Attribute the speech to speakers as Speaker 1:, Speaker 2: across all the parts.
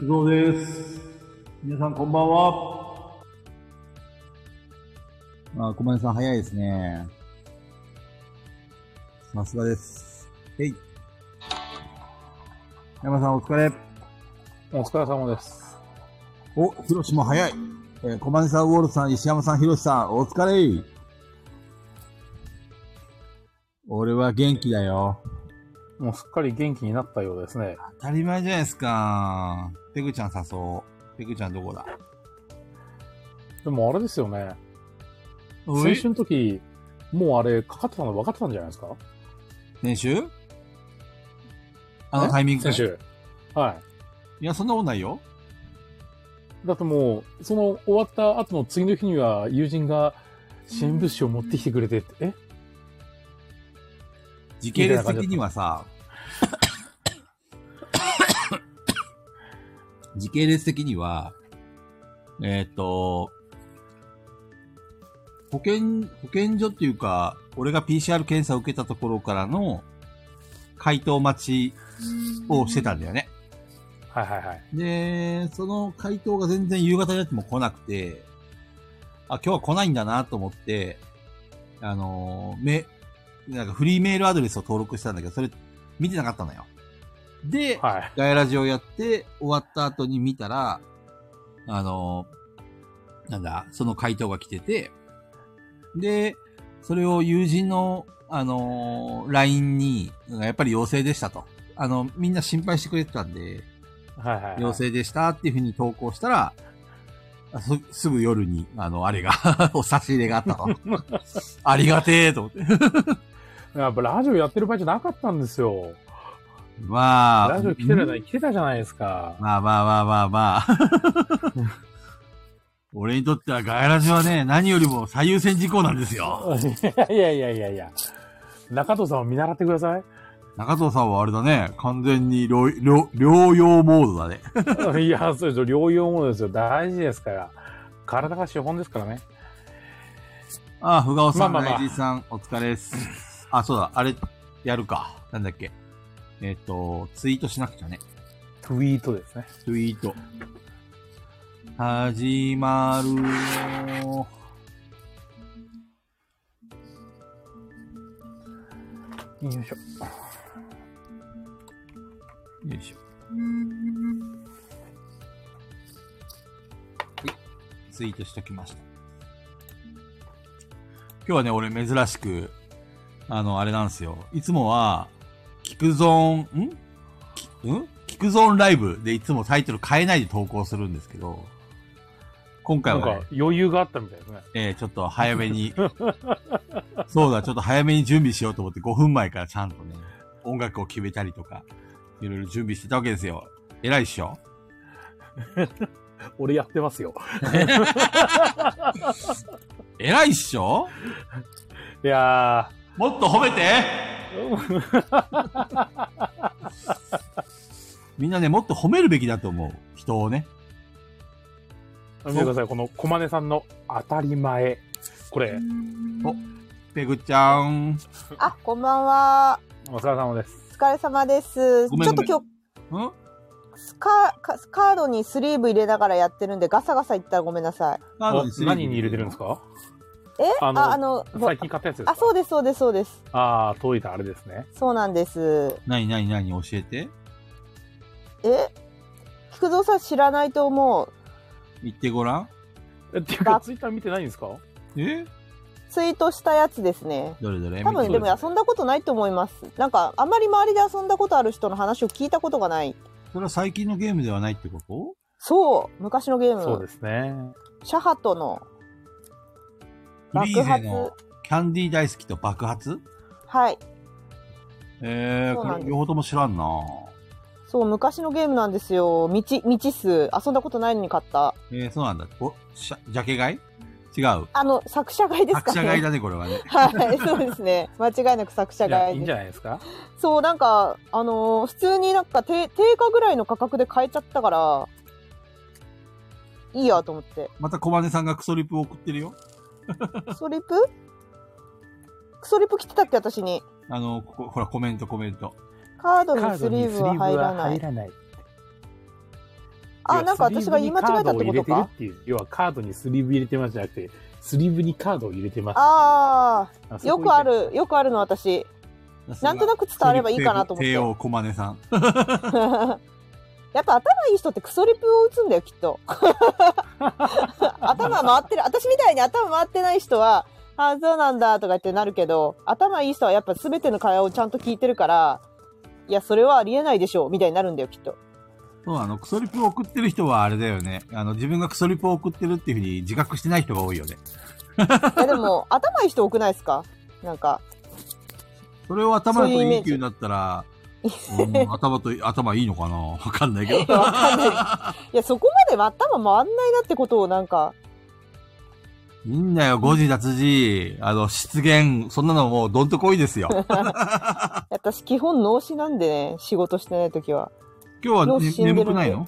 Speaker 1: 須藤です。皆さんこんばんは。
Speaker 2: あ、小林さん早いですね。さすがです。えい。山田さんお疲れ。
Speaker 3: お疲れ様です。
Speaker 2: お、ひろしも早い。えー、小林さん、ウォールさん、石山さん、ひろしさん、お疲れ。俺は元気だよ。
Speaker 3: もうすっかり元気になったようですね。
Speaker 2: 当たり前じゃないですか。ペグちゃん誘おう。ペグちゃんどこだ
Speaker 3: でもあれですよね。
Speaker 1: お
Speaker 3: 先
Speaker 1: い
Speaker 3: 週の時、もうあれ、かかってたの分かってたんじゃないですか
Speaker 2: 練習あのタイミング。
Speaker 3: 先。週。はい
Speaker 2: や、そんなことないよ。
Speaker 3: い。だってもう、その終わった後の次の日には友人が支援物資を持ってきてくれてって、え
Speaker 2: 時系列的にはさ、時系列的には、えーっ、と、保健、保健所っていうか、俺が PCR 検査を受けたところからの回答待ちをしてたんだよね。
Speaker 3: はいはいはい。
Speaker 2: で、その回答が全然夕方になっても来なくて、あ、今日は来ないんだなと思って、あのー、め、なんかフリーメールアドレスを登録したんだけど、それ見てなかったのよ。で、
Speaker 3: はい。
Speaker 2: ガヤラジオやって終わった後に見たら、あのー、なんだ、その回答が来てて、で、それを友人の、あのー、LINE に、やっぱり陽性でしたと。あの、みんな心配してくれてたんで、
Speaker 3: はいはい、はい。
Speaker 2: 陽性でしたっていうふうに投稿したら、あすすぐ夜に、あの、あれが、 お差し入れが あったと。ありがてえと思って。
Speaker 3: やっぱラジオやってる場合じゃなかったんですよ。
Speaker 2: まあ。
Speaker 3: ラジオ来てる
Speaker 2: うん
Speaker 3: 間に来てたじゃないですか。
Speaker 2: まあまあまあまあまあ。俺にとってはガヤラジはね、何よりも最優先事項なんですよ。
Speaker 3: いやいやいやいや。中藤さんを見習ってください。
Speaker 2: 中藤さんはあれだね、完全に療療療養モードだね。
Speaker 3: い や、そうですよ。療養もですよ。大事ですから。体が資本ですからね。
Speaker 2: ああ、ふがおさん、
Speaker 3: まあまあまあ
Speaker 2: ライジさん、お疲れです。あ、そうだ、あれ、やるか。なんだっけ。えっ、と、ツイートしなくちゃね。
Speaker 3: ツイートですね。
Speaker 2: ツイート。始まるよ
Speaker 3: よいしょ。
Speaker 2: よいしょ。はいツイートしときました。今日はね、俺珍しく、あの、あれなんですよ。いつもは、キクゾーン、んきんキクゾーンライブでいつもタイトル変えないで投稿するんですけど、今回
Speaker 3: な
Speaker 2: は
Speaker 3: ん
Speaker 2: ね、
Speaker 3: か余裕があったみたいですね。
Speaker 2: えー、ちょっと早めに、 そうだ、ちょっと早めに準備しようと思って5分前からちゃんとね、音楽を決めたりとか、いろいろ準備してたわけですよ。偉いっしょ
Speaker 3: 俺やってますよ。
Speaker 2: 偉いっしょ
Speaker 3: いや
Speaker 2: もっと褒 めてみんなね、もっと褒めるべきだと思う。人をね。
Speaker 3: ー、見てください。この小金さんの当たり前。これ、
Speaker 2: ペグちゃん。
Speaker 4: あ、こんばんは。
Speaker 3: お疲れ様です。
Speaker 4: お疲れ様です。ち
Speaker 2: ご
Speaker 4: ょ
Speaker 2: めん
Speaker 4: っと今
Speaker 2: ん
Speaker 4: 日、スカカカードにスリーブ入れながらやってるんで、ガサガサいったらごめんなさい。
Speaker 3: お何に入れてるんですか
Speaker 4: え
Speaker 3: あの
Speaker 4: あ、あの、ぼ
Speaker 3: 最近買ったやつですか
Speaker 4: あ、そうです、そうです、そうです。
Speaker 3: あー届いたあれですね。
Speaker 4: そうなんです。
Speaker 2: 何何何教えて
Speaker 4: え菊蔵さん知らないと思う。
Speaker 2: 言ってごらん。
Speaker 3: えっていうか、ツイッター見てないんですか
Speaker 2: え
Speaker 4: ツイートしたやつですね。
Speaker 2: どれどれ
Speaker 4: 多
Speaker 2: 見
Speaker 4: 分
Speaker 2: て
Speaker 4: で
Speaker 2: ご
Speaker 4: も
Speaker 2: らん
Speaker 4: 遊んだことないと思います。なんか、あんまり周りで遊んだことある人の話を聞いたことがない。
Speaker 2: それは最近のゲームではないってこと
Speaker 4: そう、昔のゲーム。
Speaker 3: そうですね。
Speaker 4: シャハトの
Speaker 2: フリ
Speaker 4: 爆
Speaker 2: ー
Speaker 4: 発
Speaker 2: ゼ。のキャンディー大好きと爆発
Speaker 4: はい。
Speaker 2: えー、
Speaker 4: そう
Speaker 2: こ
Speaker 4: なん
Speaker 2: れ
Speaker 4: です
Speaker 2: 両方とも知らんな
Speaker 4: そう、昔のゲームなんですよ。道、道数。遊んだことないのに買った。
Speaker 2: えー、そうなんだ。お、しゃ、ジャケ買い違う。
Speaker 4: あの、作者買いですか
Speaker 2: 作
Speaker 4: ね。
Speaker 2: 者買いだね、これはね。
Speaker 4: はい、そうですね。間違いなく作者
Speaker 3: いや、
Speaker 4: 買
Speaker 3: いいん
Speaker 4: いで
Speaker 3: じ
Speaker 4: す。
Speaker 3: ゃないですか
Speaker 4: そう、なんか、あのー普通になんか低、定価ぐらいの価格で買えちゃったから、いいやと思って。
Speaker 2: また小金さんがクソリプを送ってるよ。
Speaker 4: クソリプクソリプ来てたっけ、私に。
Speaker 2: あの、ここ、ほら、コメント、コメント。
Speaker 4: カード
Speaker 3: カー
Speaker 4: に
Speaker 3: ド
Speaker 4: スリ
Speaker 3: に
Speaker 4: ー
Speaker 3: スリ
Speaker 4: ブは
Speaker 3: ーブ
Speaker 4: 入ら
Speaker 3: は
Speaker 4: ない。
Speaker 3: 入らない。要
Speaker 4: あ、
Speaker 3: は
Speaker 4: なんか私が言い間違えたっ
Speaker 3: ス
Speaker 4: てことか。
Speaker 3: リーブにカードを入れてるっていう、要はカードにスリーブ入れてますじゃなくて、スリーブにカードを入れてます。
Speaker 4: あ
Speaker 3: あ
Speaker 4: あ、よくあ。る、よくあるの私。なんとなく伝わればいいかなと思って。
Speaker 2: 帝
Speaker 4: やっ
Speaker 2: 王小金さん。
Speaker 4: ぱ頭いい人ってクソリプを打つんだよ、きっ と。頭回ってる。私みたいに頭回ってない人は、ああ、そうなんだとか言ってなるけど、頭いい人はやっぱ全ての会話をちゃんと聞いてるから、いや、それはありえないでしょう、みたいになるんだよ、きっと。
Speaker 2: そう、あの、クソリプを送ってる人はあれだよね。あの、自分がクソリプを送ってるっていうふうに自覚してない人が多いよね。
Speaker 4: いや、で も、頭いい人多くないですかなんか。
Speaker 2: それを頭
Speaker 4: そう
Speaker 2: と
Speaker 4: いうイメ
Speaker 2: いい
Speaker 4: ー
Speaker 2: って
Speaker 4: ジ
Speaker 2: いうんだったら、うん頭といい、頭いいのかなわかんないけど。
Speaker 4: わかん ない。いや、そこまで頭回んないなってことをなんか、
Speaker 2: いいんだよ、5時脱字、あの、失言、そんなのもうどんとこいですよ。
Speaker 4: 私基本脳死なんでね、仕事してない時は。
Speaker 2: 今日は、
Speaker 4: もう
Speaker 2: ね
Speaker 4: 死んでる
Speaker 2: 眠くないの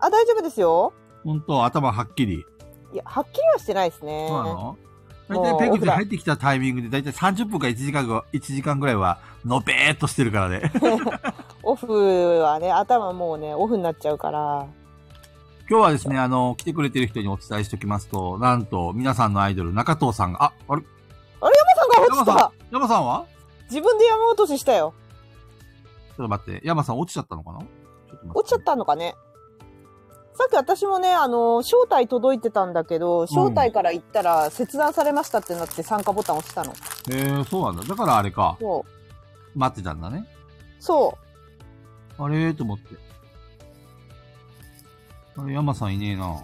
Speaker 4: あ、大丈夫ですよ。
Speaker 2: 本当頭はっきり。
Speaker 4: いや、はっきりはしてないですね。
Speaker 2: そうなの大
Speaker 4: もう
Speaker 2: 体ペグ
Speaker 4: お風
Speaker 2: で
Speaker 4: 呂
Speaker 2: 入ってきたタイミングで、大体30分か1時間ぐ1時間ぐらいは、のべーっとしてるからね。
Speaker 4: オフはね、頭もうね、オフになっちゃうから。
Speaker 2: 今日はですね、あの、来てくれてる人にお伝えしておきますと、なんと、皆さんのアイドル、中藤さんが、あ、あれ
Speaker 4: 山さ
Speaker 2: 山
Speaker 4: んが落ち
Speaker 2: さ
Speaker 4: た
Speaker 2: ん、山さんは
Speaker 4: 自分で山落とししたよ。
Speaker 2: ちょっと待って、山さん落ちちゃったのかなちょっと待
Speaker 4: 落ちちゃったのかね。さっき私もね、あの、招待届いてたんだけど、招待から行ったら切断されましたってなって参加ボタン押したの。
Speaker 2: えー、そうなんだ。だからあれか、
Speaker 4: そう。
Speaker 2: 待ってたんだね。
Speaker 4: そ
Speaker 2: あれーと思って。あれ、山さんいねえな。
Speaker 4: う。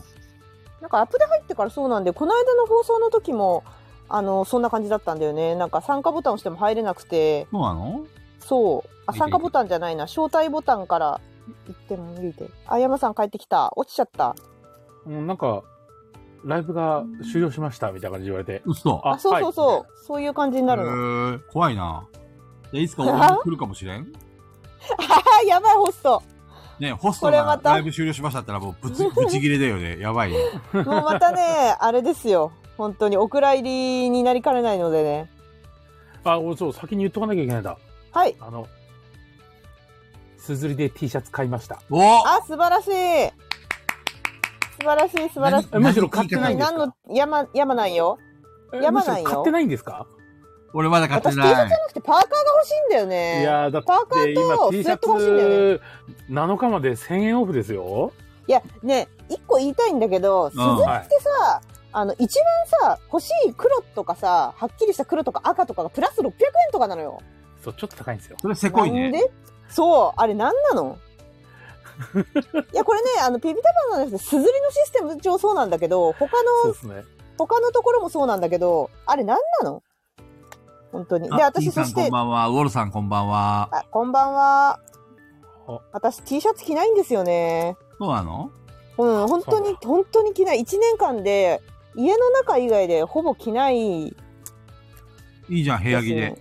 Speaker 4: なんかアップで入ってからそうなんで、この間の放送の時も、あの、そんな感じだったんだよね。なんか参加ボタン押しても入れなくて、
Speaker 2: そうなの
Speaker 4: そう。あ、
Speaker 2: 見て
Speaker 4: 参加ボタンじゃないな。招待ボタンから行っても見て。あ、山さん帰ってきた。落ちちゃった。
Speaker 3: うん、なんか、ライブが終了しましたみたいな感じで言われて。
Speaker 2: 嘘。
Speaker 4: あ、そうそうそう。
Speaker 3: はい
Speaker 4: そういう感じになる
Speaker 2: え
Speaker 4: の。
Speaker 2: ー、怖いな。じゃあいつか俺も来るかもしれ ん
Speaker 4: あ、やばい、ホスト。
Speaker 2: ねホスト
Speaker 4: これま
Speaker 2: が
Speaker 4: た
Speaker 2: ライブ終了しましたったらもうぶつ、ぶち切れだよね。や ばいね。
Speaker 4: もうまたね、 あれですよ。本当に、お蔵入りになりかねないのでね。
Speaker 3: あ、俺そう、先に言っとかなきゃいけないんだ。
Speaker 4: はい。
Speaker 3: あの、すずりで T シャツ買いました。
Speaker 2: おー
Speaker 4: あ、素晴らしい。素晴らしい、素晴らしい。
Speaker 3: えむしろ買ってないんです
Speaker 4: 何
Speaker 3: か
Speaker 4: の山、山なんよ。
Speaker 3: え
Speaker 4: や
Speaker 3: む
Speaker 4: ま
Speaker 3: し
Speaker 4: ない
Speaker 3: ろ
Speaker 4: よ
Speaker 3: 買ってないんですか
Speaker 2: 俺まだ買って
Speaker 4: 私 T シャツじ
Speaker 2: な
Speaker 4: ゃ
Speaker 2: い。
Speaker 4: なくてパーカーが欲しいんだよね。
Speaker 3: いやーだ
Speaker 4: パーカ
Speaker 3: って
Speaker 4: ーと
Speaker 3: 今 T
Speaker 4: スウ
Speaker 3: シ
Speaker 4: ェ
Speaker 3: ャ
Speaker 4: ット欲しいんだよね。
Speaker 3: ツ7日まで1000円オフですよ。
Speaker 4: いや、ね、一個言いたいんだけど、鈴木
Speaker 3: はい。
Speaker 4: ってさ、あの、一番さ、欲しい黒とかさ、はっきりした黒とか赤とかがプラス600円とかなのよ。
Speaker 3: そう、ちょっと高いんですよ。
Speaker 2: それせこい
Speaker 4: なん
Speaker 2: ね。
Speaker 4: でそう、あれなん なのいや、これね、あの、ピピタパンのですね、すずりのシステム上そうなんだけど、他
Speaker 3: そう
Speaker 4: の
Speaker 3: で、すね。
Speaker 4: 他のところもそうなんだけど、あれなんなの本当に。で、
Speaker 2: あ
Speaker 4: 私、
Speaker 2: T さん
Speaker 4: そし
Speaker 2: こん
Speaker 4: て、
Speaker 2: ばんは。ウォルさんこんばんは。
Speaker 4: あ、こんばんは
Speaker 3: あ。
Speaker 4: 私 T シャツ着ないんですよね。
Speaker 2: そうなの
Speaker 4: うん、本当
Speaker 3: そう
Speaker 4: に
Speaker 3: だ、
Speaker 4: 本当に着ない。1年間で、家の中以外でほぼ着ない
Speaker 2: いいじゃん、部屋着で。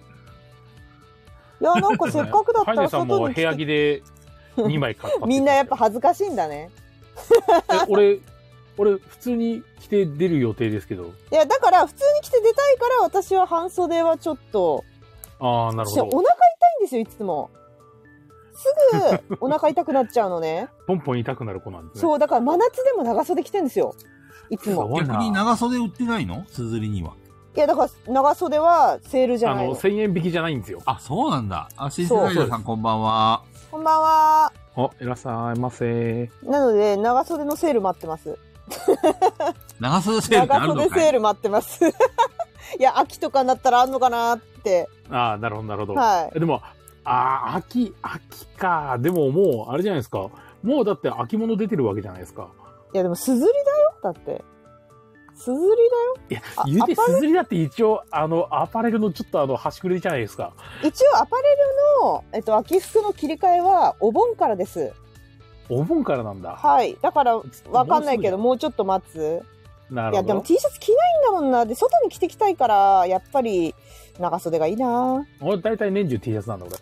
Speaker 4: いや、なんかせっかくだった
Speaker 3: ハイネ
Speaker 4: ら
Speaker 3: さんも
Speaker 4: 外に
Speaker 3: 部
Speaker 4: 来
Speaker 3: 屋
Speaker 4: て。
Speaker 3: 着で2枚買ったて言ってましたよ
Speaker 4: みんなやっぱ恥ずかしいんだね。
Speaker 3: え俺、俺、普通に着て出る予定ですけど。
Speaker 4: いや、だから普通に着て出たいから私は半袖はちょっと。
Speaker 3: ああ、なる
Speaker 4: 私お
Speaker 3: ほど。
Speaker 4: 腹痛いんですよ、いつも。すぐお腹痛くなっちゃうのね。
Speaker 3: ポンポン痛くなる子なんですね。
Speaker 4: そう、だから真夏でも長袖着てんですよ。いつも。
Speaker 3: 怖い
Speaker 2: 逆
Speaker 3: な
Speaker 2: に長袖売ってないのすずりには。
Speaker 4: いや、だから長袖はセールじゃ
Speaker 3: あ
Speaker 4: ない
Speaker 3: の、
Speaker 4: の。
Speaker 3: 1000円引きじゃないんですよ。
Speaker 2: あ、そうなんだ。あ、シンセライダーさんこんばんは。
Speaker 4: こんばんは。
Speaker 3: あ、いらっしゃいませ。
Speaker 4: なので、長袖のセール待ってます。
Speaker 2: 長袖セールってある
Speaker 4: 長
Speaker 2: の
Speaker 4: 袖
Speaker 2: か
Speaker 4: セー
Speaker 2: い
Speaker 4: ル待ってます。 いや、秋とかになったらあんのかなって。
Speaker 3: ああ、なるほど、なるほど。
Speaker 4: はい。
Speaker 3: えでも、ああ、秋、秋か。でももう、あれじゃないですか。もうだって秋物出てるわけじゃないですか。
Speaker 4: いや、でも、すずりだよだって。すずりだよ
Speaker 3: いや
Speaker 4: あ、
Speaker 3: 言うて、
Speaker 4: アパレ
Speaker 3: すずりだって一応、あの、アパレルのちょっとあの、端くれじゃないですか。
Speaker 4: 一応アパレルの、えっと、秋服の切り替えはお盆からです
Speaker 3: お盆からなんだ。
Speaker 4: はいだからわかんないけど
Speaker 3: も
Speaker 4: もうちょっと待つ
Speaker 3: う。ないる
Speaker 4: や
Speaker 3: ほ
Speaker 4: でも
Speaker 3: ど。
Speaker 4: T シャツ着ないんだもんなで外に着てきたいからやっぱり長袖がいいな
Speaker 3: 俺、大体年中 T シャツなんだ、俺。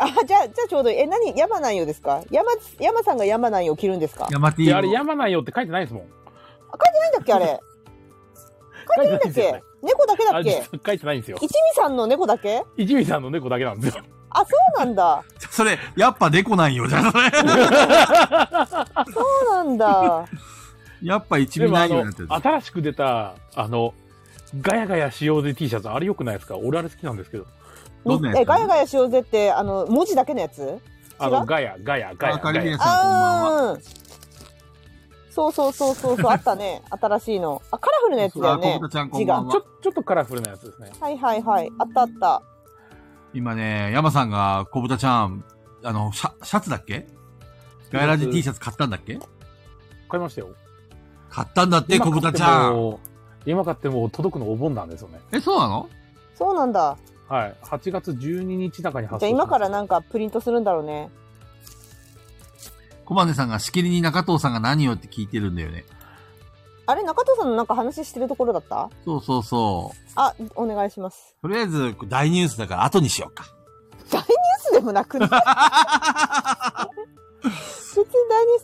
Speaker 4: あじゃあじゃあちょうどいいえ何山なんよですか山山さんが山なんよ着るんですか
Speaker 2: 山 T
Speaker 3: いや、あれ、
Speaker 2: を。
Speaker 3: 山ないよって書いてないですもん。
Speaker 4: なんだっけあれ書いてないんだ
Speaker 3: 書
Speaker 4: っ
Speaker 3: いてない
Speaker 4: け猫だけだ
Speaker 3: あ
Speaker 4: っ
Speaker 3: れ、
Speaker 4: け
Speaker 3: 実は書いてないんですよ。
Speaker 4: 一味さんの猫だけ
Speaker 3: 一味さんの猫だけなんですよ。
Speaker 4: あ、そうなんだ。
Speaker 2: それ、やっぱデコなんよ、じゃあそれ。
Speaker 4: そうなんだ。
Speaker 2: やっぱ一
Speaker 3: で
Speaker 2: 味
Speaker 3: も
Speaker 2: な
Speaker 3: あ
Speaker 2: いように
Speaker 3: の
Speaker 2: なってる。、
Speaker 3: 新しく出た、あの、ガヤガヤ使用で T シャツ、あれ良くないですか俺あれ好きなんですけど。
Speaker 2: どんなやつ
Speaker 4: え、ガヤガヤしようぜって、あの、文字だけのやつ
Speaker 3: あ
Speaker 4: 違
Speaker 3: の、
Speaker 4: う
Speaker 3: ガヤ、ガヤ、ガヤ。
Speaker 2: あ、カリ
Speaker 3: ガ
Speaker 2: ビア
Speaker 3: ヤ
Speaker 2: さんこんばんは。
Speaker 4: あーうん。そうそうそうそう そう、あったね。新しいの。あ、カラフルなやつだ
Speaker 2: あ、
Speaker 4: よ
Speaker 2: コ
Speaker 4: ね
Speaker 2: ブタ。ちゃんこんばん
Speaker 3: ちょ
Speaker 2: は。
Speaker 3: ちょっとカラフルなやつですね。
Speaker 4: はいはいはい。あったあった。
Speaker 2: 今ね、山さんが、コブタちゃん、あの、シャシャツだっけガイラジ T シャツ買ったんだっけ
Speaker 3: 買いましたよ。
Speaker 2: 買ったんだって、コブタちゃん。
Speaker 3: ん。今買っても届くのお盆なんですよね。
Speaker 2: え、そうなの
Speaker 4: そうなんだ。
Speaker 3: はい。8月12日中に発
Speaker 4: じ
Speaker 3: 送
Speaker 4: ゃあ
Speaker 3: します
Speaker 4: 今からなんかプリントするんだろうね。
Speaker 2: コマネさんがしきりに中藤さんが何をって聞いてるんだよね。
Speaker 4: あれ、中藤さんのなんか話してるところだった
Speaker 2: そうそうそう。
Speaker 4: あ、お願いします。
Speaker 2: とりあえず、大ニュースだから後にしようか。
Speaker 4: 大ニュースでもな くない別に大ニュー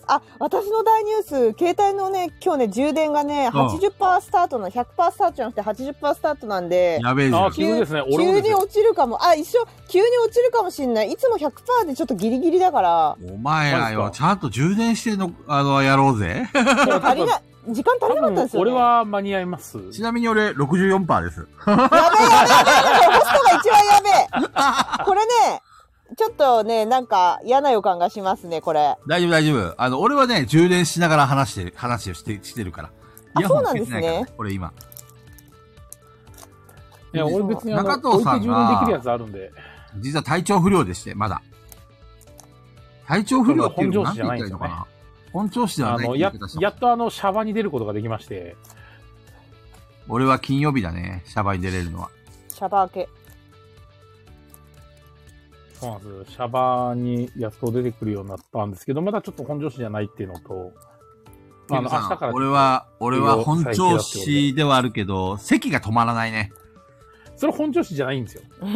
Speaker 4: ス、あ、私の大ニュース、携帯のね、今日ね、充電がね、80%スタートな、100%スタートじゃなくて80%スタートなんで、
Speaker 2: やべえじゃ
Speaker 3: あ、
Speaker 2: ん。
Speaker 3: 急にですね。俺も
Speaker 4: 急
Speaker 3: です
Speaker 4: に
Speaker 3: よ
Speaker 4: 落ちるかも。あ、一緒、急に落ちるかもしんない。いつも100%でちょっとギリギリだから、
Speaker 2: お前らよ
Speaker 3: マ、ジ
Speaker 2: ちゃんと充電しての、あの、やろうぜ。
Speaker 4: 足りない、時間足りなかったんですよ、ね。
Speaker 3: 俺は間に合います。
Speaker 2: ちなみに俺64%です。
Speaker 4: やべえやべえやべえやべえこれホストが一 番やべえこれね、ちょっとね、なんか嫌な予感がしますね、これ。
Speaker 2: 大丈夫大丈夫。あの、俺はね、充電しながら話してる、話をして、してるから。
Speaker 4: あ
Speaker 2: イヤホン
Speaker 4: そうなんですね
Speaker 2: つけていから俺今。
Speaker 3: いや、俺別にあの、
Speaker 2: 中藤さ
Speaker 3: 置いて
Speaker 2: んが
Speaker 3: 充電できるやつあるんで。
Speaker 2: 実は体調不良でして、まだ。体調不良っていうのは何て
Speaker 3: それ
Speaker 2: 言
Speaker 3: は
Speaker 2: ったらいいのかな本調子では
Speaker 3: あ
Speaker 2: ないっ
Speaker 3: の、
Speaker 2: て言
Speaker 3: や
Speaker 2: い方し、た
Speaker 3: やっとあの、シャバに出ることができまして。
Speaker 2: 俺は金曜日だね、シャバに出れるのは。
Speaker 4: シャバ ー系。
Speaker 3: そうなんです。シャバにやっと出てくるようになったんですけど、まだちょっと本調子じゃないっていうのと、あ
Speaker 2: ケ
Speaker 3: の、
Speaker 2: ンさ
Speaker 3: 明
Speaker 2: ん
Speaker 3: 日から。
Speaker 2: 俺。は、俺は本調子ではあるけど、咳が止まらないね。
Speaker 3: それ本調子じゃないんですよ。
Speaker 2: な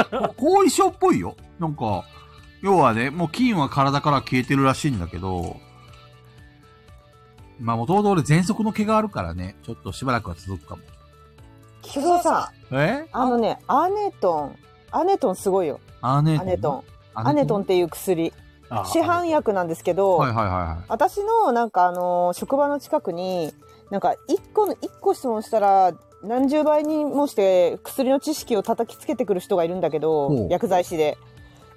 Speaker 2: んか後遺症っぽいよ。なんか、要はね、もう菌は体から消えてるらしいんだけど、まあもともと俺喘息の毛があるからね、ちょっとしばらくは続くかも。
Speaker 4: 菊蔵さ
Speaker 2: え
Speaker 4: ん、あのね、アーネトン。アーネトンすごいよ。
Speaker 2: アーネー
Speaker 4: ア
Speaker 2: トン。
Speaker 4: ーネトン。
Speaker 2: ア
Speaker 4: アーネトンっていう薬。
Speaker 3: あ
Speaker 4: 市販薬なんですけど、
Speaker 2: はいはいはいは
Speaker 4: 私のなんかあのー、職場の近くに、なんか一個の、一個質問したら、何十倍にもして薬の知識を叩きつけてくる人がいるんだけ
Speaker 2: ほ
Speaker 4: ど
Speaker 2: う、
Speaker 4: 薬剤師で。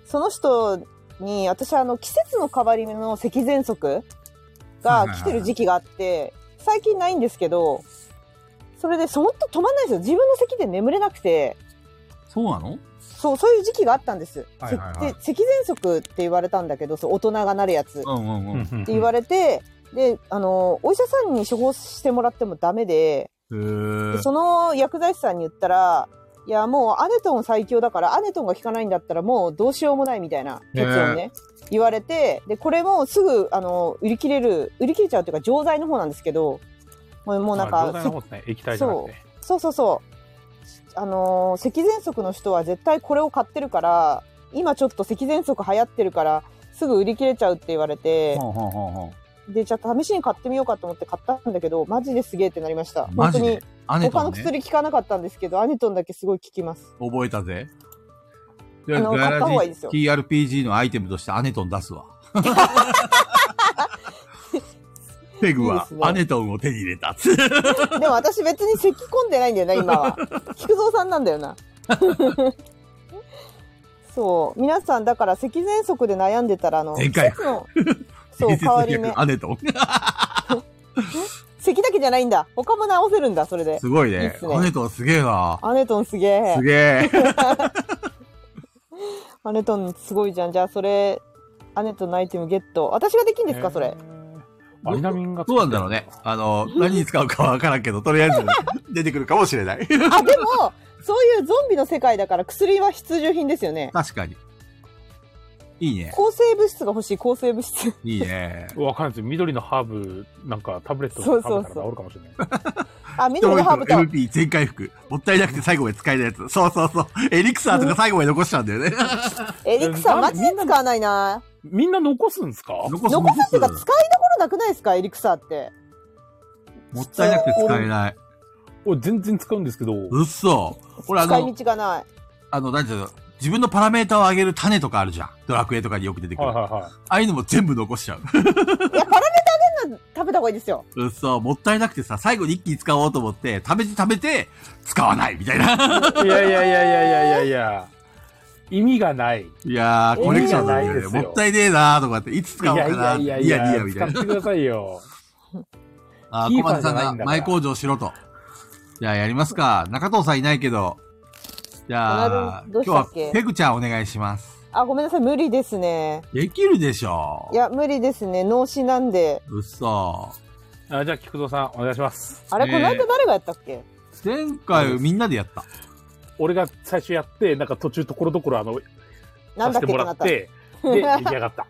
Speaker 4: その人に、私あの、季節の変わり目の咳喘息
Speaker 2: はいはい
Speaker 4: が
Speaker 2: はい
Speaker 4: 来てる時期があって、最近ないんですけど、それで、そっと止まんないんですよ。自分の咳で眠れなくて、
Speaker 2: い。そうなの
Speaker 4: そう、そういう時期があったんです。
Speaker 2: はいはいはい
Speaker 4: せで咳喘息って言われたんだけど、そう大人がなるやつ。
Speaker 2: うんうんうん。へ
Speaker 4: って言わ
Speaker 3: れ
Speaker 4: れて、であのお医者さんに処方してもらってもダメでで
Speaker 2: ー
Speaker 4: その薬剤師さんに言ったらいやもうアネトン最強だからアネトンが効かないんだったらもうどうしようもないみたいな結論ね言われてでこれもすぐあの売り切れる売り切れちゃうというか錠剤の方なんですけどもうもうなん
Speaker 3: 状
Speaker 4: か
Speaker 3: 態の方ですね。液体じゃなくて。
Speaker 4: そうそうそう。あのー、咳喘息の人は絶対これを買ってるから、今ちょっと咳喘息流行ってるから、すぐ売り切れちゃうって言われて、
Speaker 2: ほんほんほんほん
Speaker 4: で、じゃあ試しに買ってみようかと思って買ったんだけど、マジですげえってなりました。
Speaker 2: マ
Speaker 4: 本当
Speaker 2: ジ
Speaker 4: に
Speaker 2: で。アネ
Speaker 4: 他
Speaker 2: ト
Speaker 4: の
Speaker 2: ンね。
Speaker 4: 薬効かなかったんですけど、アニトンだけすごい効きます。
Speaker 2: 覚えたぜ。
Speaker 4: あの買った方がいいですよ
Speaker 2: TRPG のアイテムとしてアネトン出す わ。ペグ
Speaker 4: いいで
Speaker 2: は
Speaker 4: すね
Speaker 2: アネトンを手に入れた。
Speaker 4: でも私別に咳込んでないんだよな、今 は。菊蔵さんなんだよな。 そう。皆さん、だから咳喘息で悩んでたら、あの、
Speaker 2: 前回
Speaker 4: 季節の そう、変わり目。
Speaker 2: アネトン。
Speaker 4: 咳だけじゃないんだ。他も治せるんだ、それで。
Speaker 2: すごい
Speaker 4: いい
Speaker 2: ね
Speaker 4: っ。すね
Speaker 2: アネトンすげえな。
Speaker 4: アネトンすげえ
Speaker 2: す。げえ。
Speaker 4: アネトンすごいじゃん。じゃあそれ、アネトンのアイテムゲット。私ができんですか、それ。。
Speaker 3: アリナミンが。
Speaker 2: どうなんだろうね。。あの、何に使うかわからんけど、とりあえず出てくるかもしれ ない。
Speaker 4: あ、でも、そういうゾンビの世界だから薬は必需品ですよね。
Speaker 2: 確かに。いいね。
Speaker 4: 抗生物質が欲しい、抗生物質。
Speaker 2: いいね。
Speaker 3: わかんないですよ。緑のハーブ、なんかタブレット
Speaker 4: そう
Speaker 3: 食べ
Speaker 4: そう
Speaker 3: た
Speaker 4: そ
Speaker 3: ら
Speaker 4: う
Speaker 3: 治るかもしれない。
Speaker 4: あ、緑のハーブと。
Speaker 2: MP 全回復。もったいなくて最後まで使えないやつ。そうそうそう。エリクサーとか最後まで残したんだよね。
Speaker 4: エリクサーマジで使わないな。
Speaker 3: みんな残すんですか
Speaker 2: 残
Speaker 4: 残すっていうか、使いどころなくないですか、エリクサーって。
Speaker 2: もったいなくて使えない。
Speaker 3: 俺全然使うんですけど。
Speaker 2: うっそ。俺あ
Speaker 4: 使
Speaker 2: の
Speaker 4: い、道がない。
Speaker 2: あの、なんていうの、自分のパラメータを上げる種とかあるじゃん。ドラクエとかによく出てくる。
Speaker 3: はい
Speaker 2: あ
Speaker 3: はいは
Speaker 2: あいうのも全部残しちゃう。
Speaker 4: いや、パラメーターでんの食べた方がいいですよ。
Speaker 2: うんそう、もったいなくてさ、最後に一気に使おうと思って、食べて食べて、使わないみたいな。
Speaker 3: い。いやいやいやいやいやいやいや。意味がない。
Speaker 2: いやー、コレクションなんだよね。
Speaker 3: 意味がないですよ
Speaker 2: もったいねえなーとかって、いつ
Speaker 3: い
Speaker 2: 使おう
Speaker 3: や
Speaker 2: か
Speaker 3: い
Speaker 2: な
Speaker 3: や
Speaker 2: ー
Speaker 3: いや
Speaker 2: リ
Speaker 3: い
Speaker 2: アリア
Speaker 3: や、
Speaker 2: み
Speaker 3: 使
Speaker 2: た
Speaker 3: っ
Speaker 2: い
Speaker 3: て
Speaker 2: な。
Speaker 3: くださいよ。
Speaker 2: あー、
Speaker 3: キ
Speaker 2: 小
Speaker 3: ーパー
Speaker 2: 松
Speaker 3: じ
Speaker 2: さ
Speaker 3: ゃ
Speaker 2: ん
Speaker 3: ないんだから
Speaker 2: が前工場しろと。じゃあやりますか。中藤さんいないけど。じゃあ、今
Speaker 4: なるほどどう
Speaker 2: 日
Speaker 4: した
Speaker 2: は
Speaker 4: っけ
Speaker 2: ペグちゃんお願いします。
Speaker 4: あ、ごめんなさい、無理ですね。
Speaker 2: できるでしょ
Speaker 4: いや、無理ですね。脳死なんで。
Speaker 2: う。嘘。
Speaker 3: あじゃあ、菊蔵さん、お願いします。
Speaker 4: あれ、
Speaker 2: ね
Speaker 4: この間誰がやったっけ
Speaker 2: 前回みんなでやった。
Speaker 3: 俺が最初やって、なんか途中ところどころ、あの、
Speaker 4: なん
Speaker 3: させて
Speaker 4: だっけって
Speaker 3: もら
Speaker 4: な
Speaker 3: っ
Speaker 4: った。
Speaker 3: て、で、出来上がった。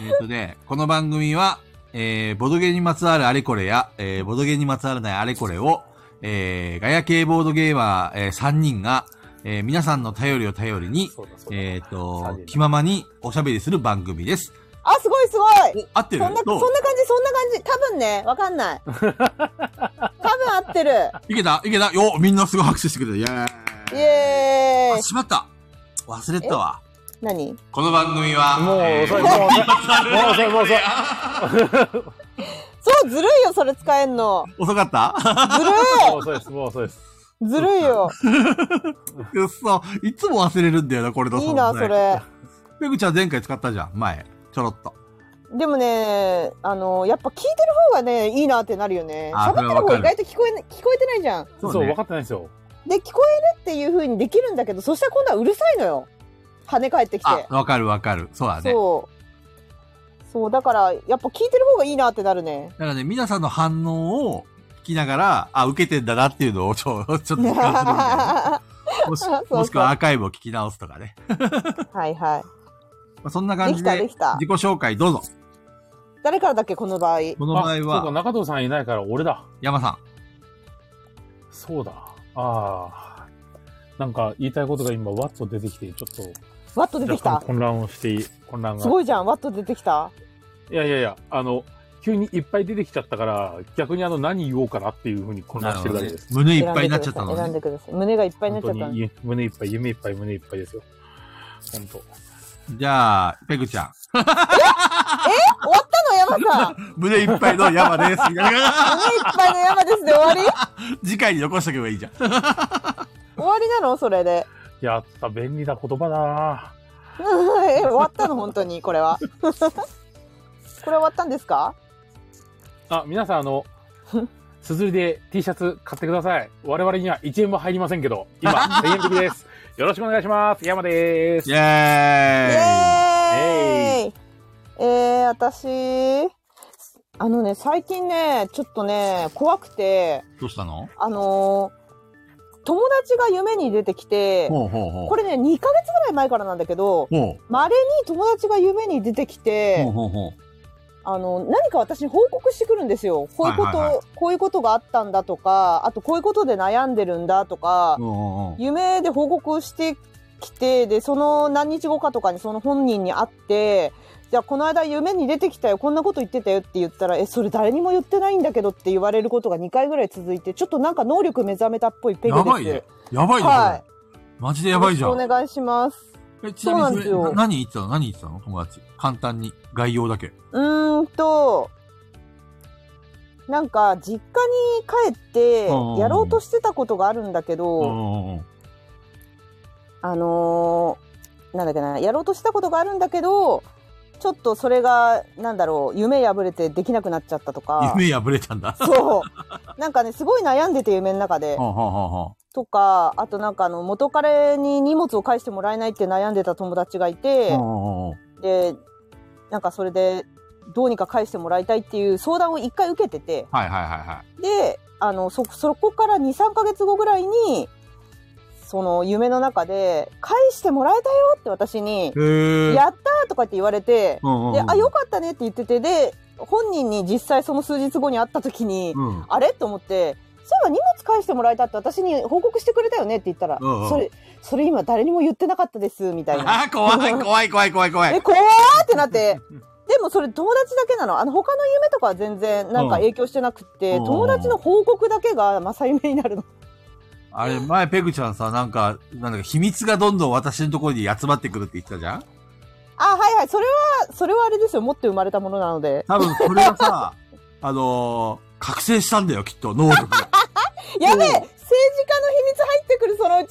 Speaker 2: えっとね、この番組は、えー、ボドゲにまつわるあれこれや、えー、ボドゲにまつわらないあれこれを、えー、ガヤ系ボードゲーマー、えー、3人が、えー、皆さんの頼りを頼りに、
Speaker 3: そうだそうだ。
Speaker 2: えっ、
Speaker 3: 三
Speaker 2: と
Speaker 3: 人、だ
Speaker 2: 気ままにおしゃべりする番組です。
Speaker 4: あ、すごいすごい
Speaker 2: お、合ってる
Speaker 4: そんな、そん
Speaker 2: ど
Speaker 4: な
Speaker 2: う
Speaker 4: 感じ、そんな感じ。多分ね、わかんない。多分合ってる。
Speaker 2: いけたいけたよみんなすごい拍手してくれた。イェーイ
Speaker 4: イエー
Speaker 2: あ、
Speaker 4: イ
Speaker 2: しまった忘れてたわ。
Speaker 4: 何
Speaker 2: この番組は、
Speaker 3: もう
Speaker 2: えー
Speaker 3: 遅い、もう遅い。もう遅い、もう遅い。
Speaker 4: そう、ずるいよ、それ使えんの。
Speaker 2: 遅かった
Speaker 4: ずる
Speaker 3: もう遅いです、もう遅いです。
Speaker 4: いずるいよ。
Speaker 2: くっそ。いつも忘れるんだよな、これと。
Speaker 4: いいな、そ。れ。
Speaker 2: ペグちゃん前回使ったじゃん、前。ちょろっと。
Speaker 4: でもね、あの、やっぱ聞いてる方がね、いいなってなるよね。
Speaker 2: あ
Speaker 4: 喋ってる方
Speaker 2: それはわかる
Speaker 4: 意外と聞こえな、聞こえてないじゃん。
Speaker 3: そう,、
Speaker 2: ね
Speaker 3: 分かってないんですよ。
Speaker 4: で、聞こえるっていう風にできるんだけど、そしたら今度はうるさいのよ。跳ね返ってきて。
Speaker 2: あ、わかるわかる。そうだね。
Speaker 4: そう。そう、だから、やっぱ聞いてる方がいいなってなるね。
Speaker 2: だからね、皆さんの反応を聞きながら、あ、受けてんだなっていうのをちょ、ちょ っと実感するみたいなもし
Speaker 4: そうそう
Speaker 2: もしくはアーカイブを聞き直すとかね。
Speaker 4: はい
Speaker 2: ま
Speaker 4: は。
Speaker 2: あ、そんない感
Speaker 4: で
Speaker 2: じ
Speaker 4: きた
Speaker 2: で、
Speaker 4: で
Speaker 2: 自己
Speaker 4: きた。
Speaker 2: 紹介どうぞ。
Speaker 4: 誰からだっけ、この場合。
Speaker 2: こ
Speaker 3: あ
Speaker 2: の場合
Speaker 3: そうか、
Speaker 2: は、
Speaker 3: 中藤さんいないから俺だ。
Speaker 2: 山さん。
Speaker 3: そうだ。ああ。なんか言いたいことが今、わっと出てきて、ちょっ
Speaker 4: ワット
Speaker 3: と
Speaker 4: 出てき
Speaker 3: 若干。
Speaker 4: た
Speaker 3: 混乱をして、混乱が。
Speaker 4: すごいじゃん、ワット出てきた。
Speaker 3: いやいやいや、あの、急にいっぱい出てきちゃったから、逆にあの、何言おうかなっていうふうに混乱してるだけです。
Speaker 2: 胸いっぱいになっちゃったの
Speaker 4: 選ん
Speaker 2: ね。
Speaker 4: でください。胸がいっぱいにな
Speaker 3: 本
Speaker 4: っち
Speaker 3: 当
Speaker 4: ゃったの。
Speaker 3: に、胸いっぱい、夢いっぱい、胸いっぱいですよ。本当。
Speaker 2: じゃあ、ペグちゃん。
Speaker 4: 終わったの、山さん。
Speaker 2: 胸いっぱいの山 です。みたいな
Speaker 4: 胸いっぱいの山ですで終わり
Speaker 2: 次回に残しとけばいいじゃん。
Speaker 4: 終わりなのそれで。
Speaker 3: やった、便利な言葉だな
Speaker 4: え終わったの本当にこれは これ終わったんですか
Speaker 3: あ、皆さん、あ の、すずりで T シャツ買ってください。我々には1円も入りませんけど、 今、1000円引きです。よろしくお願いします。山でーす
Speaker 2: イ。
Speaker 4: イ
Speaker 2: ェーイ
Speaker 4: エーイえー、私あのね最近ねちょっとね怖くて
Speaker 2: どうしたの
Speaker 4: あのー友達が夢に出てきて
Speaker 2: ほうほうほう。
Speaker 4: これね2ヶ月ぐらい前からなんだけど
Speaker 2: ほ
Speaker 4: まれに友達が夢に出てき
Speaker 2: う。ほ
Speaker 4: て
Speaker 2: うほうほう。
Speaker 4: あの何か私に報告してくるんですよこういうこと、
Speaker 2: はいはいは
Speaker 4: こういうことがあったんだとかあとこういうことで悩んでるんだとか、
Speaker 2: ほうほう
Speaker 4: 夢で報告してきてでその何日後かとかにその本人に会ってじゃあこの間夢に出てきたよこんなこと言ってたよって言ったらえそれ誰にも言ってないんだけどって言われることが2回ぐらい続いてちょっとなんか能力目覚めたっぽいペグ
Speaker 2: や
Speaker 4: です
Speaker 2: ばいね。やばいね、
Speaker 4: はい
Speaker 2: これ。マジでやばいじゃん
Speaker 4: よろ。しくお願いします
Speaker 2: え、ちなみに
Speaker 4: そうなんですよ
Speaker 2: それな何言ってたの何言ってたの友達。簡単に。概要だけ。
Speaker 4: うーんとなんか実家に帰って
Speaker 2: うん
Speaker 4: やろうとしてたことがあるんだけど、
Speaker 2: うん
Speaker 4: あのーなんだっけな、やろうとしたことがあるんだけど、ちょっとそれが、なんだろう、夢破れてできなくなっちゃったとか、
Speaker 2: 夢破れたんだ。
Speaker 4: そう。なんかね、すごい悩んでて、夢の中で
Speaker 2: は。あはあは
Speaker 4: とか、あとなんかあの、元彼に荷物を返してもらえないって悩んでた友達がいて
Speaker 2: あ、は
Speaker 4: で、なんかそれで、どうにか返してもらいたいっていう相談を一回受けてて、
Speaker 2: あ。はいはいはいはい。
Speaker 4: であのそそこから23ヶ月後ぐらいにその夢の中で「返してもらえたよ」って私に
Speaker 2: へ
Speaker 4: 「
Speaker 2: ー
Speaker 4: やった!」とかって言われて
Speaker 2: うん
Speaker 4: 「
Speaker 2: うん
Speaker 4: であよかったね」って言っててで本人に実際その数日後に会った時に
Speaker 2: うん。うん
Speaker 4: 「あれ?」と思って「そういえば荷物返してもらえたって私に報告してくれたよね」って言ったら
Speaker 2: うんうん
Speaker 4: 「それそれ今誰にも言ってなかったです」みたいな
Speaker 2: あー、怖い怖い怖い怖い怖
Speaker 4: 「え
Speaker 2: い。
Speaker 4: 怖ー!」って なって。でもそれ友達だけなのあの他の夢とかは全然なんか影響してなくって、
Speaker 2: うん
Speaker 4: 友達の報告だけが正夢になるの
Speaker 2: あれ、前、ペグちゃんさ、なんか、なんだか、秘密がどんどん私のところに集まってくるって言ってたじゃん
Speaker 4: あ、はいはい。それは、それはあれですよ。持って生まれたものなので。
Speaker 2: 多分、それは さ、あのー覚醒したんだよ、きっと、能力が。
Speaker 4: やべえ政治家の秘密入ってくる、そのうち。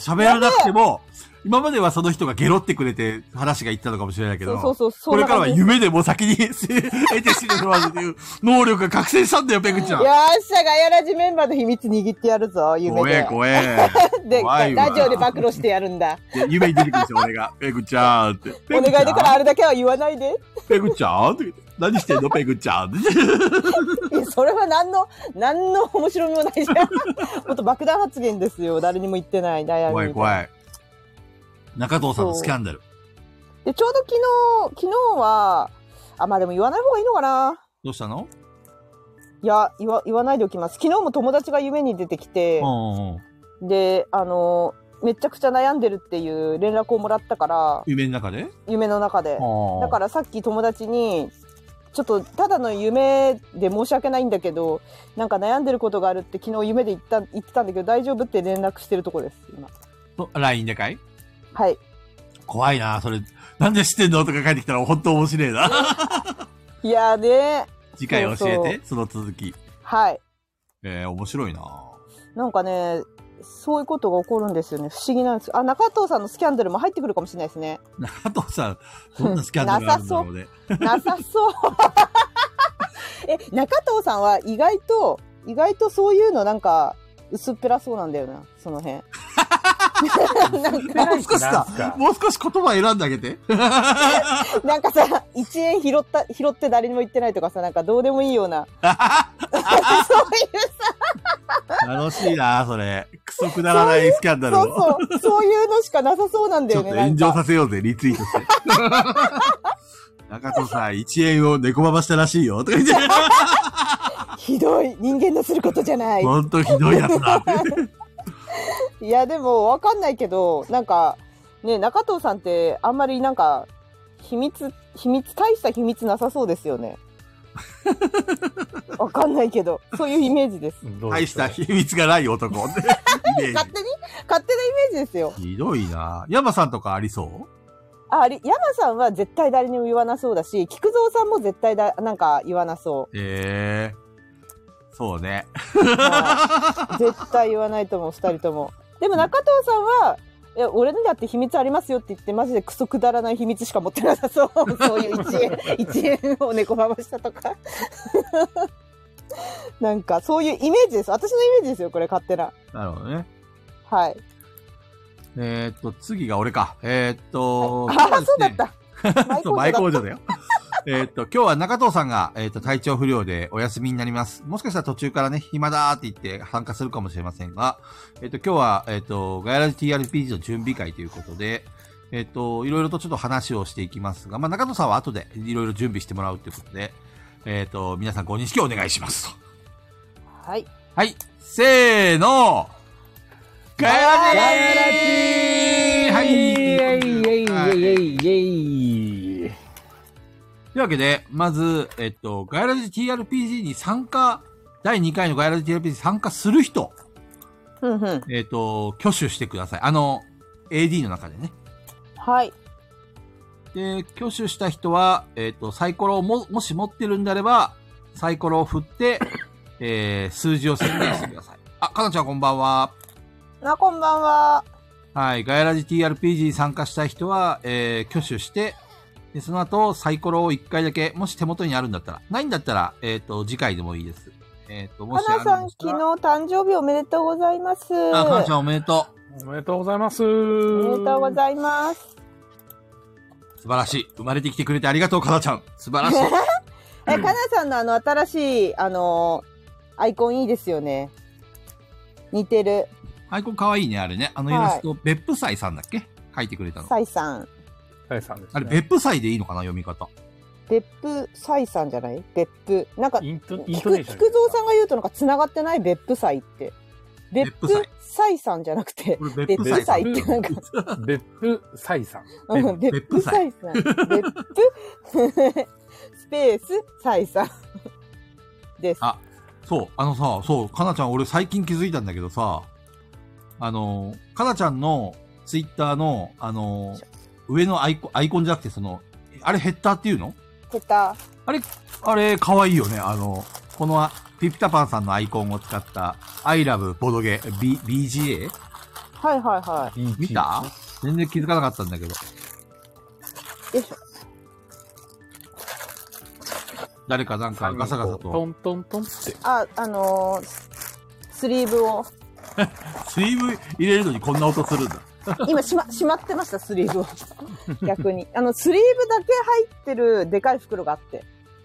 Speaker 2: そう、喋らなくても、今まではその人がゲロってくれて話が言ったのかもしれないけど、
Speaker 4: そうそうそう。そ
Speaker 2: こ
Speaker 4: ん
Speaker 2: れ
Speaker 4: な
Speaker 2: からは
Speaker 4: 感じです
Speaker 2: 夢でも先に 得て死ぬとはという能力が覚醒したんだよ、ペグちゃん。
Speaker 4: よっしゃ、ガヤラジメンバーの秘密握ってやるぞ、夢
Speaker 2: 怖え、
Speaker 4: で。
Speaker 2: 怖え。
Speaker 4: で、
Speaker 2: 怖いわ
Speaker 4: ラジオで暴露してやるんだ。
Speaker 2: で夢に出てくるんですよ、俺が。ペグちゃんって。
Speaker 4: お願いだからあれだけは言わないで。
Speaker 2: ペグちゃんって。何してんの、ペグち ゃんって。
Speaker 4: いやそれは何の、何の面白みもない じゃん。もっと爆弾発言ですよ。誰にも言ってない悩み。
Speaker 2: 怖い、怖
Speaker 4: い。
Speaker 2: い。中藤さんのスキャンダル。
Speaker 4: で、ちょうど昨日、昨日は、あ、まあでも言わない方がいいのかな。
Speaker 2: どうしたの
Speaker 4: いや、言わ、言わないでおきます。昨日も友達が夢に出てきて、
Speaker 2: うんうんうん。
Speaker 4: で、あの、めちゃくちゃ悩んでるっていう連絡をもらったから、
Speaker 2: 夢の中で
Speaker 4: 夢の中で。だ
Speaker 2: だ、
Speaker 4: かららさっき友達に、ちょっとただの夢で申し訳ないんだけど、なんか悩んでることがあるって昨日夢で言った、言ってたんだけど大丈夫って連絡してるとこです、今。
Speaker 2: と LINE でかい
Speaker 4: はい。
Speaker 2: 怖いな、それ。なんで知ってんのとか書いてきたら本当面白いな。
Speaker 4: いやーね、
Speaker 2: 次回教えて、そ
Speaker 4: そうそう
Speaker 2: の続き。
Speaker 4: はい。
Speaker 2: えー、面白いな。
Speaker 4: なんかね、そういうことが起こるんですよね。不思議なんです。あ、中藤さんのスキャンダルも入ってくるかもしれないで すね。
Speaker 2: 中藤さん、どんなスキャンダルがあるんだろうね。
Speaker 4: なさそう。 え、中藤さんは意外と、意外とそういうのなんか、薄っぺらそうなんだよな、その辺。 なんか
Speaker 2: もう少し
Speaker 3: なん
Speaker 2: さ
Speaker 3: すか、
Speaker 2: もう少し言葉選んであげ て。
Speaker 4: なんかさ、1円拾った、拾って誰にも言ってないとかさ、なんかどうでもいいよ うな。そういう
Speaker 2: 楽しいな、それ。クソくだらないスキャンダル
Speaker 4: さ、
Speaker 2: を。
Speaker 4: そうそう、そういうのしかなさそうなんだ
Speaker 2: ちょ
Speaker 4: よ
Speaker 2: っと
Speaker 4: ね。
Speaker 2: 炎
Speaker 4: な
Speaker 2: 上
Speaker 4: んか
Speaker 2: させようぜ、リツイートして。 中藤さん、1円を猫ばばしたらしいよ。とか言 って、
Speaker 4: ひどい、人間のすることじゃない。
Speaker 2: ほんとひどいやつ だ。
Speaker 4: いや、でもわかんないけど、なんか、ね、中藤さんってあんまりなんか、秘密、秘密、大した秘密なさそうですよね。わかんないけど、そういうイメージです。
Speaker 3: どう
Speaker 2: 大
Speaker 3: で
Speaker 2: し
Speaker 3: ょう
Speaker 2: た秘密がない 男。イメージ
Speaker 4: 勝手に勝手なイメージですよ。
Speaker 2: ひどいな山さんとかありそう
Speaker 4: あ、あり、山さんは絶対誰にも言わなそうだし、菊蔵さんも絶対だ、なんか言わなそ
Speaker 2: ええそうね。
Speaker 4: う。はい 絶対言わないと思う、二人とも。でも中藤さんは、いや俺にだって秘密ありますよって言って、マジでクソくだらない秘密しか持ってなさそう。そういう一円、一円を猫まばしたとか。 なんか、そういうイメージです。私のイメージですよ、これ、勝手な。
Speaker 2: なるほどね。
Speaker 4: はい。
Speaker 2: えー、っと、次が俺か。えー、っと、
Speaker 4: あ
Speaker 2: 今日は
Speaker 4: あ、
Speaker 2: で
Speaker 4: そう
Speaker 2: す
Speaker 4: だ
Speaker 2: ね
Speaker 4: っ。た。 舞
Speaker 2: そう、
Speaker 4: 工場だ
Speaker 2: 前工場だよ。えーっと、今日は中藤さんが、えーっと、体調不良でお休みになります。もしかしたら途中からね、暇だーって言って参加するかもしれませんが、えーっと、今日は、えーっと、ガヤラジ TRPG の準備会ということで、えーっと、いろいろとちょっと話をしていきますが、まあ、中藤さんは後でいろいろ準備してもらうということで、えーっと、皆さんご認識をお願いしますと。
Speaker 4: はい。
Speaker 2: はい、せーのガヤラジ
Speaker 4: ガ
Speaker 3: は、イエイイエイイエイイエ
Speaker 2: はいい
Speaker 3: イイエイ。
Speaker 2: というわけで、まず、えっと、ガイラジ TRPG に参加、第2回のガイラジ TRPG に参加する人、
Speaker 4: ふんふん。
Speaker 2: えっと、挙手してください。あの、AD の中でね。
Speaker 4: はい。
Speaker 2: で、挙手した人は、えっと、サイコロをも、もし持ってるんであれば、サイコロを振って、えー、数字を宣言してください。あ、かなちゃんこんばんは。
Speaker 4: な、こんばんは。
Speaker 2: はい、ガイラジ TRPG に参加した人は、えー、挙手して、でその後、サイコロを1回だけ、もし手元にあるんだったら、ないんだったら、えっ、と、次回でもいいです。えっ、と、も
Speaker 4: か
Speaker 2: しあ
Speaker 4: な
Speaker 2: る
Speaker 4: さ
Speaker 2: ん
Speaker 4: ん、
Speaker 2: です
Speaker 4: 昨
Speaker 2: ら
Speaker 4: 日誕生日おめでとうございます。
Speaker 2: あ、かなちゃ
Speaker 4: お
Speaker 2: んおめでと
Speaker 3: おめでとうございます。
Speaker 4: め
Speaker 3: お
Speaker 4: でとうございます。
Speaker 2: う。素晴らしい。生まれてきてくれてありがとう、かなちゃん。素晴らしい。
Speaker 4: え、かなさんのあの、新しい、あの、アイコンいいですよね。似てる、
Speaker 2: アイコンかわいいね、あれね。あのイラスト、別府斎さんだっけ書いてくれたの。
Speaker 4: サイさん。
Speaker 3: 大さんです、ね。
Speaker 2: あれ、別府斎でいいのかな、読み方。
Speaker 4: 別府サイさんじゃない別府。なんか、
Speaker 3: イントイン
Speaker 4: 菊
Speaker 3: トネーション。
Speaker 4: 菊蔵さんが言うとなんか繋がってない別府サイって。別府
Speaker 2: 別府
Speaker 4: サイさんじゃなくて、
Speaker 2: これ、
Speaker 4: 別府サイ
Speaker 2: ん
Speaker 4: っ
Speaker 3: 別
Speaker 4: て
Speaker 3: 府
Speaker 4: なんか、
Speaker 3: 別府サイさん。
Speaker 4: うん
Speaker 2: 別
Speaker 4: 別府サイさん。別府、 スペースサイさん。です。
Speaker 2: あそう、あのさ、そう、かなちゃん、俺最近気づいたんだけどさ、あの、かなちゃんのツイッターの、あの、上のアイコン、アイコンじゃなくて、その、あれヘッダーっていうの
Speaker 4: ヘッダー
Speaker 2: あれ、可愛いよね。あの、この、ピピタパンさんのアイコンを使った、I love ボドゲ、B、BGA?
Speaker 4: はいはいはい
Speaker 3: いい
Speaker 2: 見た全然気づかなかったんだけど。
Speaker 4: よいしょ
Speaker 2: 誰かなんかガサガサ
Speaker 3: ト
Speaker 2: と。
Speaker 3: ントントンって。
Speaker 4: ああのースリーブを
Speaker 2: スイーブ入れるのにこんな音するんだ。
Speaker 4: 今しましまってましたスリーブを逆にあのスリーブだけ入ってるでかい袋があって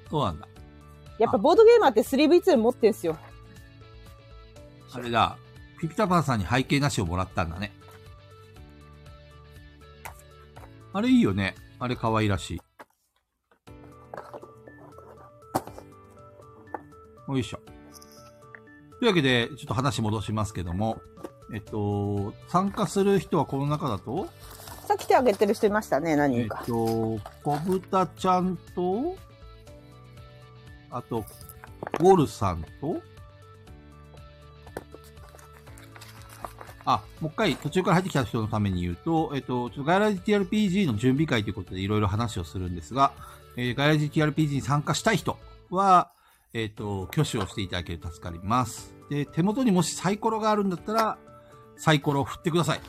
Speaker 2: そうなんだ。
Speaker 4: やっぱボードゲーマーってスリーブいつでも持ってんすよ
Speaker 2: あれだ。ピピタパンさんに背景なしをもらったんだね。あれいいよね。あれ可愛らしい。よいしょ。というわけで、ちょっと話戻しますけども、えっと、参加する人はこの中だと、
Speaker 4: さっき手挙げてる人いましたね何
Speaker 2: えっ
Speaker 4: 人か、
Speaker 2: と、小豚ちゃんと、あと、ゴルさんと、あ、もう一回途中から入ってきた人のために言うと、えっと、ちょっとガイラジ TRPG の準備会ということでいろいろ話をするんですが、えーガイラジ TRPG に参加したい人は、えっと、挙手をしていただけると助かります。で、手元にもしサイコロがあるんだったら、サイコロを振ってください。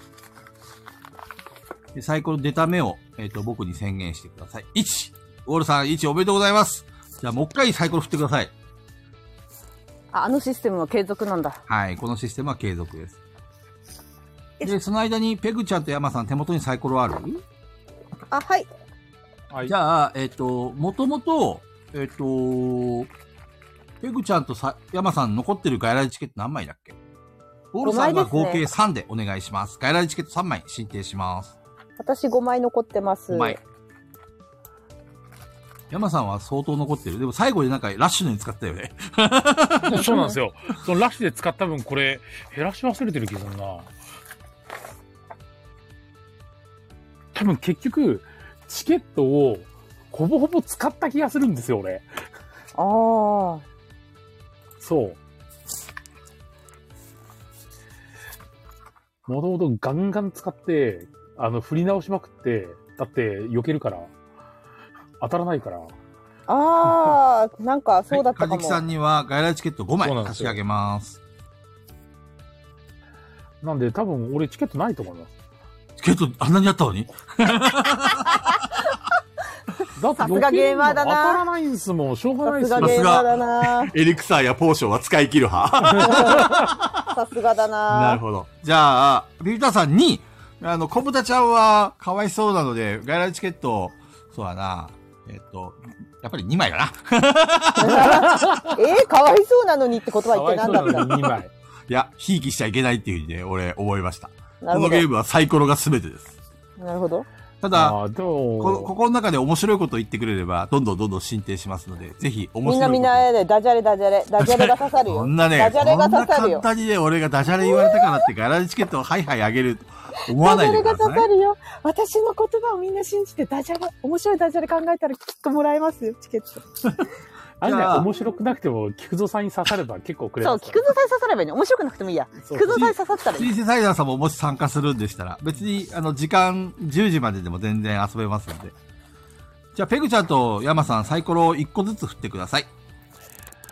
Speaker 2: でサイコロ出た目を、えっ、と、僕に宣言してください。1! ウォールさん、1おめでとうございます。じゃあ、もう一回サイコロ振ってください。
Speaker 4: ああのシステムは継続なんだ
Speaker 2: はい、このシステムは継続です。
Speaker 4: よ
Speaker 2: で、その間に、ペグちゃんとヤマさん、手元にサイコロある
Speaker 4: あはい
Speaker 3: はい
Speaker 2: じ。ゃあ、えっ、と、もともと、えっ、と、ペグちゃんとさヤマさん残ってる外来チケット何枚だっけウォールさんは
Speaker 4: 五枚
Speaker 2: 合
Speaker 4: です
Speaker 2: 計3でお願いします。外来チケット3枚申請します。
Speaker 4: 私5枚残ってます
Speaker 2: うまい。山さんは相当残ってる。でも最後でなんかラッシュのように使ったよね。
Speaker 3: そうなんですよ。そのラッシュで使った分、これ、減らし忘れてる気がするな。多分結局、チケットを、ほぼほぼ使った気がするんですよ、俺。
Speaker 4: ああ
Speaker 3: そう。もともとガンガン使って、あの、振り直しまくって、だって、避けるから、当たらないから。
Speaker 4: ああなんかそうだったかも、
Speaker 2: はいカジキさんには外来チケット5枚
Speaker 3: そうなんで
Speaker 2: 差
Speaker 3: す
Speaker 2: し
Speaker 3: よ
Speaker 2: 上げます。
Speaker 3: なんで、多分、俺、チケットないと思います。
Speaker 2: チケットあんなにあったのに
Speaker 3: だって
Speaker 4: さすがゲーマーだ
Speaker 3: 避けるの当
Speaker 4: な
Speaker 3: たらないんですもん、しょうがない
Speaker 4: さ
Speaker 3: ですすよ
Speaker 4: が。ゲーマーだな
Speaker 2: エリクサーやポーションは使い切る派。
Speaker 4: さすがだな
Speaker 2: なるほど。じゃあ、ビルターさんに、あの、コブタちゃんはかわいそうなので、外来チケットを、そうだな、えっと、やっぱり2枚だな。
Speaker 4: えー、かわいそうなのにって言葉
Speaker 3: か
Speaker 4: 一
Speaker 3: わ
Speaker 4: 体
Speaker 3: いそ
Speaker 4: 何
Speaker 3: うな
Speaker 4: だった
Speaker 3: のに2枚。
Speaker 2: いや、ひいきしちゃいけないっていうふうにね、俺思いました。
Speaker 4: な
Speaker 2: この
Speaker 4: るほ
Speaker 2: ゲー
Speaker 4: ど。
Speaker 2: ムはサイコロが全てです。
Speaker 4: なるほど。
Speaker 2: ただ、
Speaker 3: ああ、で
Speaker 2: このこ
Speaker 3: も、
Speaker 2: この中で面白いことを言ってくれれば、どんどんどんどん進展しますので、ぜひ面白いこと。
Speaker 4: みんなみんなあれでダジャレダジャレ。ダジャレが刺さるよ。
Speaker 2: こんなね
Speaker 4: ダ、ジャレ
Speaker 2: こ
Speaker 4: が
Speaker 2: んな
Speaker 4: 刺さる
Speaker 2: 簡
Speaker 4: よ。
Speaker 2: 単にね、俺がダジャレ言われたからって、ガラジチケットをハイハイあげる、思わ
Speaker 4: ダ
Speaker 2: な
Speaker 4: ジ
Speaker 2: い
Speaker 4: ャ
Speaker 2: で
Speaker 4: レ
Speaker 2: くだ
Speaker 4: が刺
Speaker 2: さ
Speaker 4: さ
Speaker 2: い。
Speaker 4: るよ。私の言葉をみんな信じてダジャレ、面白いダジャレ考えたらきっともらえますよ、チケット。
Speaker 3: あれね
Speaker 2: じゃあ
Speaker 3: 面白くなくても、菊蔵さんに刺されば結構くれ
Speaker 4: そう、
Speaker 3: ます
Speaker 4: 菊
Speaker 3: から。
Speaker 4: 蔵さん刺さればいいね。面白くなくてもいいや。
Speaker 3: そう
Speaker 4: 菊蔵さん刺さったらい
Speaker 2: シ
Speaker 4: い。
Speaker 2: ンセサイザーさんももし参加するんでしたら、別に、あの、時間10時まででも全然遊べますんで。じゃあ、ペグちゃんとヤマさん、サイコロを1個ずつ振ってください。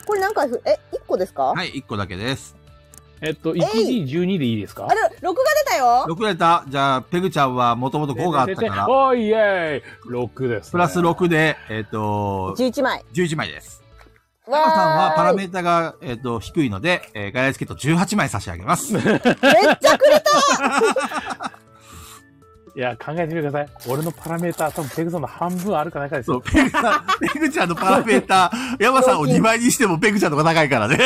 Speaker 4: これ何回ふ、え、1個ですか、
Speaker 2: はい、1個だけです。
Speaker 3: えっと、1G12 でいいですか
Speaker 4: あれ、録画出たよ
Speaker 2: 6レター、じゃあ、ペグちゃんはもともと5があったから、
Speaker 3: おーイエーイ !6 です、ね。
Speaker 2: プラス。6で、えっ、と、
Speaker 4: !11 枚。
Speaker 2: 11枚です。
Speaker 4: わ
Speaker 2: 山さんはパラ
Speaker 4: ー
Speaker 2: メータが、えっと低いので、えー、ガイラチケット18枚差し上げます。
Speaker 4: いめっちゃくれた
Speaker 3: いや、考えてみてください。俺のパラメーター、多分ペグさんの半分あるかないかです
Speaker 2: そ
Speaker 3: よ
Speaker 2: う、。ペグさん、ペグちゃんのパラメータ、山さんを2倍にしてもペグちゃんの方が高いからね。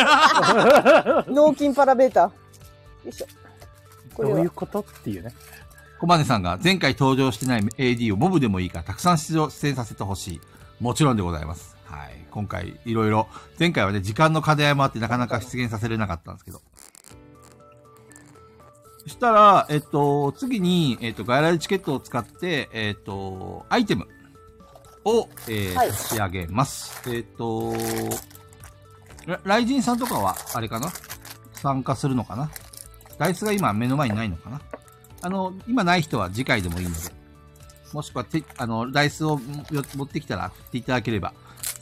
Speaker 4: 脳筋パラベータ。よいしょ。これ
Speaker 3: ど
Speaker 4: は
Speaker 3: ういうことっていうね。
Speaker 2: コマネさんが前回登場してない AD をモブでもいいからたくさん出場、出演させてほしい。もちろんでございます。はい。今回、いろいろ、前回はね、時間の課題もあってなかなか出現させれなかったんですけど。そしたら、えっと、次に、えっと、外来チケットを使って、えっと、アイテムを、えー
Speaker 4: はい
Speaker 2: 差し上げます。えっと、ラライジンさんとかは、あれかな参加するのかなダイスが今目の前にないのかな。あの、今ない人は次回でもいいので、もしくはて、あの、ダイスをもよ持ってきたら振っていただければ、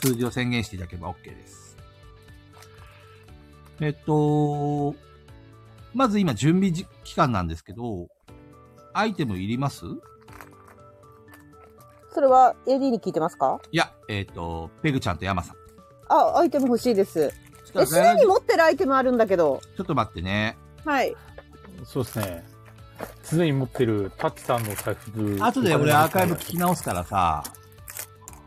Speaker 2: 数字を宣言していただければ OK です。えっと、まず今準備時期間なんですけど、アイテムいります
Speaker 4: それは AD に聞いてますか
Speaker 2: いや、えっと、ペグちゃんとヤマさん。
Speaker 4: あ、アイテム欲しいです。
Speaker 2: ちょ
Speaker 4: え、
Speaker 2: っと
Speaker 4: す
Speaker 2: ガヤ
Speaker 4: で
Speaker 2: ラジ
Speaker 4: に持ってるアイテムあるんだけど。
Speaker 2: ちょっと待ってね。
Speaker 4: はい。
Speaker 3: そうですね。常に持ってるタッチさんの財布。
Speaker 2: 後で俺アーカイブ聞き直すからさ、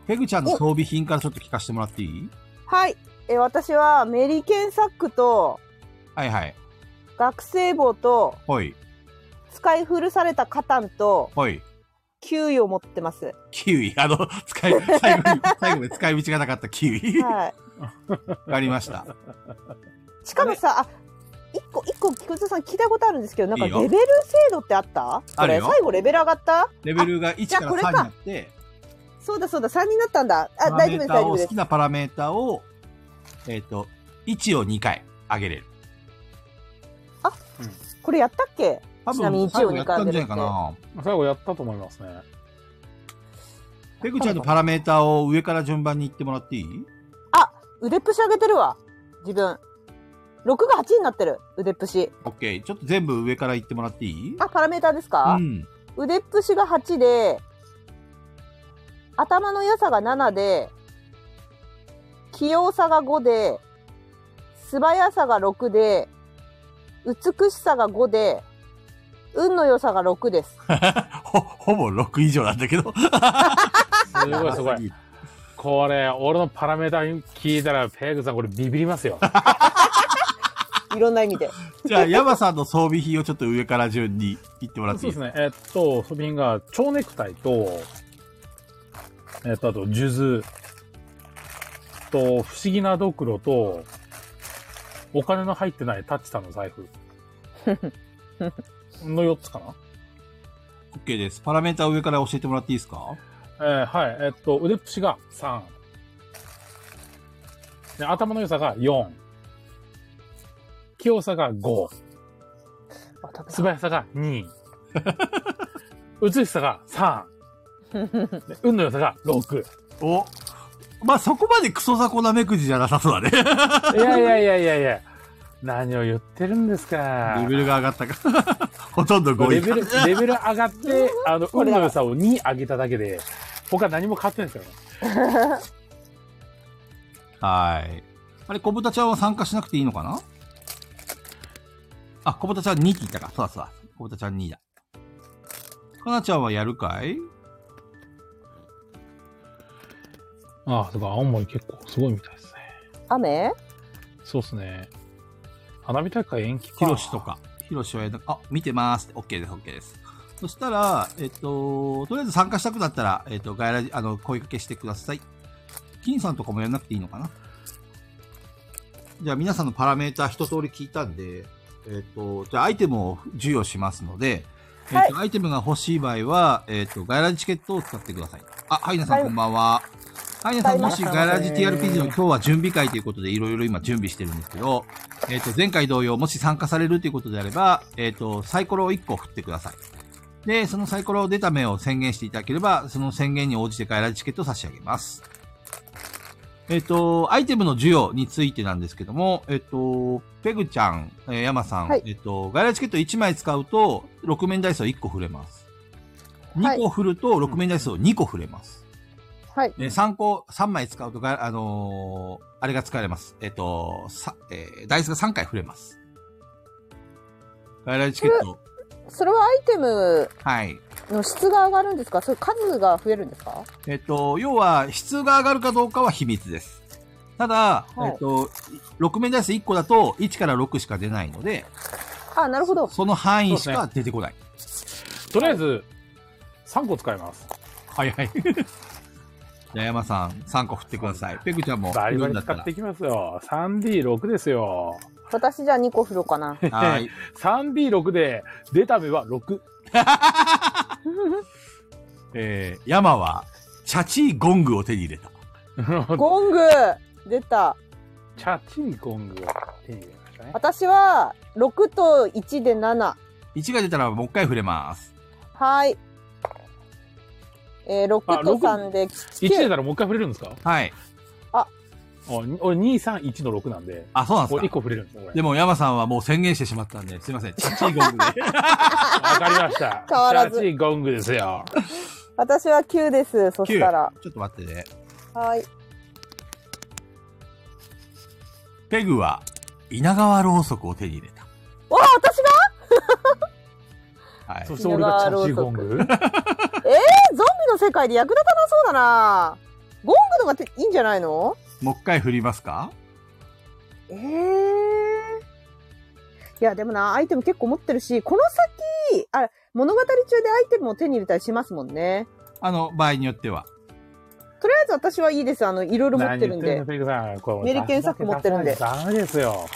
Speaker 2: ペグちゃんの装備品からちょっと聞かせてもらっていい
Speaker 4: はい。え、私はメリケンサックと
Speaker 2: はいはい。
Speaker 4: 学生帽と
Speaker 2: ほい、
Speaker 4: 使い古されたカタンと
Speaker 2: ほい。
Speaker 4: キウイを持ってます。
Speaker 2: キウイ。あの、使い、最後に、最後まで使い道がなかったキウイ。わ
Speaker 4: は
Speaker 2: かりました。
Speaker 4: い。しかもさ、あ、一個、一個、菊池さん聞いたことあるんですけど、なんか
Speaker 2: いいよ
Speaker 4: レベル制度ってあった
Speaker 2: あるよ
Speaker 4: これ最後レベル上がった
Speaker 2: レベルが1
Speaker 4: じゃあ
Speaker 2: から3
Speaker 4: これ
Speaker 2: に
Speaker 4: か
Speaker 2: なって、
Speaker 4: そうだそうだ、3になったんだ。
Speaker 2: パ
Speaker 4: あ、
Speaker 2: ラ
Speaker 4: 大丈
Speaker 2: メー
Speaker 4: 夫です、
Speaker 2: ター
Speaker 4: 大丈
Speaker 2: を、
Speaker 4: 夫で
Speaker 2: 好
Speaker 4: す
Speaker 2: き。なパラメーターを、えっ、と、1を2回上げれる。
Speaker 4: これやったっけ
Speaker 2: 多
Speaker 4: ちなみ
Speaker 2: 分、
Speaker 4: に
Speaker 2: 最
Speaker 4: 1を
Speaker 2: 後や
Speaker 4: 2
Speaker 2: った
Speaker 4: 回
Speaker 2: んじゃない
Speaker 4: 上げるって
Speaker 2: かな。
Speaker 3: 最後やったと思いますね。
Speaker 2: ペグちゃんのパラメーターを上から順番に言ってもらっていい
Speaker 4: 腕っぷし上げてるわ。自分。6が8になってる。腕っぷし。
Speaker 2: オッケー。ちょっと全部上から言ってもらっていい
Speaker 4: あ、パラメーターですか
Speaker 2: う、ん。
Speaker 4: 腕っぷしが8で、頭の良さが7で、器用さが5で、素早さが6で、美しさが5で、運の良さが6です。
Speaker 2: ほ、ほぼ6以上なんだけど。
Speaker 3: すごいすごい。これ、俺のパラメーター聞いたら、ペグさんこれビビりますよ。
Speaker 4: いろんな意味で。
Speaker 2: じゃあ、ヤマさんの装備品をちょっと上から順に言ってもらって
Speaker 3: そ
Speaker 2: いう
Speaker 3: で
Speaker 2: い
Speaker 3: すね。えっと、ソビンが、蝶ネクタイと、えっと、あと、数珠と、不思議なドクロと、お金の入ってないタッチさんの財 布。の4つかな
Speaker 2: ?OK です。パラメーターを上から教えてもらっていいですか
Speaker 3: えーはい。えっと、腕っぷしが3。で頭の良さが4。器用さが5。素早さが2。美しさが3。で運の良さが6。
Speaker 2: おまあ、そこまでクソ雑魚なめくじじゃなさそうだね。
Speaker 3: いやいやいやいやいや。何を言ってるんですか。
Speaker 2: レベルが上がったか。 ほとんど5
Speaker 3: レ
Speaker 2: 位
Speaker 3: ベ
Speaker 2: か。
Speaker 3: ル、レベル上がって、あの、運の良さを2上げただけで、他何も変わってないんですよね。
Speaker 2: はい。あれ、小豚ちゃんは参加しなくていいのかなあ、小豚ちゃん2って言ったか。そうだそうだ。小豚ちゃん2だ。かなちゃんはやるかい
Speaker 3: ああ、とか青森結構すごいみたいですね。
Speaker 4: 雨
Speaker 3: そうですね。花火大会延期か。
Speaker 2: ヒロシと。か。ヒロシはやるあ、見てますって。OK です、OK です。そしたら、えっと、とりあえず参加したくなったら、えっと、ガイラジ、あの、声かけしてください。金さんとかもやらなくていいのかなじゃあ、皆さんのパラメーター一通り聞いたんで、えっと、じゃあ、アイテムを授与しますので、えっと、アイテムが欲しい場合は、えっと、ガイラジチケットを使ってください。あ、ハイナさん、
Speaker 4: はい
Speaker 2: こんばんは。ハイナさん、もし
Speaker 4: はい
Speaker 2: ガイラジ TRPG の今日は準備会ということで、いろいろ今準備してるんですけど、えっ、と、前回同様、もし参加されるということであれば、えっ、と、サイコロを1個振ってください。で、そのサイコロを出た目を宣言していただければ、その宣言に応じて外来チケットを差し上げます。えっ、と、アイテムの授与についてなんですけども、えっ、と、ペグちゃん、えー、山さん、
Speaker 4: はい
Speaker 2: えっ、と、外来チケット1枚使うと、6面ダイスを1個振れます。
Speaker 4: は
Speaker 2: 2
Speaker 4: い
Speaker 2: 個振ると、6面ダイスを2個振れます。
Speaker 4: はい。
Speaker 2: えー、3個、3枚使うとが、あのーあれが使われます。えっ、と、さ、えーダイスが3回振れます。外来チケット。
Speaker 4: それはアイテム
Speaker 2: はい。
Speaker 4: の質が上がるんですかそれ数が増えるんですか
Speaker 2: えっ、と、要は、質が上がるかどうかは秘密です。ただ、
Speaker 4: はい
Speaker 2: えっ、と、6面ダイス1個だと、1から6しか出ないので、
Speaker 4: あ、なるほど。
Speaker 2: その範囲し
Speaker 3: そう
Speaker 2: か出てこない。
Speaker 3: とりあえず、3個使います。
Speaker 2: はい はい。じゃあ山さん、3個振ってください。ペグちゃんも
Speaker 3: バリ
Speaker 2: 振
Speaker 3: バ
Speaker 2: るん
Speaker 3: リ
Speaker 2: だっ
Speaker 3: 使
Speaker 2: た
Speaker 3: っ
Speaker 2: ら
Speaker 3: て。いきますよ。3D6 ですよ。
Speaker 4: 私じゃあ2個振ろうかな。
Speaker 2: はい
Speaker 3: 3D6 で、出た目は6。
Speaker 2: えー、山は、チャチーゴングを手に入れた。
Speaker 4: ゴング出た。
Speaker 3: チャチンコングを手に入れました。かね。
Speaker 4: 私は6と1で7。
Speaker 2: 1が出たらもう一回触れます。
Speaker 4: はい。えー、6と
Speaker 3: あ
Speaker 4: 3で
Speaker 3: 1出
Speaker 4: 9。
Speaker 3: たらもう一回触れるんですか
Speaker 2: はい。
Speaker 3: あに俺2、3、1の6なんで、
Speaker 2: あ、そうなんです
Speaker 3: 俺1
Speaker 2: か。
Speaker 3: 個触れるんですよ、これ
Speaker 2: で。も、山さんはもう宣言してしまったんで、すいませ ん。ちっちゃいゴングで。
Speaker 3: わかりました。
Speaker 4: 変わらず
Speaker 3: チャーチゴングですよ。
Speaker 4: 私は9です。そしたら。
Speaker 2: ちょっと待ってね。
Speaker 4: はい。
Speaker 2: ペグは、稲川ろうそくを手に入れ
Speaker 4: わあ、私が
Speaker 2: た。はい
Speaker 3: そ。して俺がチャーチゴング。
Speaker 4: えゾンビの世界で役立たなそうだな。ゴングのがていいんじゃないの
Speaker 2: もう一回振りますか
Speaker 4: ええいや、でもな、アイテム結構持ってるし、この先、あれ、物語中でアイテムを手に入れたりしますもんね。
Speaker 2: あの、場合によっては。
Speaker 4: とりあえず私はいいです。あの、いろいろ持ってるん
Speaker 3: 何言
Speaker 4: で
Speaker 3: の。ペグさん。これ
Speaker 4: メリケンサック持ってるんで
Speaker 3: ダメですよ。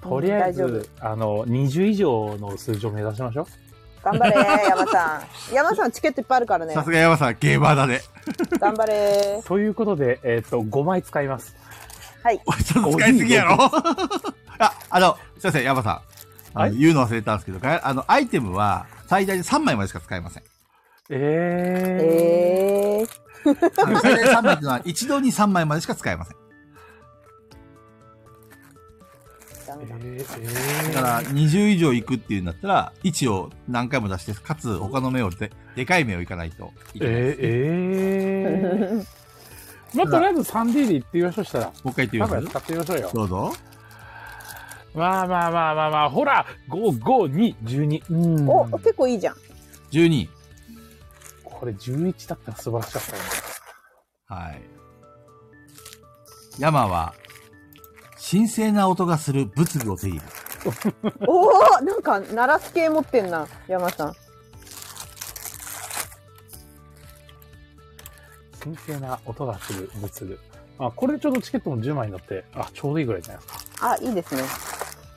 Speaker 3: とりあえ
Speaker 4: うん大丈
Speaker 3: ず、あの、20以上の数字を目指しましょう。
Speaker 4: 頑張れ、山さん。山さんチケットいっぱいあるからね
Speaker 2: さ。すが山さん、ゲーマーだね。
Speaker 4: 頑張れ。
Speaker 3: ということで、えっ、と、5枚使います。
Speaker 2: おいちょっと使いすぎやろあ、あの、すいません、山さん。あ
Speaker 3: は
Speaker 2: の
Speaker 3: い
Speaker 2: 言うの忘れたんですけど、があの、アイテムは最大で3枚までしか使えません。
Speaker 3: え
Speaker 4: ええ
Speaker 2: あの最大で3枚というのは、一度に3枚までしか使えません。
Speaker 3: ー。えー、え
Speaker 4: ダメだ。
Speaker 2: だ
Speaker 3: ー、
Speaker 2: から、20以上行くっていうんだったら、1を何回も出して、かつ他の目をで、でかい目をいかないといけないですね、
Speaker 3: えー、えー。まあ、とりあえず 3D で言ってみましょう、したら。
Speaker 2: もう一回言
Speaker 3: な
Speaker 2: っ
Speaker 3: ん
Speaker 2: て
Speaker 3: か
Speaker 2: みます
Speaker 3: 使ってみましょうよ。
Speaker 2: どうぞ。
Speaker 3: まあまあまあまあまあ、ほら !5、5、2、12。うん。
Speaker 4: お、結構いいじゃん。
Speaker 2: 12。
Speaker 3: これ11だったら素晴らしかったね。
Speaker 2: はい。山は、神聖な音がする仏具を手に入れる。
Speaker 4: おお、なんか鳴らす系持ってんな、山さん。
Speaker 3: 神聖な音がする仏具。あ、これでちょうどチケットも10枚になって、あ、ちょうどいいぐらいじゃないですか。
Speaker 4: あ、いいですね。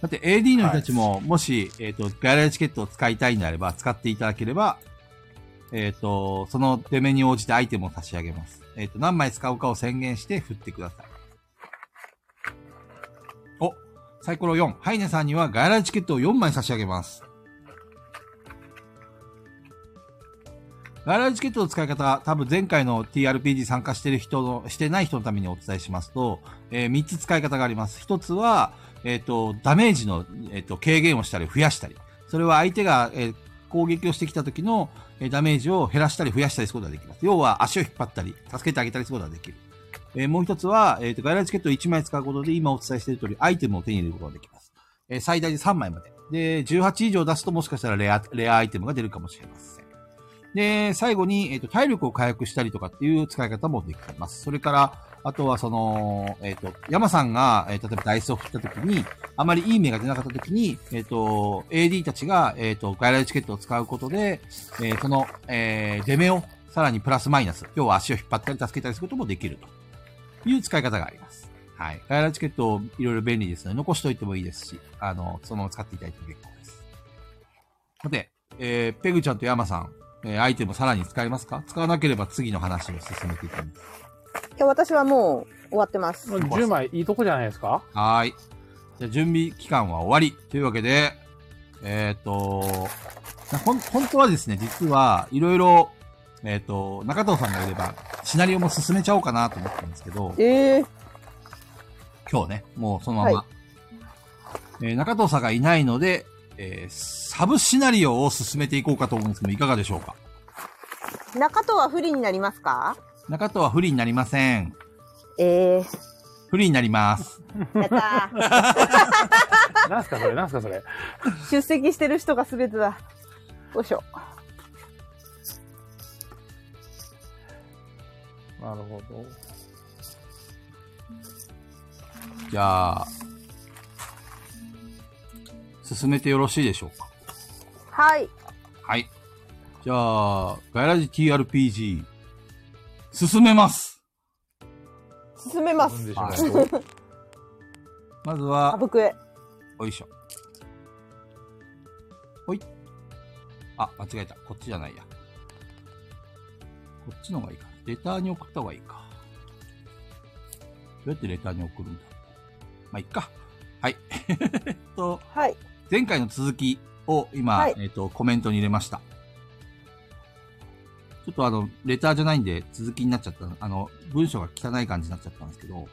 Speaker 2: だって AD の人たちも、もし、えっ、と、ガイラチケットを使いたいんであれば、使っていただければ、えっ、と、その出目に応じてアイテムを差し上げます。えっ、と、何枚使うかを宣言して振ってください。お、サイコロ4。ハイネさんにはガイラチケットを4枚差し上げます。ガイラチケットの使い方、多分前回の TRPG 参加してる人の、してない人のためにお伝えしますと、え3つ使い方があります。1つは、えっ、と、ダメージの、えっと軽減をしたり増やしたり。それは相手が、えー攻撃をしてきた時の、えーダメージを減らしたり増やしたりすることができます。要は足を引っ張ったり、助けてあげたりすることができる。えーもう一つは、えっ、と、外来チケットを1枚使うことで、今お伝えしている通り、アイテムを手に入れることができます。えー最大で3枚まで。で、18以上出すともしかしたらレア、レアアイテムが出るかもしれません。で、最後に、えっ、と、体力を回復したりとかっていう使い方もできます。それから、あとはその、えっ、と、山さんが、えー例えばダイスを振った時に、あまりいい目が出なかった時に、えっ、と、AD たちが、えっ、と、外来チケットを使うことで、えーその、えー出目をさらにプラスマイナス、要は足を引っ張ったり助けたりすることもできるという使い方があります。はい。外来チケットいろいろ便利ですので、残しといてもいいですし、あの、そのまま使っていただいても結構です。さて、えーペグちゃんとヤマさん、えーアイテムさらに使いますか使わなければ次の話を進めていきます。
Speaker 4: いや、私はもう終わってます。
Speaker 3: まあ10枚いいとこじゃないですか
Speaker 2: はーい。じゃあ準備期間は終わり。というわけで、えっ、と、なほん、本当はですね、実はいろいろ、えっ、と、中藤さんがいれば、シナリオも進めちゃおうかなと思ったんですけど、
Speaker 4: ええ
Speaker 2: 今日ね、もうそのまま。
Speaker 4: は
Speaker 2: えー中藤さんがいないので、えーサブシナリオを進めていこうかと思うんですけど、いかがでしょうか
Speaker 4: 中藤は不利になりますか
Speaker 2: 中藤は不利になりません。
Speaker 4: ええ
Speaker 2: 不利になります。
Speaker 4: やった ー。
Speaker 3: なんすかそれなんすかそれ。
Speaker 4: 出席してる人が全てだ。よいしょ。
Speaker 3: なるほど。
Speaker 2: じゃあ、進めてよろしいでしょうか
Speaker 4: はい。
Speaker 2: はい。じゃあ、ガイラジ TRPG、進めます。
Speaker 4: 進めます。
Speaker 3: でし
Speaker 2: は
Speaker 3: ょう
Speaker 2: まず
Speaker 4: あ
Speaker 2: は、
Speaker 4: ぶくえ。
Speaker 2: おいしょ。ほい。あ、間違えた。こっちじゃないや。こっちの方がいいか。レターに送った方がいいか。どうやってレターに送るんだまあ、いっか。はい。 えっと、
Speaker 4: はい。
Speaker 2: 前回の続きを今、
Speaker 4: はい
Speaker 2: えっと、コメントに入れました。ちょっとあの、レターじゃないんで続きになっちゃった。あの、文章が汚い感じになっちゃったんですけど、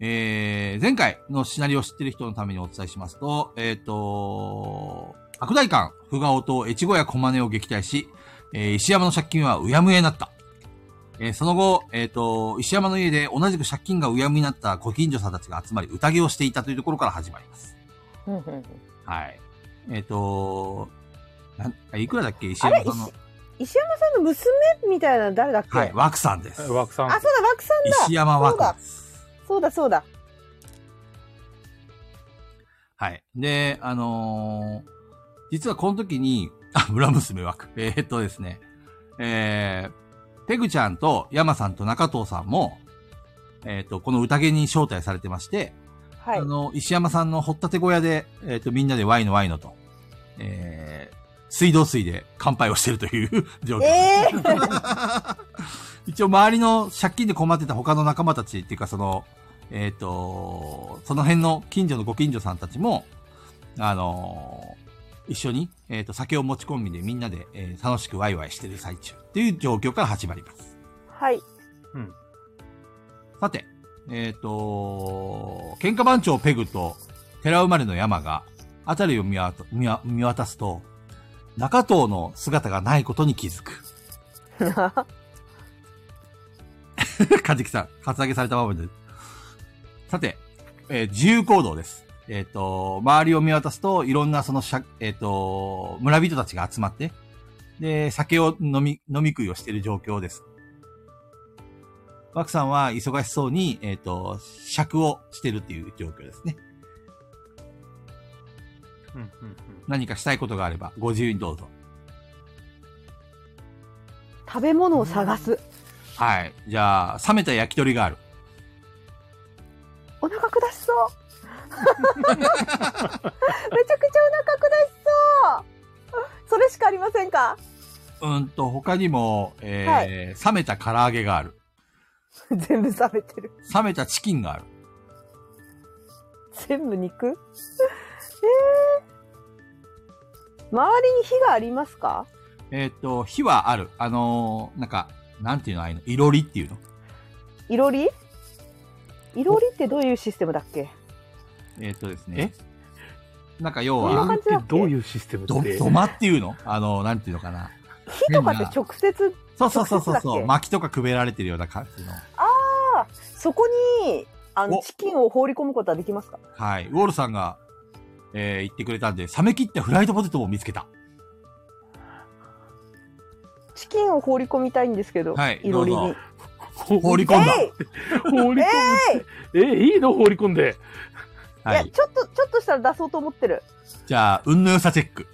Speaker 2: えー、前回のシナリオを知ってる人のためにお伝えしますと、えっ、と、悪大官、不顔と越後や小金を撃退し、えー石山の借金はうやむやになった。えーその後、えっ、と、石山の家で同じく借金がうやむやになったご近所さんたちが集まり、宴をしていたというところから始まります。
Speaker 4: うんうんうん
Speaker 2: はい。えっ、となんあいくらだっけ石
Speaker 4: あ
Speaker 2: 山
Speaker 4: れ
Speaker 2: さんの
Speaker 4: 石。石山さんの娘みたいなの誰だっけ、
Speaker 2: はい、枠さんです。
Speaker 3: 枠さん。
Speaker 4: あ、そうだ、枠さんだ。
Speaker 2: 石山枠
Speaker 4: そうだ
Speaker 2: です。
Speaker 4: そうだ、そうだ。
Speaker 2: はい。で、あのー実はこの時に、あ、村娘枠。 えーっとですね、えー、ペグちゃんと山さんと中藤さんも、えーっと、この宴に招待されてまして、
Speaker 4: はい
Speaker 2: あ。の、石山さんの掘ったて小屋で、えっ、と、みんなでワイのワイのと、えー、水道水で乾杯をしてるという 状況です。
Speaker 4: ええ
Speaker 2: 一応周りの借金で困ってた他の仲間たちっていうかその、えっ、と、その辺の近所のご近所さんたちも、あのー一緒に、えっ、と、酒を持ち込みでみんなで、えー楽しくワイワイしてる最中っていう状況から始まります。
Speaker 4: はい。
Speaker 2: さて、えっ、と、喧嘩番長ペグと寺生まれの山が辺りを見わた見わ見渡すと、中藤の姿がないことに気づく。かじきさん、カツアゲされたままです。さて、えー自由行動です。えっ、と、周りを見渡すと、いろんなそのしゃ、えっ、と、村人たちが集まって、で、酒を飲み、飲み食いをしている状況です。ワクさんは忙しそうに、えっ、と、尺をしてるっていう状況ですね。
Speaker 3: うんうんうん。
Speaker 2: 何かしたいことがあれば、ご自由にどうぞ。
Speaker 4: 食べ物を探す。
Speaker 2: はい。じゃあ、冷めた焼き鳥がある。
Speaker 4: お腹下しそう。 めちゃくちゃお腹下しそう。 それしかありませんか
Speaker 2: うんと、他にも、えー冷めた唐揚げがある。
Speaker 4: 全部冷めてる。
Speaker 2: 冷めたチキンがある。
Speaker 4: 全部肉 ええ周りに火がありますか
Speaker 2: えーっ、と、火はある。あのーなんか、なんていうのああいうの、いろりっていうの。
Speaker 4: いろりいろりってどういうシステムだっけ
Speaker 2: えーっ、とですね。なんか要
Speaker 4: こんな
Speaker 2: は
Speaker 4: 感、じだっけ
Speaker 3: どういうシステム
Speaker 2: ど、
Speaker 3: で
Speaker 2: 土間っていうのあのーなんていうのかな。
Speaker 4: 火とかって直接、
Speaker 2: そうそうそうそう
Speaker 4: 直接だ
Speaker 2: そ
Speaker 4: っ
Speaker 2: う。
Speaker 4: け
Speaker 2: 薪とかくべられてるような感じの。
Speaker 4: ああ、そこに、あの、
Speaker 2: お
Speaker 4: チキンを放り込むことはできますか
Speaker 2: はい。ウォールさんが、えー言ってくれたんで、冷め切ったフライドポテトを見つけた。
Speaker 4: チキンを放り込みたいんですけど、
Speaker 2: はい
Speaker 4: いろり
Speaker 2: どう
Speaker 4: に
Speaker 2: ぞ。放
Speaker 3: 放
Speaker 2: り込んだ。
Speaker 4: えい
Speaker 3: 放り込んで。え、いいの放り込んで。
Speaker 2: はい
Speaker 4: や
Speaker 2: い。
Speaker 4: ちょっとちょっとしたら出そうと思ってる
Speaker 2: じゃあ、運の良さチェック。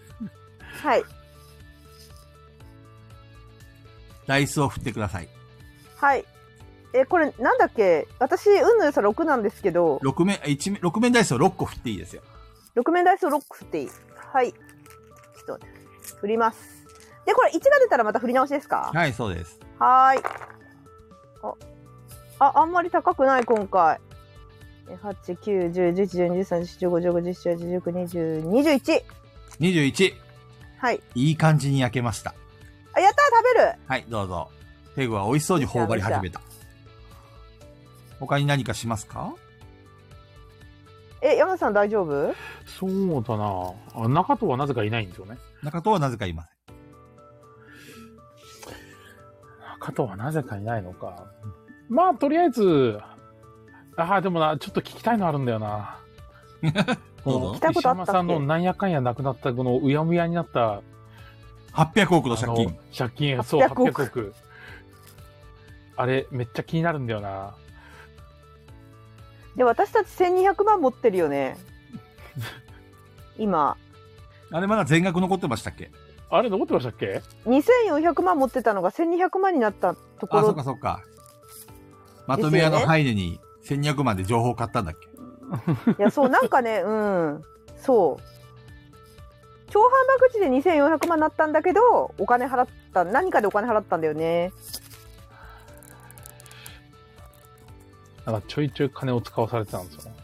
Speaker 4: はい
Speaker 2: ダイスを振ってください。
Speaker 4: はいえこれなんだっけ私運の良さ6なんですけど
Speaker 2: 6面、一面、六面ダイスを6個振っていいですよ。
Speaker 4: 6面ダイスを6振っていいはいちょっと待って振りますでこれ1が出たらまた振り直しですか
Speaker 2: はい、そうです。
Speaker 4: はーいあああんまり高くない今回8、9、10、11、12、13、14、15、16、17、18、19、20、21。
Speaker 2: 21。
Speaker 4: はい。
Speaker 2: いい感じに焼けました。
Speaker 4: あ、やったー食べる
Speaker 2: はい、どうぞ。ペグは美味しそうに頬張り始めた。他に何かしますか
Speaker 4: え、山田さん大丈夫
Speaker 3: そうだなあ中藤はなぜかいないんですよね。
Speaker 2: 中藤はなぜかいません。
Speaker 3: 中藤はなぜかいないのか。まあ、とりあえず、ああ、でもな、ちょっと聞きたいのあるんだよな。
Speaker 2: どう
Speaker 3: この
Speaker 2: ぞ
Speaker 4: 聞き。たいことあったっけ
Speaker 3: 石山さんのなんやかんやなくなった、このうやむやになった、
Speaker 2: 800億の
Speaker 3: あ
Speaker 2: 借
Speaker 3: の
Speaker 2: 金。。
Speaker 3: 借金、そう、
Speaker 4: 800
Speaker 3: 800
Speaker 4: 億
Speaker 3: 億。あれ、めっちゃ気になるんだよな。
Speaker 4: で私たち1200万持ってるよね今
Speaker 2: あれまだ全額残ってましたっけ
Speaker 3: あれ、残ってましたっけ
Speaker 4: 2400万持ってたのが1200万になったとこ
Speaker 2: あ、そ
Speaker 4: ろ
Speaker 2: っかそっか。まとめ屋のハイネに1200万で情報買ったんだっけ
Speaker 4: いやそうなんかねうんそう超反爆地で2400万になったんだけどお金払った何かでお金払ったんだよね
Speaker 3: なんかちょいちょい金を使わされてたんですよね。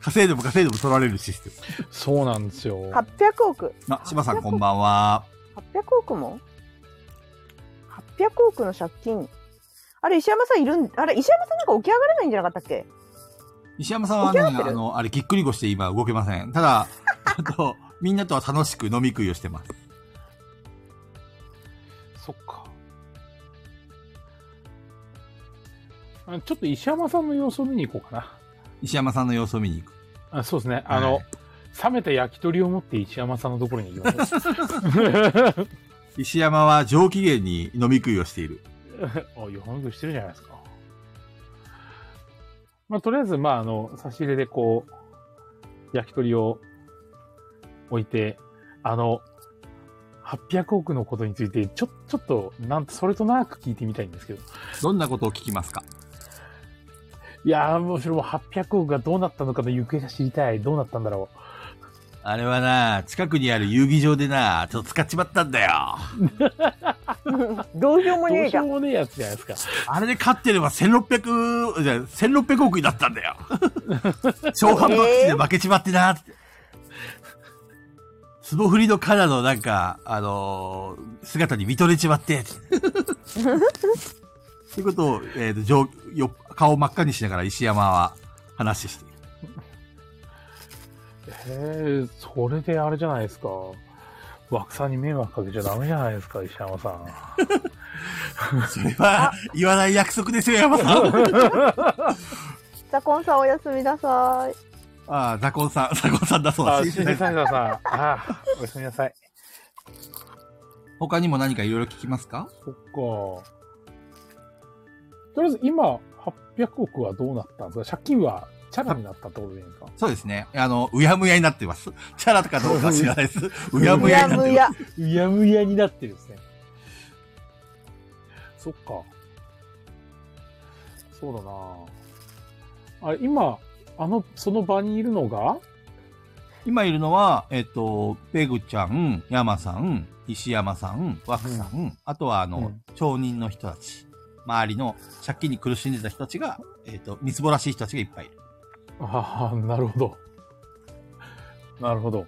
Speaker 2: 稼いでも稼いでも取られるシステム。
Speaker 3: そうなんですよ。
Speaker 4: 800億
Speaker 2: あ、柴さんこんばんは。
Speaker 4: 800億も800億の借金あれ石山さんいるんあれ石山さんなんか起き上がれないんじゃなかったっけ
Speaker 2: 石山さんはね、
Speaker 4: 起き上がって
Speaker 2: あ
Speaker 4: る
Speaker 2: の、あれ、ぎっくり腰で今動けません。ただ、あと、みんなとは楽しく飲み食いをしてます。
Speaker 3: そっか。あちょっと石山さんの様子を見に行こうかな。
Speaker 2: 石山さんの様子を見に行く。
Speaker 3: あそうですね。あの、
Speaker 2: はい
Speaker 3: 冷めた焼き鳥を持って石山さんのところに行き ます。
Speaker 2: 石山は上機嫌に飲み食いをしている。
Speaker 3: あ、よほみぐしてるじゃないですか。まあ、とりあえず、まあ、あの、差し入れでこう、焼き鳥を置いて、あの、800億のことについて、ちょ、ちょっと、なんと、それとなく聞いてみたいんですけど。
Speaker 2: どんなことを聞きますか
Speaker 3: いやー、もうそれも800億がどうなったのかの行方が知りたい。どうなったんだろ
Speaker 2: あれはな、近くにある遊技場でな、ちょっと使っちまったんだよ。
Speaker 4: どうしようも
Speaker 3: う。ど
Speaker 4: ね
Speaker 3: う
Speaker 4: え
Speaker 3: しよ
Speaker 4: が
Speaker 3: うもねえやつじゃないですか。
Speaker 2: あれで勝ってれば1600、じゃあ1600億になったん だよ。超反発で負けちまってなって。壺振りのカナのなんか、あのー姿に見とれちま って。そういうことを、えーと上よ顔を真っ赤にしながら石山は話している。
Speaker 3: へえ、それであれじゃないですか。枠さんに迷惑かけちゃダメじゃないですか、石山さん。
Speaker 2: それは言わない約束ですよ、山さ ん。
Speaker 4: ザコンさんおやすみなさい
Speaker 2: ああ、ザコンさん、ザコンさんだそうだ
Speaker 3: あ、すみません、さん。ああ、おやすみなさい。
Speaker 2: 他にも何かいろいろ聞きますか
Speaker 3: そっか。とりあえず今、800億はどうなったんですか借金はチャラになったってことでいいんですか
Speaker 2: そうですね。あの、うやむやになってます。チャラとかどうかは知らないです。うや
Speaker 4: む
Speaker 2: むや
Speaker 4: や
Speaker 2: になっ
Speaker 4: む
Speaker 2: てま
Speaker 4: や
Speaker 3: うやむやになってるんですね。そっか。そうだなあれ、今、あの、その場にいるのが
Speaker 2: す。今いるのは、えっと、ペグちゃん、山さん、石山さん、ワクさん、あとは、あの、
Speaker 3: うん
Speaker 2: 町人の人たち、周りの借金に苦しんでた人たちが、えっと、みつぼらしい人たちがいっぱいいる。
Speaker 3: ああ、なるほど。なるほど。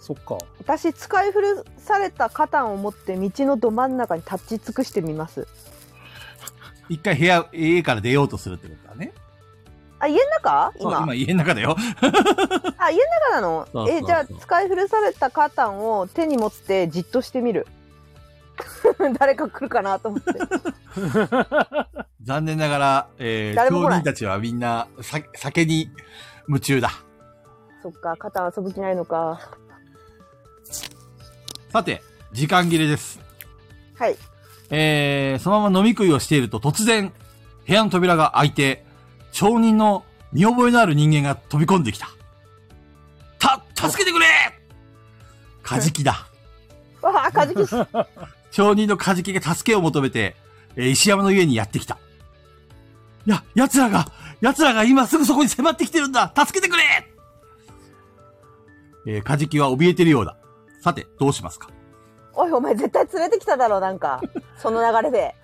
Speaker 3: そっか。
Speaker 4: 私使い古されたカタンを持って道のど真ん中に立ち尽くしてみます
Speaker 2: 一回部屋、家から出ようとするってことだね。
Speaker 4: あ家の中
Speaker 2: そう、
Speaker 4: 今
Speaker 2: 今家の中だよ。
Speaker 4: あ家の中なの
Speaker 2: そうそうそう
Speaker 4: えじゃあ使い古されたカタンを手に持ってじっとしてみる 誰か来るかなと 思って
Speaker 2: 残念ながら、えー、
Speaker 4: 誰も来
Speaker 2: 町
Speaker 4: ない
Speaker 2: 人たちはみんな、さ酒に夢中だ。
Speaker 4: そっかカタン遊ぶ気ないのか
Speaker 2: さて、時間切れです。
Speaker 4: はい
Speaker 2: えー、そのまま飲み食いをしていると突然、部屋の扉が開いて、町人の見覚えのある人間が飛び込んできた。た、助けてくれカジキだ。
Speaker 4: わあカジキ し
Speaker 2: 町人のカジキが助けを求めて、えー石山の家にやってきた。いや、奴らが、奴らが今すぐそこに迫ってきてるんだ助けてくれえー、カジキは怯えてるようだ。さて、どうしますか
Speaker 4: おいお前絶対連れてきただろなんか その流れで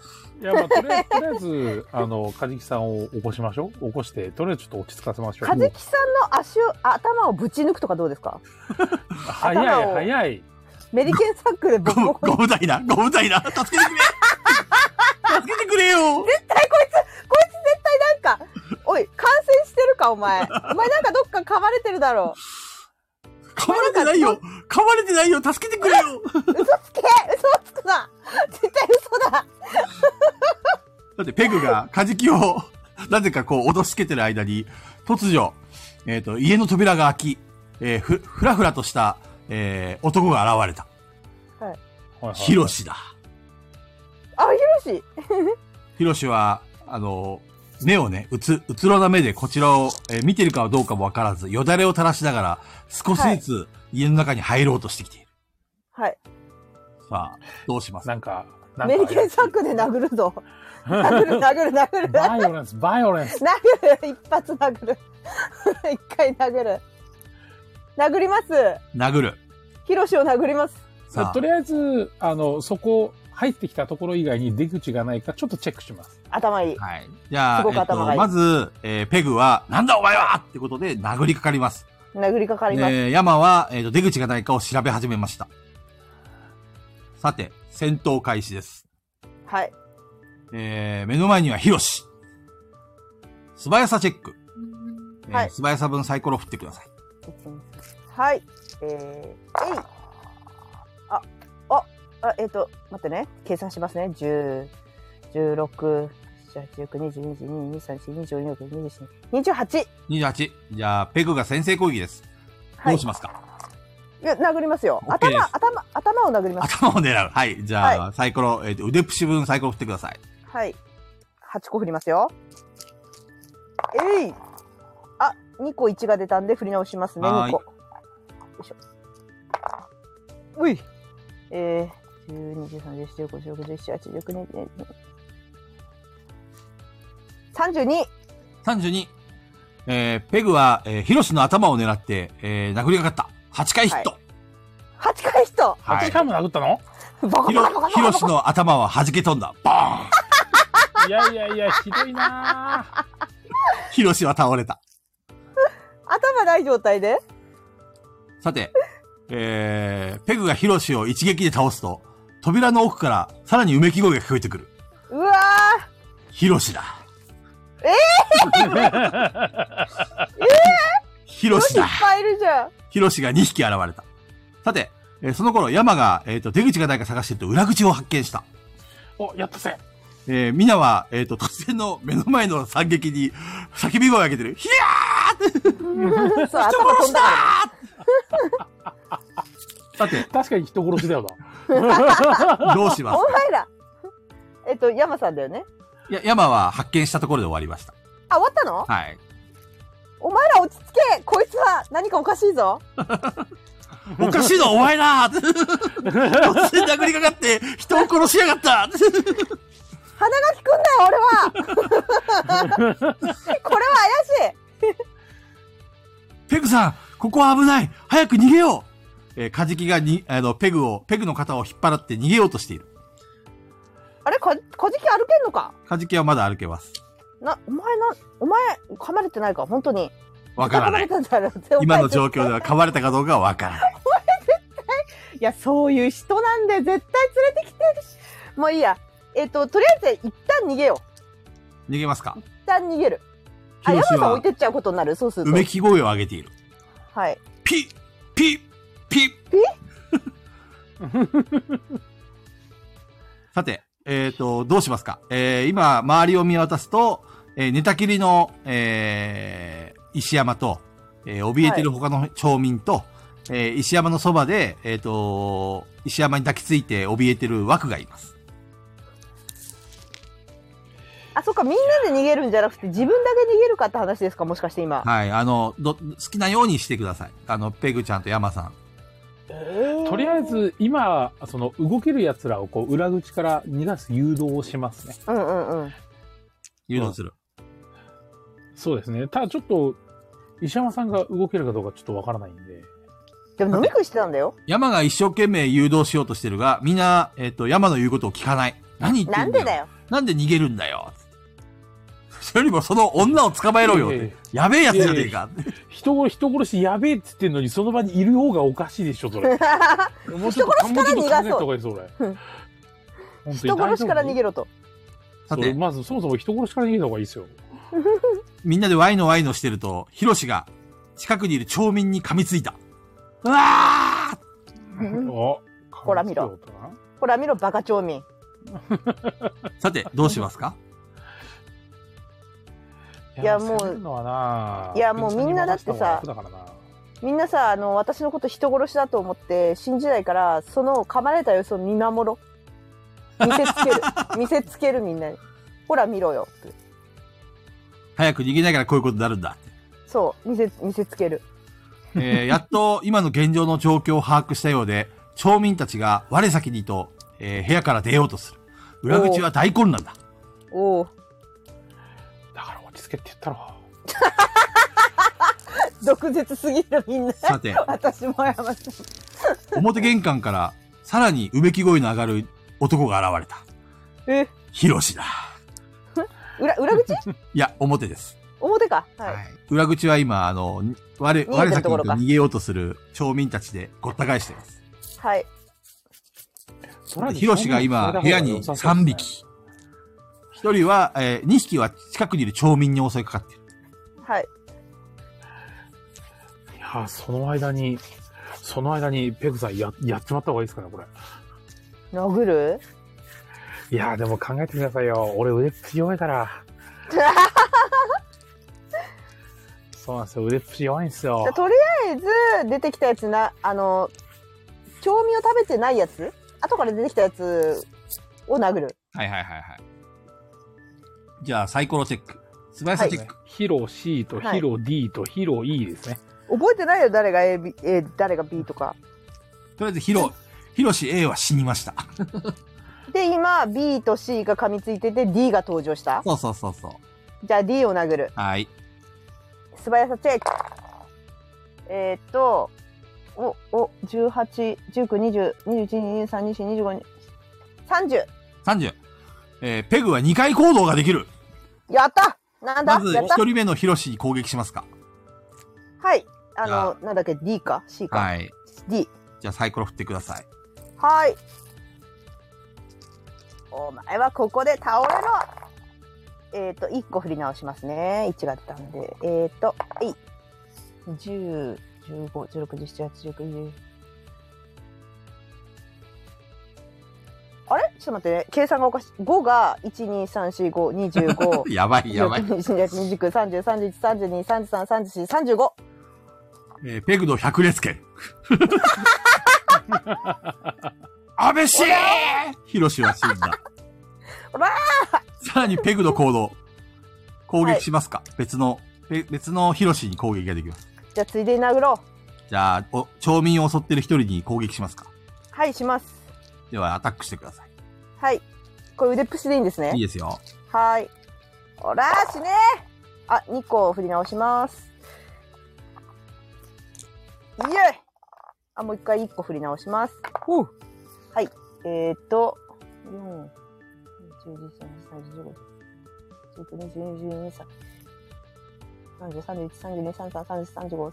Speaker 3: いや、まあ、とりあえず、とりあえず、あの、カジキさんを起こしましょう。起こして、とりあえずちょっと落ち着かせましょう。
Speaker 4: カジキさんの足を頭をぶち抜くとかどうですか
Speaker 3: 早い、
Speaker 4: 頭を
Speaker 3: 早い。
Speaker 4: メリケンサックで
Speaker 2: ゴ
Speaker 4: ボコ
Speaker 2: ム、
Speaker 4: ボコに
Speaker 2: ゴム台だ、ゴム台だ、助けてくれ 助けてくれよ
Speaker 4: こいつ絶対なんかおい感染してるかお前お前なんかどっか噛まれてるだろ
Speaker 2: 噛まれてないよ噛まれてないよ助けてくれよ
Speaker 4: 嘘つけ嘘つくな絶対嘘だ
Speaker 2: だってペグがカジキを、なぜかこう、脅しつけてる間に、突如、えっ、と、家の扉が開き、えーふ、ふらふらとした、えー男が現れた。
Speaker 3: はいはい
Speaker 2: ヒロシだ。
Speaker 4: あ、ヒロシ
Speaker 2: ヒロシは、あの、目をね、うつ、うつろな目でこちらを、えー見てるかどうかもわからず、よだれを垂らしながら、少しずつ家の中に入ろうとしてきている。
Speaker 4: はい。
Speaker 2: さあ、どうします
Speaker 3: なんか、なんか
Speaker 4: メリケンサックで殴るぞ。殴る、殴る、殴る。
Speaker 3: バ
Speaker 4: 殴
Speaker 3: イオレンス、バイオレンス。
Speaker 4: る、一発殴る。一回殴る。殴ります。
Speaker 2: 殴る。
Speaker 4: ヒロシを殴ります。
Speaker 2: さあ
Speaker 3: と、りあえず、あの、そこ、入ってきたところ以外に出口がないか、ちょっとチェックします。
Speaker 4: 頭いい。
Speaker 2: はい。じゃあ、
Speaker 4: すごく
Speaker 2: えっと
Speaker 4: 頭がいい
Speaker 2: まず、えーペグは、なんだお前はってことで殴りかかります。
Speaker 4: 殴りかかります。
Speaker 2: えー、山は、えーと出口がないかを調べ始めました。さて、戦闘開始です。
Speaker 4: はい。
Speaker 2: えー、目の前にはヒロシ。素早さチェック。えー
Speaker 4: はい
Speaker 2: 素早さ分サイコロ振ってください。
Speaker 4: はい。えー、えい。あ、あ、あ、えっ、と、待ってね。計算しますね。10、16、18、19、20、22、23、24、25、26、27、28。
Speaker 2: 28。じゃあ、ペグが先制攻撃です。
Speaker 4: は
Speaker 2: ど
Speaker 4: いう
Speaker 2: し。ますか
Speaker 4: いや、殴りますよ。
Speaker 2: OK です
Speaker 4: 頭、頭、頭を殴ります。
Speaker 2: 頭を狙う。はい。じゃあ、サイコロ、えーと、腕プシ分サイコロ振ってください。
Speaker 4: はい。8個振りますよ。えい。あ、2個1が出たんで振り直しますね、
Speaker 2: はーい
Speaker 4: 2個。よいしょ。うい。えー、12、13、14、15、16、17、18、19、20、32!
Speaker 2: 32。えー、ペグは、えー、ヒロシの頭を狙って、えー、殴りかかった。8回ヒット。
Speaker 4: 八回人
Speaker 2: はい
Speaker 3: 8回も殴ったの
Speaker 4: バカバ
Speaker 2: ヒ
Speaker 4: カバカ
Speaker 2: ロ
Speaker 4: バ
Speaker 2: ヒ
Speaker 4: カ
Speaker 2: ロ
Speaker 4: バ
Speaker 2: シ
Speaker 4: カ
Speaker 2: の頭は弾け飛んだ。バーン
Speaker 3: いやいやいや、ひどいなぁ。
Speaker 2: ヒロシは倒れた。
Speaker 4: 頭ない状態で
Speaker 2: さて、えー、ペグがヒロシを一撃で倒すと、扉の奥からさらにうめき声が聞こえてくる。
Speaker 4: うわ
Speaker 2: ヒロシだ。えー、 ヒ
Speaker 4: ー
Speaker 2: ロ
Speaker 4: 女
Speaker 2: シ
Speaker 4: 子いっ
Speaker 2: だ。
Speaker 4: ぱいいるじゃん
Speaker 2: ヒロシが2匹現れた。さて、えーその頃、山が、えっ、と、出口がないか探してると裏口を発見した。
Speaker 3: お、やったぜ。
Speaker 2: えー、ミナは、えっ、と、突然の目の前の惨劇に、叫び声を上げてる。ヒヤーって、人
Speaker 4: そう、頭
Speaker 2: 殺
Speaker 4: 飛
Speaker 2: し
Speaker 4: ん
Speaker 2: た
Speaker 4: だから
Speaker 2: ーさて、
Speaker 3: 確かに人殺しだよな。
Speaker 2: どうします
Speaker 4: お前らえっと、山さんだよね
Speaker 2: いや、山は発見したところで終わりました。
Speaker 4: あ、終わったの
Speaker 2: はい。
Speaker 4: お前ら落ち着けこいつは何かおかしいぞ
Speaker 2: おかしいのはお前だ突然殴りかかって、人を殺しやがった
Speaker 4: 鼻が利くんだよ俺はこれは怪しい
Speaker 2: ペグさん、ここは危ない早く逃げようえーカジキがに、あの、ペグを、ペグの肩を引っ張って逃げようとしている。
Speaker 4: あれか小じき歩けんのか
Speaker 2: カジキはまだ歩けます。
Speaker 4: なお前なお前噛まれてないか本当に
Speaker 2: わからない。
Speaker 4: 噛まれたんだろうってお前
Speaker 2: 今の状況では噛まれたかどうかはわからない。
Speaker 4: いやそういう人なんで絶対連れてきてるしもういいやえっ、ととりあえず一旦逃げよう
Speaker 2: 逃げますか
Speaker 4: 一旦逃げるあ
Speaker 2: ヒロ
Speaker 4: 山
Speaker 2: シは
Speaker 4: さん置いてっちゃうことになるそうす
Speaker 2: う
Speaker 4: ると
Speaker 2: めき声を上げている。
Speaker 4: はい
Speaker 2: ピッピッピッ
Speaker 4: ピ
Speaker 2: さて、えっ、と、どうしますかえー、今、周りを見渡すと、えー寝たきりの、えー、石山と、えー怯えてる他の町民と、えー石山のそばで、えっ、と、石山に抱きついて怯えてる枠がいます。
Speaker 4: あそっかみんなで逃げるんじゃなくて自分だけ逃げるかって話ですかもしかして今
Speaker 2: はい、あの、ど、好きなようにしてください。あの、ペグちゃんと山さん。
Speaker 3: とりあえず、今、その、動ける奴らを、こう、裏口から逃がす誘導をしますね。
Speaker 4: うんうんうん
Speaker 2: 誘導する。
Speaker 3: そうですね。ただ、ちょっと、石山さんが動けるかどうかちょっとわからないんで。
Speaker 4: でも飲み食いしてたんだよ
Speaker 2: 山が一生懸命誘導しようとしてるが、みんな、えっ、と、山の言うことを聞かない。何言って
Speaker 4: なんん
Speaker 2: だ
Speaker 4: で
Speaker 2: よ。
Speaker 4: だよ
Speaker 2: なんで逃げるんだよ。それよりもその女を捕まえろよって。やべえやつじゃねえか。
Speaker 3: 人を、人殺しやべえっつってんのに、その場にいる方がおかしいでしょ、それ。 もうちょっと、
Speaker 4: 人殺しから逃がそう
Speaker 3: とかいいそれ。本当
Speaker 4: 人
Speaker 3: に
Speaker 4: 殺しから逃げろと。
Speaker 2: さ
Speaker 3: そう
Speaker 2: て、
Speaker 3: まず、そもそも人殺しから逃げた方がいいですよ。
Speaker 2: みんなでワイのワイのしてると、ヒロシが近くにいる町民に噛みついた。うわー
Speaker 3: あ、
Speaker 4: ほら見ろ。ほら見ろ、バカ町民。
Speaker 2: さて、どうしますか
Speaker 4: いやもう
Speaker 3: 攻めるのはない
Speaker 4: やもうみんなだってさ
Speaker 3: だからな
Speaker 4: みんなさ、あの、私のこと人殺しだと思って、信じないから、その噛まれた様子を見守ろ。見せつけ る。見せつけるみんなに。ほら見ろよって。
Speaker 2: 早く逃げながらこういうことになるんだ。
Speaker 4: そう、見せ、見せつける。
Speaker 2: えーやっと今の現状の状況を把握したようで、町民たちが我先にと、えー部屋から出ようとする。裏口は大混乱だ。
Speaker 4: おお、
Speaker 3: だから落ち着けって言ったろ
Speaker 4: 毒舌すぎるみんな。
Speaker 2: さて、
Speaker 4: 私も謝って。
Speaker 2: 表玄関からさらにうめき声の上がる男が現れた。
Speaker 4: え、
Speaker 2: ヒロシだ。
Speaker 4: 裏、裏 口
Speaker 2: いや、表です。
Speaker 4: 表か。は。
Speaker 2: はいい。裏口は今、あの、我、
Speaker 4: 逃げ
Speaker 2: 我
Speaker 4: てる
Speaker 2: 先
Speaker 4: と
Speaker 2: に
Speaker 4: ころ
Speaker 2: と
Speaker 4: か
Speaker 2: 逃げようとする町民たちでごった返しています。
Speaker 4: はい。
Speaker 2: ヒロシが今、部屋に3。匹。1人は、え2匹は近くにいる町民に襲いかかってる。
Speaker 4: はい。
Speaker 3: いや、その間に、その間に、ペグさんや、やっちまった方がいいですかね、これ。
Speaker 4: 殴る
Speaker 3: いや、でも考えてくださいよ。俺、腕っぷし弱い から。そうなんですよ。腕っぷし弱いんですよ
Speaker 4: じゃ。とりあえず出てきたやつなあの調味を食べてないやつ後から出てきたやつを殴る
Speaker 2: はいはいはいはい。じゃあ、サイコロチェック。素早さチェック。
Speaker 3: ヒロ C とヒロ D とヒロ E ですね。
Speaker 4: 覚えてないよ誰が A, B A 誰が B とか
Speaker 2: とりあえず、ヒロ、ヒロシ A は死にました。
Speaker 4: で今 B と C が噛みついてて D が登場した
Speaker 2: そうそうそうそう。
Speaker 4: じゃあ D を殴る
Speaker 2: はい。
Speaker 4: 素早さチェックえー、っとおお181920212232242530
Speaker 2: 30。えーペグは2回行動ができる。
Speaker 4: やったなんだ、
Speaker 2: まず、
Speaker 4: やっ
Speaker 2: 1
Speaker 4: た
Speaker 2: 人目のヒロシに攻撃しますか。
Speaker 4: はいあのなんだっけ D か C か、
Speaker 2: はい。
Speaker 4: D
Speaker 2: じゃあ、サイコロ振ってください。。
Speaker 4: はい。お前はここで倒れろ。えっ、と、1個振り直しますね。1が出たんで。えっ、と、はい。10、15、16、17、18、19、20。あれちょっと待ってね。計算がおかしい。5が、1、2、3、4、5、25
Speaker 2: やば い、やばい。
Speaker 4: 29、30、31、32、33、34、35。
Speaker 2: えーペグの百裂 拳。安倍氏ヒロシは死んだ
Speaker 4: おら。
Speaker 2: さらにペグの行動。攻撃しますか、別の、べ別のヒロシに攻撃ができます。
Speaker 4: じゃあ、ついでに殴ろう。
Speaker 2: じゃあ、お町民を襲ってる一人に攻撃しますか
Speaker 4: はい、します。
Speaker 2: では、アタックしてください。
Speaker 4: はい。これ腕っぷしでいいんですね。
Speaker 2: いいですよ。
Speaker 4: はーい。おらーしねーあ、2個振り直します。イエイあ、もう一回1個振り直します。はい。えーっと、4、10、11、12、13、14、15、16、22、23、30、31、32、33、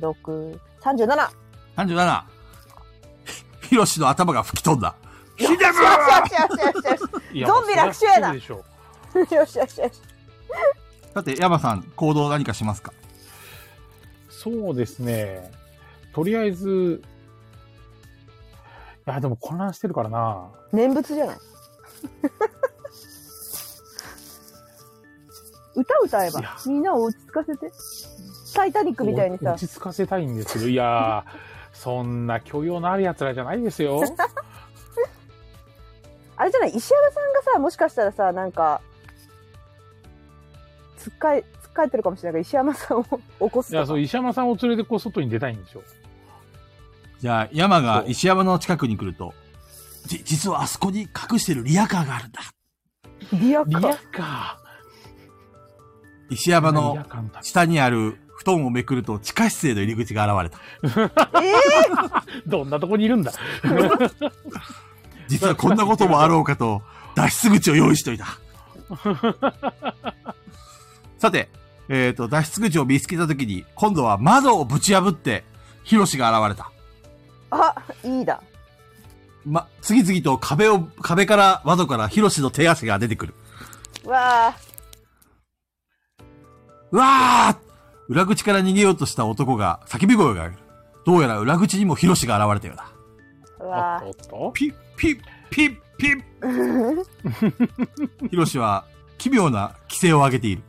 Speaker 4: 34、35、36、37!
Speaker 2: 37。ヒロシの頭が吹き飛んだ。ひでぶー
Speaker 4: よしよしよしよし
Speaker 3: いや
Speaker 4: ゾンビ楽勝やな
Speaker 3: そりゃそうでしょ
Speaker 4: よしよしよしよし。
Speaker 2: さて、ヤマさん、行動何かしますか
Speaker 3: そうですね。とりあえず、いや、でも混乱してるからな。
Speaker 4: 念仏じ ゃない歌歌えば
Speaker 3: いや
Speaker 4: みんなを落ち着かせてタイタニックみたいにさ
Speaker 3: 落ち着かせたいんですけど、い やー、そんな教養のある奴らじゃないです よ。
Speaker 4: あれじゃない石原さんがさもしかしたらさなんかつっかえつっかえてるかもしれないから石山さんを起こす
Speaker 3: い
Speaker 4: と
Speaker 3: や、
Speaker 4: か
Speaker 3: そう、石山さんを連れてこう、外に出たいんですよ。
Speaker 2: じゃあ、山が
Speaker 3: そう
Speaker 2: 石山の近くに来ると、じ、実はあそこに隠してるリアカーがあるんだ。
Speaker 4: リア
Speaker 3: リア
Speaker 4: カ
Speaker 3: か。
Speaker 2: 石山
Speaker 3: リア
Speaker 2: の
Speaker 3: カの旅
Speaker 2: 下にある布団をめくると地下室への入り口が現れた。
Speaker 4: え
Speaker 3: どんなとこにいるんだ。
Speaker 2: 実はこんなこともあろうか と、脱出口を用意しといた。 さて、えっ、と、脱出口を見つけたときに、今度は窓をぶち破って、ヒロシが現れた。
Speaker 4: ー、あいいだ
Speaker 2: ま、次々と壁を、壁から、窓からヒロシの手足が出てくる。
Speaker 4: わあ
Speaker 2: うわー裏口から逃げようとした男が叫び声を上げる。どうやら裏口にもヒロシが現れたようだ。
Speaker 4: う
Speaker 3: おっ
Speaker 4: わ
Speaker 3: とおっと。
Speaker 2: ピッピッピッピッヒロシは奇妙な規制を上 げている。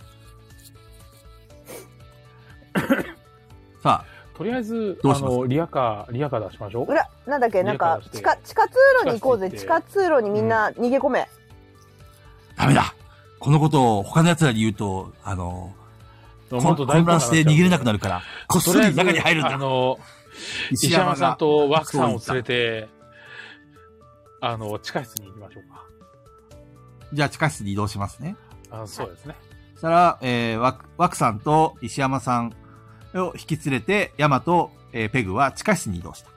Speaker 2: さあ、
Speaker 3: とりあえず、
Speaker 2: どう
Speaker 3: あ
Speaker 2: します
Speaker 3: の、リアカー、リアカー出しましょう。
Speaker 4: 裏なんだっけなんか
Speaker 3: リ
Speaker 4: 地
Speaker 3: アカ
Speaker 4: 下
Speaker 3: ー
Speaker 4: 地下通路に行こうぜ地
Speaker 3: 地下
Speaker 4: 下通路にみんな逃げ込め、
Speaker 2: ダメだこのことを他の奴らに言うと、あの、
Speaker 3: も
Speaker 2: 混
Speaker 3: っと大
Speaker 2: 混乱して逃げれなくなるから、こっそ
Speaker 3: とりあえ
Speaker 2: り
Speaker 3: ず
Speaker 2: 中に入るん
Speaker 3: あ
Speaker 2: だ
Speaker 3: の、石山さんと枠さんを連れ
Speaker 2: て。
Speaker 3: て、あの、地下室に行きましょうか。
Speaker 2: じゃあ地下室に移動しますね。
Speaker 3: あそうですね。
Speaker 2: そしたら、えー、ワク、ワクさんと石山さんを引き連れて、ヤマと、えーペグは地下室に移動した。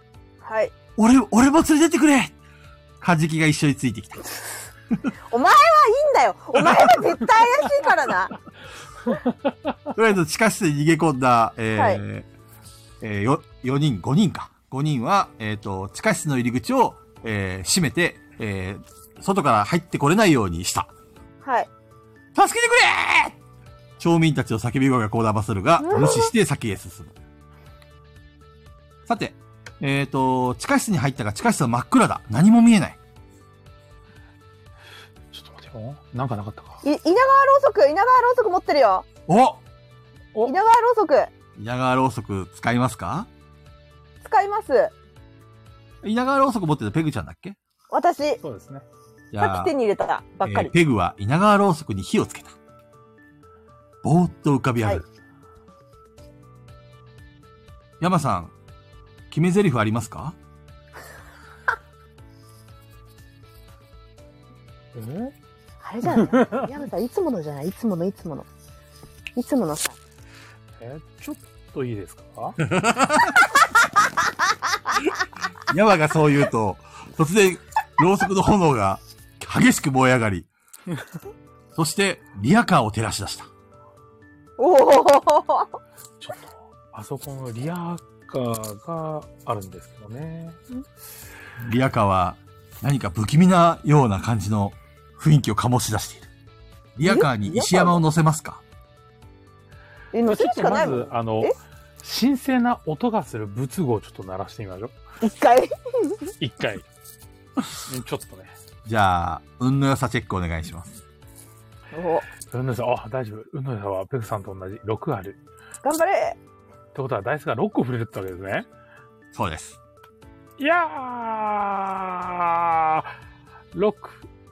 Speaker 4: はい
Speaker 2: 俺、俺も連れてってくれカジキが一緒についてきた。
Speaker 4: お前はいいんだよお前は絶対怪しいか らな
Speaker 2: とりあえず地下室で逃げ込んだ、えー
Speaker 4: はい
Speaker 2: えーよ4人、5人か。5人は、えっ、と、地下室の入り口を、えー閉めて、えー外から入ってこれないようにした。
Speaker 4: はい
Speaker 2: 助けてくれー町民たちの叫び声がこだまするが、無視して先へ進む。さて、えっ、と、地下室に入ったが地下室は真っ暗だ。何も見えない。
Speaker 3: ちょっと待ってよ。なんかなかったか。
Speaker 4: い稲川ろうそく稲川ろうそく持ってるよ
Speaker 2: お
Speaker 3: お
Speaker 4: 稲川ろうそく
Speaker 2: 稲川ろうそく使いますか
Speaker 4: 使います
Speaker 2: 稲川ろうそく持ってたペグちゃんだっけ
Speaker 4: 私
Speaker 3: そうですね。
Speaker 2: じゃあ
Speaker 4: さっき手に入れたばっかり
Speaker 2: えー、ペグは稲川ろうそくに火をつけた。ぼーっと浮かび上がる。
Speaker 4: は
Speaker 2: 山さん、決め台詞ありますか
Speaker 3: え
Speaker 4: あれじ ゃない山さんいつものじゃないいつものいつものいつも のさ
Speaker 3: えちょっといいですか
Speaker 2: 山がそう言うと、突然、ろうそくの炎が激しく燃え上がり、そして、リアカーを照らし出した。
Speaker 4: おお
Speaker 3: ちょっと、あそこのリアカーがあるんですけどね。
Speaker 2: リアカーは、何か不気味なような感じの雰囲気を醸し出している。リアカーに石山を乗せますか
Speaker 4: え乗せるしかない
Speaker 3: ちょ
Speaker 4: も
Speaker 3: っとま
Speaker 4: ん
Speaker 3: ず、あの
Speaker 4: え、
Speaker 3: 神聖な音がする仏具をちょっと鳴らしてみましょう。
Speaker 4: 一回
Speaker 3: 一 回。ちょっとね。
Speaker 2: じゃあ、運の良さチェックお願いします。
Speaker 4: お
Speaker 3: うんのさん、あ、大丈夫。うんのさんはペグさんと同じ6ある。
Speaker 4: 頑張れ
Speaker 3: ってことはダイスが6個触れるってわけですね。
Speaker 2: そうです。
Speaker 3: いやー !6、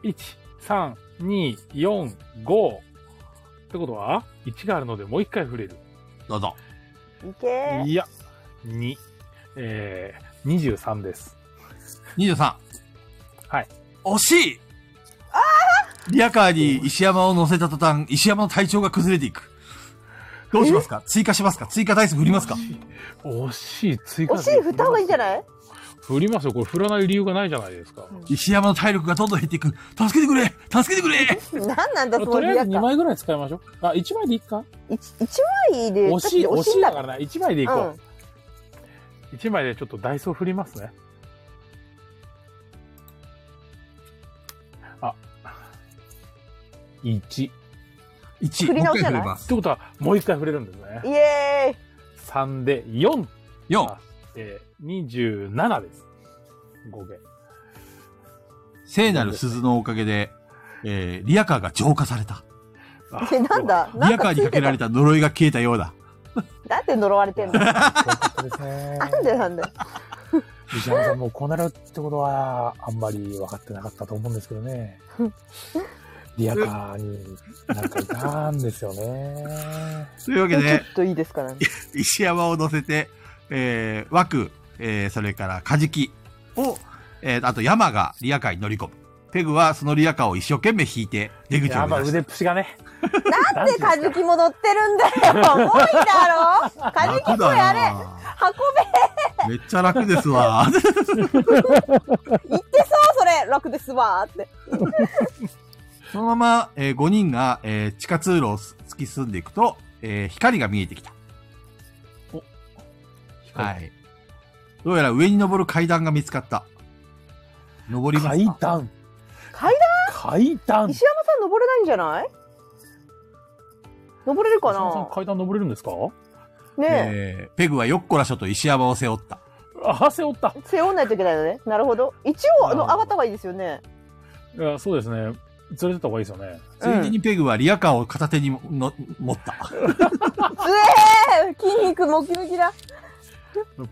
Speaker 3: 1、3、2、4、5。ってことは、1があるのでもう1回触れる。
Speaker 2: どうぞ。
Speaker 4: いけ
Speaker 3: いや、2。えー、23です。
Speaker 2: 23。
Speaker 3: はい。
Speaker 2: 惜しいリアカーに石山を乗せた途端、石山の体調が崩れていく。どうしますか追加しますか追加ダイス振りますか
Speaker 3: 惜しい、追加
Speaker 4: お尻振った方がいいんじゃないい
Speaker 3: 振りますよ。これ振らない理由がないじゃないですか。
Speaker 2: 石山の体力がどんどん減っていく。助けてくれ助けてくれ
Speaker 4: 何なんだそ
Speaker 3: と
Speaker 4: の
Speaker 3: りあえ
Speaker 4: リア
Speaker 3: ず
Speaker 4: カ
Speaker 3: 2枚ぐらい使いましょう。あ、1枚でいいか
Speaker 4: 一一枚で
Speaker 3: 惜しい、
Speaker 4: だって
Speaker 3: 惜しい
Speaker 4: ん
Speaker 3: だ
Speaker 4: だ
Speaker 3: からな。1枚でいこ
Speaker 4: う
Speaker 3: う。
Speaker 4: ん
Speaker 3: 1枚でちょっとダイソー振りますね。あ、1。って
Speaker 2: 1、
Speaker 4: 振り
Speaker 2: もう
Speaker 4: 直
Speaker 2: 一回振
Speaker 4: しじゃない
Speaker 2: れます。
Speaker 3: ことは、もう1回振れるんですね。
Speaker 4: イエ
Speaker 3: 3で4、
Speaker 2: 4、
Speaker 3: えー、27です。合計。
Speaker 2: 聖なる鈴のおかげで、えー、リアカーが浄化された。
Speaker 3: あ
Speaker 4: ーイえなんだ
Speaker 2: リ
Speaker 4: な
Speaker 2: ア
Speaker 4: ん
Speaker 2: カー
Speaker 4: かつ
Speaker 2: に
Speaker 4: い
Speaker 2: かけ
Speaker 4: て
Speaker 2: ら
Speaker 4: た
Speaker 2: れた呪いが消えたようだ。
Speaker 4: なんで呪われてんのな
Speaker 3: よかったですね。
Speaker 4: んでなんだよ
Speaker 3: 藤山さんもうこうなるってことは、あんまり分かってなかったと思うんですけど ね。リアカーになんかいたんですよね。
Speaker 2: というわけ
Speaker 4: ちょっ
Speaker 2: で、
Speaker 4: といいですからね
Speaker 2: 石山を乗せて、えー、枠、えー、それからカジキを、えー、あと山がリアカーに乗り込む。ペグはそのリアカーを一生懸命引いて出口
Speaker 3: や
Speaker 2: を
Speaker 3: っぱ
Speaker 2: 目指
Speaker 3: 腕
Speaker 2: し
Speaker 3: っぷしがね。
Speaker 4: なんでカジキも乗ってるんだよ重いだ ろカジキもやれ運
Speaker 2: 楽だなめっちゃ楽ですわ。
Speaker 4: べ行ってそうそれ楽ですわーって
Speaker 2: そのまま、え5人が、えー地下通路を突き進んでいくと、えー光が見えてきた。はい。どうやら上に登る階段が見つかった。登ります
Speaker 3: 階
Speaker 2: か
Speaker 3: 段。
Speaker 4: 階
Speaker 3: 階段。
Speaker 4: 石山さん登れないんじゃない登れるか
Speaker 3: 石山さん
Speaker 4: な
Speaker 3: 階段登れるんですか
Speaker 4: ねえ、
Speaker 2: えーペグはよっこらしょと石山を背負った。
Speaker 3: あ、背負った。
Speaker 4: 背負わないといけないのねなるほど一
Speaker 3: な
Speaker 4: 応あの
Speaker 3: るほど
Speaker 4: 上がった方がいいですよね
Speaker 3: いや、そうですね。連れてった方がいいですよね。
Speaker 2: ついでにペグはリアカーを片手にもの持った。
Speaker 4: うえー筋肉ムキムキだ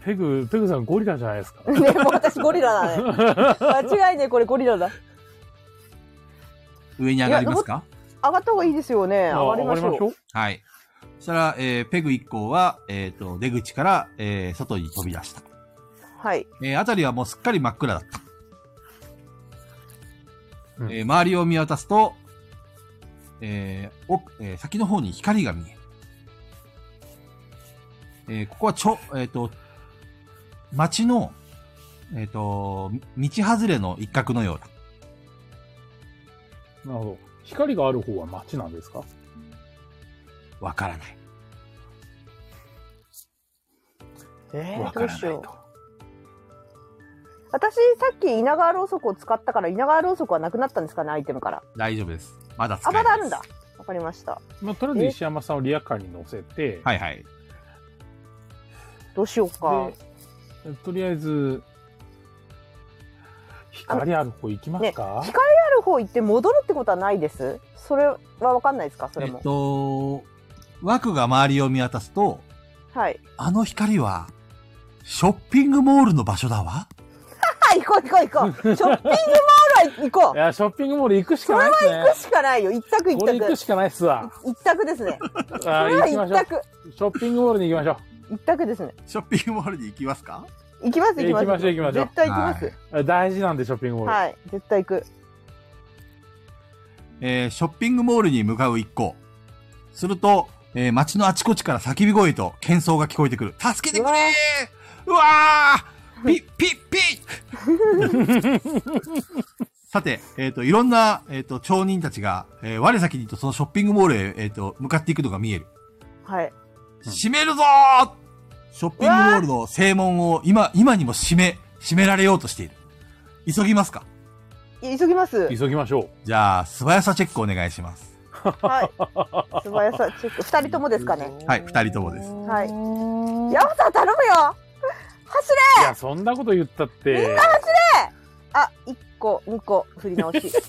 Speaker 3: ペグ、ペグさんゴリラじゃないですか。
Speaker 4: ねもう私ゴリラ だね間違いねえこれゴリラだ
Speaker 2: 上に上がりますか
Speaker 4: 上がった方がいいですよね上がりましょう
Speaker 3: ょう。
Speaker 2: はい。そしたら、えーペグ一行は、えっ、と、出口から、えー外に飛び出した。
Speaker 4: はい
Speaker 2: えー、辺りはもうすっかり真っ暗だった。
Speaker 3: うん
Speaker 2: えー周りを見渡すと、えー奥えー先の方に光が見える。えーここはちょ、えっ、と、町の、えっ、と、道外れの一角のようだ。
Speaker 3: なるほど。光がある方は町なんですか
Speaker 2: わからない。
Speaker 4: え
Speaker 2: わ
Speaker 4: ー、
Speaker 2: か
Speaker 4: ど
Speaker 2: ら
Speaker 4: う
Speaker 2: ない
Speaker 4: しよ
Speaker 2: と
Speaker 4: う。。私、さっき稲川ろうそくを使ったから、稲川ろうそくはなくなったんですかね、アイテムから。
Speaker 2: 大丈夫です。まだ使
Speaker 4: あ、
Speaker 2: えま
Speaker 4: ますだあるんだ。。わかりました。
Speaker 3: まあ、とりあえず石山さんをリアカーに乗せて、
Speaker 2: はいはい。
Speaker 4: どうしようか。
Speaker 3: でとりあえず、光ある方行きますか、
Speaker 4: ね光ある方行って戻るってことはないです。それはわかんないですか、それ
Speaker 2: え
Speaker 4: も
Speaker 2: っ。と、枠が周りを見渡すと、
Speaker 4: はい。
Speaker 2: あの光は、ショッピングモールの場所だわ。
Speaker 4: はい、行こう行こう行 こう。ショッピングモールは行こ。
Speaker 3: いうや、ショッピングモール行くしかない
Speaker 4: 行
Speaker 3: で
Speaker 4: くしかないよ。一択
Speaker 3: すね。
Speaker 4: 一
Speaker 3: これ行
Speaker 4: 択
Speaker 3: く。しかないっすわ。
Speaker 4: 一択ですね。
Speaker 3: あ
Speaker 4: それ
Speaker 3: ー
Speaker 4: は
Speaker 3: 行き
Speaker 4: 一
Speaker 3: ましょう。
Speaker 4: 択。
Speaker 3: ショッピングモールに行きましょ
Speaker 4: 一択ですね。
Speaker 2: ショッピングモールに行きますか
Speaker 4: 行きます
Speaker 3: え
Speaker 4: 行きま
Speaker 3: 行
Speaker 4: す。
Speaker 3: きましょう行きましょう
Speaker 4: 絶対行きます。
Speaker 3: う。大事なんで、ショッピングモール。
Speaker 4: はい。絶対行く。
Speaker 2: えーショッピングモールに向かう一行。すると、えー街のあちこちから叫び声と喧騒が聞こえてくる。助けてくれーうわーピッピッピ ッさて、えっ、と、いろんな、えっ、と、町人たちが、えー我先にとそのショッピングモールへ、えっ、と、向かっていくのが見える。
Speaker 4: はい。
Speaker 3: うん
Speaker 2: 閉めるぞーショッピングモールの正門を今、今にも閉め、閉められようとしている。急ぎますか
Speaker 4: 急ぎます。
Speaker 3: 急ぎましょ
Speaker 2: じゃあ、素早さチェックお願いします。
Speaker 4: はい。素早さチェック。二人ともですか ね。
Speaker 3: う。
Speaker 2: はい二人ともです
Speaker 4: はい。ヤマさん頼むよ走れ
Speaker 3: いや、そんなこと言ったって。
Speaker 4: あ、一個、二個、振り 直し。走れ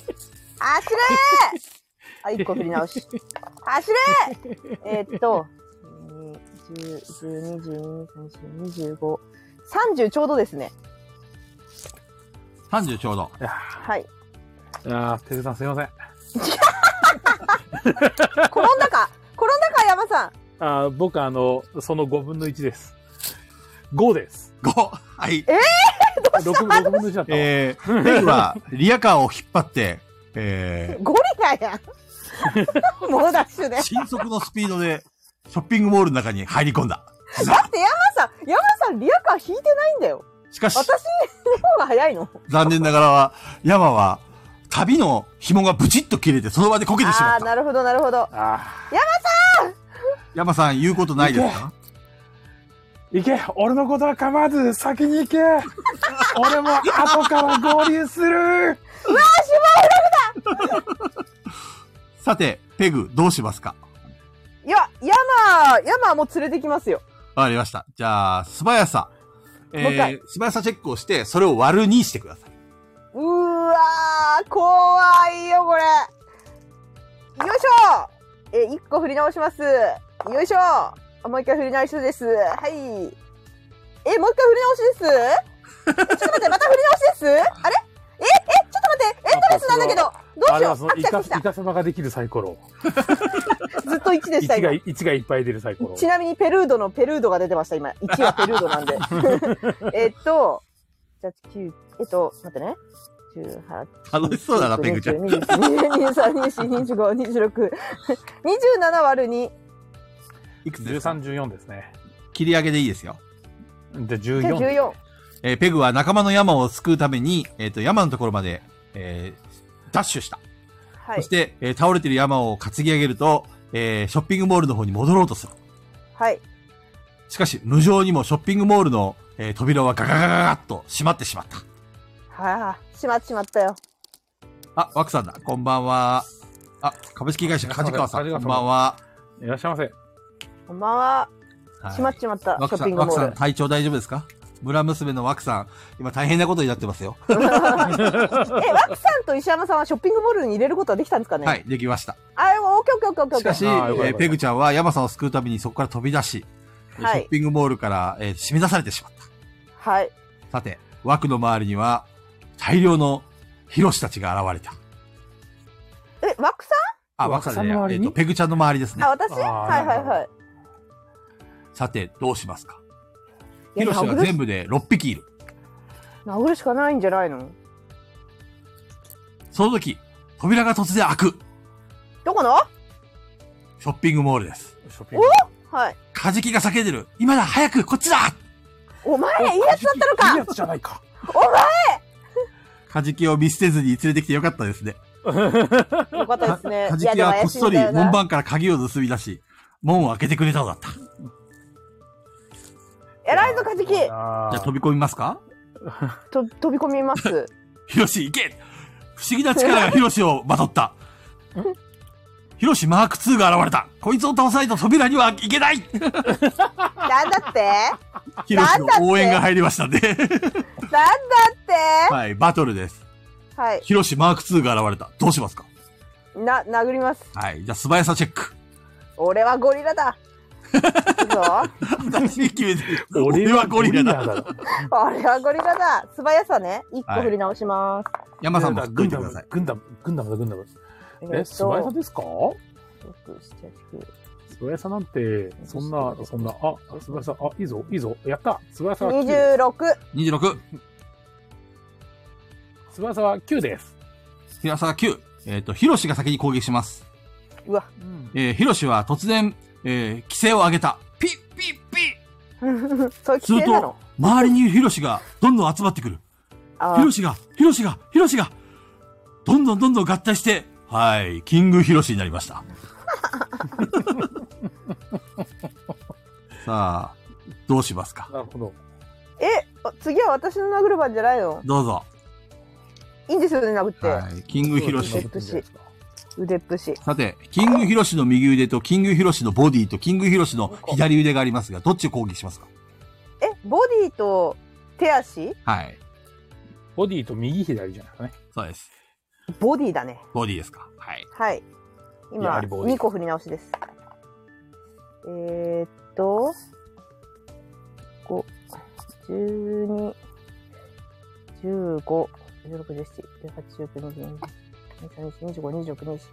Speaker 4: あ、一個振り直し。走れえーっと、10、12、12、30、25、30ちょうどですね。
Speaker 2: 30ちょうど。
Speaker 3: いや
Speaker 4: はい。
Speaker 3: ーいやー、てるさんすいません。
Speaker 4: 転んだ か転んだか山さん
Speaker 3: あー僕、あの、その5分の1です。5です。
Speaker 2: 5! はい。
Speaker 3: 6, 6分の1だったわ。
Speaker 2: え ー、ペグはリアカーを引っ張って、え
Speaker 4: ゴリラ やん猛ダッシュで
Speaker 2: ー、。新速のスピードでショッピングモールの中に入り込んだ。
Speaker 4: だって山さん、山さんリアカー引いてないんだよ。
Speaker 2: しかし、
Speaker 4: 私の方が早いの。
Speaker 2: 残念ながらは、山は、旅の紐がブチッと切れて、その場でこけてしま
Speaker 4: あ
Speaker 2: っ
Speaker 4: あ、
Speaker 2: た。
Speaker 4: なるほど、なるほど。
Speaker 3: あ
Speaker 2: 山さん、言うことないですか
Speaker 3: ー行け俺のことは構わず先に行け俺も後から合流する
Speaker 2: さて、ペグ、どうしますか
Speaker 4: いや、山、山はもう連れてきますよ。
Speaker 2: わかりました。じゃあ、素早さ。え
Speaker 4: もう一回
Speaker 2: ー、素早さチェックをして、それを割る2してください。
Speaker 4: うーわー、怖いよ、これ。よいしょえ、一個振り直します。よいしょあもう一回振り直しです。はい。え、もう一回振り直しです。えちょっと待って、また振り直しです。あれえ、え、ちょっと待って、エントレスなんだけど、ど
Speaker 3: あれは
Speaker 4: うし
Speaker 3: その
Speaker 4: よう
Speaker 3: イ
Speaker 4: あ、来た
Speaker 3: カ
Speaker 4: 来た
Speaker 3: イ
Speaker 4: 来
Speaker 3: カサマができるサイコロ
Speaker 4: た。ずっと1でした、
Speaker 3: 1が
Speaker 4: 今。
Speaker 3: 一がいっぱい出るサイコロ
Speaker 4: ちなみにペルードのペルードが出てました、今。1はペルードなん で。えっと、じゃあ9、えっと、待ってね。18、
Speaker 2: 楽しそうだな、ペグちゃん。
Speaker 4: 2324252627割る2
Speaker 2: いくつですか
Speaker 3: 1314ですね
Speaker 2: 切り上げでいいですよ。
Speaker 3: で
Speaker 4: じゃあ
Speaker 3: 14
Speaker 4: 14
Speaker 2: えーペグは仲間の山を救うために、えっ、と、山のところまで、えーダッシュした。
Speaker 4: は
Speaker 2: そ
Speaker 4: い
Speaker 2: して、えー倒れてる山を担ぎ上げると、えーショッピングモールの方に戻ろうとする。
Speaker 4: はい
Speaker 2: しかし、無情にもショッピングモールの、えー扉はガガガガガッと閉まってしまった。
Speaker 4: はあしまってしまったよ
Speaker 2: あ、ワクさんだ。こんばんは。あ、株式会社梶川さん。
Speaker 3: 梶川
Speaker 2: こん
Speaker 3: さん
Speaker 2: ばんは。
Speaker 3: いらっしゃいませ
Speaker 4: こんばんは
Speaker 2: はい
Speaker 4: しまっちまったシ
Speaker 2: ワ
Speaker 4: ョ
Speaker 2: ク
Speaker 4: ッ
Speaker 2: さ
Speaker 4: ピ
Speaker 2: ん、
Speaker 4: ング
Speaker 2: ワク
Speaker 4: モ
Speaker 2: さ
Speaker 4: ー
Speaker 2: ん、
Speaker 4: ル
Speaker 2: 体調大丈夫ですか村娘のワクさん、今大変なことになってますよ。
Speaker 4: えワクさんと石山さんはショッピングモールに入れることはできたんですかね
Speaker 2: はい、できました。
Speaker 4: あオッケーオッケーオッケーオッケーオ
Speaker 2: しかし、え
Speaker 4: ッケー
Speaker 3: あーよかった
Speaker 2: ーペグちゃんは山さんを救うためにそこから飛び出し、えー
Speaker 4: はい
Speaker 2: ショッピングモールから、えー締め出されてしまった。
Speaker 4: はい
Speaker 2: さて、枠の周りには大量のヒロシたちが現れた。
Speaker 4: えワクさ
Speaker 2: あ、
Speaker 3: 枠
Speaker 2: 枠
Speaker 3: さ
Speaker 2: さ
Speaker 3: ん
Speaker 2: ん
Speaker 3: の
Speaker 2: じ
Speaker 3: 周り
Speaker 2: ゃないえっ、
Speaker 3: に
Speaker 2: と、ペグちゃんの周りです
Speaker 4: ん
Speaker 2: ね
Speaker 4: あ。私
Speaker 3: あー
Speaker 4: はいはいはい
Speaker 2: さて、どうしますか
Speaker 4: いや
Speaker 2: ヒロシ
Speaker 4: 殴
Speaker 2: が
Speaker 4: る
Speaker 2: 全部で6匹いる。
Speaker 4: 殴るしかないんじゃないの
Speaker 2: その時、扉が突然開く。
Speaker 4: どこの
Speaker 2: ショッピングモールです。
Speaker 3: ショッピングモール
Speaker 4: はい
Speaker 2: カジキが叫んでる。今だ早くこっちだ
Speaker 4: お前いいやつだった
Speaker 3: いい
Speaker 4: の
Speaker 3: や
Speaker 4: か
Speaker 3: つじゃないか
Speaker 4: お前
Speaker 2: カジキを見捨てずに連れてきてよかったですね。
Speaker 4: よかったですね。
Speaker 2: カ
Speaker 4: い
Speaker 2: ジ
Speaker 4: や
Speaker 2: キ
Speaker 4: でも
Speaker 2: はこ
Speaker 4: 怪
Speaker 2: っ
Speaker 4: しい
Speaker 2: そ
Speaker 4: ん
Speaker 2: り
Speaker 4: だよ
Speaker 2: 門
Speaker 4: な。
Speaker 2: 番から鍵を盗み出し、門を開けてくれたのだった。じ
Speaker 4: 偉いぞカジキ。
Speaker 3: あ
Speaker 2: ゃあ
Speaker 3: ー
Speaker 2: 飛び込みますか
Speaker 4: と飛び込みます。
Speaker 2: ヒロシ、行け不思議な力がヒロシをまとった。ヒロシマーク2が現れた。こいつを倒さないと扉には行けない
Speaker 4: なんだって？
Speaker 2: ヒロシの応援が入りましたんで。
Speaker 4: なんだって？
Speaker 2: はい、バトルです。
Speaker 4: はい。
Speaker 2: ヒロシマーク2が現れた。どうしますか
Speaker 4: な殴ります。
Speaker 2: はい、じゃあ素早さチェック。
Speaker 4: 俺はゴリラだ。行くぞ。
Speaker 2: 私に決めてる。俺はゴリラだ。
Speaker 3: ろ。
Speaker 4: 俺はゴリラだ。素早さね。一
Speaker 2: は
Speaker 4: 個
Speaker 2: い
Speaker 4: 振り直します。
Speaker 2: 山さんも振っといてください。
Speaker 3: 軍団、軍団だ、軍団だ。
Speaker 4: え
Speaker 3: え、
Speaker 4: っ
Speaker 3: 素早さ
Speaker 4: と
Speaker 3: ですか
Speaker 4: 六七八
Speaker 3: 素早さなんて、そんな、そんな、あ、素早さ、あ、いいぞ、いいぞ、やった素早さは
Speaker 4: 九
Speaker 3: 9
Speaker 4: 二
Speaker 3: です。
Speaker 4: 十六。
Speaker 2: 26、
Speaker 3: 素早さは9です。
Speaker 2: 平沢9。えっ、と、ヒロシが先に攻撃します。
Speaker 4: うわ。
Speaker 2: えー、ヒロシは突然、えー、規制を上げた。ピッピッピッ
Speaker 4: そういう規
Speaker 2: する
Speaker 4: 制な
Speaker 2: と
Speaker 4: の。、
Speaker 2: 周りにいるヒロシがどんどん集まってくる。
Speaker 4: あ
Speaker 2: ヒロシが、ヒロシが、ヒロシが、どんどんどんどん合体して、はい、キングヒロシになりました。 さあ、どうしますか
Speaker 3: なるほど。
Speaker 4: え、次は私の殴る番じゃないの？
Speaker 2: どうぞ。
Speaker 4: いいんですよね殴って。
Speaker 2: はい、キングヒロシ。
Speaker 4: 腕っぷし。
Speaker 2: さて、キングヒロシの右腕とキングヒロシのボディとキングヒロシの左腕がありますが、どっちを攻撃しますか
Speaker 4: え、ボディと手足？
Speaker 2: はい。
Speaker 3: ボディと右左じゃないですかね。
Speaker 2: そうです。
Speaker 4: ボディだね。
Speaker 2: ボディですかはい。
Speaker 4: はい。
Speaker 3: や
Speaker 4: 今
Speaker 3: はりボディ
Speaker 4: 二個振り直しです。えー、っと、五、十二、十五、十六、十七、十八、十九、二十、二三、二十五、二十六、二十。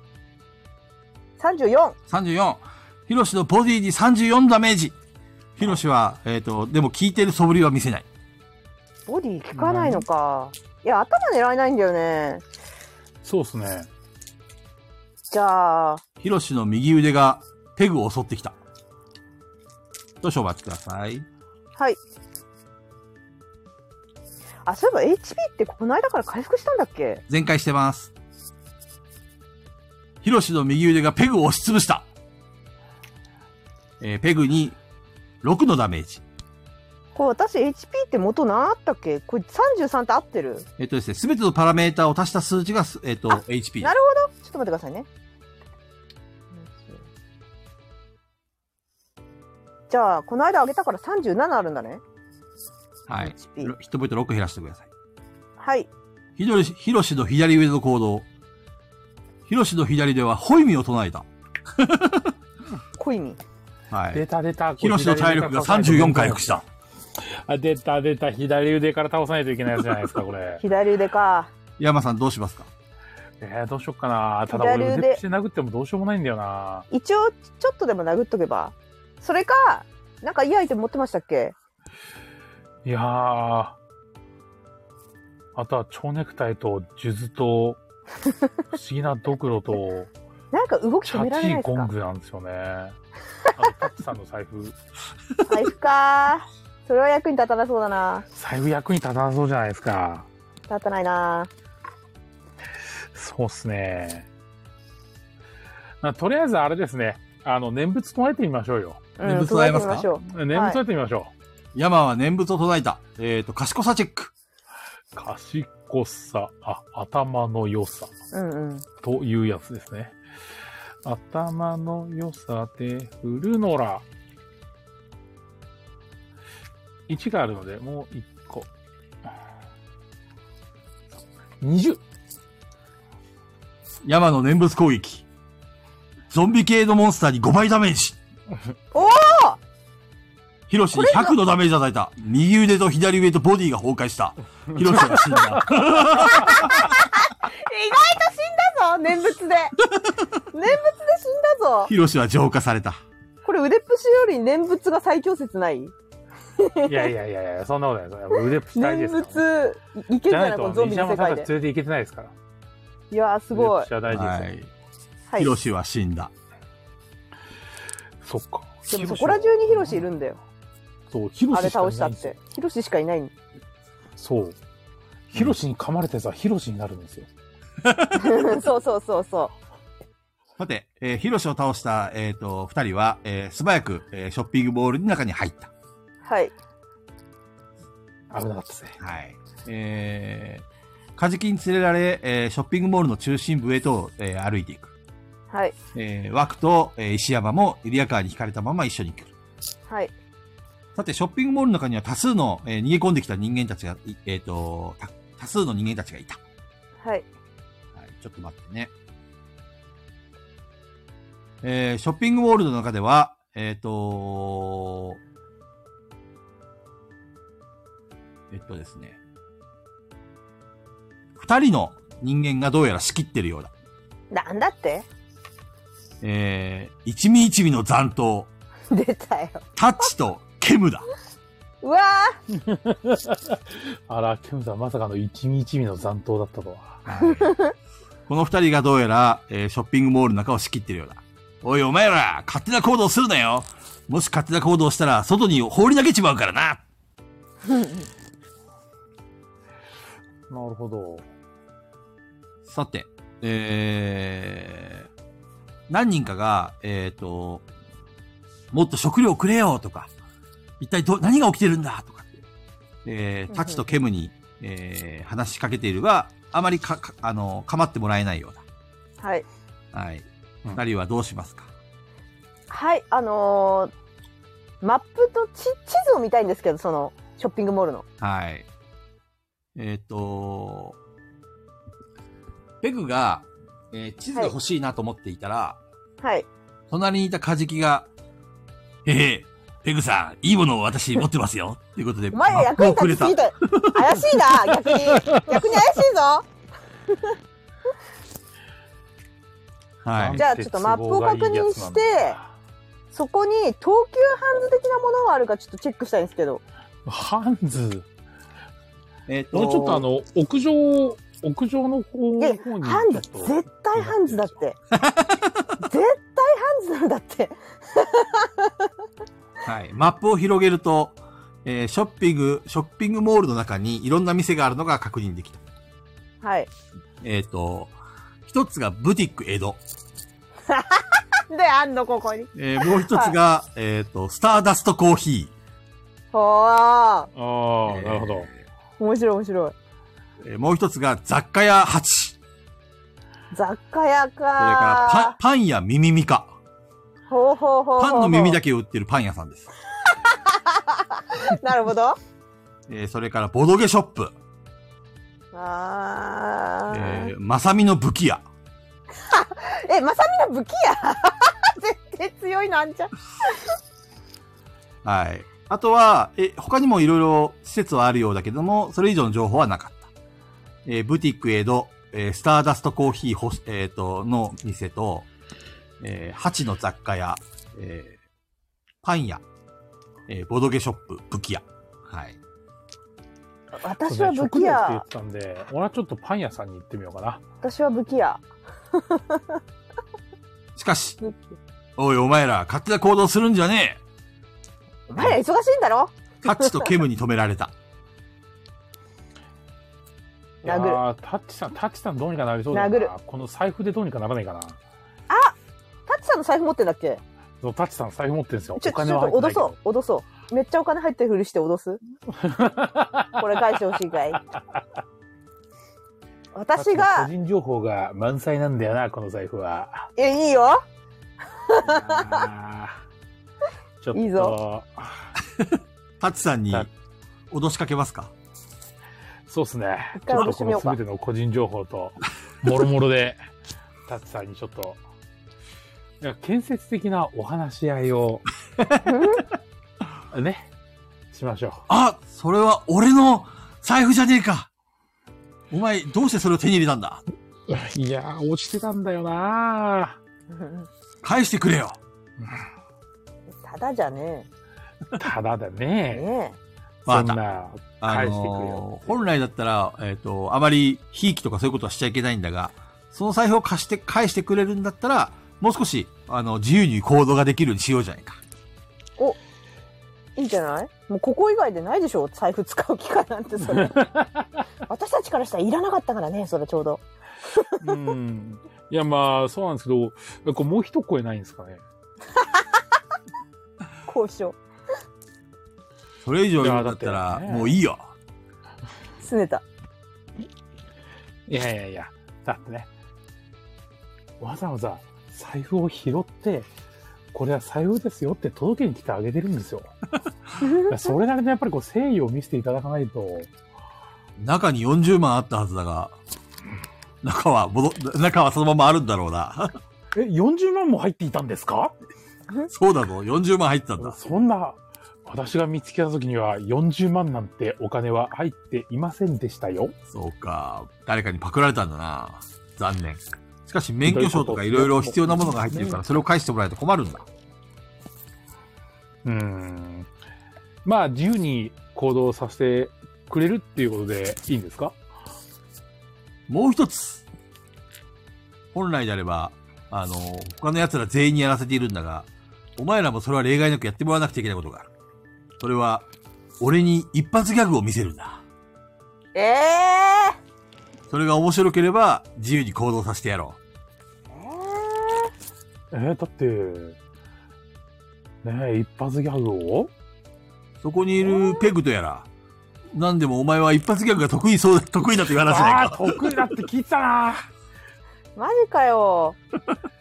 Speaker 4: 三十四。
Speaker 2: 34。ヒロシのボディに34ダメージ。ヒロシは、えっ、と、でも効いてる素振りは見せない。
Speaker 4: ボディ効かないのか。いや頭狙えないんだよね。
Speaker 3: そうですね。
Speaker 4: じゃあ、
Speaker 2: ヒロシの右腕がペグを襲ってきた。と処罰ください。
Speaker 4: はい。あ、そういえば HP ってこの間から回復したんだっけ
Speaker 2: 全開してます。ヒロシの右腕がペグを押しつぶした。えーペグに6のダメージ。
Speaker 4: これ私 HP って元何あったっけこれ33って合ってる
Speaker 2: えっ、とですね、すべてのパラメータを足した数値がす、えっ、と、
Speaker 4: あ
Speaker 2: HP で
Speaker 4: な
Speaker 2: す
Speaker 4: るほどちょっと待ってくださいねじゃあこの間上げたから37あるんだね
Speaker 2: はい。
Speaker 4: HP
Speaker 2: ヒットポイント6減らしてください。
Speaker 4: はい
Speaker 2: ひどり、ひろしの左腕の行動。ひろしの左では、ホイミを唱えた。
Speaker 4: コイミ
Speaker 2: は
Speaker 3: 出
Speaker 2: い。
Speaker 3: た出た。
Speaker 2: ひろしの体力が34回復
Speaker 3: し
Speaker 2: した。
Speaker 3: あ、出た出た。左腕から倒さないといけないやつじゃないですか、こ れ。
Speaker 4: 左腕か
Speaker 2: 山さんどうしますか
Speaker 3: えー、どうしよっかな。ただ俺
Speaker 4: 左腕
Speaker 3: 腕っぷしで殴ってもどうしようもないんだよな。
Speaker 4: 一応ちょっとでも殴っとけばそれかなんかいいアイテム持ってましたっけ
Speaker 3: いやー。あとは蝶ネクタイと数珠と、不思議なドクロと、
Speaker 4: なんか動き
Speaker 3: チ
Speaker 4: 止めら
Speaker 3: ャ
Speaker 4: れ
Speaker 3: チ
Speaker 4: な
Speaker 3: ー
Speaker 4: いです
Speaker 3: ゴン
Speaker 4: か
Speaker 3: グなんです よね。あとタッチさんの財布。
Speaker 4: 財布かそれは役に立たなそうだな
Speaker 3: 財布役に立たなそうじゃないですか。
Speaker 4: 立たないな
Speaker 3: そうっすね。まあとりあえずあれですね。あの、念仏唱えてみましょうよ。
Speaker 4: うん
Speaker 2: 念仏唱えますか
Speaker 4: 唱えてみましょう
Speaker 3: 念仏唱えてみましょ
Speaker 2: 山は念仏を唱えた。えっ、と、賢さチェック。
Speaker 3: う。賢さ、あ、頭の良さ
Speaker 4: うんうん
Speaker 3: というやつですね。頭の良さで振るのら。1があるので、もう1個。20!
Speaker 2: 山の念仏攻撃。ゾンビ系のモンスターに5倍ダメージ。
Speaker 4: おお
Speaker 2: ヒロシに100のダメージを与えた。右腕と左腕とボディが崩壊した。ヒロシが死ん だ。
Speaker 4: 意外と死んだぞ念仏 で念仏で死んだぞ
Speaker 2: ヒロシは浄化された。
Speaker 4: これ腕っぷしより念仏が最強説ない
Speaker 3: いやいやいやいや、そんなことないです。やっぱ腕っぷし大事
Speaker 4: 念
Speaker 3: ですから。
Speaker 4: 仏いけん
Speaker 3: じ
Speaker 4: じ
Speaker 3: ゃな、
Speaker 4: ゃないいことのゾンビ
Speaker 3: 西
Speaker 4: の
Speaker 3: 山
Speaker 4: 世
Speaker 3: さん
Speaker 4: 界
Speaker 3: が
Speaker 4: で
Speaker 3: 連れていけてないですから。
Speaker 4: いやーすご
Speaker 3: 腕っ
Speaker 4: い
Speaker 3: ぷしは大事で
Speaker 2: は
Speaker 3: すよ。
Speaker 2: い。
Speaker 4: はい
Speaker 2: ヒロシは死んだ。
Speaker 3: そっか。
Speaker 4: でもそこら中にヒロシいるんだよ
Speaker 3: そう、ヒロ
Speaker 4: あ
Speaker 3: シ
Speaker 4: れ
Speaker 3: しかいな
Speaker 4: 倒
Speaker 3: い
Speaker 4: した
Speaker 3: ん
Speaker 4: っ
Speaker 3: ですよ
Speaker 4: て。ヒロシしかいない
Speaker 3: そう。ヒロシに噛まれたやつはヒロシになるんですよ。
Speaker 4: そうそうそうそ
Speaker 2: さて、えー、ヒロシを倒した、えっ、と、二人は、えー素早く、えーショッピングモールの中に入った。
Speaker 4: う。はい。
Speaker 3: 危なかったですね。
Speaker 2: はい。えー、カジキに連れられ、えーショッピングモールの中心部へと、えー歩いていく。
Speaker 4: はい。
Speaker 2: えー、枠と、えー石山もエリアカーに引かれたまま一緒に来る。
Speaker 4: はい。
Speaker 2: さて、ショッピングモールの中には多数の、えー逃げ込んできた人間たちが、いえっ、とた多数の人間たちがいた。
Speaker 4: はい。
Speaker 2: はい、ちょっと待ってね。えーショッピングモールの中では、えっ、とえっとですね。二人の人間がどうやら仕切ってるようだ。
Speaker 4: なんだって
Speaker 2: えー一味一味の残党、
Speaker 4: 出たよ。
Speaker 2: タッチとケムだ。
Speaker 4: うわ
Speaker 3: あら、ケムさんまさかの一味一味の残党だったとは。
Speaker 2: はいこの二人がどうやら、えーショッピングモールの中を仕切ってるようだ。おいお前ら、勝手な行動するなよもし勝手な行動したら、外に放り投げちまうからな
Speaker 3: なるほど。
Speaker 2: さて、えー、何人かが、えっ、と、もっと食料くれよとか、一体ど、何が起きてるんだとかって、えー、タチとケムに、えー話しかけているが、あまりか、かあの、構ってもらえないよう
Speaker 4: ーはい。
Speaker 2: だ。はい。
Speaker 3: うん
Speaker 2: 二人はどうしますか
Speaker 4: はい、あのーマップと地地図を見たいんですけど、その、ショッピングモールの。
Speaker 2: はい。えっ、と、ペグが、えー地図が欲しいなと思っていたら、
Speaker 4: はい。
Speaker 2: 隣にいたカジキが、へへ、ペグさん、いいものを私持ってますよ。ということで、
Speaker 4: お前ら
Speaker 2: マップ
Speaker 4: 役
Speaker 2: を
Speaker 4: に立ちすぎた。怪しいな、逆に。逆に怪しいぞ。
Speaker 2: はい
Speaker 4: じ。ゃあちょっとマップを確認してそこに東急ハンズ的なものがあるかちょっとチェックしたいんですけど。
Speaker 3: ハンズ、
Speaker 2: えっ、と、
Speaker 3: もうちょっとあの、屋上、屋上の方
Speaker 4: いや
Speaker 3: の方に。
Speaker 4: ハンズ、絶対ハンズだって。絶対ハンズなんだって。
Speaker 2: はい。マップを広げると、えーショッピング、ショッピングモールの中にいろんな店があるのが確認できた。
Speaker 4: はい。
Speaker 2: えっ、と、一つがブティック江戸。
Speaker 4: で、あんの、ここに。
Speaker 2: えーもう一つが、えっ、と、スターダストコーヒ
Speaker 4: ほー。
Speaker 2: ー。
Speaker 3: ああ、なるほど。
Speaker 4: 面白い面白い。
Speaker 2: えーもう一つが雑貨屋八。
Speaker 4: 雑貨屋か。それ
Speaker 2: それからパン、パン屋ミミミカ。
Speaker 4: ほうほうほうほう。
Speaker 2: パンの耳だけを売ってるパン屋さんです。
Speaker 4: け。なるほど。
Speaker 2: えーそれから、ボドゲショップ。
Speaker 4: あー。
Speaker 2: えー、まさみの武器屋。
Speaker 4: え、まさみの武器や 絶対強いのあんちゃん。
Speaker 2: はい。あとは、え、他にもいろいろ施設はあるようだけども、それ以上の情報はなかった。えーブティックエド、えースターダストコーヒーほし、えっ、と、の店と、えー、ハチの雑貨屋、えーパン屋、えーボドゲショップ、武器屋。はい。
Speaker 4: 私は武器
Speaker 3: そうね食料っ
Speaker 4: や。
Speaker 3: て言ってたんで、俺はちょっとパン屋さんに行ってみようかな。
Speaker 4: 私は武器や。
Speaker 2: しかし、
Speaker 4: 武器
Speaker 2: おいお前ら、勝手な行動するんじゃね
Speaker 4: お前ら忙しいんだろ
Speaker 2: えハチとケムに止め られた。
Speaker 3: いや
Speaker 4: 殴る
Speaker 3: ータッチさん、タッチさんどうにかなりそうだ
Speaker 4: 殴る
Speaker 3: な。この財布でどうにかならないかな。
Speaker 4: タッチさんの財布持ってんだっけ
Speaker 3: そうタッチさん財布持ってるんですよ。
Speaker 4: ち
Speaker 3: お
Speaker 4: ょちょっ
Speaker 3: 金
Speaker 4: と
Speaker 3: は入ってな
Speaker 4: 脅
Speaker 3: いけど
Speaker 4: そう脅そうめっちゃお金入ってるふりして 脅すこれ返してほしいかい私
Speaker 3: タッチの個
Speaker 4: が
Speaker 3: 人情報が満載なんだよな、この財布は。
Speaker 4: 「えいいよ
Speaker 3: あーちょっと。
Speaker 4: いいぞ
Speaker 2: ハチさんに
Speaker 3: はい
Speaker 2: 脅しかけますか
Speaker 3: そうですね。
Speaker 4: 一
Speaker 3: ち
Speaker 4: 回
Speaker 3: ょっ
Speaker 4: 脅
Speaker 3: と
Speaker 4: して
Speaker 3: こ
Speaker 4: み
Speaker 3: の
Speaker 4: ようか
Speaker 3: 全ての個人情報と、もろもろで、タッチさんにちょっと、いや建設的なお話し合いを、ね、しましょう。
Speaker 2: あ、それは俺の財布じゃねえか。お前、どうしてそれを手に入れたんだ
Speaker 3: いやー、落ちてたんだよな
Speaker 2: 返してくれよ。
Speaker 4: ただじゃね
Speaker 3: ーただだね。
Speaker 4: えね
Speaker 2: わ
Speaker 3: そ
Speaker 2: かっ
Speaker 3: ん
Speaker 2: た
Speaker 3: な、
Speaker 2: あ
Speaker 3: 返してくれ
Speaker 2: の
Speaker 3: よ
Speaker 2: ー本来だったら、えっ、と、あまり、ひいきとかそういうことはしちゃいけないんだが、その財布を貸して、返してくれるんだったら、もう少し、あの、自由に行動ができるようにしようじゃないか。
Speaker 4: えいいんじゃないもうここ以外でないでしょ財布使う機会なんてそれ私私たちからしたらいらなかったからね、それちょうど。
Speaker 3: うん。いや、まあ、そうなんですけど、これもう一声ないんですかね。
Speaker 4: 交渉。
Speaker 2: それ以上言うんだった
Speaker 3: いやだ
Speaker 2: ら
Speaker 3: って、ね
Speaker 2: もういいよ。
Speaker 4: す ねた。
Speaker 3: いやいやいや、だってね、わざわざ財布を拾って、これは財布ですよって届けに来てあげてるんです よ。いやそれなりのやっぱりこう誠意を見せていただかないと、
Speaker 2: 中に40万あったはずだが、中は戻、中はそのままあるんだろうな。
Speaker 3: え、40万も入っていたんですか
Speaker 2: そうだぞ、40万入ってたんだ。
Speaker 3: そんな、私が見つけた時には40万なんてお金は入っていませんでしたよ。
Speaker 2: そうか、誰かにパクられたんだな。残念。しかし免許証とかいろいろ必要なものが入ってるから、それを返してもらえると困るんだ。
Speaker 3: うーん。まあ、自由に行動させてくれるっていうことでいいんですか
Speaker 2: もう一つ。本来であれば、あの、他の奴ら全員にやらせているんだが、お前らもそれは例外なくやってもらわなくちゃいけないことがある。それは、俺に一発ギャグを見せるんだ。
Speaker 4: ええー
Speaker 2: それが面白ければ、自由に行動させてやろ
Speaker 3: えー、だって、ねえ、一発ギャグを
Speaker 2: う。そこにいるペグとやら、なんでもお前は一発ギャグが得意そうだ、得意だと言わなせない
Speaker 3: ああ、
Speaker 2: か。
Speaker 3: 得意だって聞いてたな。
Speaker 4: マジかよ。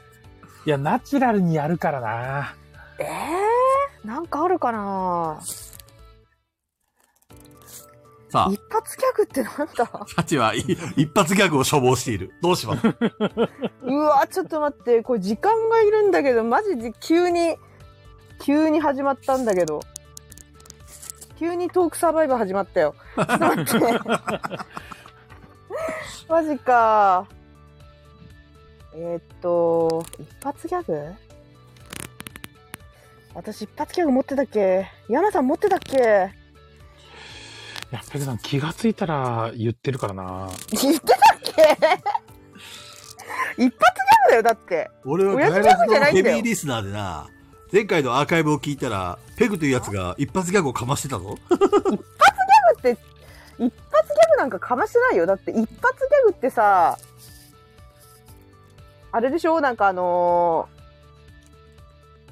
Speaker 3: いや、ナチュラルにやるからな。
Speaker 4: ええー、なんかあるかな
Speaker 2: さ
Speaker 4: 一発ギャグってなんだ
Speaker 2: あ、サチはい一発ギャグを所望している。どうします
Speaker 4: うわ、ちょっと待って、これ時間がいるんだけど、マジで急に、急に始まったんだけど。急にトークサバイバー始まったよ。ちょっと待って。マジか。えーっと、一発ギャグ私一発ギャグ持ってたっけヤナさん持ってたっけ
Speaker 3: いや、ペグさん気がついたら言ってるからな。
Speaker 4: 言ってたっけ一発ギャグだよだって
Speaker 2: 俺は
Speaker 4: 親父
Speaker 2: ガイ
Speaker 4: ギャ
Speaker 2: ラ
Speaker 4: グ
Speaker 2: ス
Speaker 4: じゃ
Speaker 2: の
Speaker 4: ないん
Speaker 2: ヘビ
Speaker 4: だよ
Speaker 2: ーリスナーでな、前回のアーカイブを聞いたら、ペグというやつが一発ギャグをかましてたぞ。
Speaker 4: だって一発ギャグなんかかましてないよだって一発ギャグってさあれでしょなんかあのー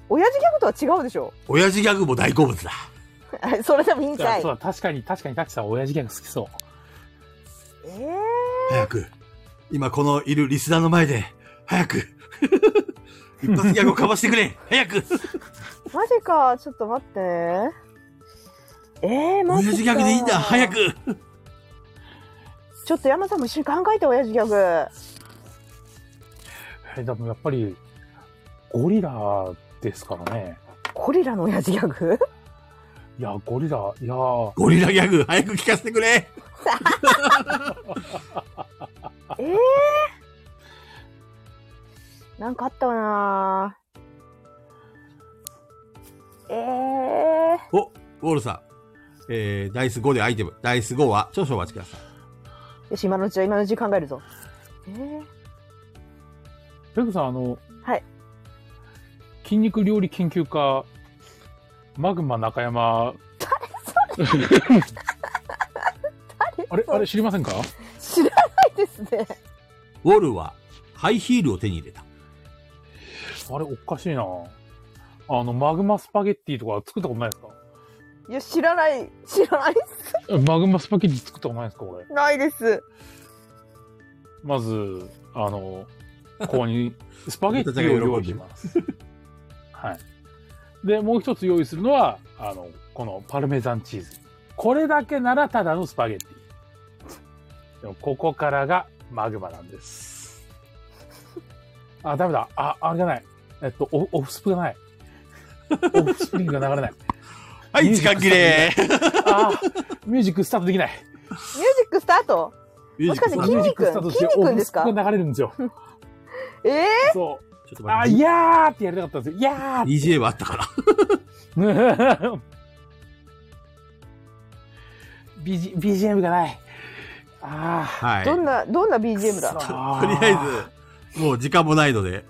Speaker 4: 親父ギャグとは違うでしょ
Speaker 2: 親父ギャグも大好物だ。
Speaker 4: それでもいいん
Speaker 3: いや
Speaker 4: かい
Speaker 3: そうだ、確かに、確かに、タチさん、親父ギャグ好きそう。
Speaker 4: え
Speaker 2: 早く。今このいるリスナーの前で、早く。 一発ギャグをかましてくれ。早く。
Speaker 4: ー、マジかちょっと待ってねえー、マ
Speaker 2: 親
Speaker 4: ジか
Speaker 2: 父ギャグでいいんだ。早く。
Speaker 4: ちょっと山さんも一緒に考えて親父ギャグ
Speaker 3: えでもやっぱり、ゴリラですからね。
Speaker 4: ゴリラの親父ギャグ
Speaker 3: いや、ゴリラ、いやー、
Speaker 2: ゴリラギャグ、早く聞かせてくれ。
Speaker 4: ええー、なんかあったかなええ
Speaker 2: お、ウォールさん。えー、ダイス5でアイテム。ダイス5は少々お待ちください。
Speaker 4: ー、よし今のうちだ今のうちに考えるぞえー、
Speaker 3: ペグさん、あの、
Speaker 4: はい。
Speaker 3: 筋肉料理研究家、マグマ中山。あれ、あれ知りませんか
Speaker 4: 知らないですね
Speaker 2: ウォールはハイヒールを手に入れた。
Speaker 3: あれ、おかしいなあの、マグマスパゲッティとか作ったことないですか
Speaker 4: いや知らない知らないっす
Speaker 3: マグマスパゲッティ作ったことないですかこれ。
Speaker 4: ないです
Speaker 3: まず、あの、ここに スパゲッティを用意します。 はい。で、もう一つ用意するのは、あの、このパルメザンチーズ。これだけならただのスパゲッティ。でも、ここからがマグマなんです。あ、ダメだ。あ、あれがない。えっと、オオフスプがない。オフスプリングが流れない。
Speaker 2: は
Speaker 3: ミュ
Speaker 2: い、
Speaker 3: ー
Speaker 2: 時
Speaker 3: ジック
Speaker 2: 間切れ。
Speaker 3: あーミュージックスタートできない。
Speaker 4: ミュージックスタート
Speaker 2: ミュー
Speaker 4: も
Speaker 2: ジックスター
Speaker 4: しかして
Speaker 3: ミ
Speaker 2: ト
Speaker 3: ュージックスタートして、
Speaker 4: 筋肉
Speaker 3: オ
Speaker 4: 筋肉
Speaker 3: フ
Speaker 4: で
Speaker 3: ス
Speaker 4: す
Speaker 3: プ
Speaker 4: か
Speaker 3: が流れるんですよ。
Speaker 4: ええ
Speaker 3: そう。
Speaker 2: ちょっと
Speaker 3: あ、
Speaker 2: 待っ
Speaker 3: い
Speaker 2: て。
Speaker 3: やーってやりたかったんですよ。いや
Speaker 2: DJ はあったから。
Speaker 3: ー BG BGM がない。あ
Speaker 2: はい。
Speaker 4: どんなどんな BGM
Speaker 3: あ。
Speaker 4: だ
Speaker 2: とりあえず、もう時間もないので、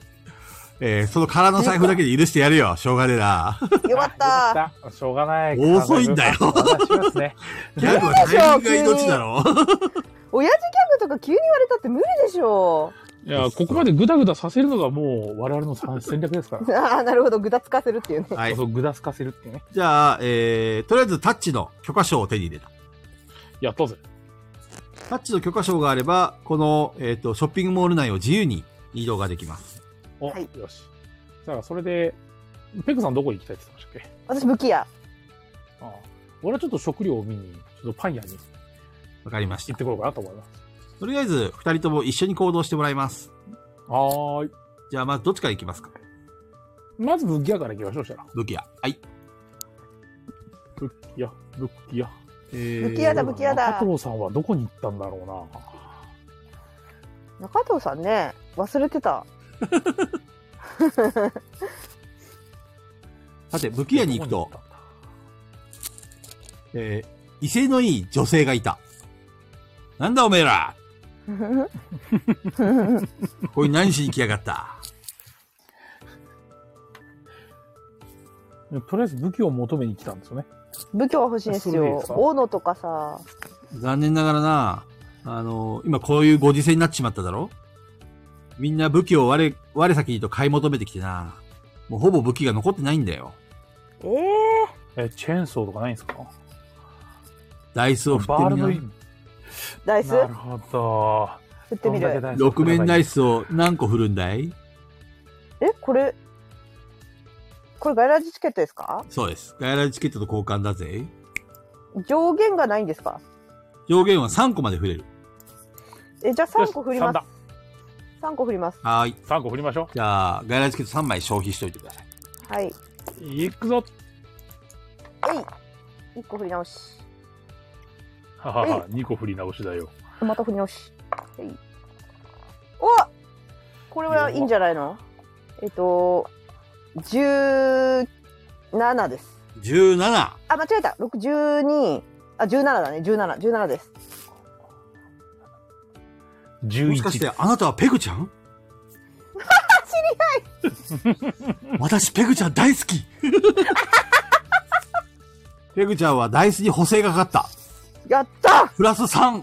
Speaker 2: えーその空の財布だけで許してやるよ、しょうがねえな。
Speaker 4: よかった。
Speaker 3: よかった。しょうがない。
Speaker 2: 遅いんだよ
Speaker 3: 悲しいですね。
Speaker 2: ギャグはタイミングが命だろ。
Speaker 4: 親父ギャグとか急に言われたって無理でしょ
Speaker 3: いや、ここまでぐだぐださせるのがもう我々の戦戦略ですから。
Speaker 4: う。ああ、なるほど。ぐだつかせるっていうね。
Speaker 2: はい
Speaker 3: そ。う、ぐだすかせるっていうね。
Speaker 2: じゃあ、えー、とりあえずタッチの許可証を手に入れた。
Speaker 3: やったぜ。
Speaker 2: タッチの許可証があれば、この、えっ、と、ショッピングモール内を自由に移動ができます。
Speaker 3: お、
Speaker 4: はい
Speaker 3: よし。だからそれで、ペグさんどこ行きたいって言ってましたっけ
Speaker 4: 私、武器屋。
Speaker 3: ああ俺はちょっと食料を見に、ちょっとパン屋に
Speaker 2: わかりまし。
Speaker 3: 行ったてこようかなと思います。
Speaker 2: とりあえず、二人とも一緒に行動してもらいます。
Speaker 3: はーい。
Speaker 2: じゃあ、まずどっちから行きますか
Speaker 3: まず武器屋から行きましょう、したら。
Speaker 2: 武器屋。はい。
Speaker 3: 武器屋、武器屋。
Speaker 2: え
Speaker 4: 武器屋だ
Speaker 2: ー、
Speaker 4: 武器屋だ
Speaker 3: 加藤さんはどこに行ったんだろうな。
Speaker 4: 中藤さんね、忘れてた。
Speaker 2: さて、武器屋に行くと、えー、威勢のいい女性がいた。なんだおめえ らこい何しに来やがった
Speaker 3: とりあえず武器を求めに来たんですよね。
Speaker 4: 武器は欲しいんです
Speaker 3: それでいい
Speaker 4: よ
Speaker 3: で。すか
Speaker 4: 斧とかさ。
Speaker 2: 残念ながらな、あの、今こういうご時世になっちまっただろみんな武器を我、我先にと買い求めてきてな。もうほぼ武器が残ってないんだよ。
Speaker 4: ええ
Speaker 3: え、チェーンソーとかないんですか
Speaker 2: ダイスを振
Speaker 3: バ
Speaker 2: っ
Speaker 3: ー
Speaker 2: て
Speaker 3: ル
Speaker 2: み
Speaker 3: の
Speaker 2: な
Speaker 3: 意。味。
Speaker 4: ダイス
Speaker 3: なるほど。
Speaker 4: 振ってみ
Speaker 3: どんだけ
Speaker 4: る。
Speaker 3: ダイス
Speaker 2: 六面ダイ
Speaker 3: ス。
Speaker 2: スを何個振るんだい
Speaker 4: え、これ、これガイラジチケットですか
Speaker 2: そうです。ガイラルチケットと交換だぜ。
Speaker 4: 上限がないんですか
Speaker 2: 上限は3個まで振れる。
Speaker 4: え、じゃあ3個振りま
Speaker 3: よし
Speaker 4: す。3個振ります。
Speaker 2: はーい。
Speaker 3: 3だ。3個振りましょ
Speaker 2: じゃあ、ガイラルチケット3枚消費しといてください。
Speaker 4: はい。
Speaker 3: う。行くぞ。
Speaker 4: えい !1 個振り直し。
Speaker 3: ははは、2個振り直しだよ。
Speaker 4: また振り直し。えいおこれはいいんじゃないのえっと、17です。
Speaker 2: 17!
Speaker 4: あ、間違えた。6、12、あ、17だね。17、17です。
Speaker 2: もしかして
Speaker 3: 11。、
Speaker 2: あなたはペグちゃん知り合い 私、ペグちゃん大好き ペグちゃんはダイスに補正がかかった。
Speaker 4: やった
Speaker 2: プラス 3!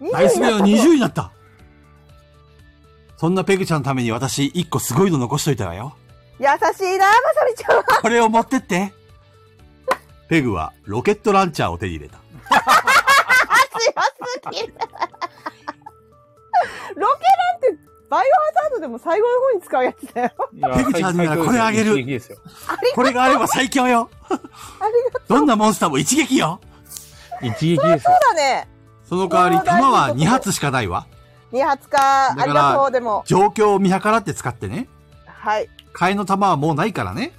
Speaker 4: 20
Speaker 2: ダイス目は
Speaker 4: になっ
Speaker 2: 20になったそんなペグちゃんのために私、1個すごいの残しといたわよ。
Speaker 4: た優しいな、まさみちゃんは。
Speaker 2: これを持ってってペグはロケットランチャーを手に入れた。
Speaker 4: 強すぎる。ロケランって、バイオハザードでも最後の方に使うやつだよ。
Speaker 3: いや
Speaker 2: ペグちゃんならこれあげる
Speaker 3: 最強ですよ一撃ですよ
Speaker 2: これがあれば最強よ
Speaker 4: ありがとう。
Speaker 2: どんなモンスターも一撃よ
Speaker 3: 一撃です
Speaker 4: そ
Speaker 3: よ。
Speaker 4: うだね。
Speaker 2: その代わり弾は2発しかないわ。
Speaker 4: 2発か。
Speaker 2: だ
Speaker 4: あ
Speaker 2: から
Speaker 4: りがとう、でも。
Speaker 2: 状況を見計らって使ってね。
Speaker 4: はい。
Speaker 2: 替えの玉はもうないからね。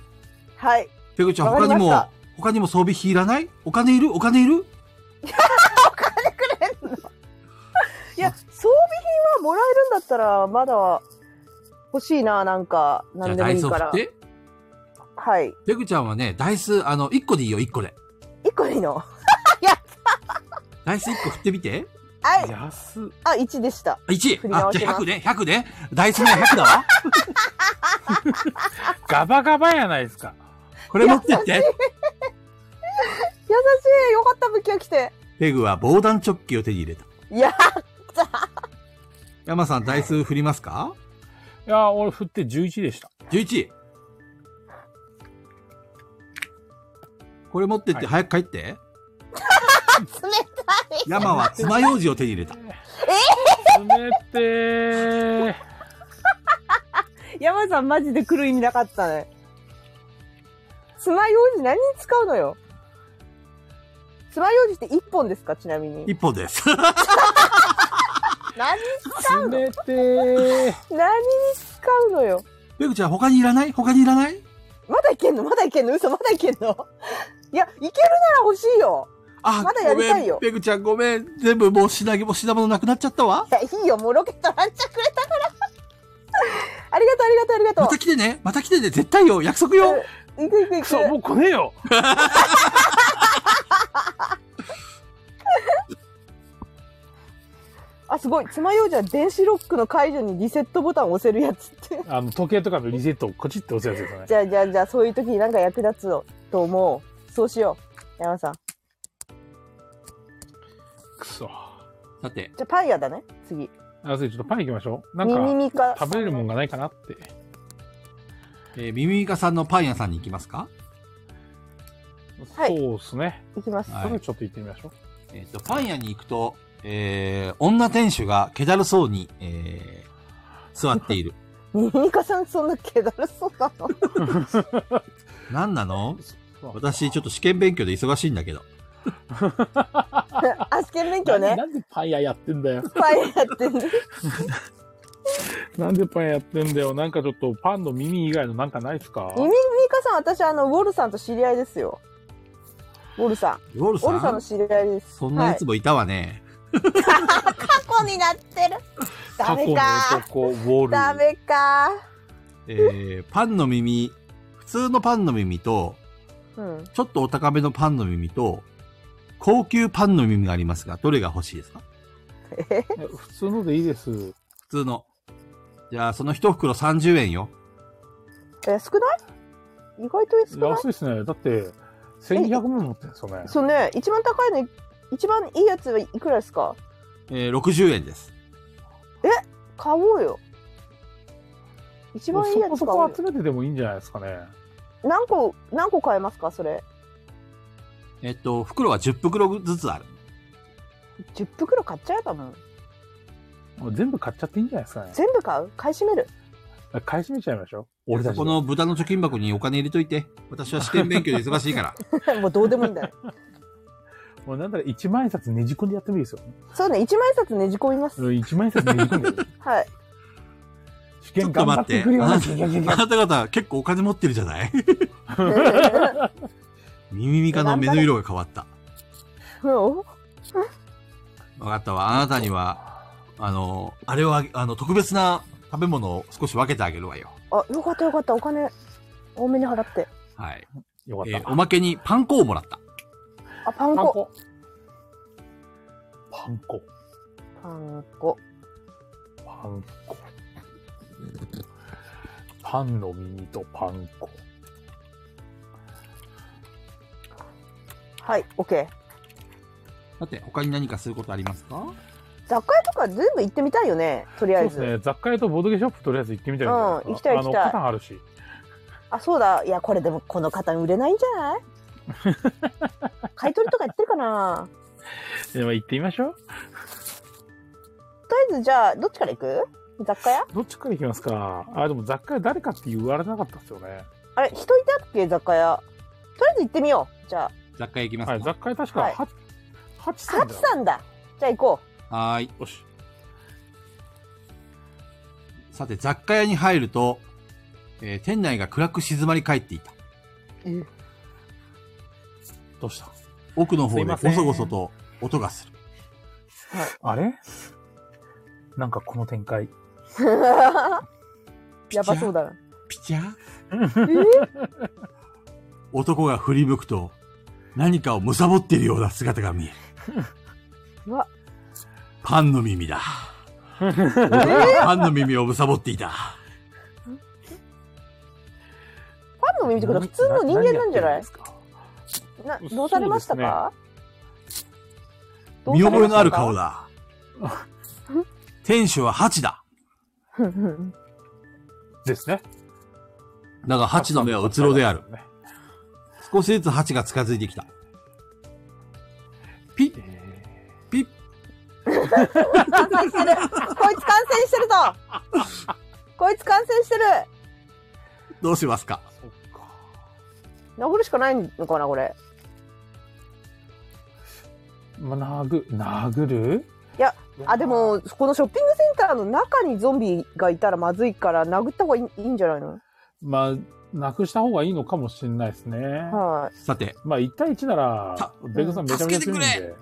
Speaker 4: はい。
Speaker 2: ペグちゃん
Speaker 4: わか
Speaker 2: 他
Speaker 4: りま
Speaker 2: に
Speaker 4: した
Speaker 2: も、他にも装備費いらないお金いるお金いる
Speaker 4: いや、装備品はもらえるんだったら、まだ欲しいな、なんか、
Speaker 2: じゃあ
Speaker 4: なんでも
Speaker 2: ダ
Speaker 4: い
Speaker 2: イ
Speaker 4: い
Speaker 2: スを振
Speaker 4: か
Speaker 2: っ
Speaker 4: ら。
Speaker 2: て。
Speaker 4: はい。
Speaker 2: ペグちゃんはね、ダイス、あの、1個でいいよ、1個で。
Speaker 4: 1個でいいの。
Speaker 2: ダイス1個振ってみて。
Speaker 4: はい。
Speaker 3: 安っ。
Speaker 4: あ、1でした。振
Speaker 2: 1!
Speaker 4: り
Speaker 2: あ
Speaker 4: 直、し
Speaker 2: じゃあ
Speaker 4: ます
Speaker 2: 100で ?100 でダイス目は100だわ。
Speaker 3: ガバガバやないですか。
Speaker 2: これ持ってって。
Speaker 4: 優しい。よかった、武器が来て。
Speaker 2: ペグは防弾チョッキを手に入れた。
Speaker 4: いや、
Speaker 2: 山さん、ダイス振りますか
Speaker 3: いや、俺振って11でした。
Speaker 2: ?11! これ持ってって、
Speaker 3: は
Speaker 2: 早く帰って。
Speaker 4: 冷たい。
Speaker 2: 山は爪楊枝を手に入れた。
Speaker 3: 冷てー。
Speaker 4: 山さんマジで来る意味なかったね。爪楊枝何に使うのよ爪楊枝って1本ですかちなみに。
Speaker 2: 1本です。
Speaker 4: 何
Speaker 3: 冷てー。
Speaker 4: 何に使うのよ
Speaker 2: ペグちゃん、他にいらない他にいらない
Speaker 4: まだいけんのまだいけんの嘘まだいけんのいや、いけるなら欲しいよ
Speaker 2: あ、
Speaker 4: まだやりたいよ
Speaker 2: ごめん、ペグちゃんごめん。全部もう品も品物なくなっちゃったわ。
Speaker 4: いや、いいよ、もうロケットランチャーくれたから。ありがとう、ありがとう、ありがとう
Speaker 2: また。来てね。また来てね。絶対よ。約束よ。
Speaker 4: 行く行く
Speaker 3: くそ、も
Speaker 4: 行く。
Speaker 3: う来ねえよ。
Speaker 4: あ、すごい。爪楊枝は電子ロックの解除にリセットボタンを押せるやつって。
Speaker 3: あの、時計とかのリセットをコチって押すやつですよね。
Speaker 4: じゃあじゃあじゃあそういう時になんか役立つと思う。そうしよう。山田さん。じ
Speaker 3: くそ。
Speaker 2: さて、
Speaker 4: ゃあパン屋だね。次。
Speaker 3: あ、それちょっとパン行きましょう。なん
Speaker 4: ミミ
Speaker 3: か、
Speaker 4: ミカ。
Speaker 3: 食べれるもんがないかなって。
Speaker 2: えー、ミミミカさんのパン屋さんに行きますか
Speaker 4: はい
Speaker 3: そうですね。
Speaker 4: いきます。
Speaker 2: はい
Speaker 3: それちょっと行ってみましょう。
Speaker 2: えっ、と、パン屋に行くと、えー、女店主が気だるそうに、えー、座って いる。
Speaker 4: ミミミカさんそんな気だるそうなの。
Speaker 2: 何なの私、ちょっと試験勉強で忙しいんだけど。
Speaker 4: あ、試験勉強ね。
Speaker 3: なんでパン屋やってんだよ。
Speaker 4: パン屋ってね。
Speaker 3: なんでパン屋やってんだよ。なんかちょっとパンの耳以外のなんかないっすか
Speaker 4: ミミミカさん、私あのウォルさんと知り合いですよ。ウォルさん。
Speaker 2: ウォル
Speaker 4: ウォルさ
Speaker 2: さ
Speaker 4: んの
Speaker 2: ん
Speaker 4: 知り合いです。
Speaker 2: そんなやつ もいたわね。
Speaker 4: 過去になってる。ダ
Speaker 3: 過去
Speaker 4: メ
Speaker 3: の
Speaker 4: か。
Speaker 3: 男、ウォル。
Speaker 4: ダメか。
Speaker 2: えー、パンの耳、普通のパンの耳と、
Speaker 4: うん。
Speaker 2: ちょっとお高めのパンの耳と、高級パンの耳がありますが、どれが欲しいですか
Speaker 4: え
Speaker 3: いや普通のでいいです。
Speaker 2: 普通の。じゃあ、その一袋30円よ。
Speaker 4: 安くない意外と安くない
Speaker 3: 安いですね。だって、1200万持ってるんですよね。
Speaker 4: そうね、一番高いの、一番いいやつはいくらですか
Speaker 2: えー、60円です。
Speaker 4: 買おうよ。一番いいやつ
Speaker 3: そこ
Speaker 4: 買お
Speaker 3: そうこ集めてでもいいんじゃないですかね。
Speaker 4: よ。何個、何個買えますかそれ。
Speaker 2: えっと、袋は10袋ずつある。
Speaker 4: 10袋買っちゃえばもう。
Speaker 3: もう全部買っちゃっていいんじゃないですかね。
Speaker 4: 全部買う買い占める。
Speaker 3: 買い占めちゃいましょう。俺たちで
Speaker 2: この豚の貯金箱にお金入れといて。私は試験勉強で忙しいから。
Speaker 4: もうどうでもいいん だよ。
Speaker 3: もうなんだら1万円札ねじ込んでやってもいいですよ。
Speaker 4: そうね、一万円札ねじ込みます。
Speaker 3: 1万円札ねじ込んでやる。
Speaker 4: はい。
Speaker 3: 試
Speaker 2: ちょ
Speaker 3: 験
Speaker 2: っと
Speaker 3: 頑張
Speaker 2: 待っ
Speaker 3: って
Speaker 2: て。
Speaker 3: くるよ。
Speaker 2: あなた方結構お金持ってるじゃない 耳ミカの目の色が変わった。
Speaker 4: も
Speaker 2: わかったわ。あなたには、あの、あれをあげ、あの、特別な食べ物を少し分けてあげるわよ。
Speaker 4: うあ、よかったよかった。お金、多めに払って。
Speaker 2: はい。
Speaker 3: よかった。
Speaker 2: えーおまけにパン粉をもらった。
Speaker 4: あ、パン
Speaker 3: パン
Speaker 4: 粉。
Speaker 3: 粉。パン粉。
Speaker 4: パン粉。
Speaker 3: パン粉。パンの耳とパン粉。
Speaker 4: はい、オッケー。
Speaker 2: さて、他に何かすることありますか
Speaker 4: 雑貨屋とか全部行ってみたいよね。とりあ
Speaker 3: そう
Speaker 4: え
Speaker 3: です
Speaker 4: ず。
Speaker 3: ね。雑貨屋とボードゲーショップとりあえず行ってみたいんじゃな
Speaker 4: うん
Speaker 3: で
Speaker 4: 行き
Speaker 3: す
Speaker 4: た
Speaker 3: か
Speaker 4: い
Speaker 3: あ
Speaker 4: 行
Speaker 3: の、
Speaker 4: きたい
Speaker 3: パターンあるし。
Speaker 4: あ、そうだ。いや、これでもこの方売れないんじ ゃない買い取りとかやってるかな
Speaker 3: では行ってみましょう。
Speaker 4: とりあえず、じゃあ、どっちから行く雑貨屋
Speaker 3: どっちから行きますか。あ、でも雑貨屋誰かって言われなかったですよね。
Speaker 4: あれ、人いたっけ雑貨屋。とりあえず行ってみよう。じゃ
Speaker 2: 雑貨屋行きますか、
Speaker 3: はい、雑貨屋確か
Speaker 4: はい
Speaker 3: は、ハチ
Speaker 4: あ、
Speaker 3: さ
Speaker 4: ハ
Speaker 3: んだ
Speaker 4: チ
Speaker 3: よ。
Speaker 4: さんだ。じゃあ行こ
Speaker 2: はーい。
Speaker 3: よし。
Speaker 2: さて、雑貨屋に入ると、えー店内が暗く静まり返っていた。
Speaker 3: どうした
Speaker 2: 奥の
Speaker 3: す
Speaker 2: 方
Speaker 3: い
Speaker 2: で
Speaker 3: ま
Speaker 2: ご
Speaker 3: せん
Speaker 2: そごそと音がする。
Speaker 3: あれなんかこの展開。
Speaker 4: う。やばそうだな。
Speaker 2: ピチャ
Speaker 4: え
Speaker 2: 男が振り向くと、何かを貪っているような姿が見える。
Speaker 4: うわ、
Speaker 2: パンの耳だ。男がパンの耳を貪っていた。
Speaker 4: パンの耳っ てことは普通の人間なんじゃないな
Speaker 3: 何やってるんですか
Speaker 4: どうされましたか、どう
Speaker 2: 見
Speaker 4: さ
Speaker 2: 覚
Speaker 4: れ
Speaker 2: え
Speaker 4: ましたか
Speaker 2: のある顔。 だ。店主はハチだ。
Speaker 3: ですね。
Speaker 2: だがハチの目はうつろである。
Speaker 3: ね。
Speaker 2: 少しずつハチが近づいてきた。ピッ、
Speaker 3: え
Speaker 2: ピッ、
Speaker 4: 感染してる。こいつ感染してるぞ。こいつ感染してる。
Speaker 2: どうしますか
Speaker 3: ー、そっか。
Speaker 4: 殴るしかないのかな、これ。
Speaker 3: まあ、殴、殴る
Speaker 4: いや、あ、でも、このショッピングセンターの中にゾンビがいたらまずいから、殴った方がいいいいんじゃないの
Speaker 3: まあ、なくした方がいいのかもしれないですね。
Speaker 4: は
Speaker 2: さて、
Speaker 3: まあ、1対1なら
Speaker 2: た、
Speaker 3: ベグさんめちゃめちゃ強いん
Speaker 2: 助けて
Speaker 3: で。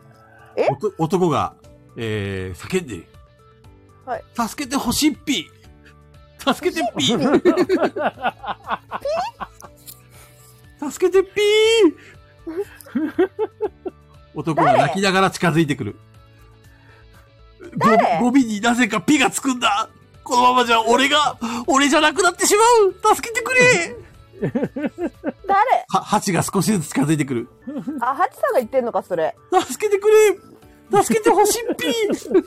Speaker 4: え
Speaker 2: おと男が、えー、叫んでいる。
Speaker 4: はい
Speaker 2: 助けてほしいっぴ助けてっぴ助 けてっぴー 男が泣きながら近づいてくる。
Speaker 4: 誰
Speaker 2: ご、語尾になぜかピがつくんだこのままじゃ俺が、俺じゃなくなってしまう助けてくれ
Speaker 4: 誰
Speaker 2: は、ハチが少しずつ近づいてくる。
Speaker 4: あ、ハチさんが言ってんのか、それ。
Speaker 2: 助けてくれ助けてほしいっぴー
Speaker 4: え、これ助けよ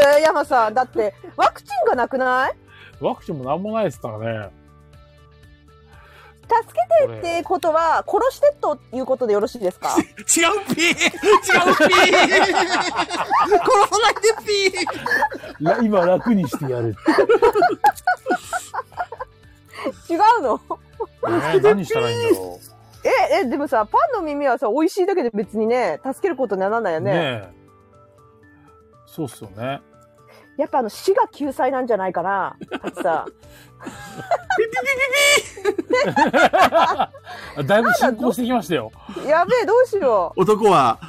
Speaker 4: うある山さん。だって、ワクチンがなくない
Speaker 3: ワクチンもなんもないですからね。
Speaker 4: 助
Speaker 3: こ
Speaker 4: けてっ
Speaker 3: れ
Speaker 4: てことは、殺してということでよろしいです か
Speaker 2: 違うピー違うピー 殺さないでピー
Speaker 3: ら今楽にしてやる。
Speaker 4: 違うの
Speaker 3: ね、何したらいいんだろ
Speaker 4: え、え、でもさ、パンの耳はさ、美味しいだけで別にね、助けることにはならないよ
Speaker 3: う。
Speaker 4: ね。
Speaker 3: ねえ。そうっすよ ね。
Speaker 4: やっぱあの、死が救済なんじゃないかな、ハチさん。
Speaker 3: だいぶ進行してきましたよ。
Speaker 4: やべえ、どうしよ
Speaker 2: 男は、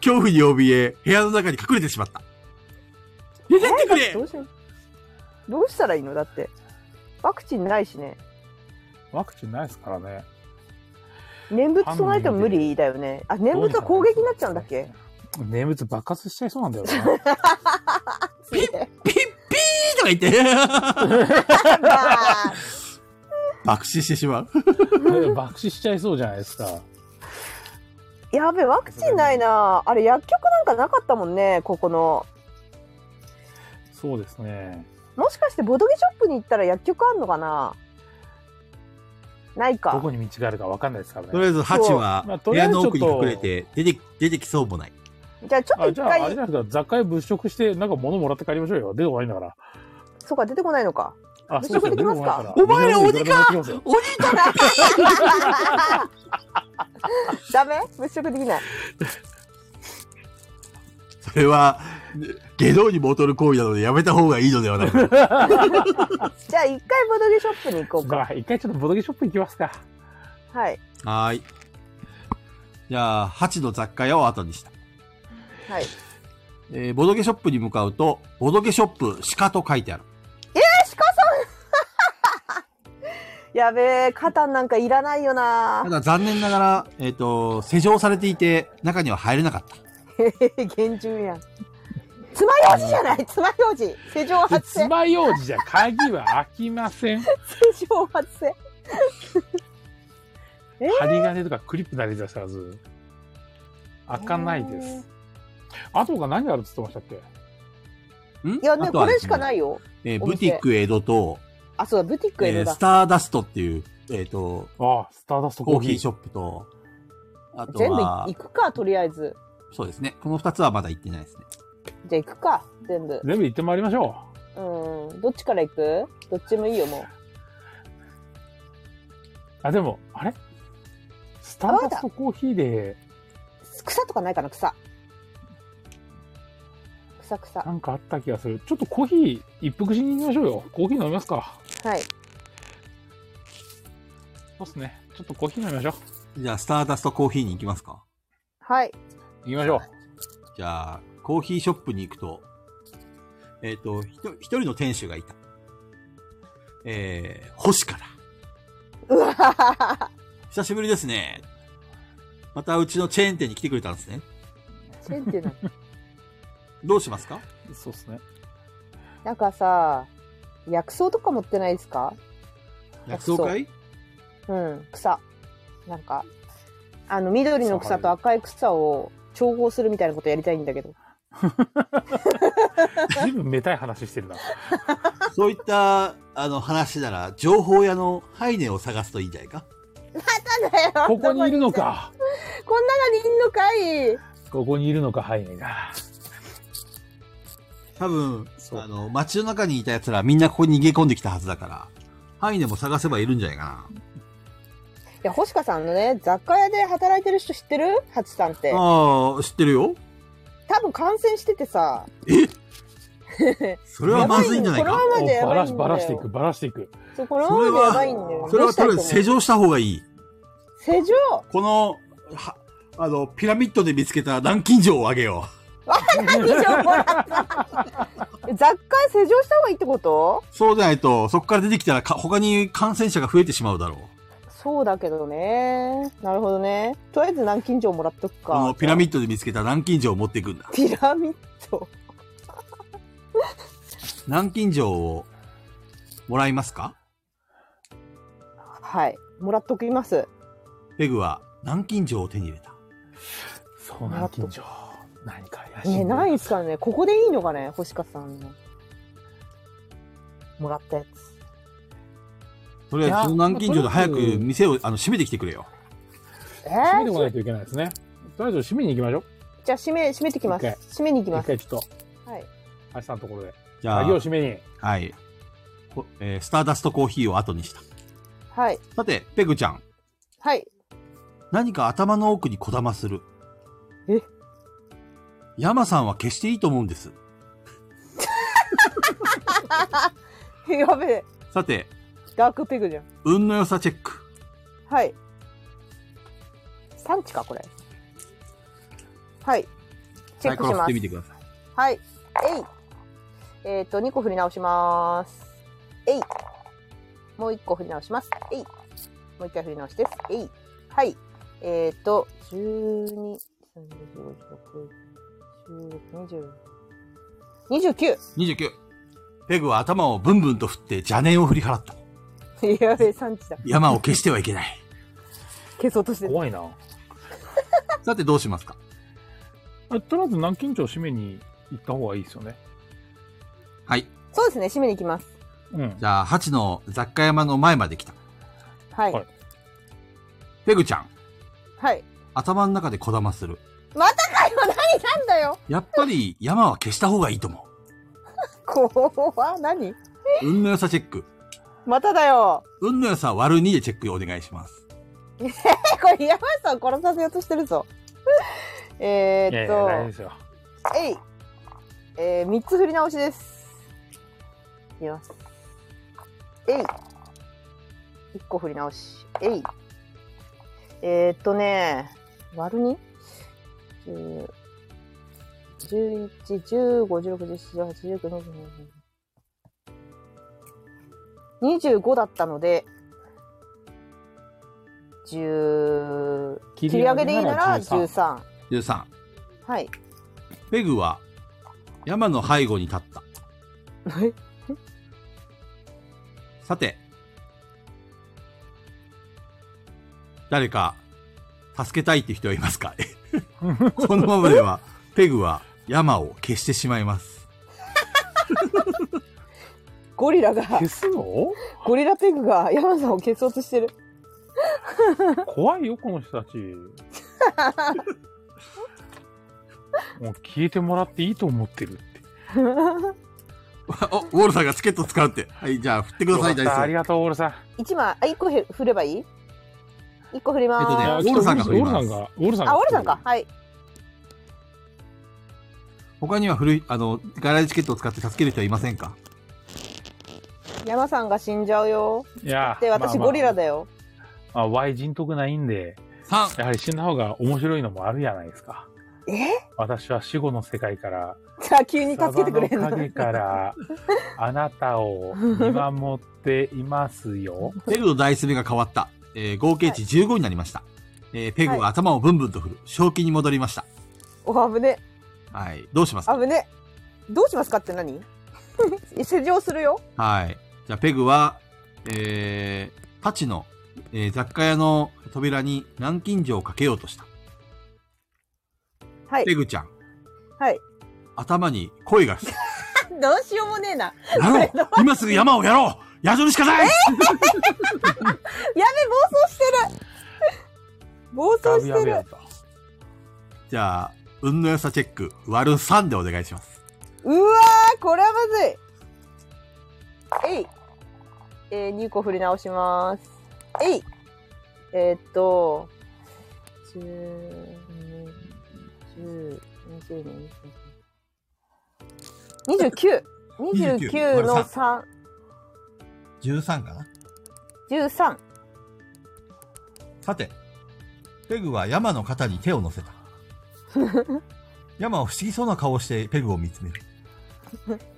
Speaker 2: 恐怖に怯え、部屋の中に隠れてしまった。出てってく
Speaker 4: う。ど
Speaker 2: れ
Speaker 4: うしよう。どうしたらいいのだって。ワクチンないしね。
Speaker 3: ワクチンないですからね。
Speaker 4: 念仏唱えても無理だよね。あ、念仏は攻撃になっちゃうんだっけ
Speaker 3: 念仏爆発しちゃいそうなんだよね。
Speaker 2: ピッピッピーとか言って、
Speaker 4: あ
Speaker 2: 爆死してしまう。
Speaker 3: 爆死しちゃいそうじゃないですか。
Speaker 4: ーやべえ、ワクチンないな。あれ、薬局なんかなかったもんね、ここの。
Speaker 3: そうですね。
Speaker 4: もしかしてボドゲショップに行ったら薬局あんのかなない
Speaker 3: ど
Speaker 4: か。
Speaker 3: こに道があるかわかんないですから
Speaker 2: とり
Speaker 3: ね。
Speaker 2: あえず、ハチは
Speaker 3: まあ、と
Speaker 2: 部
Speaker 3: りあえ
Speaker 2: 屋
Speaker 3: ず
Speaker 2: の奥に隠れて、出て、出てきそうもない。
Speaker 4: じゃあちょっと
Speaker 3: あ
Speaker 4: 一
Speaker 3: じゃあ、あれ
Speaker 4: 回
Speaker 3: じ、ゃないですか、雑貨屋物色して、なんか物もらって帰りましょうよ。出てこないんだから。
Speaker 4: そうか、出てこないのか。
Speaker 3: あ、
Speaker 4: 物色できます
Speaker 3: そうで
Speaker 4: か
Speaker 3: すよ
Speaker 2: お前ら鬼か
Speaker 3: 出てこないら出てこないら
Speaker 2: お兄ちゃんだ
Speaker 4: ダメ物色できない。
Speaker 2: それは、下道にも劣る行為なのでやめた方がいいのではない か。
Speaker 4: じゃあ一回ボドゲショップに行こうか。
Speaker 3: まあ、一回ちょっとボドゲショップ行きますか。
Speaker 4: はい。
Speaker 2: はーい。じゃあ、ハチの雑貨屋を後にした。
Speaker 4: はい。
Speaker 2: えーボドゲショップに向かうと、ボドゲショップ鹿と書いてある。
Speaker 4: やべえ、カタンなんかいらないよ
Speaker 2: た
Speaker 4: な。
Speaker 2: だ残念ながら、えっ、と、施錠されていて、中には入れなかった。
Speaker 4: 厳重やん。爪楊枝じゃない爪楊枝施錠
Speaker 3: で
Speaker 4: 発生
Speaker 3: 爪楊枝じゃ鍵は開きませ ん。
Speaker 4: 施錠発生
Speaker 3: 針金とかクリップなり出さず、開かないです。あとが何があるって言ってましたっ
Speaker 2: ん。
Speaker 4: いやねこれしかないいよ
Speaker 2: えー
Speaker 4: お
Speaker 2: ブ
Speaker 4: 店
Speaker 2: ティック江戸と、
Speaker 4: あそうだブティックエ
Speaker 2: え
Speaker 4: ル
Speaker 2: ー
Speaker 4: だ
Speaker 2: ス、ターダストっていう、えっ、と、
Speaker 3: けああ、スターダスト
Speaker 2: コ
Speaker 3: コ
Speaker 2: ー
Speaker 3: ー
Speaker 2: ヒ
Speaker 3: ヒ
Speaker 2: ー
Speaker 3: ー。
Speaker 2: ショップと、あと
Speaker 4: 全部
Speaker 2: は
Speaker 4: 行、くかとりあえず
Speaker 2: そうですね。この二つはまだ行ってないですね。
Speaker 4: じゃあ行くか全部
Speaker 3: 全部行ってまいりましょ
Speaker 4: うんどっちから行くどっちもいいよも
Speaker 3: う。あ、でも、あれスターダストコーヒーで、
Speaker 4: う草とかないかな草草草
Speaker 3: なんかあった気がする。ちょっとコーヒー一服しに行きましょうよ。コーヒー飲みますか。
Speaker 4: はい
Speaker 3: そうっすね。ちょっとコーヒー飲みましょう。
Speaker 2: じゃあ、スターダストコーヒーに行きますか。
Speaker 4: はい
Speaker 3: 行きましょう。
Speaker 2: じゃあ、コーヒーショップに行くと、えっ、と、ひと一人の店主がいた。えー、星から。
Speaker 4: うわー
Speaker 2: 久しぶりですね。またうちのチェーン店に来てくれたんですね。
Speaker 4: チェーンっていうの
Speaker 2: どうしますか
Speaker 3: そうっすね。
Speaker 4: なんかさ薬草とか持ってないですか
Speaker 2: 薬草会
Speaker 4: うん、草。なんか、あの、緑の草と赤い草を調合するみたいなことやりたいんだけど。
Speaker 3: 随分めたい話してる な。
Speaker 2: そういった、あの、話なら、情報屋のハイネを探すといいんじゃないか
Speaker 4: なんだよ
Speaker 3: ここにいるの。か。
Speaker 4: こんなのにいんのかい
Speaker 3: ここにいるのか、ハイネが。
Speaker 2: 多分、
Speaker 3: そう
Speaker 2: あの、街の中にいた奴らみんなここに逃げ込んできたはずだから、ハイネも探せばいるんじゃないか
Speaker 4: いや、星香さんのね、雑貨屋で働いてる人知ってるハチさんって
Speaker 2: な。。ああ、知ってるよ。
Speaker 4: 多分感染しててさ。
Speaker 2: それはまずいんじゃない
Speaker 4: やば
Speaker 2: か
Speaker 4: いのこれはまず
Speaker 3: ば
Speaker 4: やばいんだ
Speaker 3: ら
Speaker 4: よ
Speaker 3: し、ばらしていく、ばらしていく。
Speaker 4: そう、このままでやばいんだよ。
Speaker 2: それは
Speaker 4: ど
Speaker 2: 多
Speaker 4: う
Speaker 2: 分
Speaker 4: した
Speaker 2: 施
Speaker 4: らいいと
Speaker 2: 錠した方がいい。
Speaker 4: 思う施錠
Speaker 2: この、は、あの、ピラミッドで見つけた南京錠をあげよ
Speaker 4: 何以上もらった雑貨屋施錠した方がいいってこと
Speaker 2: う。そうじゃないと、そこから出てきたらか、他に感染者が増えてしまうだろう。
Speaker 4: そうだけどね。なるほどね。とりあえず南京錠もらっとく
Speaker 2: こ
Speaker 4: か
Speaker 2: の。ピラミッドで見つけた南京錠を持っていくんだ。
Speaker 4: ピラミッド。
Speaker 2: 南京錠をもらいますか
Speaker 4: はい。もらっときます。
Speaker 2: ペグは南京錠を手に入れた。
Speaker 3: そうなん緊張。何か怪しい。
Speaker 4: ね、ないですからね。ここでいいのかね、星川さんの。もらったやつ。
Speaker 2: とりあえず
Speaker 3: いや
Speaker 2: その南京錠で早く
Speaker 3: まあとにかく
Speaker 2: 店をあの閉めてきてくれよ。
Speaker 4: え
Speaker 3: 閉めて
Speaker 4: ー、
Speaker 3: こないといけないですね。とりあえず締めに行きましょう。
Speaker 4: じゃあ閉め、閉めてきます。
Speaker 3: 一回
Speaker 4: 閉めに行きま
Speaker 3: 一
Speaker 4: す。
Speaker 3: 回ちょっと、
Speaker 4: はい。
Speaker 3: 明日のところで。
Speaker 2: じゃあ
Speaker 3: 鍵、を締めに。
Speaker 2: はい、こえースターダストコーヒーを後にした。
Speaker 4: はい。
Speaker 2: さて、ペグちゃん、
Speaker 4: はい。
Speaker 2: 何か頭の奥にこだまする。
Speaker 4: え
Speaker 2: ヤマさんは決していいと思うんです。
Speaker 4: やべえ。
Speaker 2: さて、
Speaker 4: ダークペグじゃん。
Speaker 2: 運の良さチェック。
Speaker 4: はい。産地か、これ。はい。チ
Speaker 2: サ
Speaker 4: ェッ
Speaker 2: イ
Speaker 4: ク
Speaker 2: コ
Speaker 4: し
Speaker 2: ロ振
Speaker 4: ま
Speaker 2: って
Speaker 4: す
Speaker 2: み。てください。
Speaker 4: はい。えい。えっ、と、2個振り直します。えい。もう1個振り直します。えい。もう1回振り直しです。えい。はい。えっ、と、12、35、26、20、
Speaker 2: 29。ペグは頭をブンブンと振って邪念を振り払った。
Speaker 4: 29。やべえ、産地だ。
Speaker 2: 山を消してはいけない。
Speaker 4: 消そうとしてる。
Speaker 3: 怖いな。
Speaker 2: さてどうしますか
Speaker 3: あとりあえず南京町締めに行った方がいいですよね。
Speaker 2: はい。
Speaker 4: そうですね、締めに行きます。
Speaker 3: うん。
Speaker 2: じゃあ、八の雑貨山の前まで来た。
Speaker 4: はい。
Speaker 3: はい
Speaker 2: ペグちゃん、
Speaker 4: はい。
Speaker 2: 頭の中でこだまする。
Speaker 4: またかよ何なんだよ
Speaker 2: やっぱり山は消した方がいいと思
Speaker 4: 怖何
Speaker 2: う。運の良さチェック。
Speaker 4: まただよ
Speaker 2: 運の良さ割る2でチェックお願いします。
Speaker 4: えこれ山さん殺させようとしてるぞ。え
Speaker 3: いや
Speaker 4: ーっ
Speaker 3: いや、
Speaker 4: と。
Speaker 3: 大丈夫ですよ。
Speaker 4: えい、えー、3つ振り直しです。いきます。えい、1個振り直し。えい。えー、っとね、割る 2? 10 11、15、16、17、18、19、20、25。25だったので、10、切り上げでいいなら
Speaker 3: 13
Speaker 4: 13。
Speaker 2: 13。
Speaker 4: はい。
Speaker 2: ペグは山の背後に立った。さて、誰か助けたいって人はいますか このままではペグは山を消してしまいます。
Speaker 4: ゴリラが。
Speaker 3: 消すの
Speaker 4: ゴリラペグが山さんを消そうとしてる。
Speaker 3: 怖いよ、この 人たち。もう消えてもらっていいと思ってるって。
Speaker 2: お、ウォルさんがチケット使うって。はい、じゃあ振ってください、
Speaker 3: よかったあり
Speaker 2: 大
Speaker 3: がとう、オールさん。
Speaker 4: 一枚、あ、一個へ振ればいい一個振りま
Speaker 2: えっとね
Speaker 4: ー
Speaker 2: オ
Speaker 4: す。
Speaker 2: ールさんが振ります
Speaker 3: オールさんが、オールさんが。
Speaker 4: あ、オルさんか。。はい。
Speaker 2: 他には古い、あの、ガラチケットを使って助ける人はいませんか
Speaker 4: 山さんが死んじゃうよ。
Speaker 3: いや、
Speaker 4: で、私ゴリラだよ。
Speaker 3: まあ、Y 人徳ないんで、
Speaker 2: ?3、
Speaker 3: やはり死んだ方が面白いのもあるじゃないですか。
Speaker 4: え
Speaker 3: 私は死後の世界から、
Speaker 4: じゃあ 急に助けてくれる
Speaker 3: 砂場の
Speaker 4: の
Speaker 3: 影から、 あなたを見守っていますよ。
Speaker 2: ペグのダイス目が変わった。えー合計値15になりました。えーペグは頭をブンブンと振る。正気に戻りました。
Speaker 4: お、危ね。
Speaker 2: はい。どうしますか
Speaker 4: 危ね。どうしますかって何 施錠するよ。
Speaker 2: はい。じゃあ、ペグは、えー、ハチの、えー雑貨屋の扉に南京錠をかけようとした。
Speaker 4: はい
Speaker 2: ペ。グちゃん、
Speaker 4: はい。
Speaker 2: 頭に声がする。
Speaker 4: どうしようもねえな。
Speaker 2: や ろう今すぐ山をやろうやるしかない、
Speaker 4: やべ、暴走してる。暴
Speaker 3: だ
Speaker 4: 走
Speaker 3: ぶ
Speaker 4: し
Speaker 3: や
Speaker 4: て
Speaker 3: べや
Speaker 4: る。
Speaker 3: と。
Speaker 2: じゃあ、運の良さチェック、割る3でお願いします。
Speaker 4: うわー、これはまずい。えい。えー、2個振り直します。えい。えー、っと、10、20、20、29。29の3、
Speaker 2: 13かな
Speaker 4: 13。
Speaker 2: さて、ペグは山の肩に手を乗 せた。山は不思議そうな顔をしてペグを見つめる。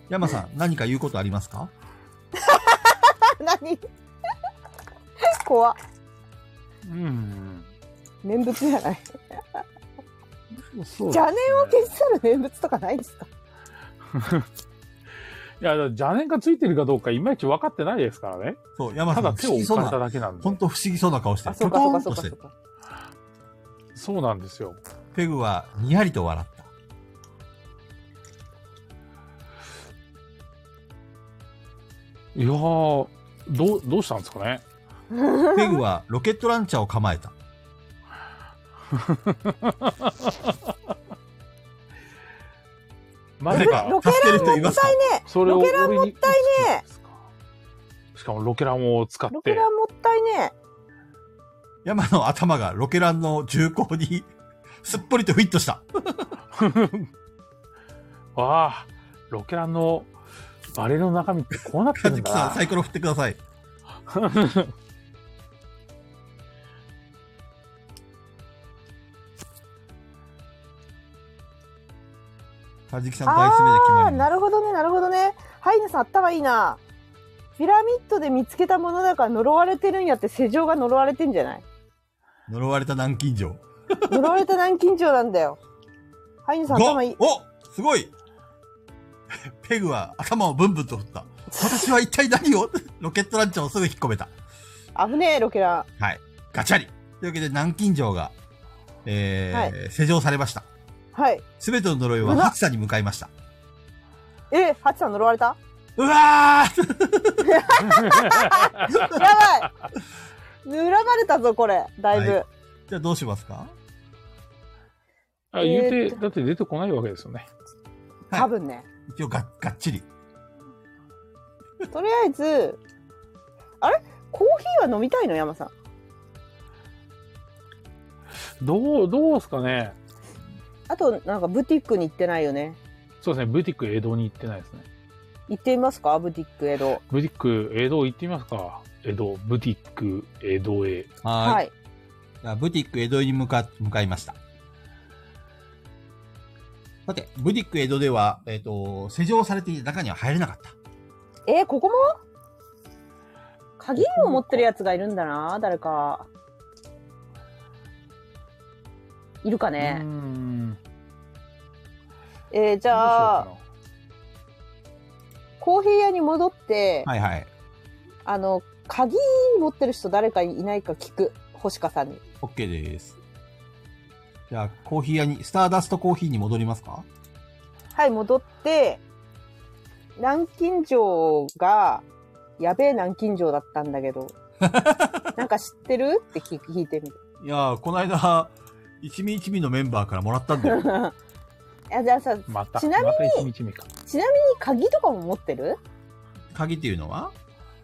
Speaker 2: 山さん、何か言うことありますか
Speaker 4: あ、なに 怖っ
Speaker 3: うん。
Speaker 4: 念仏じゃない。
Speaker 3: そう
Speaker 4: 邪念を消し去る念仏とかないですか
Speaker 3: いや、邪念がついてるかどうかいまいち分かってないですからね。
Speaker 2: そう、山
Speaker 3: た
Speaker 2: さ
Speaker 3: だ
Speaker 2: ん、
Speaker 3: 手
Speaker 2: 不
Speaker 3: を
Speaker 2: 思議
Speaker 3: 置
Speaker 2: そう
Speaker 3: かれた
Speaker 2: な、
Speaker 3: だけなんで。
Speaker 2: 本当不思議そうな顔して
Speaker 4: あ、
Speaker 2: る。
Speaker 4: そうか、
Speaker 2: ポ
Speaker 4: そ
Speaker 2: コ
Speaker 4: うか、
Speaker 2: ン
Speaker 4: そう
Speaker 2: として
Speaker 4: か、そう
Speaker 2: る。
Speaker 4: か。
Speaker 3: そうなんですよ。
Speaker 2: ペグはにやりと笑った。
Speaker 3: いやー、どう、どうしたんですかね。
Speaker 2: ペグはロケットランチャーを構えた。
Speaker 3: まさ
Speaker 2: 誰
Speaker 3: か
Speaker 2: か
Speaker 4: ロケ
Speaker 2: 助ける
Speaker 4: ラ
Speaker 2: 人
Speaker 4: ン
Speaker 2: い
Speaker 4: も
Speaker 2: ま
Speaker 4: っ
Speaker 2: すか
Speaker 4: たいね
Speaker 3: それを
Speaker 4: ロケラン
Speaker 3: 俺に
Speaker 4: もったいね
Speaker 3: しかもロケランを使っ
Speaker 4: ロケ
Speaker 3: て。
Speaker 4: ランもったいね
Speaker 2: 山の頭がロケランの重厚にすっぽりとフィットした。
Speaker 3: ああ、ロケランのバレルの中身ってこうなって
Speaker 2: カ
Speaker 3: る
Speaker 2: ズ
Speaker 3: ん
Speaker 2: キさん、
Speaker 3: だ
Speaker 2: サイコロ振ってください。
Speaker 3: な。
Speaker 2: カジキさんとアイス目で決
Speaker 4: あ
Speaker 2: ま
Speaker 4: あ
Speaker 2: り
Speaker 4: な
Speaker 2: ま
Speaker 4: るほどねなるほどねハイネさん頭いいなピラミッドで見つけたものだから呪われてるんやって世情が呪われてんじゃない
Speaker 2: す。呪われた南京錠。
Speaker 4: 呪われた南京錠なん だよハイネさん頭いい
Speaker 2: ごおすごいペグは頭をブンブンと振った。私は一体何を ロケットランチャーをすぐ引っ込めた。
Speaker 4: あぶねえロケラン
Speaker 2: はい。ガチャリというわけで南京錠が、えー施錠されました。
Speaker 4: はい
Speaker 2: すべての呪いうは
Speaker 4: わ
Speaker 2: ハチさんに向かいました。
Speaker 4: えハチさん呪われた
Speaker 2: うわー
Speaker 4: やばい恨まれたぞこれだいぶ、
Speaker 2: はいじゃあどうしますか
Speaker 3: あ言うて、
Speaker 4: えーっ
Speaker 3: だって出てこないわけですよね。
Speaker 2: はい
Speaker 4: 多分ね
Speaker 2: 一応ががっちり。
Speaker 4: とりあえずあれコーヒーは飲みたいの山さん
Speaker 3: どう、どうですかね。
Speaker 4: あとなんかブティックに行ってないよね
Speaker 3: そうですね、ブティック江戸に行ってないですね。
Speaker 4: 行ってみますかブティック江戸
Speaker 3: ブティック江戸行ってみますか。江戸、ブティック江戸へ。
Speaker 2: は。
Speaker 4: はいい
Speaker 2: じゃあブティック江戸に向か、向かいました。さて、ブティック江戸では、えっ、と、施錠されていて中には入れなかった。
Speaker 4: えーここも鍵を持ってるやつがいるんだな誰かいるか
Speaker 3: うー
Speaker 4: ね、
Speaker 3: ん。
Speaker 4: えーじゃあ
Speaker 3: どうしよ
Speaker 4: コーヒー屋に戻って、
Speaker 2: はいはい。
Speaker 4: あの鍵持ってる人誰かいないか聞く星香さんに
Speaker 2: OK です。じゃあ、コーヒー屋に、スターダストコーヒーに戻りますか
Speaker 4: はい戻って南京錠がやべえ南京錠だったん だけどなんか知ってるって聞聞いてみる
Speaker 2: いやー、この間、一味一味のメンバーからもらったんだよ。
Speaker 4: あじゃあさ
Speaker 3: うかなまた、
Speaker 4: ちなみに
Speaker 3: また一日目か。
Speaker 4: 鍵とかも持ってる
Speaker 2: 鍵っていうのは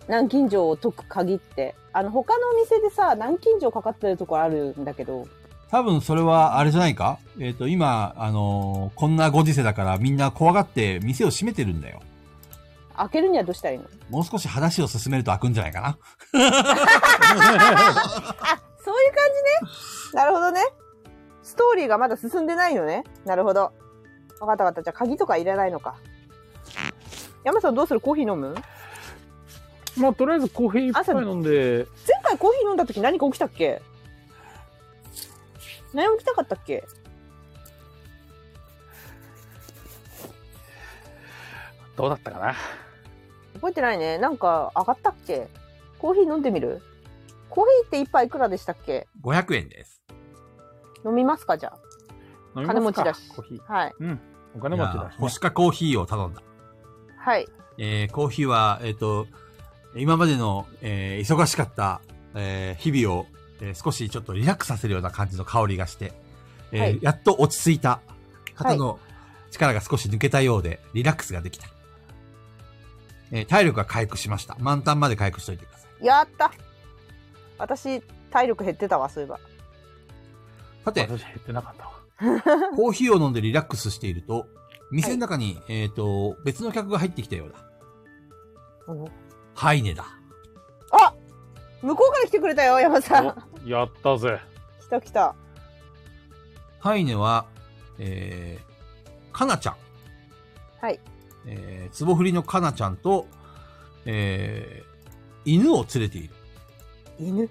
Speaker 4: 南京錠を解く鍵ってあの他のお店でさ南京錠かかってるとこあるんだけど
Speaker 2: 多分それは、あれじゃないかえっ、と、今、あのーこんなご時世だからみんな怖がって店を閉めてるんだよ。
Speaker 4: 開けるにはどうしたらいいの
Speaker 2: もう少し話を進めると開くんじゃないかな。
Speaker 4: あそういう感じね なるほどねストーリーがまだ進んでないのねなるほどわかったわかったじゃあ鍵とかいらないのか山さんどうするコーヒー飲む
Speaker 3: まあ、とりあえずコーヒー一杯飲んで、
Speaker 4: 前回コーヒー飲んだ時何か起きたっけ何も起きなかったっけ
Speaker 3: どうだったかな。
Speaker 4: 覚えてないねなんか上がったっけコーヒー飲んでみるコーヒーって一杯いくらでしたっけ
Speaker 2: 500円です。
Speaker 4: 飲みますかじゃ
Speaker 3: 飲みますか
Speaker 4: 金持ちだし
Speaker 3: コーヒー。
Speaker 4: あはい
Speaker 3: うん。お金持ち
Speaker 2: じゃ
Speaker 3: だ
Speaker 2: あ
Speaker 3: し、ね
Speaker 2: 星。かコーヒーを頼んだ。
Speaker 4: はい
Speaker 2: えーコーヒーは、えっ、と、今までの、えー忙しかった、えー日々を、えー少しちょっとリラックスさせるような感じの香りがして、えー
Speaker 4: はい
Speaker 2: やっと落ち着いた肩の力が少し抜けたようで、リラックスができた。えー体力が回復しました。満タンまで回復しといてください。
Speaker 4: やった私体力減ってたわそういえば
Speaker 2: さて、
Speaker 3: 私減ってなかったわ。
Speaker 2: コーヒーを飲んでリラックスしていると、店の中に、えっ、と、別の客が入ってきたようだ。ハイネだ。
Speaker 4: あ向こうから来てくれたよ山さん
Speaker 3: おやったぜ。
Speaker 4: 来た来た
Speaker 2: ハイネは、えー、かなちゃん。
Speaker 4: はい
Speaker 2: えー、つぼふりのかなちゃんと、えー、犬を連れている。
Speaker 4: 犬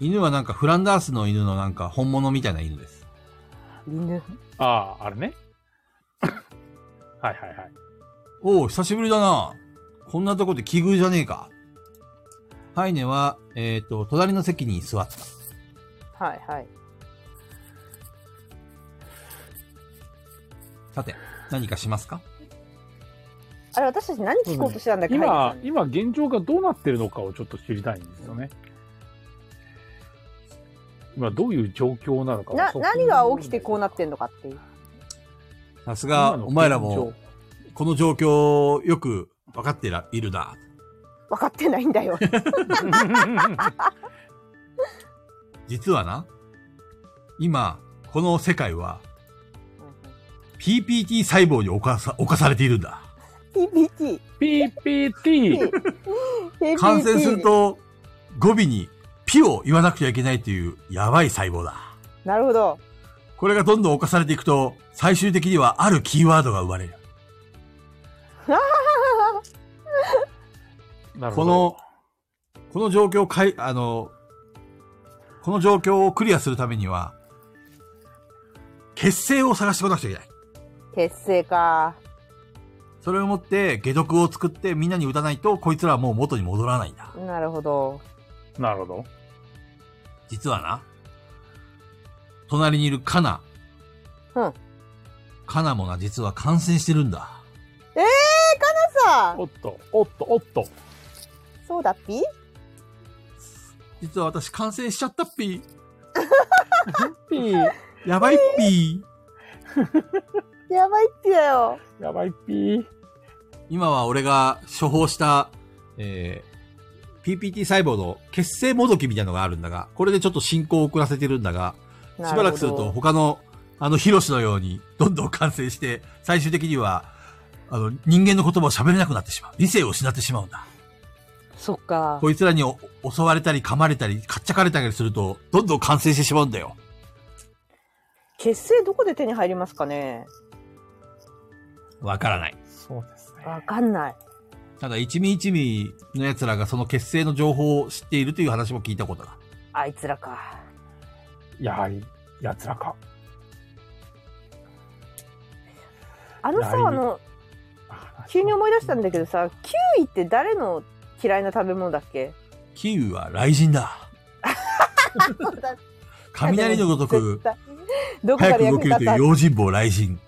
Speaker 2: 犬はなんかフランダースの犬のなんか本物みたいな犬です。
Speaker 4: 犬
Speaker 3: ああ、あれね。はいはいはい。
Speaker 2: おう、久しぶりだな。こんなとこで奇遇じゃねえか。ハイネは、えっ、と、隣の席に座った。
Speaker 4: はいはい。
Speaker 2: さて、何かしますか
Speaker 4: あれ、私たち何聞こうとしてたんだっけ、
Speaker 3: 今
Speaker 4: ハ、イネ
Speaker 3: 今現状がどうなってるのかをちょっと知りたいんですよね。今どういう状況なのか
Speaker 4: さんな何が起きてこうなってんのかっていう。
Speaker 2: さす
Speaker 3: るか
Speaker 2: が、お前 らも、。この状況をよく分かってらいるな。
Speaker 4: 分かってないん だよ。
Speaker 2: 実はな、今、この世界は PPT 細胞に侵さ侵されているんだ。
Speaker 4: PPT。
Speaker 3: PPT!
Speaker 4: PPT
Speaker 2: 感染する。と語尾にピを言わなくちゃいけないというやばい細胞だ。
Speaker 4: なるほど。
Speaker 2: これがどんどん侵されていくと、最終的にはあるキーワードが生まれる。
Speaker 3: なる
Speaker 2: こ
Speaker 3: ほど。
Speaker 2: の、この状況をかい、あの、この状況をクリアするためには、結成を探してこなくちゃいけない。
Speaker 4: 結成か。
Speaker 2: それをもって解毒を作ってみんなに打たないと、こいつらはもう元に戻らないんだ。
Speaker 4: なるほど。
Speaker 3: なるほど。
Speaker 2: 実はな、隣にいるカナ。
Speaker 4: うん
Speaker 2: カナもな、実は感染してるんだ。
Speaker 4: さあ、
Speaker 3: おっと、おっと、おっと。
Speaker 4: そうだっぴ
Speaker 2: 実は私感染しちゃったっぴー。
Speaker 3: ピ ー。
Speaker 2: やばいっぴー。
Speaker 4: やばいっぴだよ。
Speaker 3: やばいピー。
Speaker 2: 今は俺が処方した、えー、PPT 細胞の血清もどきみたいなのがあるんだが、これでちょっと進行を遅らせてるんだが、しばらくすると他の、あの、ヒロシのように、どんどん感染して、最終的には、あの、人間の言葉を喋れなくなってしまう。理性を失ってしまうんだ。
Speaker 4: そっか。
Speaker 2: こいつらにお襲われたり噛まれたり、かっちゃかれたりすると、どんどん感染してしまうんだよ。
Speaker 4: 結成どこで手に入りますかね
Speaker 2: わからない。
Speaker 3: そうですね。
Speaker 4: わかんない。
Speaker 2: ただ、一味一味の奴らがその血清の情報を知っているという話も聞いたことだ。
Speaker 4: あいつらか。
Speaker 3: やはり、奴らか。
Speaker 4: あの
Speaker 3: いや
Speaker 4: さ、あの、
Speaker 3: あ
Speaker 4: 急に思い出したんだけどさ、キウイって誰の嫌いな食べ物だっけ
Speaker 2: キウイは雷神だ。雷のごとく
Speaker 4: 絶、対どこか
Speaker 2: 早
Speaker 4: で
Speaker 2: く
Speaker 4: 役
Speaker 2: 動
Speaker 4: に
Speaker 2: ける
Speaker 4: 立っ
Speaker 2: と
Speaker 4: た
Speaker 2: いう。用心棒雷 神。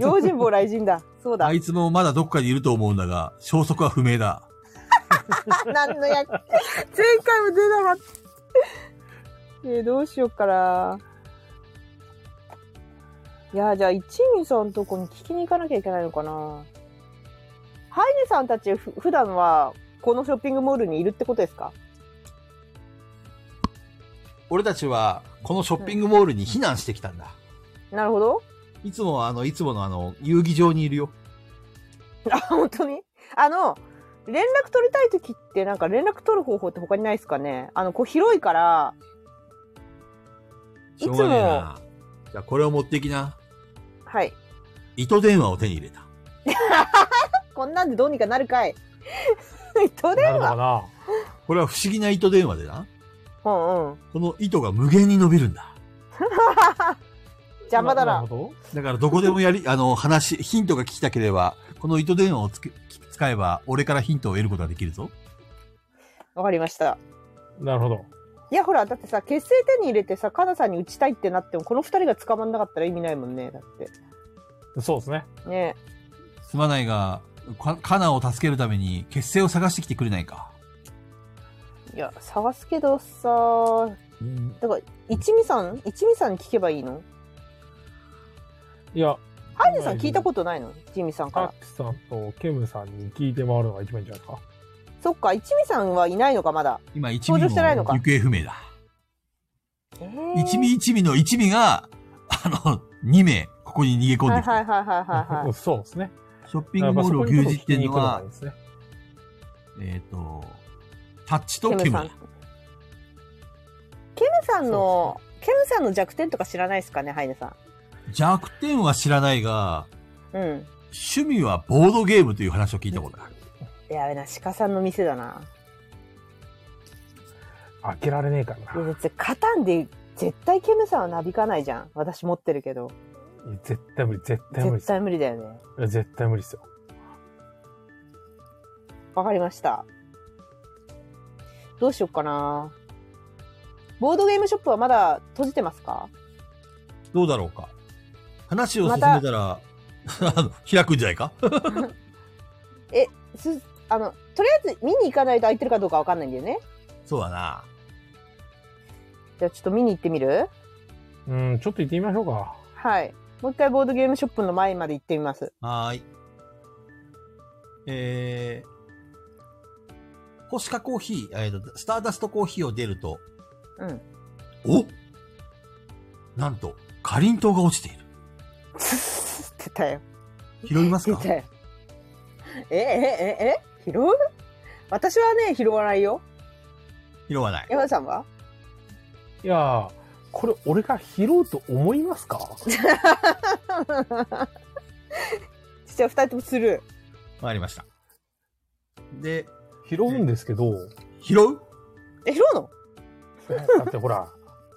Speaker 4: 用心棒雷神だ。そうだ
Speaker 2: あ。いつもまだどっかにいると思うんだが、消息は不明だ。
Speaker 4: 何の 役前回も出なかった。えーどうしようかな。いやー、じゃあ、一味さんとこに聞きに行かなきゃいけないのかな。ハイネさんたちふ、普段は、このショッピングモールにいるってことですか
Speaker 2: 俺たちは、このショッピングモールに避難してきたんだ。
Speaker 4: なるほど。
Speaker 2: いつもはあの、いつものあの、遊戯場にいるよ。
Speaker 4: あ、本当にあの、連絡取りたいときって、なんか連絡取る方法って他にないですかねあの、こう広いから、いつ
Speaker 2: しょ
Speaker 4: も
Speaker 2: うがねえな。じゃあこれを持っていきな。
Speaker 4: はい。
Speaker 2: 糸電話を手に入れた。
Speaker 4: こんなんでどうにかなるかい。 糸電
Speaker 3: なるの
Speaker 4: 話
Speaker 3: かな
Speaker 2: これは不思議な糸電話でな。
Speaker 4: うんうん。
Speaker 2: この糸が無限に伸びるんだ。
Speaker 4: 邪魔だな。
Speaker 3: るほ
Speaker 2: だからどこでもやり、あの、話、ヒントが聞きたければ、この糸電話をつけ使えば、俺からヒントを得ることができるぞ。
Speaker 4: わかりました。
Speaker 3: ど。なるほど。
Speaker 4: いやほらだってさ結成手に入れてさカナさんに打ちたいってなってもこの二人が捕まんなかったら意味ないもんねだって
Speaker 3: そうですね。
Speaker 4: ね
Speaker 2: すまないが、かカナを助けるために、結成を探してきてくれないか。
Speaker 4: いや探すけどさだから一味さん一味さんに聞けばいいの
Speaker 3: いや、
Speaker 4: ハイネさん聞いたことないの一味さんか
Speaker 3: タッ
Speaker 4: ら
Speaker 3: クさんとケムさんに聞いて回るのが一番いいんじゃないですか。
Speaker 4: そっか一味さんはいないのかまだ
Speaker 2: 今、一味
Speaker 4: 登
Speaker 2: も
Speaker 4: 場してないの
Speaker 2: 行
Speaker 4: か
Speaker 2: 方不明だ。
Speaker 4: え
Speaker 2: 一味一味の一味が、あの、2名、ここに逃げ込ん
Speaker 4: は
Speaker 2: で
Speaker 4: い
Speaker 2: きた。
Speaker 4: はいはいはいはい はい
Speaker 3: そうですね。
Speaker 2: ショッピングモールを牛耳ってんの
Speaker 3: やっぱそこ
Speaker 2: は
Speaker 3: に、ことを聞きに行くのがいいですね
Speaker 2: えっ、と、タッチと
Speaker 4: ケム
Speaker 2: ケム
Speaker 4: さ
Speaker 2: だ
Speaker 4: ん。ケムさんのケムさんの弱点とか知らないですかねハイネさ
Speaker 2: 弱点は知らないが、
Speaker 4: んうん
Speaker 2: 趣味はボードゲームという話を聞いたことがある。
Speaker 4: やべな鹿さんの店だな
Speaker 3: 開けられねえから
Speaker 4: いや
Speaker 3: な。
Speaker 4: 絶対カタンで絶対ケムさんはなびかないじゃん私持ってるけど
Speaker 3: 絶対無理、絶対無理っ
Speaker 4: 絶
Speaker 3: すよ
Speaker 4: 対無理だよね
Speaker 3: いや絶対無理ですよ。
Speaker 4: わかりました。どうしよっかな。ボードゲームショップはまだ閉じてますか
Speaker 2: どうだろうか。話を進めたら、 あの開くんじゃないか
Speaker 4: すあの、とりあえず見に行かないと空いてるかどうかわかんないんだよね。
Speaker 2: そうだな。
Speaker 4: じゃあちょっと見に行ってみる
Speaker 3: うん、ちょっと行ってみましょうか。
Speaker 4: はい。もう一回ボードゲームショップの前まで行って みます。
Speaker 2: はーい。えー、コシカコーヒー、えーと、スターダストコーヒーを出ると、
Speaker 4: うん。
Speaker 2: おなんと、かりんとうが落ちている。
Speaker 4: 出たよ。
Speaker 2: 拾います
Speaker 4: 出
Speaker 2: か
Speaker 4: たよ。え、え、え、え拾う私はね、拾わないよ。
Speaker 2: 拾わない。
Speaker 4: 山田さんはい
Speaker 3: やー、これ俺が拾うと思い ますか
Speaker 4: じゃあ二人ともする。
Speaker 2: わかりました。で、
Speaker 3: 拾うんですけど、
Speaker 2: 拾う
Speaker 4: え、拾うの
Speaker 3: だってほら、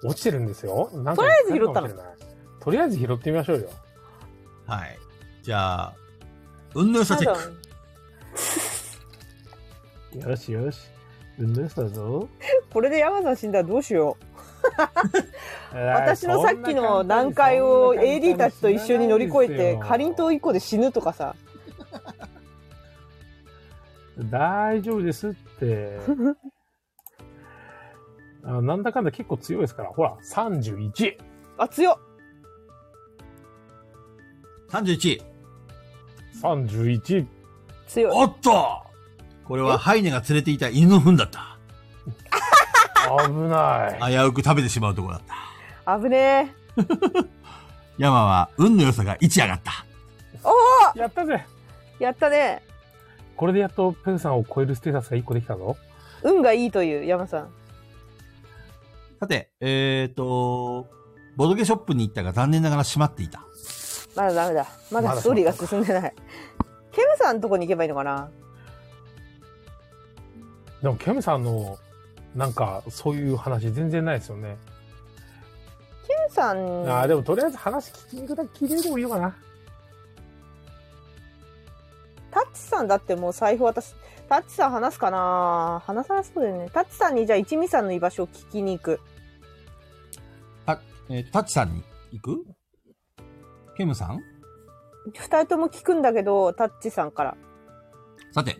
Speaker 3: 落ちてるんですよ。なんか
Speaker 4: とりあえず拾ったの
Speaker 3: やるかもしれないとりあえず拾ってみましょうよ。
Speaker 2: はい。じゃあ、運の良さチェック。
Speaker 3: よしよし。うんどうしたぞ。
Speaker 4: これで山田さん死んだらどうしよう。私
Speaker 3: 私
Speaker 4: のさっきの難解を AD たちと一緒に乗り越えて、かりんとう1個で死ぬとかさ。
Speaker 3: 大丈夫です って。あなんだかんだ結構強いですから、ほら、31。
Speaker 4: あ、強っ
Speaker 2: 31。
Speaker 3: 31。
Speaker 4: 強い。
Speaker 2: おっとこれはハイネが連れていた犬の糞だった。
Speaker 3: 危ない。
Speaker 2: 危うく食べてしまうところだった。
Speaker 4: 危ねえ。
Speaker 2: 山は運の良さが1上がった。
Speaker 3: やったぜ。
Speaker 4: やったね。
Speaker 3: これでやっとペグさんを超えるステータスが1個できたぞ。
Speaker 4: 運がいいという山田さん。
Speaker 2: さて、えーと、ボドゲショップに行ったが残念ながら閉まっていた。
Speaker 4: まだダメだ。まだストーリーが進んでない。ケムさんのとこに行けばいいのかな
Speaker 3: でも、ケムさんの、なんか、そういう話全然ないですよね。
Speaker 4: ケムさん、
Speaker 3: ああ、でもとりあえず話聞きに行くだけ聞いてみてもいいのかな。
Speaker 4: タッチさんだってもう財布渡す。タッチさん話すかな話さなそうだよね。タッチさんにじゃあ一味さんの居場所を聞きに行く。
Speaker 2: た、えー、タッチさんに行くケムさん
Speaker 4: 二人とも聞くんだけど、タッチさんから。
Speaker 2: さて、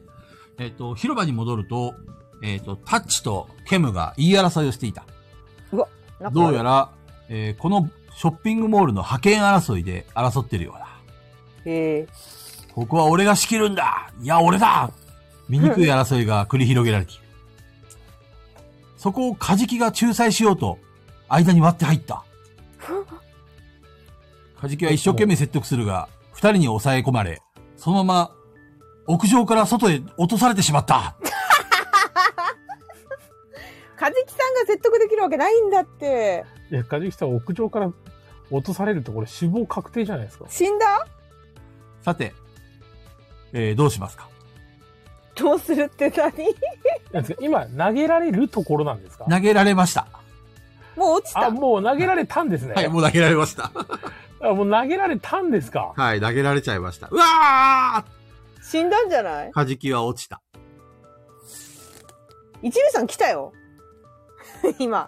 Speaker 2: えっ、と、広場に戻ると、えっ、と、タッチとケムが言い争いをしていた。
Speaker 4: なんか
Speaker 2: どうやら、えーこのショッピングモールの派遣争いで争ってるようだ。
Speaker 4: へえ。
Speaker 2: ここは俺が仕切るんだいや、俺だ醜い争いが繰り広げられている。そこをカジキが仲裁しようと、間に割って入った。カジキは一生懸命説得するが、二人に抑え込まれ、そのまま、屋上から外へ落とされてしまった。
Speaker 4: カジキさんが説得できるわけないんだって。
Speaker 3: いや、カジキさん屋上から落とされるとこれ死亡確定じゃないですか。
Speaker 4: 死んだ
Speaker 2: さて、えーどうしますか
Speaker 4: どうするって何
Speaker 3: なんですか今、投げられるところなんですか
Speaker 2: 投げられました。
Speaker 4: もう落ち
Speaker 3: あ、
Speaker 4: た。
Speaker 3: もう投げられたんですね。
Speaker 2: はい、もう投げられました。
Speaker 3: あもう投げられたんですか
Speaker 2: はい、投げられちゃいました。うわ
Speaker 4: 死んだんじゃない
Speaker 2: ーカジキは落ちた。
Speaker 4: 一味さん来たよ。 今。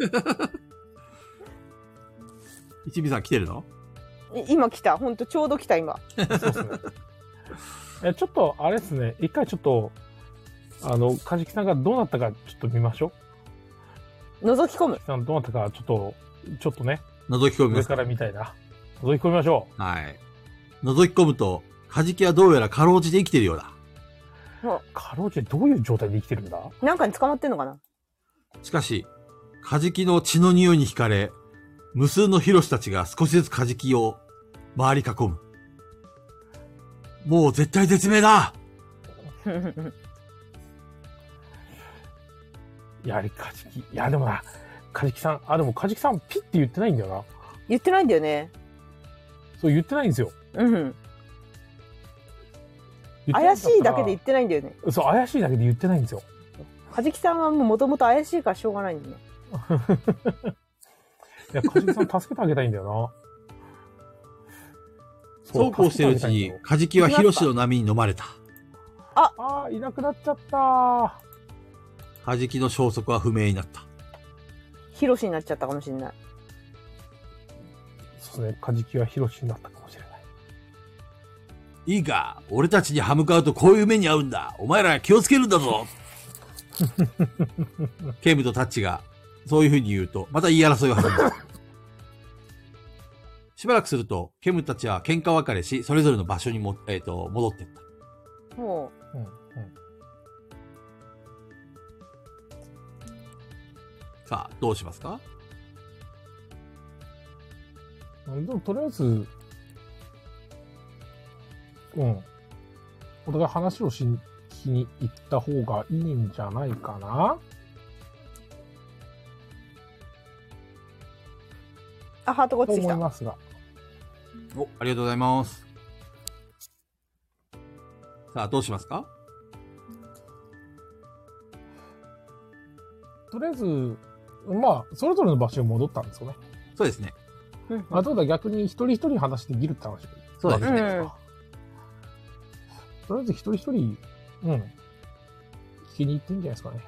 Speaker 2: 一味さん来てるの
Speaker 4: い今来た。ほんと、ちょうど来た、今。
Speaker 3: そうですね。えちょっと、あれですね。一回ちょっと、あの、カジキさんがどうなったかちょっと見ましょう。
Speaker 4: 覗き込む
Speaker 3: カジ。キさんどうなったかちょっと、ちょっとね、
Speaker 2: 覗き込みま
Speaker 3: 上
Speaker 2: す
Speaker 3: か
Speaker 2: から
Speaker 3: 見たいな。覗き込みましょ
Speaker 2: はい。覗き込むと、カジキはどうやらかろうじて生きてるようだ。
Speaker 3: う。かろうじてどういう状態で生きてるんだ
Speaker 4: なんかに捕まってんのかな
Speaker 2: しかし、カジキの血の匂いに惹かれ、無数のヒロシたちが少しずつカジキを周り囲む。もう絶対絶命だ
Speaker 3: やはりカジキ。いや、でもな、カジキさん、あ、でもカジキさんピッて言ってないんだよな。
Speaker 4: 言ってないんだよね。
Speaker 3: そう言ってないんですよ。
Speaker 4: うん。
Speaker 3: 言ってな
Speaker 4: 怪しいだけで言
Speaker 3: 言
Speaker 4: ってないんだよね。
Speaker 3: そう、怪しいだけで言ってないんですよ。
Speaker 4: はじきさんはもともと怪しいからしょうがないんだよね。
Speaker 3: いや、カジキさん助けてあげたいんだよな。
Speaker 2: そうこうしてるうちに、カジキはヒロシの波に飲まれた。
Speaker 4: あ
Speaker 3: あーいなくなっちゃった。
Speaker 2: カジキの消息は不明になった。
Speaker 4: ヒロシになっちゃったかもしれない。
Speaker 3: そうですね、カジキはヒロシになったかもしれない。
Speaker 2: いいか、俺たちに歯向かうとこういう目に遭うんだ。お前ら気をつけるんだぞ。ケムとタッチが、そういう風に言うと、また言い争いを始める。しばらくすると、ケムたちは喧嘩別れし、それぞれの場所にも、えっ、と、戻ってった。
Speaker 4: も
Speaker 3: うん
Speaker 2: さあ、どうしますか
Speaker 3: うん。でもとりあえず、うん。お互い話をしに聞きに行った方がいいんじゃないかな
Speaker 4: う、あ、ハートこっ
Speaker 3: と
Speaker 4: ち来
Speaker 3: 思い
Speaker 4: た。
Speaker 3: ますが。
Speaker 2: お、ありがとうございます。さあ、どうしますか
Speaker 3: とりあえず、まあ、それぞれの場所に戻ったんですよね。
Speaker 2: そうですね。
Speaker 4: うん
Speaker 3: まあ、ただ逆に一人一人話できるって話で
Speaker 2: そうですね。
Speaker 4: うん
Speaker 3: とりあえず一人一人、うん。聞きに行っていいんじゃないですかね。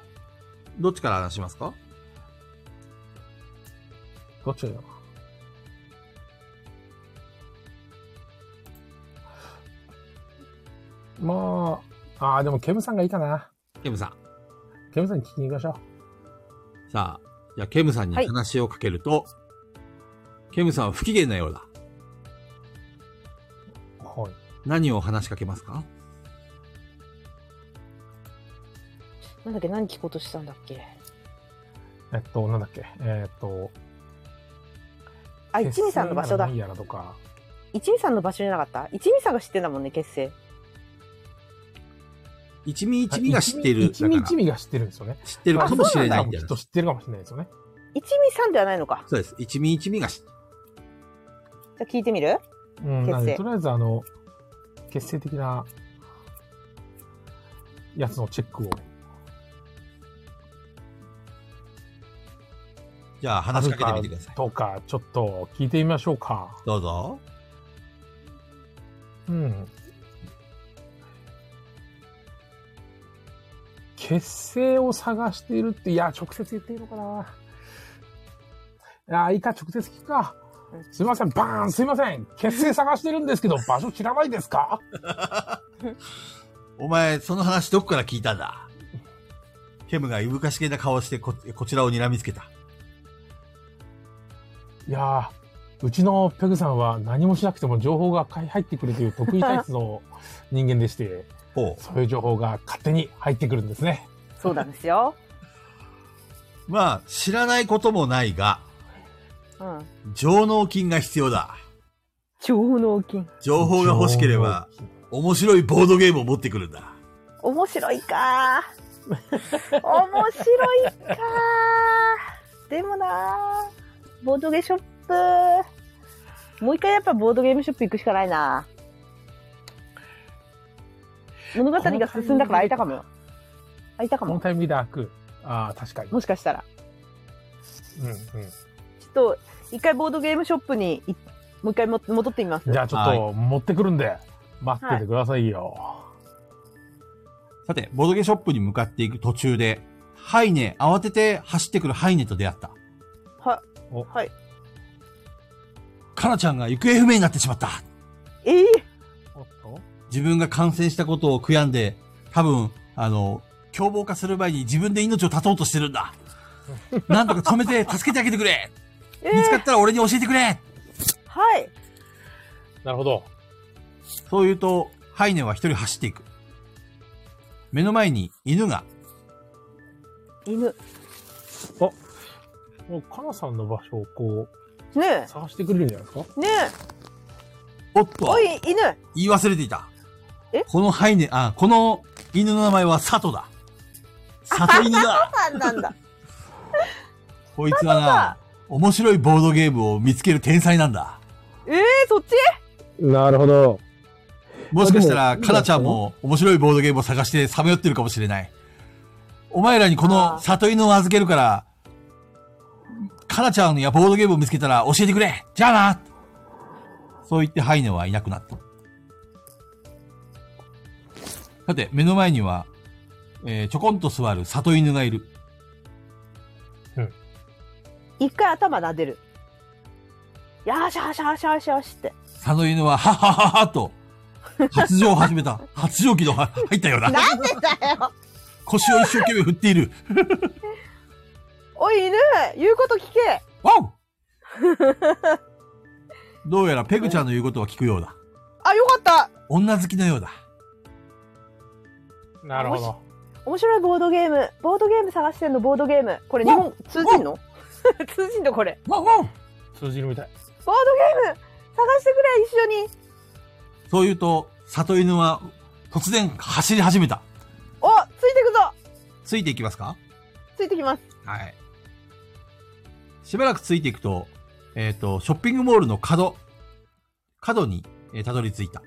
Speaker 2: どっちから話しますか
Speaker 3: どっちがいいのか。まあ、ああ、でもケムさんがいいかな。
Speaker 2: ケムさん。
Speaker 3: ケムさんに聞きに行きましょ
Speaker 2: さあ、じゃあ、ケムさんに
Speaker 4: はい
Speaker 2: 話をかけると、ケムさんは不機嫌なようだ。
Speaker 3: う。はい。
Speaker 2: 何を話しかけますか
Speaker 4: なんだっけ、何聞こうとしたんだっけ。
Speaker 3: えっと、なんだっけ。えっと、
Speaker 4: あ、一味さんの場所だ
Speaker 3: 決戦なら何。やらとか。
Speaker 4: 一味さんの場所じゃなかった一味さんが知ってんだもんね、結成。
Speaker 2: 一味一味が知ってる。
Speaker 3: 一味
Speaker 2: だか
Speaker 3: 一
Speaker 2: ら
Speaker 3: 味が知ってるんですよね。
Speaker 2: 知ってるかもしれないん
Speaker 3: き
Speaker 2: だ
Speaker 3: っ
Speaker 2: よ。
Speaker 3: と知ってるかもしれないですよね。
Speaker 4: 一味さんではないのか。
Speaker 2: そうです。一味一味が知ってる。
Speaker 4: じゃあ聞いてみる
Speaker 3: うん、
Speaker 4: 結成
Speaker 3: なんでとりあえずあの、結成的なやつのチェックを。
Speaker 2: じゃあ、話しかけてみてください。
Speaker 3: とか、ちょっと聞いてみましょうか。
Speaker 2: どうぞ。
Speaker 3: うん。結成を探しているって、いや、直接言っていいのかな。いや、いいか、直接聞くか。すいません、バーン、すいません。結成探してるんですけど、場所知らないですか
Speaker 2: お前、その話どこから聞いたんだケムがいぶかしげな顔をしてこ、こちらを睨みつけた。
Speaker 3: いやー、うちのペグさんは何もしなくても情報が入ってくるという得意体質の人間でして、
Speaker 2: ほ
Speaker 3: そういう情報が勝手に入ってくるんですね。
Speaker 4: そうなんです よ。
Speaker 2: う。まあ、知らないこともないが、
Speaker 4: うん。
Speaker 2: 上納金が必要だ。
Speaker 4: 超脳筋。
Speaker 2: 情報が欲しければ、面白いボードゲームを持ってくるんだ。
Speaker 4: 面白い かー面白いかーでもなーボードゲーショップもう一回やっぱボードゲームショップ行くしかないな物語が進んだから開いたかもよ開いたか
Speaker 3: 情報。この
Speaker 4: も
Speaker 3: タイミングで開く。ああ、確かに。
Speaker 4: もしかしたら
Speaker 3: うんう
Speaker 4: ちょっと一回ボードゲームショップにいもう一回も戻ってみます
Speaker 3: ん。じゃあちょっと持ってくるんで、待っててくださいよ。
Speaker 2: さて、ボドゲショップに向かっていく途中で、ハイネ、慌てて走ってくるハイネと出会った。
Speaker 4: は
Speaker 3: お
Speaker 4: はい
Speaker 2: カナちゃんが行方不明になってしまった。
Speaker 4: ええ
Speaker 3: おっと
Speaker 2: 自分が感染したことを悔やんで、多分、あの、凶暴化する前に自分で命を絶とうとしてるんだ。なんとか止めて助けてあげてくれ
Speaker 4: え
Speaker 2: 見つか
Speaker 4: え
Speaker 2: ったら俺に教えてくれ
Speaker 4: はい
Speaker 3: なるほど。
Speaker 2: そう言うと、ハイネは一人走っていく。目の前に犬が、
Speaker 4: 犬
Speaker 3: もう、かなさんの場所をこ
Speaker 4: ね
Speaker 3: う、探してくれるんじゃないですか
Speaker 4: えねえ
Speaker 2: おっと
Speaker 4: お、い犬
Speaker 2: 言い忘れていた。
Speaker 4: え
Speaker 2: このハイネ、あ、この犬の名前はサトだ。サト 犬だ
Speaker 4: あなんだ
Speaker 2: こいつはな
Speaker 4: だ、
Speaker 2: 面白いボードゲームを見つける天才なんだ。
Speaker 4: ええそっち
Speaker 3: なるほど。
Speaker 2: もしかしたら、
Speaker 3: でも
Speaker 2: かなちゃんも面白いボードゲームを探してさまよってるかもしれない。お前らにこ
Speaker 4: あ
Speaker 2: の
Speaker 4: ー
Speaker 2: 里犬を預けるから、かなちゃんやボードゲームを見つけたら教えてくれじゃあなそう言ってハイネはいなくなった。さて、目の前には、えーちょこんと座る里犬がいる。
Speaker 4: 一回頭撫でる。よしよしよしよしよしって。
Speaker 2: 里犬は、はっはっはっはっと、発情を始めた。発情期のは入ったような。
Speaker 4: なんでだよ
Speaker 2: 腰を一生懸命振っている。
Speaker 4: おい犬言うこと聞け
Speaker 2: わお どうやらペグちゃんの言うことは聞くようだ。
Speaker 4: あ、よかった
Speaker 2: 女好きのようだ。
Speaker 3: なるほど。
Speaker 4: 面白いボードゲーム。ボードゲーム探してんの、ボードゲーム。これ日本通じんの 通じんのこれ。
Speaker 2: わわ
Speaker 3: 通じるみたい。
Speaker 4: ボードゲーム探してくれ、一緒に。
Speaker 2: そう言うと、里犬は突然走り始めた。
Speaker 4: お、ついてくぞ
Speaker 2: ついていきますか
Speaker 4: ついてきます。
Speaker 2: はい。しばらくついていくと、えっ、と、ショッピングモールの角、角に、えーたどり着いた。
Speaker 4: う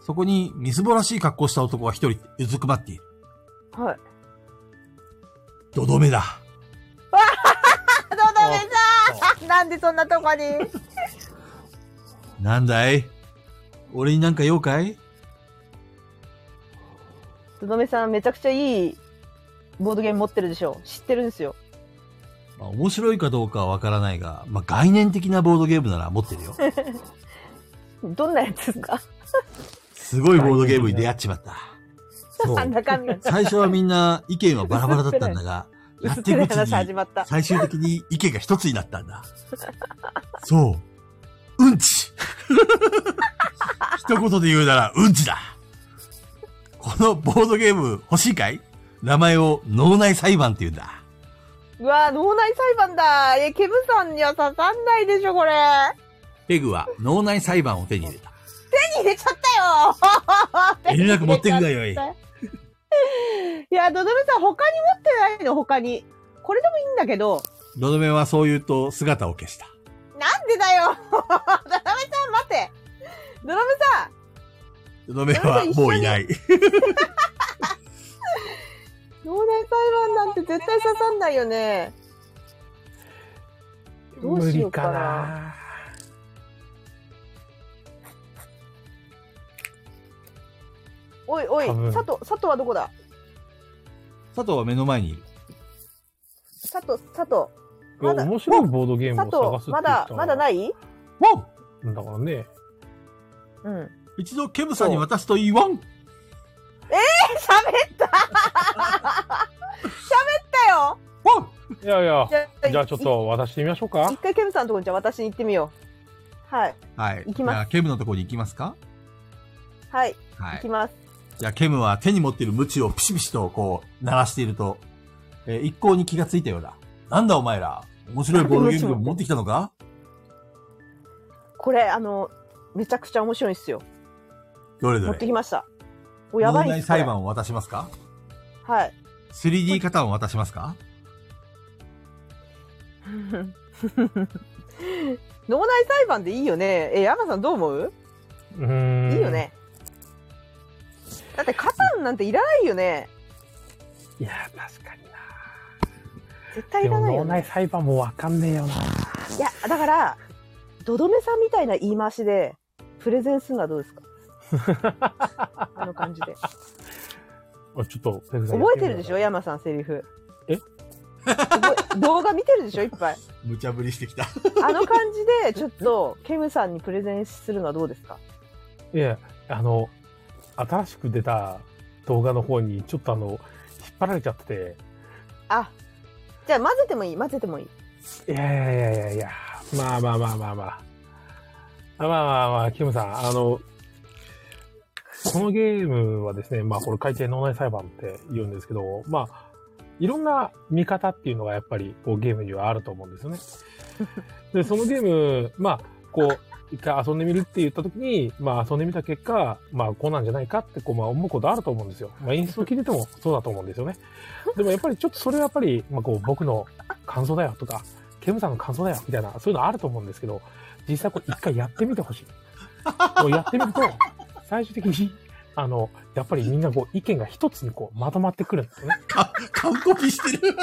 Speaker 2: そこに、みすぼらしい格好をした男が一人、うずくまっている。
Speaker 4: ん。はい。
Speaker 2: どどめだ。
Speaker 4: どどめさんなんでそんなとこに
Speaker 2: なんだい俺になんか用かい
Speaker 4: どどめさんめちゃくちゃいいボードゲーム持ってるでしょ。知ってるんですよ。
Speaker 2: まあ、面白いかどうかはわからないが、まあ、概念的なボードゲームなら持ってるよ。
Speaker 4: どんなやつですか
Speaker 2: すごいボードゲームに出会っちまった。そう。
Speaker 4: 中身が。
Speaker 2: 最初はみんな意見はバラバラだったんだが、や
Speaker 4: 薄
Speaker 2: っ
Speaker 4: って
Speaker 2: い
Speaker 4: ぺ
Speaker 2: く
Speaker 4: ら
Speaker 2: う
Speaker 4: い
Speaker 2: ち
Speaker 4: 話始
Speaker 2: に、
Speaker 4: まった。
Speaker 2: 最終的に意見が一つになったんだ。そう。うんち 一言で言うなら、うんちだこのボードゲーム欲しいかい名前を脳内裁判って言うんだ。
Speaker 4: うわ脳内裁判だえ、ケムさんには刺さんないでしょ、これ。
Speaker 2: ペグは脳内裁判を手に入れた。
Speaker 4: 手に入れちゃ ったよ
Speaker 2: 連絡持ってくがよい
Speaker 4: 手に入れちゃったいや、どどめさん、他に持ってないの、他に。これでもいいんだけど、
Speaker 2: のどめはそう言うと姿を消した。
Speaker 4: なんでだよ どどめさん、待てどどめさん
Speaker 2: のどめはもういない。
Speaker 4: 脳内裁判なんて絶対刺さんないよね。どう
Speaker 3: 無
Speaker 4: しよ
Speaker 3: 理
Speaker 4: うか
Speaker 3: か
Speaker 4: な。
Speaker 3: な。
Speaker 4: おいおい、
Speaker 3: 多分
Speaker 4: 佐藤、佐藤はどこだ
Speaker 2: 佐藤は目の前にいる。
Speaker 4: 佐藤、佐藤。
Speaker 3: いや
Speaker 4: まだ
Speaker 3: 面白いボードゲーム
Speaker 4: 佐
Speaker 3: を探すって言
Speaker 4: 藤、ま
Speaker 3: った
Speaker 4: だ、
Speaker 3: ら
Speaker 4: まだない
Speaker 2: ワン
Speaker 3: だからね。
Speaker 4: うん。
Speaker 2: 一度ケムさんに渡すといいワン
Speaker 4: 喋った 喋ったよ
Speaker 2: ワン
Speaker 3: いやいや。
Speaker 4: あ
Speaker 3: じゃあちょっと渡してみましょう
Speaker 4: い一
Speaker 3: か。
Speaker 4: 回ケムさんのとこにじゃあ私に行ってみよう。はい。
Speaker 2: はい。
Speaker 4: 行きま
Speaker 2: じ
Speaker 4: す
Speaker 2: ゃあケムのところに行きますか
Speaker 4: はい。
Speaker 2: は
Speaker 4: 行
Speaker 2: い
Speaker 4: き。ます。
Speaker 2: じゃあケムは手に持っている鞭をピシピシとこう鳴らしていると、えー一向に気がついたようだ。なんだお前ら面白いボードゲームでも持ってきたのか
Speaker 4: これ、あの、めちゃくちゃ面白いんですよ。
Speaker 2: どれ
Speaker 4: 持
Speaker 2: ど
Speaker 4: って
Speaker 2: れ
Speaker 4: きました。お、や
Speaker 2: 脳
Speaker 4: ばいん
Speaker 2: 内
Speaker 4: ですこれ
Speaker 2: 裁判を渡しますか
Speaker 4: はい
Speaker 2: ?3D 型を渡しますか
Speaker 4: 脳内裁判でいいよね。え、山さんどう思う
Speaker 3: うーん。
Speaker 4: いいよ。ね。だって、カタンなんていらないよね。
Speaker 3: いや、確かにな。
Speaker 4: 絶対
Speaker 3: で
Speaker 4: いら
Speaker 3: も
Speaker 4: ない
Speaker 3: 脳
Speaker 4: よ
Speaker 3: 内
Speaker 4: ね。
Speaker 3: 裁判もわかんねえよな。
Speaker 4: いや、だから、どどめさんみたいな言い回しで、プレゼンするのはどうです かあの感じで。
Speaker 3: あちょっと、ペグさんやっ
Speaker 4: 覚
Speaker 3: み
Speaker 4: えて
Speaker 3: よ
Speaker 4: る
Speaker 3: う
Speaker 4: でしょ山さんセリフ
Speaker 3: え
Speaker 4: 覚え動画見てるでしょいっぱい
Speaker 2: 無茶ぶりしてきた。
Speaker 4: あの感じでちょっとケムさんにプレゼンするのはどうですか
Speaker 3: いや、あの、新しく出た動画の方に、ちょっとあの、引っ張られちゃって
Speaker 4: あじゃあ混ぜてもいい混ぜてもいい
Speaker 3: て、いやいやいやいやいや、まあまあまあまあまあ。あまあまあまあ、キムさん、あの、このゲームはですね、まあこれ海底脳内裁判って言うんですけど、まあ、いろんな見方っていうのがやっぱりこうゲームにはあると思うんですよね。で、そのゲーム、まあ、こう、一回遊んでみるって言った時に、まあ遊んでみた結果、まあこうなんじゃないかってこう、まあ思うことあると思うんですよ。まあ演出を聞いててもそうだと思うんですよね。でもやっぱりちょっとそれはやっぱり、まあこう僕の感想だよとか、ケムさんの感想だよみたいな、そういうのあると思うんですけど、実際これ一回やってみてほしい。もうやってみると、最終的に、あの、やっぱりみんなこう意見が一つにこうまとまってくるんですね。
Speaker 2: か、完コピしてる。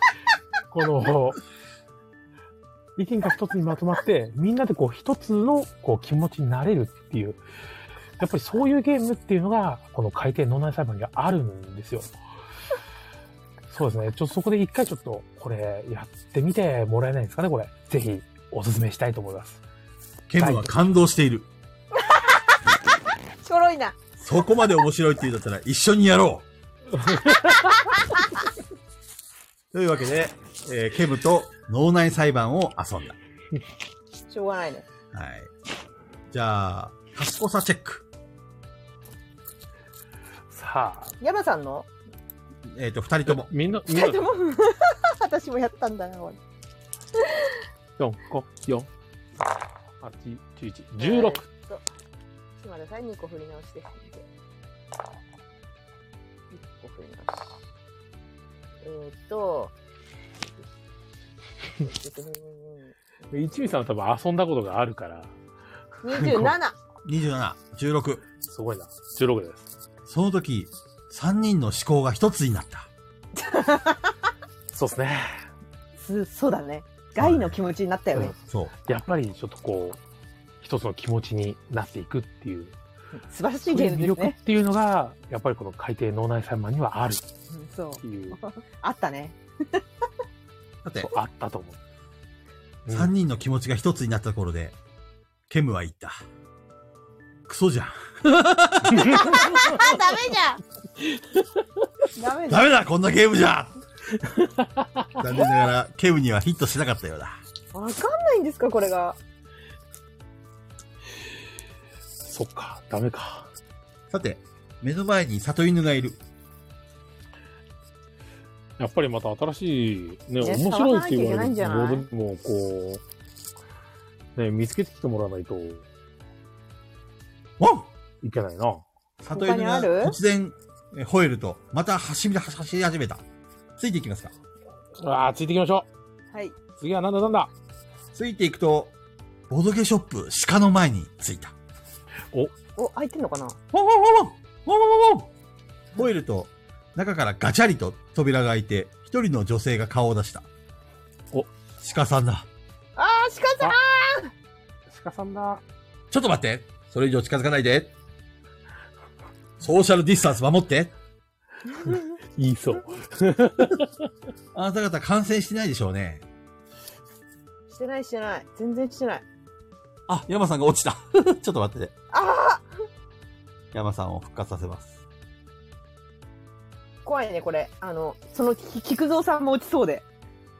Speaker 3: この、意見が一つにまとまって、みんなでこう一つのこう気持ちになれるっていう。やっぱりそういうゲームっていうのが、この海底脳内裁判にはあるんですよ。そうですね。ちょっとそこで一回ちょっと、これ、やってみてもらえないですかね、これ。ぜひ、おすすめしたいと思います。
Speaker 2: ケムは感動している。
Speaker 4: ちょろいな。
Speaker 2: そこまで面白いって言うんだったら一緒にやろう というわけで、えーケムと脳内裁判を遊んだ。
Speaker 4: しょうがないね。
Speaker 2: はい。じゃあ、賢さチェック。
Speaker 3: さあ、
Speaker 4: 山さんの
Speaker 2: えっ、と、二人とも。
Speaker 3: みんな、みんな
Speaker 4: 二人、とも 私もやったんだな、これ。
Speaker 3: 4、5、4、8、11、16。
Speaker 4: えーっと。ちょっと待ってください、2個振り直して。1個振り直し。えー、っと。
Speaker 3: 一味さんは多分遊んだことがあるから、
Speaker 4: 27!
Speaker 2: 27、16。
Speaker 3: すごいな。16です。
Speaker 2: その時、三人の思考が一つになった。
Speaker 3: そうですね。
Speaker 4: すそうだね。害の気持ちになったよね。
Speaker 2: そう。
Speaker 3: やっぱりちょっとこう、一つの気持ちになっていくっていう、
Speaker 4: 素晴らし
Speaker 3: そ
Speaker 4: いうゲ
Speaker 3: い
Speaker 4: ー
Speaker 3: う
Speaker 4: ム
Speaker 3: 魅
Speaker 4: です
Speaker 3: 力っ
Speaker 4: ね。
Speaker 3: ていうのが、やっぱりこの海底脳内裁判にはあるっ
Speaker 4: うんそう。
Speaker 3: ていう、
Speaker 4: あったね。
Speaker 2: だって、
Speaker 3: あったと思う。うん
Speaker 2: 三人の気持ちが一つになったところで、ケムは言った。クソじゃん。
Speaker 4: あ、ダメじゃんダメだ。
Speaker 2: ダメだこんなゲームじゃ残念ながら、ケムにはヒットしなかったようだ。
Speaker 4: わかんないんですか、これが。
Speaker 3: そっか、ダメか。
Speaker 2: さて、目の前に里犬がいる。
Speaker 3: やっぱりまた新しい、ね、
Speaker 4: ね
Speaker 3: 面白いって言われる
Speaker 4: 触らなきゃいけないんじゃない
Speaker 3: ボードもこう、ね、見つけてきてもらわないと
Speaker 2: おう
Speaker 3: いけないな。
Speaker 2: 里犬が
Speaker 4: 他にある
Speaker 2: 突然え吠えると、また走り走り始めた。ついていきますか
Speaker 3: ああ、ついていきましょ
Speaker 4: はい。
Speaker 3: う。次はなんだなんだ。
Speaker 2: ついていくと、ボドゲショップ鹿の前に着いた。
Speaker 4: お、開いてんのかな
Speaker 2: ワンワンワンワンワンワンワンワン吠えると、中からガチャリと扉が開いて、一人の女性が顔を出した。
Speaker 3: お
Speaker 2: 鹿さんだ。
Speaker 4: あー、鹿さん
Speaker 3: 鹿さんだ。
Speaker 2: ちょっと待って。それ以上近づかないで。ソーシャルディスタンス守って。
Speaker 3: 言いそう。
Speaker 2: あなた方感染してないでしょうね。
Speaker 4: してないしてない。全然してない。
Speaker 2: あ、山さんが落ちた。 ちょっと待ってて。
Speaker 4: あ
Speaker 2: 山さんを復活させます。
Speaker 4: ー怖いね、これ。あの、その、き菊蔵さんも落ちそうで。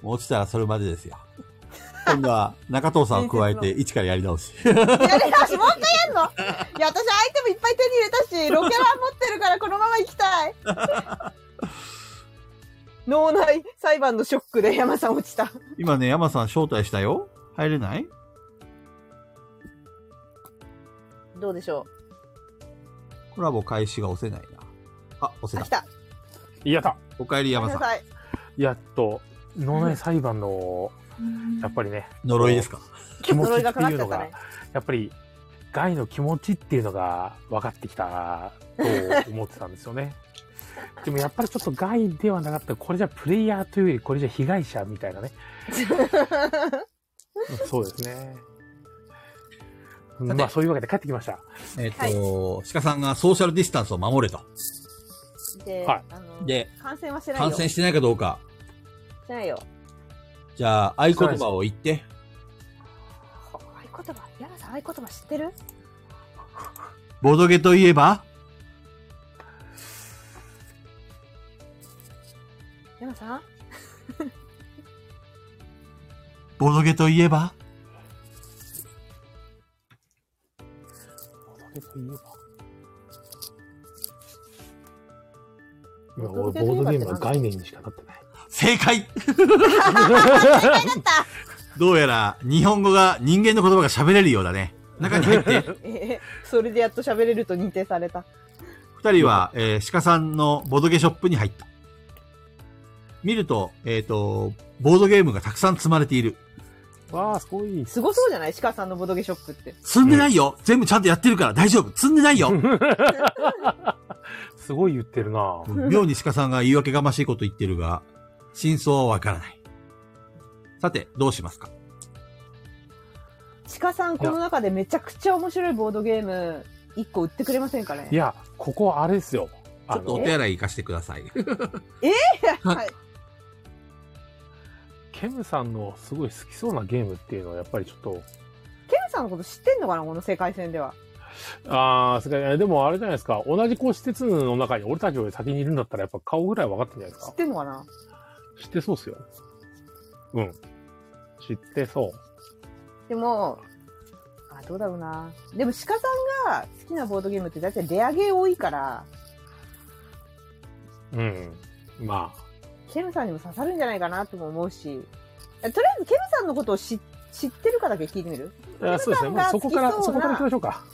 Speaker 2: 落ちたらそれまで ですよ。今度は中藤さんを加えて、一からやり直し。
Speaker 4: やり 直し、もう一回やんのいや、私、アイテムいっぱい手に入れたし、ロケラン持ってるから、このまま行きたい。 脳内裁判のショックで山さん落ちた。
Speaker 2: 今ね、山さん招待したよ。入れない
Speaker 4: どうでしょ
Speaker 2: コラボ開始が押せないな。あ、
Speaker 4: う
Speaker 2: 押
Speaker 4: あ、
Speaker 2: せ
Speaker 4: 来
Speaker 2: た。
Speaker 4: た。
Speaker 3: やった。
Speaker 2: おかえり
Speaker 4: ごめ
Speaker 2: 山
Speaker 4: ん
Speaker 2: さ。
Speaker 4: なんさい。
Speaker 3: やっと、脳内裁判の、やっぱりね、
Speaker 2: 呪いですか
Speaker 3: 気持ち
Speaker 4: 呪い
Speaker 3: っ
Speaker 4: が
Speaker 3: て
Speaker 4: かかっ
Speaker 3: い
Speaker 4: ち
Speaker 3: う
Speaker 4: ゃっ
Speaker 3: の
Speaker 4: た
Speaker 3: が、
Speaker 4: ね。
Speaker 3: やっぱり、害の気持ちっていうのが分かってきたと思ってたんですよね。 でもやっぱりちょっと害ではなかった。これじゃプレイヤーというより、これじゃ被害者みたいなね。 そうですね。まあそういうわけで帰ってきました。
Speaker 2: えっ、と、鹿さんがソーシャルディスタンスを守れと。
Speaker 4: で、
Speaker 3: はい
Speaker 4: あの
Speaker 2: で、
Speaker 4: 感染はしてないよ。
Speaker 2: 感染してないかどうか。
Speaker 4: してないよ。
Speaker 2: じゃあ、合言葉を言って。
Speaker 4: 合言葉、山さん合言葉知ってる
Speaker 2: ボドゲといえば
Speaker 4: 山さん
Speaker 2: ボドゲといえば
Speaker 3: ボドゲといえば。今
Speaker 4: ボド
Speaker 3: 俺
Speaker 4: ゲといえば
Speaker 3: ボードゲー
Speaker 4: って
Speaker 3: ム
Speaker 4: なん
Speaker 3: は
Speaker 4: だ
Speaker 3: 概念にしかなってない。
Speaker 2: 正解どうやら、日本語が、人間の言葉が喋れるようだね。中に入って。
Speaker 4: えーそれでやっと喋れると認定された。
Speaker 2: 二人は、えー鹿さんのボドゲショップに入った。見ると、えっ、と、ボードゲームがたくさん積まれている。
Speaker 3: わあ、すごい。
Speaker 4: すごそうじゃない鹿さんのボドゲショップって。
Speaker 2: 積んでないよ、全部ちゃんとやってるから大丈夫積んでないよ
Speaker 3: すごい言ってるな。
Speaker 2: 妙に鹿さんが言い訳がましいこと言ってるが、真相はわからない。さて、どうしますか
Speaker 4: 鹿さん、この中でめちゃくちゃ面白いボードゲーム一個売ってくれませんかね
Speaker 3: いや、ここあれですよ。
Speaker 2: ち
Speaker 3: あ
Speaker 2: ょっと
Speaker 3: の
Speaker 2: お手洗い行かしてください。
Speaker 4: はい
Speaker 3: ケムさんのすごい好きそうなゲームっていうのはやっぱりちょっと、
Speaker 4: ケンさんのこと知ってんのかなこの世界戦では
Speaker 3: ああ、すごい。でもあれじゃないですか。同じこう施設の中に俺たちより先にいるんだったらやっぱ顔ぐらい分かってんじゃないです
Speaker 4: 知
Speaker 3: か
Speaker 4: っ。てんのかな
Speaker 3: 知ってそうっすよ。うん。知ってそう。
Speaker 4: でもあどうだろうなでも鹿さんが好きなボードゲームって大体レアゲー多いから
Speaker 3: うん。ま
Speaker 4: ケムさんにも刺さるんじゃないかなとも思うしえとりあえずケムさんのことを知知ってるかだけ聞いてみる
Speaker 3: あ。いやそうですね。まあそこから、
Speaker 4: 好き
Speaker 3: そ
Speaker 4: そ
Speaker 3: う
Speaker 4: な
Speaker 3: こから行きましょうか。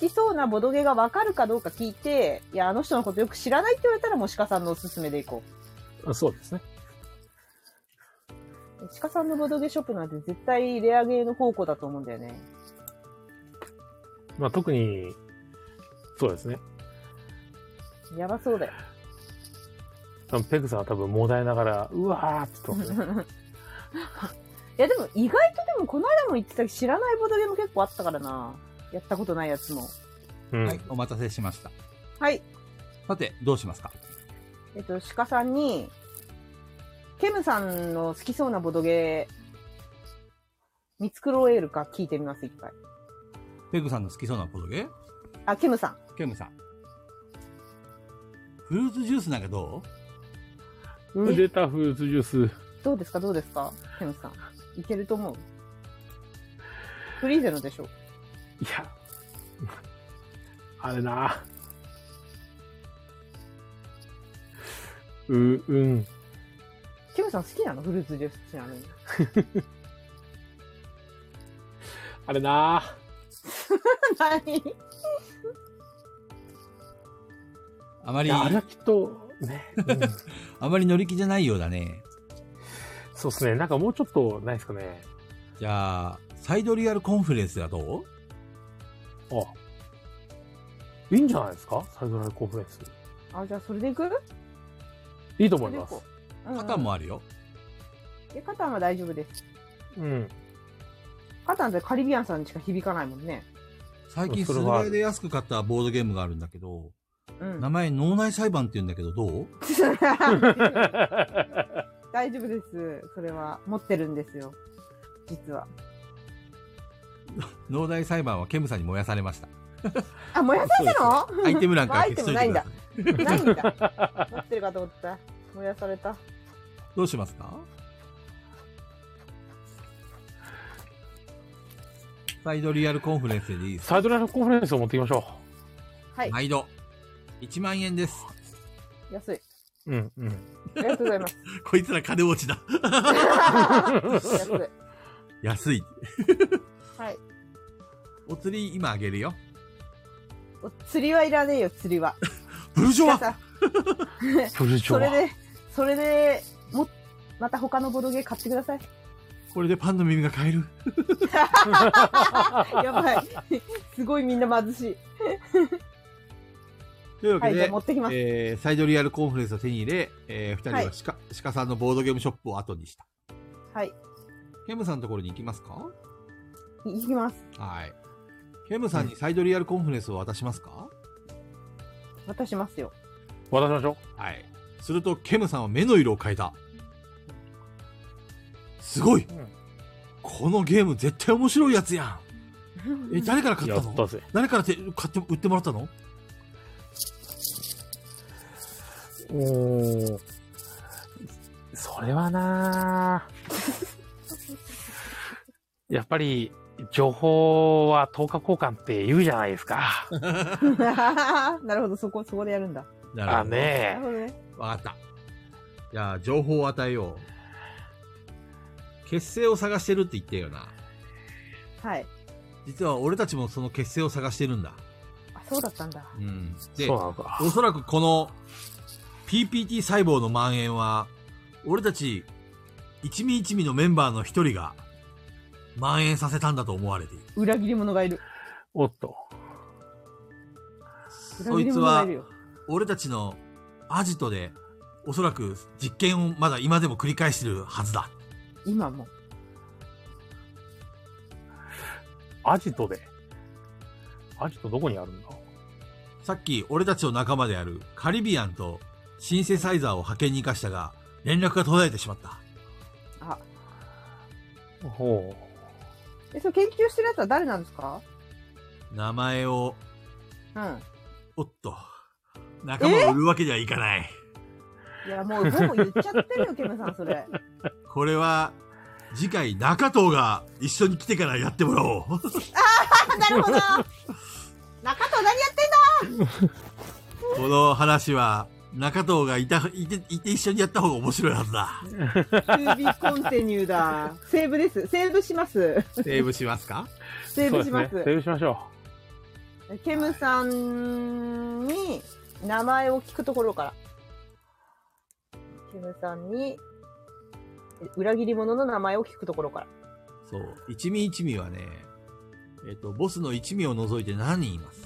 Speaker 4: 好きそうなボドゲが分かるかどうか聞いていやあの人のことよく知らないって言われたらもう鹿さんのおすすめでいこ
Speaker 3: そうですね。
Speaker 4: う鹿さんのボドゲショップなんて絶対レアゲーの宝庫だと思うんだよね
Speaker 3: まあ特に、そうですね。
Speaker 4: やばそうだよ
Speaker 3: 多分ペグさんは多分もだえながら、うわーって言ってますね。
Speaker 4: いやでも意外とでもこの間も言ってたけど知らないボードゲーム結構あったからなやったことないやつも
Speaker 3: うん。
Speaker 2: はい、お待たせしました。
Speaker 4: はい
Speaker 2: さて、どうしますか
Speaker 4: えっと鹿さんにケムさんの好きそうなボドゲ見繕えるか聞いてみます一回
Speaker 2: ペグさんの好きそうなボードゲー
Speaker 4: あケムさん
Speaker 2: ケムさん。フルーツジュースなんかど
Speaker 3: うん、データフルーツジュース。
Speaker 4: どうですかどうですかケムさんいけると思うフリーゼロでしょ
Speaker 3: いや、あれな。う、うん。
Speaker 4: ケムさん好きなのフルーツジュースちなみに
Speaker 3: あれな。
Speaker 4: 何
Speaker 2: うあま
Speaker 3: い
Speaker 2: り、
Speaker 3: や、あれは
Speaker 2: あ
Speaker 3: きっと、ね。うん
Speaker 2: まり乗り気じゃないようだね。
Speaker 3: そうですね。なんかもうちょっとないですかね。
Speaker 2: じゃあ、サイドリアルコンフェレンスだどう
Speaker 3: あ。いいんじゃないですかサイドライコンフレンス。
Speaker 4: あじゃあそれでいく
Speaker 3: いいと思います。
Speaker 2: 肩もあるよ。
Speaker 4: えカタンは大丈夫です
Speaker 3: うん。
Speaker 4: カタンってカリビアンさんにしか響かないもんね
Speaker 2: 最近、
Speaker 3: そ
Speaker 2: す
Speaker 3: れ
Speaker 2: ぐ
Speaker 3: はある
Speaker 2: らいで安く買ったボードゲームがあるんだけど、
Speaker 4: うん
Speaker 2: 名前脳内裁判って言うんだけど、どう
Speaker 4: 大丈夫です。それは持ってるんですよ。実は。
Speaker 2: 脳内裁判はケムさんに燃やされま した。
Speaker 4: あ、燃やされたの
Speaker 2: アイテム欄から
Speaker 4: アイテ
Speaker 2: 消しと
Speaker 4: ム
Speaker 2: い
Speaker 4: な
Speaker 2: て
Speaker 4: いん
Speaker 2: くだ
Speaker 4: だ
Speaker 2: さい。。
Speaker 4: ないんだ。持ってるかと思った。燃やされた。
Speaker 2: どうしますかサイドリアルコンフェレンスでいいです。
Speaker 3: サイドライコンフレンスを持ってきましょ
Speaker 4: はい。
Speaker 2: 毎度。1万円です。
Speaker 4: 安い。
Speaker 3: う。うん、うん。
Speaker 4: ありがとうござ います。
Speaker 2: こいつら金持ちだ。安
Speaker 4: 安い。
Speaker 2: い。
Speaker 4: はい。
Speaker 2: お釣り今あげるよ。
Speaker 4: お釣りはいらねえよ、釣りは。
Speaker 2: ブルジョ
Speaker 4: じゃ
Speaker 2: ワ
Speaker 4: あさ
Speaker 3: それ
Speaker 4: それで、それで、も、また他のボドゲ買ってく ださい。
Speaker 2: これでパンの耳が買える。
Speaker 4: やばい。 すごいみんな貧しい。
Speaker 2: というわ
Speaker 4: は
Speaker 2: け
Speaker 4: い、じゃあ
Speaker 2: で
Speaker 4: 持、ってきます。
Speaker 2: えーサイドリアルコンフェレンスを手に入れ、えー、2人は鹿、鹿さんのボードゲームショップを後にした。
Speaker 4: はい。
Speaker 2: ケムさんのところに行きますか
Speaker 4: いいきます。
Speaker 2: はい。ケムさんにサイドリアルコンフェレンスを渡しますか、
Speaker 4: 渡します よ。
Speaker 3: 渡しましょ
Speaker 2: はい。すると、ケムさんは目の色を変えた。すごい、
Speaker 3: ん
Speaker 2: このゲーム絶対面白いやつやんえ、誰から
Speaker 3: う。
Speaker 2: 買っ
Speaker 3: や
Speaker 2: た
Speaker 3: った
Speaker 2: の
Speaker 3: ぜ。
Speaker 2: 誰からて買って、売ってもらったの
Speaker 3: おーそれはなー やっぱり情報は等価交換って言うじゃないですか。
Speaker 4: なるほど、そこ、そこでやるんだ。
Speaker 2: な
Speaker 3: あ
Speaker 4: なる
Speaker 3: ね
Speaker 4: ほどね。
Speaker 2: わかった。じゃあ、情報を与えよう。結成を探してるって言ってよな。
Speaker 4: はい。
Speaker 2: 実は俺たちもその結成を探してるんだ。
Speaker 4: あ、そうだったんだ。
Speaker 2: うん。
Speaker 3: え。
Speaker 2: で、
Speaker 3: そうなのか。
Speaker 2: おそらくこの PPT 細胞の蔓延は、俺たち一味一味のメンバーの一人が蔓延させたんだと思われている。
Speaker 4: 裏切り者がいる。
Speaker 3: おっと。
Speaker 4: 裏
Speaker 2: そ
Speaker 4: 切
Speaker 2: い
Speaker 4: り
Speaker 2: つ
Speaker 4: 者が
Speaker 2: はい
Speaker 4: るよ。
Speaker 2: 俺たちのアジトでおそらく実験をまだ今でも繰り返してるはずだ。
Speaker 4: 今も。
Speaker 3: アジトで。アジトどこにあるんだ
Speaker 2: さっき俺たちの仲間であるカリビアンとシンセサイザーを派遣に生かしたが、連絡が途絶えてしまった。
Speaker 4: あ
Speaker 3: ほ
Speaker 4: えその研究してるやつは誰なんですか
Speaker 2: 名前を、
Speaker 4: うん
Speaker 2: おっと、仲間を売るわけにはいかない。
Speaker 4: いやもうほぼ言っちゃってるよケムさん それ
Speaker 2: これは、次回中藤が一緒に来てからやってもらおう。
Speaker 4: あなるほど中藤何やってんだ
Speaker 2: この話は、中藤がいた、いて、いて一緒にやった方が面白いはずだ。
Speaker 4: To be continue だ。セーブです。セーブします。
Speaker 2: セーブしますか
Speaker 3: う。
Speaker 4: セーブします。
Speaker 3: そうでね。セーブしましょ
Speaker 4: ケムさんに名前を聞くところから。ケムさんに裏切り者の名前を聞くところから。
Speaker 2: そう。一味一味はね、えっ、と、ボスの一味を除いて7人います。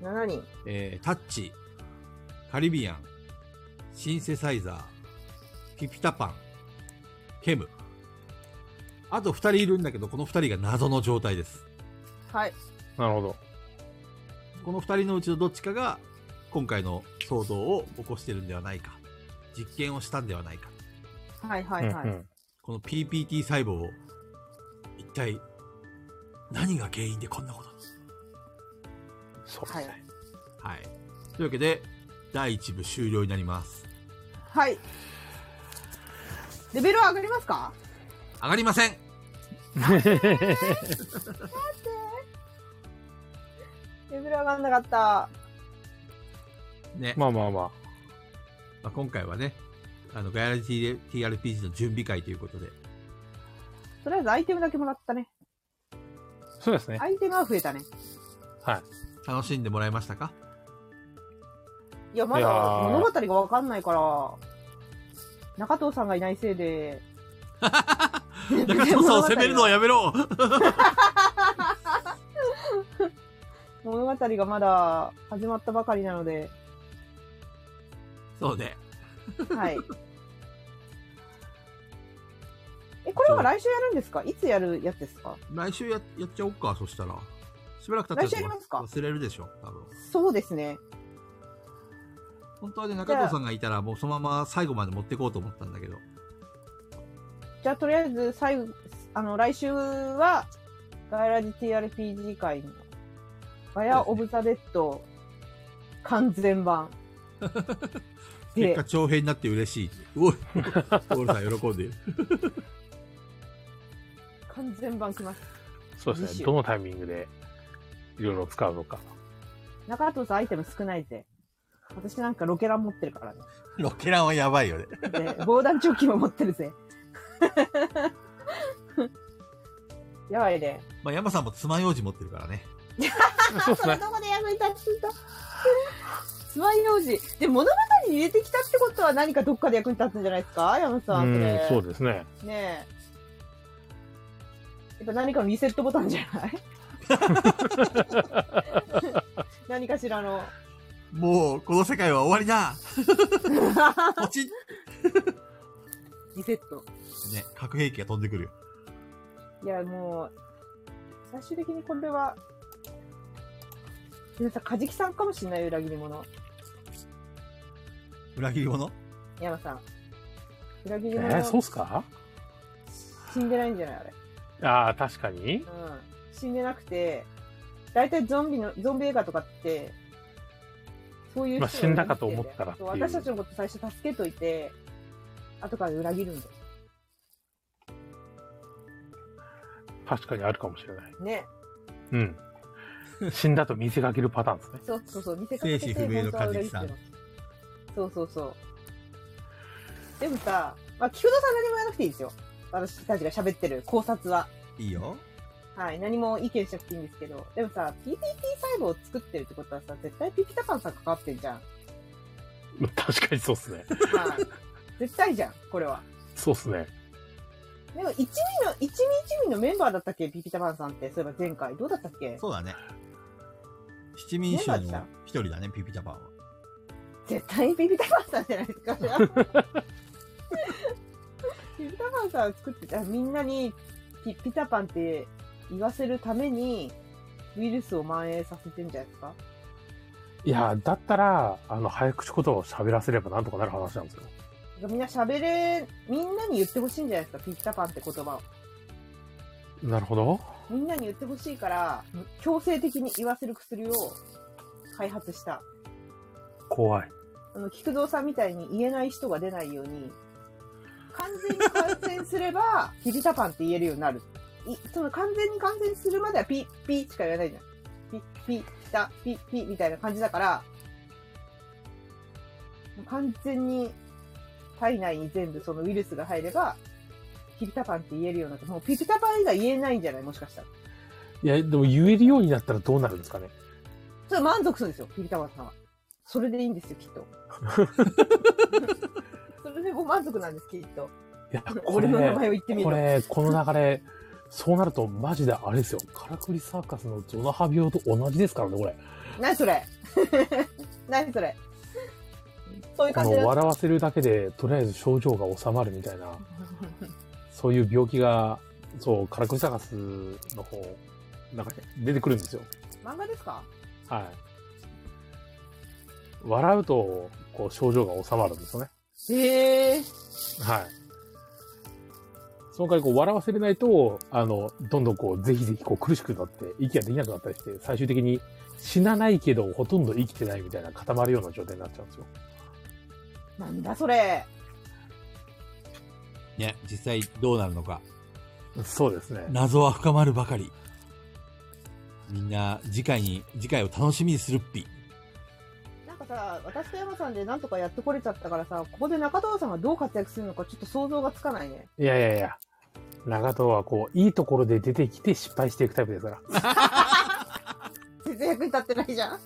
Speaker 4: 7人。
Speaker 2: えー、タッチ、カリビアン、シンセサイザー、ピピタパン、ケム。あと2人いるんだけど、この2人が謎の状態です。
Speaker 4: はい。
Speaker 3: う。なるほど。
Speaker 2: この2人のうちのどっちかが、今回の騒動を起こしてるんではないか。実験をしたんではないか。
Speaker 4: はいはいはい。
Speaker 3: うん
Speaker 2: この PPT 細胞を、一体、何が原因でこんなことに
Speaker 3: うんそうですね。
Speaker 2: はい。というわけで、第1部終了になります。
Speaker 4: はい。レベルは上がりますか
Speaker 2: 上がりません
Speaker 4: レベル上がんなかった。
Speaker 2: ね。
Speaker 3: まあまあま
Speaker 2: まあ、今回はね、あの、ガヤラジ TRPG の準備会ということで、
Speaker 4: とりあえずアイテムだけもらったね。
Speaker 3: あ。そうですね。
Speaker 4: アイテムは増えたね。
Speaker 3: はい。
Speaker 2: 楽しんでもらえましたか
Speaker 4: いや、ま
Speaker 3: い
Speaker 4: だ
Speaker 3: やー
Speaker 4: 物語がわかんないから、中藤さんがいないせいで、
Speaker 2: 中藤さんを責めるのはやめろ
Speaker 4: 物語がまだ始まったばかりなので、
Speaker 2: そうね。
Speaker 4: はい。え、これは来週やるんですかいつやるやつですか
Speaker 2: 来週や、やっちゃおうか、そしたら。しばらく経っ
Speaker 4: 来週
Speaker 2: ちゃ
Speaker 4: や
Speaker 2: う
Speaker 4: りますか
Speaker 2: 忘れるでしょ、多分。
Speaker 4: そうですね。
Speaker 2: 本当はね、中藤さんがいたら、もうそのまま最後まで持ってこうと思ったんだけど。
Speaker 4: じゃあ、とりあえず、最後、あの、来週は、ガイラジ TRPG 会の、ガヤ・オブ・ザ・デッド完 全版。
Speaker 2: 結
Speaker 4: で
Speaker 2: 果、、長編になって嬉しい。 おい、オールさん喜んでいる。
Speaker 4: 完全版来ます。
Speaker 3: そうで
Speaker 4: どう
Speaker 3: す
Speaker 4: し
Speaker 3: ね。
Speaker 4: よ
Speaker 3: ど
Speaker 4: う
Speaker 3: のタイミングでいろいろ使うの か。
Speaker 4: 中藤さんアイテム少ないぜ。私なんかロケラン持ってるからね。
Speaker 2: ロケランはやばいよね。
Speaker 4: で、 防弾チョッキも持ってるぜ。 やばいね。
Speaker 2: まあ、山さんも爪楊枝持ってるからね。
Speaker 3: そうです
Speaker 4: それ
Speaker 3: ね。
Speaker 4: どこで役に立つんだつまようじ。で、物語に入れてきたってことは何かどっかで役に立つんじゃないですか山
Speaker 3: う
Speaker 4: さん。
Speaker 3: ん、そう
Speaker 4: で
Speaker 3: ですね。
Speaker 4: す。ねえ。やっぱ何かのリセットボタンじゃ ない何かし らの。
Speaker 2: もう、この世界は終わりだポチッ
Speaker 4: リセット。
Speaker 2: ね、核兵器が飛んでくるよ。
Speaker 4: いや、もう、最終的にこれは、皆さん、カジキさんかもしれないよ裏切り者。
Speaker 2: 裏切り者
Speaker 4: 山さん。裏切
Speaker 3: え
Speaker 4: り者、
Speaker 3: ー、そうっすか
Speaker 4: 死んでないんじゃないあれ。
Speaker 3: ああ、確かに。
Speaker 4: うん。死んでなくて、大体ゾンビの、ゾンビ映画とかって、そういう人
Speaker 3: まあ死んだかと思
Speaker 4: が
Speaker 3: っ
Speaker 4: 生きて
Speaker 3: た
Speaker 4: んだよ
Speaker 3: らっていう
Speaker 4: そう私たちのこと最初助けといて、後から裏切るんだよ。
Speaker 3: 確かにあるかもしれない。
Speaker 4: ね。
Speaker 3: うん。 死んだと見せかけるパターンですね。
Speaker 4: そうそうそう、見せかけて
Speaker 2: 生死不明のカジキさん
Speaker 4: 本当は裏切ってますそうそうそう。でもさ、まあ、菊田さん何もやらなくていいですよ。私たちが喋ってる考察は。
Speaker 2: いいよ。
Speaker 4: はい、何も意見しなくていいんですけど。でもさ、PPT 細胞を作ってるってことはさ、絶対ピピタパンさん関わって んじゃん。は
Speaker 3: 確かにそうっすね。
Speaker 4: い。絶対じゃん、これは。
Speaker 3: そうっすね。
Speaker 4: でも、一味の、一味一味のメンバーだったっけピピタパンさんって、そういえば前回。どうだったっけ
Speaker 2: そうだね。七民衆の
Speaker 4: ねマキさん
Speaker 2: 一人だね、ピピタパンは。
Speaker 4: 絶対ビビタパンさんじゃないですか。 ビビタパンさんを作ってたみんなにピピタパンって言わせるためにウイルスを蔓延させてんじゃないですか
Speaker 3: いや、だったら、あの、早口言葉を喋らせればなんとかなる話なんですよ。
Speaker 4: みんな喋れ、みんなに言ってほしいんじゃないですか、ピッタパンって言葉を。
Speaker 3: なるほど。
Speaker 4: みんなに言ってほしいから、強制的に言わせる薬を開発した。
Speaker 3: 怖い。
Speaker 4: あの、菊蔵さんみたいに言えない人が出ないように、完全に感染すれば、ピリタパンって言えるようになる。いその完全に感染するまではピッピッしか言わないじゃん。ピッピッ、ピタ、ピッピッみたいな感じだから、完全に体内に全部そのウイルスが入れば、ピリタパンって言えるようになって、もうピリタパン以外言えないんじゃないもしかしたら。
Speaker 3: いや、でも言えるようになったらどうなるんですかね。
Speaker 4: それ満足するんですよ、ピリタパンさんは。それでいいんですよ、きっ と。それでもう満足なんです、きっと。
Speaker 3: いや、これ
Speaker 4: 俺、の名前を言ってみ
Speaker 3: こ
Speaker 4: ろ。
Speaker 3: れ、この流れ、そうなるとマジであれですよ。カラクリサーカスのゾナハ病と同じですからね、これ。
Speaker 4: 何それ 何それそういう
Speaker 3: こ
Speaker 4: 感じ
Speaker 3: の
Speaker 4: だ
Speaker 3: 笑わせるだけで、とりあえず症状が治まるみたいな、そういう病気が、そう、カラクリサーカスの方、なんか出てくるんですよ。
Speaker 4: 漫画ですか
Speaker 3: はい。笑うと、こう、症状が治まるんですよね。
Speaker 4: へえ
Speaker 3: はい。その代わりこう笑わせれないと、あの、どんどんこう、ぜひぜひこう苦しくなって、息ができなくなったりして、最終的に死なないけど、ほとんど生きてないみたいな固まるような状態になっちゃうんですよ。
Speaker 4: なんだそれ
Speaker 2: ね、実際どうなるのか。
Speaker 3: そうですね。
Speaker 2: 謎は深まるばかり。みんな、次回に、次回を楽しみにするっぴ。
Speaker 4: なんかさ私と山さんでなんとかやってこれちゃったからさここで中藤さんがどう活躍するのかちょっと想像がつかないね
Speaker 3: いやいやいや。長藤はこう、いいところで出てきて失敗していくタイプですから。
Speaker 4: 全然役に立ってないじゃん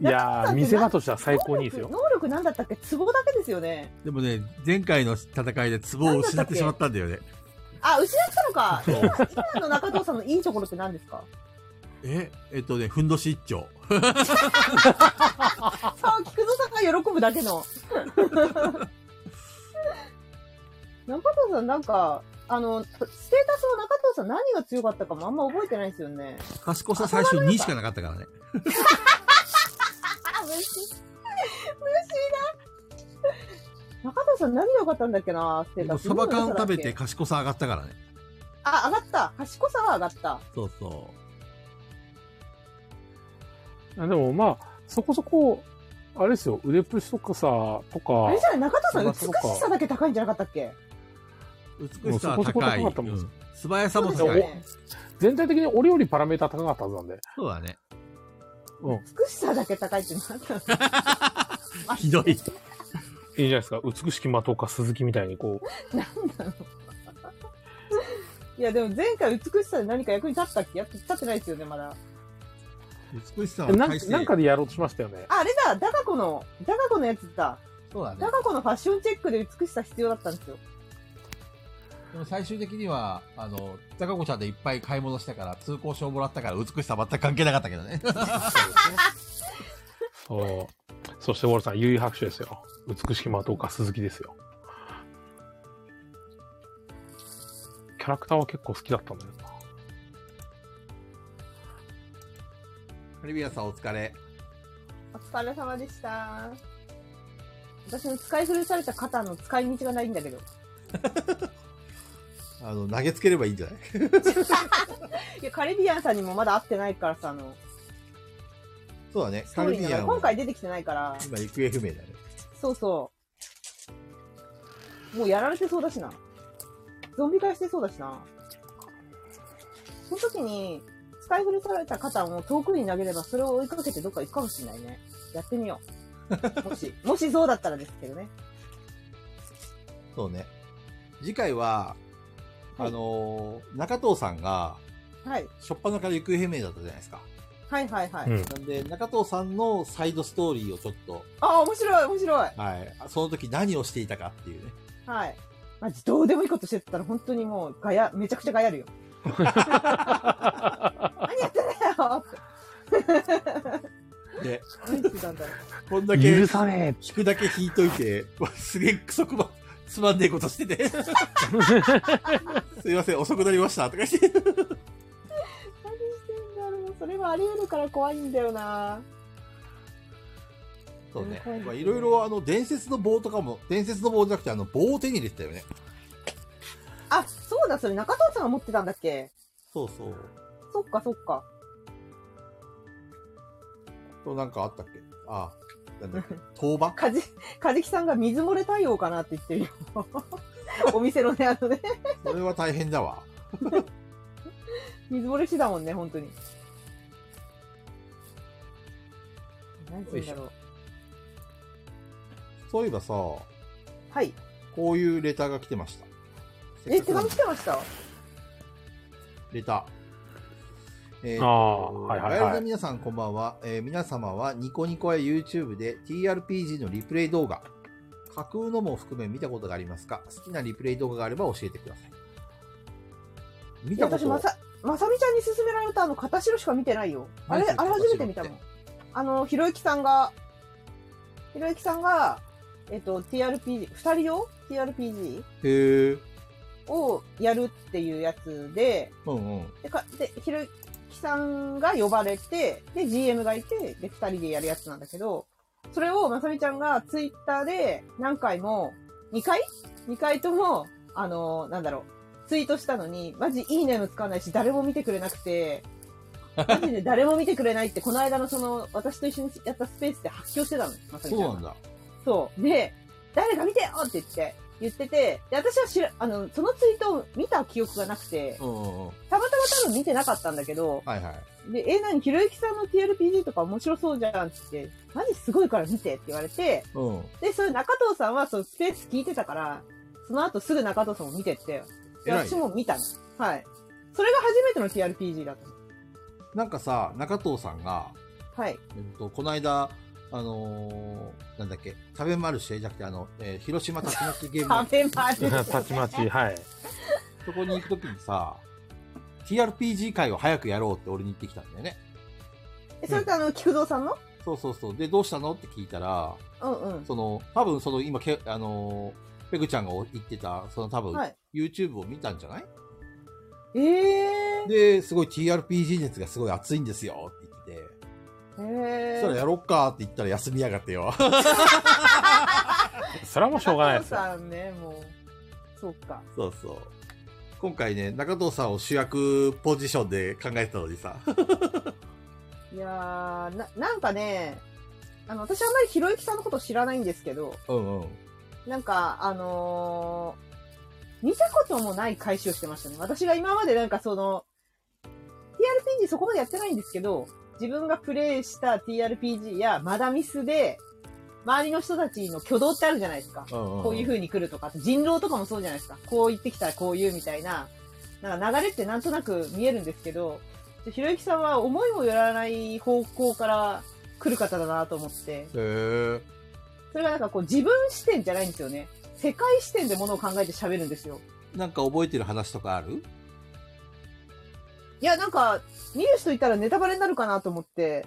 Speaker 3: いやー、見せ場としては最高にいいですよ。
Speaker 4: 能力なんだったっけツボだけですよね
Speaker 5: でもね、前回の戦いで壺を失ってしまったんだよね。
Speaker 4: あ失ったのか今今の中藤さんのいいところって何ですか
Speaker 5: え、えっとね、ふんどし一丁。
Speaker 4: そう、菊蔵さんが喜ぶだけの。 中藤さん、なんか、あの、ステータスの中藤さん何が強かったかもあんま覚えてないですよね。
Speaker 5: 賢さ最初2しかなかったからね。
Speaker 4: あ、嬉しい。嬉しいな。中藤さん何が良かったんだっけな、ステータス。
Speaker 5: サバ缶を食べて。賢さ上がったからね。
Speaker 4: あ、上がった。賢さは上がった。
Speaker 5: そうそう。
Speaker 3: あでもまあ、そこそこ、あれですよ、腕プレスとかさ、と
Speaker 4: あ
Speaker 3: か
Speaker 4: れじ、ゃない、中藤さん美
Speaker 3: そうかそうか
Speaker 4: しさだけ高いんじゃなかったっけ
Speaker 5: 美しさは
Speaker 3: そこそこ
Speaker 5: 高い。
Speaker 3: 高かったもん
Speaker 5: うん素早さも
Speaker 4: そう
Speaker 5: 高
Speaker 4: で
Speaker 5: い。
Speaker 4: すよね。
Speaker 3: 全体的に俺よりパラメーター高かったはずなんで。
Speaker 5: そうだね。
Speaker 3: うん。
Speaker 4: 美しさだけ高いってなんだろう
Speaker 5: ひどい。
Speaker 3: いいじゃないですか。美しき的か鈴木みたいにこう。
Speaker 4: いや、でも前回美しさで何か役に立ったっけ役に立ってないですよね、まだ。
Speaker 5: 美しさ
Speaker 3: え
Speaker 5: は
Speaker 3: な
Speaker 5: 大
Speaker 3: ん
Speaker 5: 成
Speaker 3: なんかでやろうとしましたよね。
Speaker 4: あ、あれだ、ダカ子の、ダカ子のやつだ。
Speaker 2: そうだね
Speaker 4: ダ。カ子のファッションチェックで美しさ必要だったんですよ。
Speaker 2: でも最終的には、あの、高子ちゃんでいっぱい買い物したから、通行証もらったから、美しさ全く関係なかったけどね。
Speaker 3: そう。そして、ウォルさん、優位拍手ですよ。美しき的か鈴木ですよ。キャラクターは結構好きだったんだよな。
Speaker 5: カリビアさんお疲れ。
Speaker 4: お疲れ様でした。私の使い古された肩の使い道がないんだけど。
Speaker 5: あの、投げつければいいんじゃない
Speaker 4: いや、カリビアンさんにもまだ会ってないからさ、あの、
Speaker 5: そうだね。
Speaker 4: スト
Speaker 5: カ
Speaker 4: ー
Speaker 5: リ
Speaker 4: リー
Speaker 5: ビ
Speaker 4: が
Speaker 5: アン
Speaker 4: 今
Speaker 5: は
Speaker 4: 回出てきてないから、
Speaker 5: 今行方不明だね。
Speaker 4: そうそう。もうやられてそうだしな。ゾンビ化してそうだしな。その時に、使い古された肩を遠くに投げれば、それを追いかけてどっか行くかもしれないね。やってみよ う。もし、もしそうだったらですけどね。
Speaker 5: そうね。次回は、
Speaker 4: はい
Speaker 5: あのー中藤さんが、
Speaker 4: はい。
Speaker 5: 初っ端から行方不明だったじゃないですか。
Speaker 4: はいはいはい。
Speaker 3: うん
Speaker 5: なんで、中藤さんのサイドストーリーをちょっと、
Speaker 4: ああ、面白い面白い。
Speaker 5: はい。その時何をしていたかっていうね。
Speaker 4: はい。マジどうでもいいことしてたら本当にもうガヤ、めちゃくちゃガヤ るよ。何やってんだ よ
Speaker 5: で、
Speaker 4: 何言ってたんだろ
Speaker 5: こんだけ
Speaker 3: 許さね
Speaker 5: 聞くだけ引いといて、 わすげえクソくま、つまんねえことして て。すいません、遅くなりました。とかして。
Speaker 4: う。何してんだろう。それはあり得るから怖いんだよな。
Speaker 2: そうね
Speaker 4: すごいですね。
Speaker 2: まあいろいろあの伝説の棒とかも、伝説の棒じゃなくてあの棒を手に入れてたよね。
Speaker 4: あ、そうだ、それ中藤さんが持ってたんだっけ
Speaker 2: そうそう。
Speaker 4: そっかそっか。
Speaker 2: となんかあったっけああ、なんだっ け当場
Speaker 4: かじ、かじきさんが水漏れ対応かなって言ってるよ。 お店のね、あのね、
Speaker 2: それは大変だわ。
Speaker 4: 水漏れしてたもんね、本当に。何するんだろう。
Speaker 2: そういえばさ、
Speaker 4: はい。
Speaker 2: こういうレターが来てました。
Speaker 4: え、手紙来てました
Speaker 2: レター。えー
Speaker 3: ああ、はいはい
Speaker 2: ガヤラ
Speaker 3: は
Speaker 2: の
Speaker 3: い。
Speaker 2: 皆さんこんばんは、えー皆様はニコニコや YouTube で TRPG のリプレイ動画、架空のも含め見たことがありますか好きなリプレイ動画があれば教えてください。見
Speaker 4: い
Speaker 2: た
Speaker 4: や、
Speaker 2: こ
Speaker 4: 私、
Speaker 2: と
Speaker 4: まさ、まさみちゃんに勧められたあの、片白しか見てないよ。あれ、
Speaker 2: 何それ
Speaker 4: あれ初めて見たもん
Speaker 2: 片。
Speaker 4: あの、ひろゆきさんが、ひろゆきさんが、えっと、TRPG、二人用 ?TRPG
Speaker 2: へえ。
Speaker 4: をやるっていうやつで、
Speaker 2: うんうん。
Speaker 4: で、かでひろゆきさんが呼ばれて、で、GM がいて、で、二人でやるやつなんだけど、それをまさみちゃんがツイッターで何回も、2回 ?2 回とも、あのーなんだろう、ツイートしたのに、マジいいねもつかないし、誰も見てくれなくて、マジで誰も見てくれないって、この間のその、私と一緒にやったスペースで発狂してたの、まさみちゃ
Speaker 2: そ
Speaker 4: ん
Speaker 2: う
Speaker 4: が。
Speaker 2: なんだ。
Speaker 4: そう。で、誰か見てよって言って、言ってて、で、私は知ら、あの、そのツイートを見た記憶がなくて、
Speaker 2: うんうんうん。
Speaker 4: たまたま多分見てなかったんだけど、
Speaker 2: はいはい。
Speaker 4: で、え、なに、ひろゆきさんの TRPG とか面白そうじゃんって言って、マジすごいから見てって言われて、
Speaker 2: うん。
Speaker 4: で、それ中藤さんはそのスペース聞いてたから、その後すぐ中藤さんも見てって、で
Speaker 2: 偉い
Speaker 4: 私も見たの。はい。それが初めての TRPG だった
Speaker 2: なんかさ、中藤さんが、
Speaker 4: の。はい。
Speaker 2: えっと、この間、あのーなんだっけ、食べマルシェじゃなくて、あの、えー広島たちまちゲームマー
Speaker 4: 食
Speaker 2: ケッ
Speaker 4: べ ま
Speaker 3: たちまち、はい。
Speaker 2: ト、そこに行くときにさ、TRPG 会を早くやろうって俺に言ってきたんだよね。
Speaker 4: え、それとあの、菊蔵さんの
Speaker 2: そうそうそう。で、どうしたのって聞いたら、
Speaker 4: うんうん。
Speaker 2: その、多分その今、けあのーペグちゃんが言ってた、その多分、
Speaker 4: はい
Speaker 2: YouTube を見たんじゃない
Speaker 4: ええ
Speaker 2: で、すごい TRPG 熱がすごい熱いんですよって言ってて、
Speaker 4: ー。
Speaker 2: そし
Speaker 4: え
Speaker 2: たらやろっかって言ったら休みやがってよ。
Speaker 3: それはもうしょうがないですよ。
Speaker 4: 中藤さんね、もう。そうか。
Speaker 2: そうそう。今回ね、中藤さんを主役ポジションで考えてたのにさ。
Speaker 4: いやーな、なんかね、あの、私あんまりひろゆきさんのこと知らないんですけど、
Speaker 2: うんうん。
Speaker 4: なんか、あのー見たこともない返しをしてましたね。私が今までなんかその、TRPG そこまでやってないんですけど、自分がプレイした TRPG やマダミスで、周りの人たちの挙動ってあるじゃないですか。こ
Speaker 2: こ
Speaker 4: ういう風に来るとか、あと人狼とかもそうじゃないですか。こう言ってきたらこう言うみたいな、なんか流れってなんとなく見えるんですけど、ちょひろゆきさんは思いもよらない方向から来る方だなと思って、
Speaker 2: へー
Speaker 4: それがなんかこう自分視点じゃないんですよね。世界視点でものを考えて喋るんですよ。
Speaker 2: なんか覚えてる話とかある
Speaker 4: いや、なんか、見る人いたらネタバレになるかなと思って、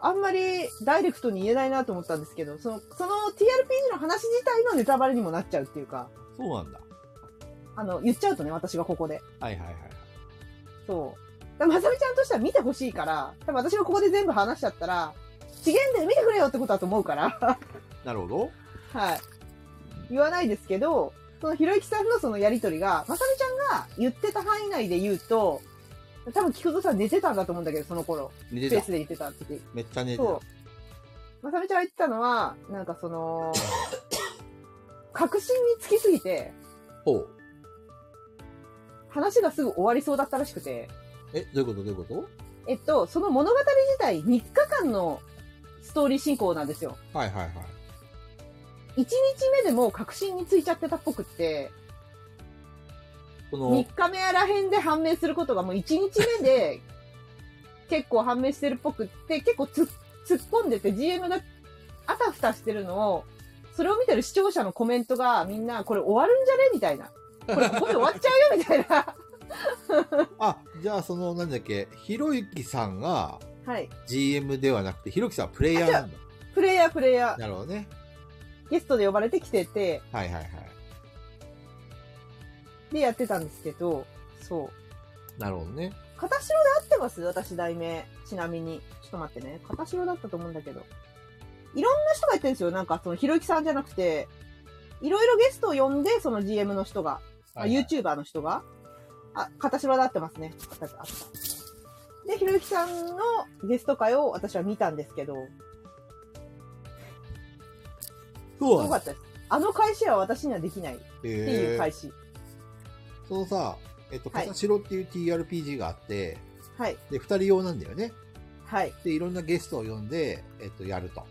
Speaker 4: あんまりダイレクトに言えないなと思ったんですけど、その、その TRPG の話自体のネタバレにもなっちゃうっていうか、
Speaker 2: そうなんだ。
Speaker 4: あの、言っちゃうとね、私がここで。
Speaker 2: はいはいはい。
Speaker 4: そう。だからまさみちゃんとしては見てほしいから、多分私がここで全部話しちゃったら、次元で見てくれよってことだと思うから、
Speaker 2: なるほど。
Speaker 4: はい。言わないですけど、そのひろゆきさんのそのやりとりが、まさみちゃんが言ってた範囲内で言うと、多分菊蔵さん寝てたんだと思うんだけど、その頃。
Speaker 2: 寝
Speaker 4: ス
Speaker 2: て
Speaker 4: ペー
Speaker 2: た
Speaker 4: ス。で言ってた時。
Speaker 2: めっちゃ寝てた
Speaker 4: そ。う。まさみちゃんが言ってたのは、なんか その、確信につきすぎて、
Speaker 2: ほう。
Speaker 4: 話がすぐ終わりそうだったらしくて。
Speaker 2: え、どういうことどういうこと
Speaker 4: えっと、その物語自体3日間のストーリー進行なんですよ。
Speaker 2: はいはいはい。
Speaker 4: 1日目でもう確信についちゃってたっぽくって、
Speaker 2: この
Speaker 4: 3、日目らへんで判明することがもう1日目で 結構判明してるっぽくって、結構つ突っ込んでて GM があたふたしてるのを、それを見てる視聴者のコメントがみんなこれ終わるんじゃねみたいな。これここで終わっちゃうよみたいな。
Speaker 2: あ、じゃあその、なんだっけ、ひろゆきさんが
Speaker 4: はい。
Speaker 2: GM ではなくて、ひろゆきさんはプレイヤーなんだ。
Speaker 4: プレイヤープレイヤー、
Speaker 2: なるほどね。
Speaker 4: ゲストで呼ばれてきてて、
Speaker 2: はいはいはい。
Speaker 4: でやってたんですけど、そう。
Speaker 2: なるほどね。
Speaker 4: 片白で合ってます私、題名。ちなみに。ちょっと待ってね。片白だったと思うんだけど。いろんな人が言ってるんですよ。なんか、その、ひろゆきさんじゃなくて、いろいろゲストを呼んで、その GM の人が、あ
Speaker 2: はいはい
Speaker 4: YouTuber の人が、あ、形はなってますね。形あったで、ひろゆきさんのゲスト会を私は見たんですけど、
Speaker 2: そ
Speaker 4: すご
Speaker 2: う
Speaker 4: か
Speaker 2: だ
Speaker 4: ったです。あの返しは私にはできないって
Speaker 2: て
Speaker 4: いう返し。
Speaker 2: そのさ、えっと、
Speaker 4: はい
Speaker 2: 片白っていう TRPG があって、
Speaker 4: はい。
Speaker 2: で、二人用なんだよね。
Speaker 4: はい。
Speaker 2: で、いろんなゲストを呼んで、えっと、やると。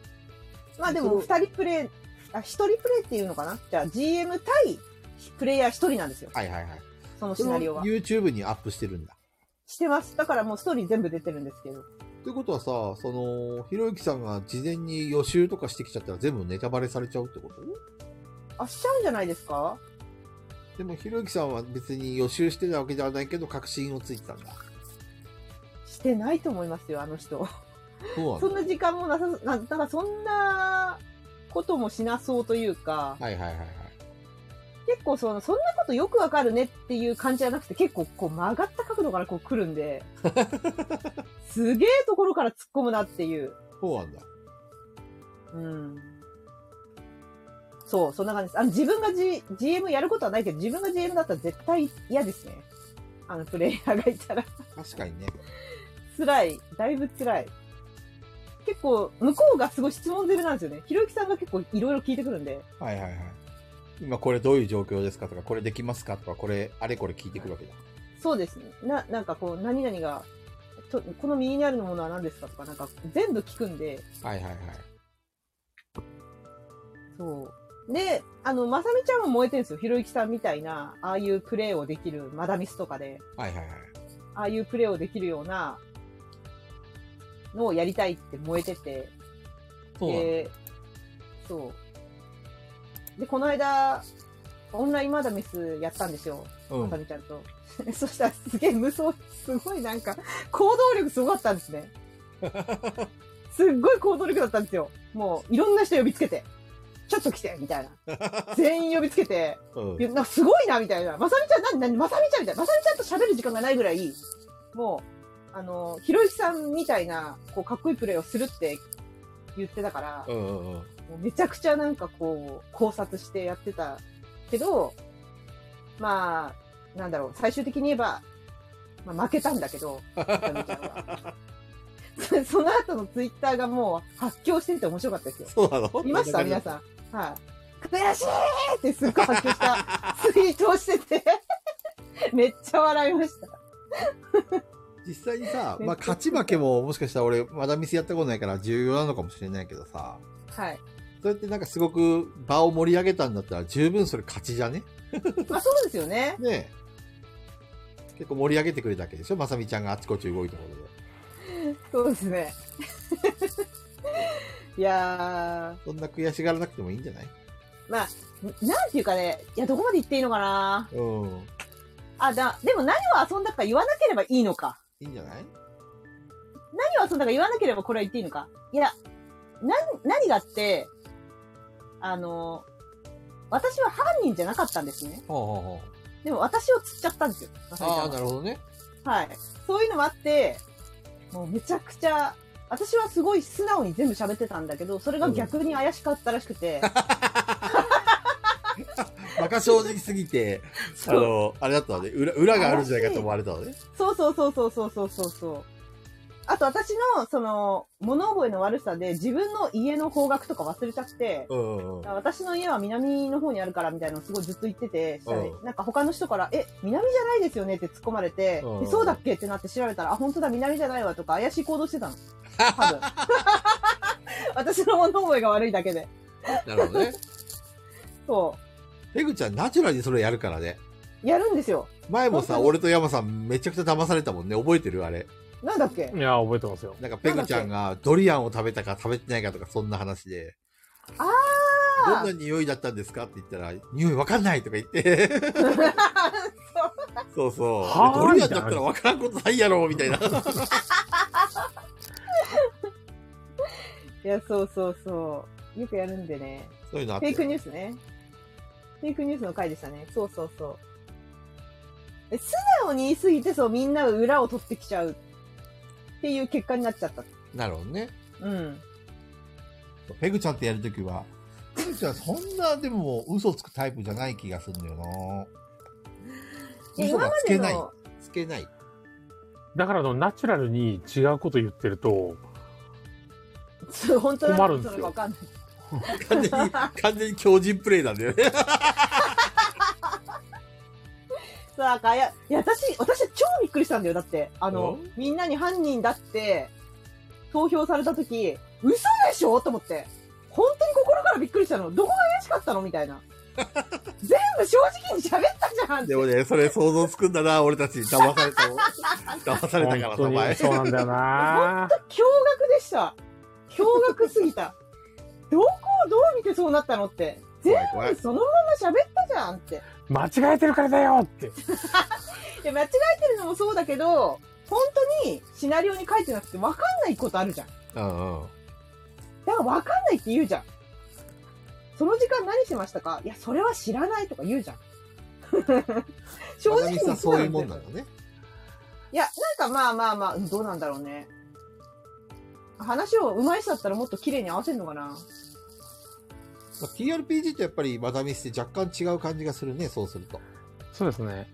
Speaker 4: まあでも、二人プレイ、あ、一人プレイっていうのかなじゃあ、GM 対プレイヤー一人なんですよ。
Speaker 2: はいはいはい。
Speaker 4: そのシ
Speaker 2: それ
Speaker 4: ナ
Speaker 2: を
Speaker 4: リオが。
Speaker 2: YouTube にアップしてるんだ。
Speaker 4: してます。だからもうストーリー全部出てるんですけど。
Speaker 2: ということはさ、その、ひろゆきさんが事前に予習とかしてきちゃったら全部ネタバレされちゃうってこと
Speaker 4: あ、しちゃうんじゃないですか
Speaker 2: でも、ひろゆきさんは別に予習してたわけではないけど、確信をついてたんだ。
Speaker 4: してないと思いますよ、あの 人。
Speaker 2: そうなん
Speaker 4: そ
Speaker 2: だ
Speaker 4: んな時間もなさな、だからそんなこともしなそうというか、
Speaker 2: はいはいはいはい。
Speaker 4: 結構その、そんなことよくわかるねっていう感じじゃなくて、結構こう曲がった角度からこう来るん で、すげえところから突っ込むなっていう。
Speaker 2: そうなんだ。
Speaker 4: うん。そう、そんな感じです。あの、自分が、G、GM やることはないけど、自分が GM だったら絶対嫌ですね。あの、プレイヤーがいたら。
Speaker 2: 確かにね。
Speaker 4: 辛い。だいぶ辛い。結構、向こうがすごい質問攻めなんですよね。ひろゆきさんが結構いろいろ聞いてくるんで。
Speaker 2: はいはいはい。今これどういう状況ですかとか、これできますかとか、これ、あれこれ聞いてくるわけだ。
Speaker 4: そうですね。な、なんかこう、何々が、とこの右にあるものは何ですかとか、なんか全部聞くんで。
Speaker 2: はいはいはい。
Speaker 4: そう。で、あの、まさみちゃんは燃えてるんですよ。ひろゆきさんみたいな、ああいうプレイをできるマダミスとかで、
Speaker 2: はいはいはい。
Speaker 4: ああいうプレイをできるようなのをやりたいって燃えてて。
Speaker 2: そうなんだ。
Speaker 4: で、そう。で、この間、オンラインマダミスやったんですよ。
Speaker 2: う
Speaker 4: ま
Speaker 2: ん
Speaker 4: さ。みちゃんと。 そしたらすげえ無双、すごいなんか、行動力すごかったんで すね。すっごい行動力だったんですよ。もう、いろんな人呼びつけて。ちょっと来てみたい な。全員呼びつけて。
Speaker 2: うん
Speaker 4: いやなんかすごいなみたいな。まさみちゃん、なになにまさみちゃんみたいな。まさみちゃんと喋る時間がないぐらい、もう、あの、ひろゆきさんみたいな、こう、かっこいいプレーをするって言ってたから、
Speaker 2: うんうんうん。
Speaker 4: もうめちゃくちゃなんかこう、考察してやってたけど、まあ、なんだろう、最終的に言えば、まあ、負けたんだけ ど、まさみちゃんは。そその後のツイッターがもう発狂してて面白かったですよ。
Speaker 2: そうなの
Speaker 4: 見ました皆さん。はい。悔しいってすっごい発狂したツイートをしてて、 めっちゃ笑いました。
Speaker 2: 実際に さ、
Speaker 4: めっちゃ
Speaker 2: まあ、勝ち負けももしかしたら俺、まだミスやったことないから重要なのかもしれないけどさ、
Speaker 4: はい。
Speaker 2: そうやってなんかすごく場を盛り上げたんだったら十分それ勝ちじゃね
Speaker 4: まあそうですよね。
Speaker 2: ねえ。結構盛り上げてくれたわけでしょまさみちゃんがあちこち動いたことで。
Speaker 4: そうですね。 いや
Speaker 2: そんな悔しがらなくてもいいんじゃない
Speaker 4: ー、まあ、なんていうかね、いや、どこまで言っていいのかな
Speaker 2: うん。
Speaker 4: あ、だ、でも何を遊んだか言わなければいいのか。
Speaker 2: いいんじゃない
Speaker 4: 何を遊んだか言わなければこれは言っていいのか。いや、な、何があって、あの、私は犯人じゃなかったんですね。
Speaker 2: ほうほうほ
Speaker 4: でも私を釣っちゃったんですよ。まさみちゃんは
Speaker 2: ああ、なるほどね。
Speaker 4: はい。そういうのもあって、もうめちゃくちゃ、私はすごい素直に全部喋ってたんだけど、それが逆に怪しかったらしくて、
Speaker 2: バカ正直すぎ て、あ
Speaker 4: そう
Speaker 2: の、あれだったので、裏、裏があるんじゃないかと思われたのね。
Speaker 4: そうそうそうそうそうそうそうそう。あと私の、その、物覚えの悪さで自分の家の方角とか忘れちゃって、
Speaker 2: うんうんうん。
Speaker 4: あ私の家は南の方にあるからみたいなのをすごいずっと言ってて、したら
Speaker 2: うん
Speaker 4: なんか他の人から、え、南じゃないですよねって突っ込まれて、
Speaker 2: うん
Speaker 4: えそうだっけってなって調べたら、あ、本当だ、南じゃないわとか怪しい行動してたの。多分。私の物覚えが悪いだけで。
Speaker 2: なるほどね。
Speaker 4: そ
Speaker 2: ペグちゃん、ナチュラルにそれやるからね。
Speaker 4: う。やるんですよ。
Speaker 2: 前も
Speaker 4: 本
Speaker 2: さ、
Speaker 4: 当に
Speaker 2: 俺と山さんめちゃくちゃ騙されたもんね。覚えてるあれ。
Speaker 4: なんだっけ
Speaker 3: いや、覚えてますよ。
Speaker 2: なんかペグちゃんがドリアンを食べたか食べてないかとかそんな話で。
Speaker 4: あ
Speaker 2: どんな匂いだったんですかって言ったら、匂いわかんないとか言って。そうそう。
Speaker 3: はーい
Speaker 2: ドリアンだったらわからんことないやろみたいな。
Speaker 4: いや、そうそうそう。よくやるんでね。
Speaker 2: そういうのあっ
Speaker 4: フェ
Speaker 2: て
Speaker 4: イ。クニュースね。フェイクニュースの回でしたね。そうそうそう。え素直に言いすぎて、そう、みんなが裏を取ってきちゃう。っていう結果になっちゃった。
Speaker 2: なるほどね。
Speaker 4: うん。
Speaker 2: と。ペグちゃんってやるときは、ペグちゃんそんなでも嘘つくタイプじゃない気がするんだよな。
Speaker 4: や
Speaker 2: 嘘
Speaker 4: 今
Speaker 2: が
Speaker 4: ま
Speaker 2: つ
Speaker 4: で
Speaker 2: けない。
Speaker 4: の
Speaker 2: つけない。
Speaker 3: だからあのナチュラルに違うこと言ってると、
Speaker 4: そう本当な
Speaker 3: 困るんですよ
Speaker 4: そうわかんない
Speaker 6: 完全に、完全に強靭プレイなんだよね。
Speaker 4: そうなんかいやいや私私超びっくりしたんだよだってあの
Speaker 6: う
Speaker 4: みんなに犯人だって投票された時嘘でしょと思って本当に心からびっくりしたのどこが怪しかったのみたいな全部正直に喋ったじゃんって
Speaker 6: でもね、それ想像つくんだな、俺たち。騙され たもん。騙されたから
Speaker 3: 本
Speaker 6: さ、お
Speaker 3: 当に
Speaker 6: 前。
Speaker 3: そうなんだよな
Speaker 4: 驚愕でした驚愕す ぎたどこをどう見てそうなったのって全
Speaker 6: 怖い怖い
Speaker 4: 部。そのまま喋ったじゃんって
Speaker 3: 間違えてるからだよって。
Speaker 4: いや間違えてるのもそうだけど本当にシナリオに書いてなくて分かんないことあるじゃん
Speaker 6: うんうん。
Speaker 4: だから分かんないって言うじゃん。その時間何してましたかいや、それは知らないとか言う じゃん。正
Speaker 2: まな
Speaker 4: 直に
Speaker 2: みさ
Speaker 4: 言ってた
Speaker 2: ん
Speaker 4: の
Speaker 2: そういうもんなんだね。
Speaker 4: いや、なんかまあまあまあ、うんどうなんだろうね。話を上手い人だったらもっと綺麗に合わせるのかな。
Speaker 2: まあ TRPG とやっぱりマダミスって若干違う感じがするね、そうすると。
Speaker 3: そうですね。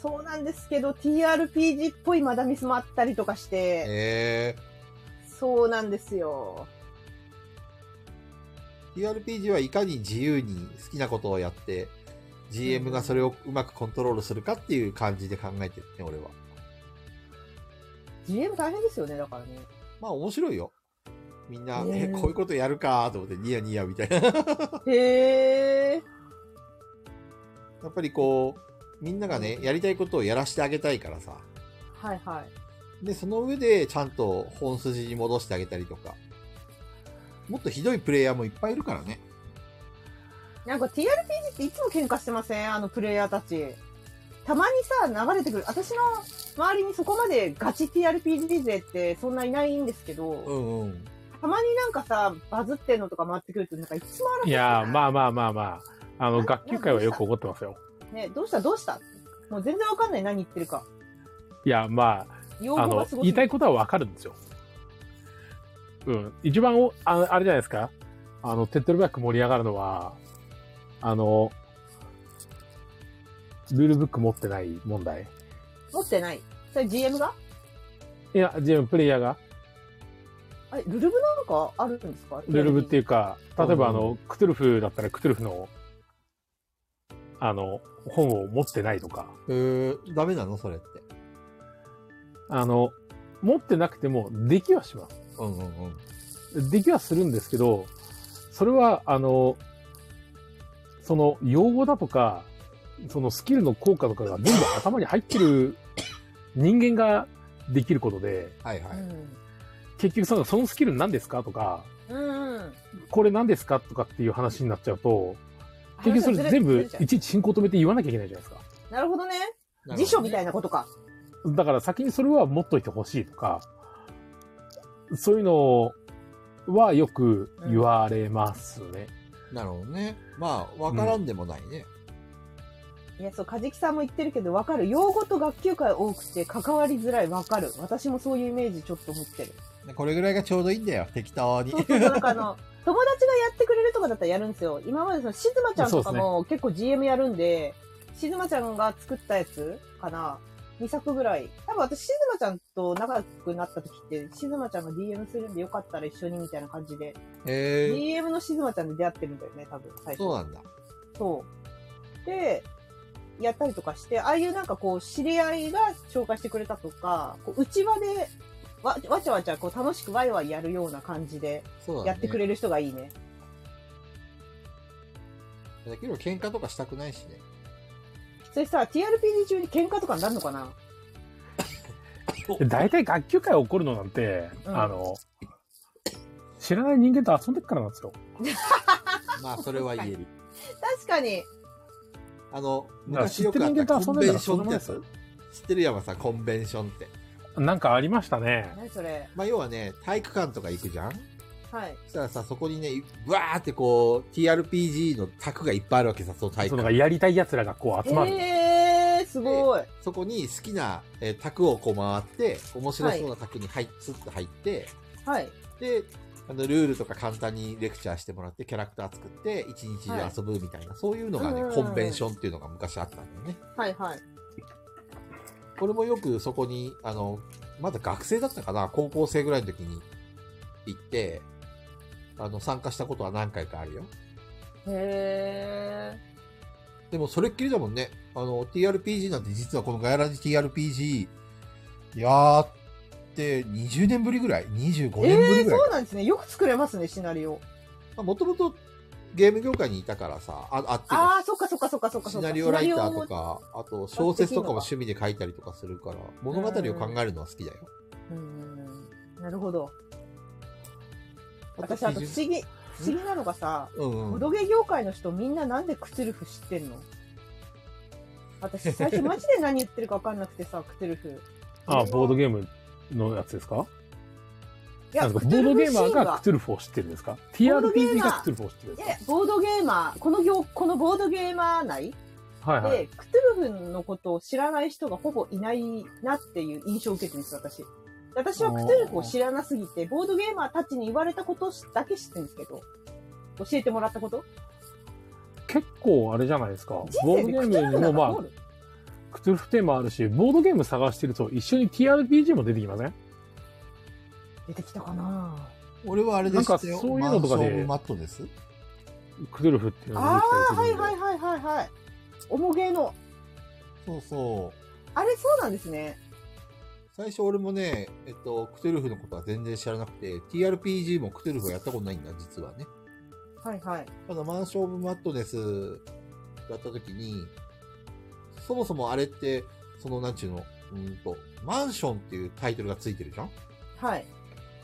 Speaker 4: そうなんですけど、TRPG っぽいマダミスもあったりとかして、
Speaker 2: え
Speaker 4: そうなんですよ。
Speaker 2: ー、TRPG はいかに自由に好きなことをやって、GM がそれをうまくコントロールするかっていう感じで考えてるね、俺は。
Speaker 4: GM 大変ですよね、だから ね。
Speaker 2: まあ面白いよ。みんな、
Speaker 4: ね
Speaker 2: え
Speaker 4: え
Speaker 2: こういうことやるかと思ってニヤニヤみたいな。や
Speaker 4: へえ。
Speaker 2: っぱりこう、みんながね、やりたいことをやらしてあげたいからさ。
Speaker 4: はいはい。
Speaker 2: で、その上でちゃんと本筋に戻してあげたりとか。もっとひどいプレイヤーもいっぱいいるからね。
Speaker 4: なんか TRPG っていつも喧嘩してませんあのプレイヤーたち。たまにさ、流れてくる。私の周りにそこまでガチ TRPG 勢ってそんないないんですけ
Speaker 2: う
Speaker 4: ど、
Speaker 2: んうん。
Speaker 4: たまになんかさ、バズってんのとか回ってくると、なんかいつもある
Speaker 3: いやー、まあまあまあまあ。あの、学級会はよく怒ってますよ。
Speaker 4: ね、どうしたどうしたってもう全然わかんない何言ってるか。
Speaker 3: いや、まあ、
Speaker 4: 用
Speaker 3: あ
Speaker 4: 語が
Speaker 3: の
Speaker 4: すご
Speaker 3: 言いたい
Speaker 4: い。
Speaker 3: ことはわかるんですよ。うん、一番おああれじゃないですかあの手っ取り早く盛り上がるのはあのルールブック持ってない問題
Speaker 4: 持ってない。それ GM が
Speaker 3: いや自分プレイヤーが
Speaker 4: あれ、ルルブなんかあるんですか。
Speaker 3: ルールブっていううか例えばあ
Speaker 2: う
Speaker 3: のクトゥルフだったらクトゥルフのあの本を持ってないとか
Speaker 2: えー、ダメなのそれって。
Speaker 3: あの持ってなくてもできはします
Speaker 2: うんうんうん。
Speaker 3: できはするんですけど、それは、あの、その用語だとか、そのスキルの効果とかが全部頭に入ってる人間ができることで、
Speaker 2: はいは
Speaker 4: う
Speaker 2: い。
Speaker 4: ん。
Speaker 3: 結局そのそのスキル何ですかとか、
Speaker 4: うんうん。
Speaker 3: これ何ですかとかっていう話になっちゃうと、結局それ全
Speaker 4: 話がずれ
Speaker 3: 部
Speaker 4: ずれちゃ
Speaker 3: いちいち進行止めて言わなきゃいけないじゃないですか。
Speaker 4: うなるほどね。
Speaker 2: なるほどね
Speaker 4: 辞書みたいなことか。
Speaker 3: だから先にそれは持っといてほしいとか、そういうのはよく言われますね。
Speaker 2: なるほどね。まあ、わからんでもないね。
Speaker 4: いや、そう、かじきさんも言ってるけど、わかる。用語と学級会多くて、関わりづらい、わかる。私もそういうイメージちょっと持ってる。
Speaker 2: でこれぐらいがちょうどいいんだよ、適当に
Speaker 4: そ。うそうそう、なんかあの、友達がやってくれるとかだったらやるんですよ。今までその、しずまちゃんとかも結構 GM やるんで、しずまちゃんが作ったやつかな。2作ぐらい。多分私、しずまちゃんと仲良くなった時って、しずまちゃんが DM するんでよかったら一緒にみたいな感じで、
Speaker 2: えー、
Speaker 4: DM のしずまちゃんで出会ってるんだよね、多分、最初。
Speaker 2: そうなんだ。
Speaker 4: そう。で、やったりとかして、ああいうなんかこう、知り合いが紹介してくれたとか、こう内輪でわ、わちゃわちゃこう楽しくワイワイやるような感じで、
Speaker 2: そうだ、ね。
Speaker 4: やってくれる人がいいね。
Speaker 2: だけど喧嘩とかしたくないしね。
Speaker 4: それさ、TRPG 中に喧嘩とかになるのかな
Speaker 3: 大体学級会起こるのなんて、
Speaker 4: うん
Speaker 3: あの、知らない人間と遊んでっからなんですよ。
Speaker 2: まあ、それは言える。
Speaker 4: 確かに。
Speaker 2: あの、
Speaker 3: だから
Speaker 2: 昔よくあったコンベンション
Speaker 3: 知ってる人間と遊ん
Speaker 2: ってや
Speaker 3: でんだからその
Speaker 2: つ知ってる山さん、コンベンションって。
Speaker 3: なんかありましたね。
Speaker 4: 何それ。
Speaker 2: まあ、要はね、体育館とか行くじゃん
Speaker 4: はい。
Speaker 2: そしたらさ、そこにね、うわーってこう、TRPG の卓がいっぱいあるわけさ、その体
Speaker 3: そ
Speaker 2: 育
Speaker 3: のなんか
Speaker 2: 館。
Speaker 3: やりたい奴らがこう集まる。
Speaker 4: えー、すごい。
Speaker 2: そこに好きな、えー卓をこう回って、面白そうな卓に入っ、スッと入って、
Speaker 4: はい。
Speaker 2: で、あのルールとか簡単にレクチャーしてもらってキャラクター作って一日で遊ぶみたいな、そういうのがね、
Speaker 4: うん
Speaker 2: コンベンションっていうのが昔あったんだよね。
Speaker 4: はいはい。
Speaker 2: これもよくそこに、あの、まだ学生だったかな、高校生ぐらいの時に行って、あの、参加したことは何回かあるよ。
Speaker 4: へ
Speaker 2: でもそれっきりだもんね。あの、TRPG なんて実はこのガヤラジ TRPG やって20年ぶりぐらい ?25 年
Speaker 4: え。
Speaker 2: ぶ
Speaker 4: え
Speaker 2: り
Speaker 4: ー、
Speaker 2: ぐらい
Speaker 4: そうなんですね。よく作れますね、シナリオ。
Speaker 2: まあもともとゲーム業界にいたからさ、あ、あっていう
Speaker 4: あ
Speaker 2: か
Speaker 4: あ、そっかそっかそっかそっか
Speaker 2: シ
Speaker 4: そっか。
Speaker 2: ナリオライターと
Speaker 4: シナリ
Speaker 2: か、あと小説とかも趣味で書いたりとかするから、物語を考えるのは好きだよ。
Speaker 4: オも。うんなるほど。
Speaker 2: あと
Speaker 4: 私、あと
Speaker 2: 基
Speaker 4: 不思
Speaker 2: 準
Speaker 4: 議、不思議なのがさ、
Speaker 2: うんう
Speaker 4: ボ
Speaker 2: ん。
Speaker 4: ドゲ業界の人みんななんでクツルフ知ってんの私、最初マジで何言ってるか分かんなく てさ、クツルフ。
Speaker 3: あ、ボードゲームのやつですか
Speaker 4: いや、
Speaker 3: なんか
Speaker 4: ク
Speaker 3: ボ
Speaker 4: ツ
Speaker 3: ー
Speaker 4: ル
Speaker 3: ド
Speaker 4: フ
Speaker 3: ゲ
Speaker 4: シ
Speaker 3: ー
Speaker 4: ー
Speaker 3: マー
Speaker 4: ン
Speaker 3: が
Speaker 4: は
Speaker 3: ク。トゥルフを知ってるんですか
Speaker 4: ードゲーマー
Speaker 3: ?TRPG がクトゥルフを知ってるん
Speaker 4: い
Speaker 3: で
Speaker 4: や、ボードゲーマー、この業、このボードゲーマー内
Speaker 3: すかはいはい。
Speaker 4: で、クトゥルフのことを知らない人がほぼいないなっていう印象を受けてるんです、私。私はクトゥルフを知らなすぎて、ボードゲーマーたちに言われたことだけ知ってるんですけど、教えてもらったこと
Speaker 3: 結構あれじゃないですか。ボ
Speaker 4: 人
Speaker 3: ード
Speaker 4: 生
Speaker 3: ゲ
Speaker 4: でク
Speaker 3: ーム
Speaker 4: トゥルフ
Speaker 3: に
Speaker 4: な
Speaker 3: も
Speaker 4: んか
Speaker 3: ま
Speaker 4: 通る
Speaker 3: あ、クトゥルフテーマあるし、ボードゲーム探してると一緒に TRPG も出てきません
Speaker 4: 出てきたかな
Speaker 2: 俺はあれです
Speaker 3: なんかそういうのとかで
Speaker 2: マンションマットです。
Speaker 3: クトゥルフっていうの
Speaker 4: あ
Speaker 3: が
Speaker 4: あ、
Speaker 3: 出てきた
Speaker 4: は
Speaker 3: り
Speaker 4: い
Speaker 3: するんで。
Speaker 4: はいはいはいはい。おもげの。
Speaker 2: そうそう。
Speaker 4: あれそうなんですね。
Speaker 2: 最初俺もね、えっと、クトゥルフのことは全然知らなくて、TRPG もクトゥルフはやったことないんだ、実はね。
Speaker 4: はいはい。
Speaker 2: ただ、マンション・オブ・マットネスやった時に、そもそもあれって、その、なんちゅうの、うーんと、マンションっていうタイトルがついてるじゃん
Speaker 4: はい。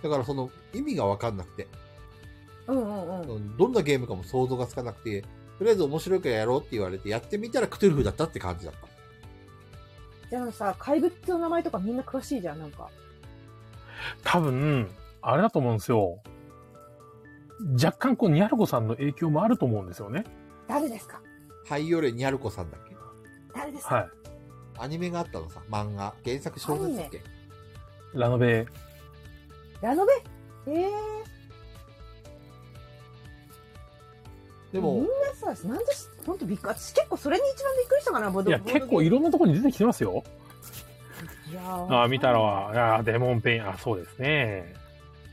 Speaker 2: だからその意味がわかんなくて、
Speaker 4: うんうんうん。
Speaker 2: どんなゲームかも想像がつかなくて、とりあえず面白いからやろうって言われて、やってみたらクトゥルフだったって感じだった。
Speaker 4: じゃあさ、怪物の名前とかみんな詳しいじゃん、なんか。
Speaker 3: 多分、あれだと思うんですよ。若干こう、ニャルコさんの影響もあると思うんですよね。
Speaker 4: 誰ですか
Speaker 2: ハイオレ・ニャルコさんだっけ
Speaker 4: 誰ですか、
Speaker 3: は
Speaker 2: アニメがあったのさ、漫画。原作小説だっけ
Speaker 3: い。ラノベ。
Speaker 4: ラノベええ
Speaker 2: で
Speaker 4: みん
Speaker 2: も、
Speaker 4: なさ、なんでし、ほんとびっくり、私結構それに一番びっくりしたかな、ボー
Speaker 3: い
Speaker 4: ド
Speaker 3: や、
Speaker 4: ボードゲーム
Speaker 3: 結構いろんなところに出てきてますよ。
Speaker 4: いや
Speaker 3: ああ、見たら
Speaker 4: わ。
Speaker 3: は、ああ、デモンペイン、あそうですね。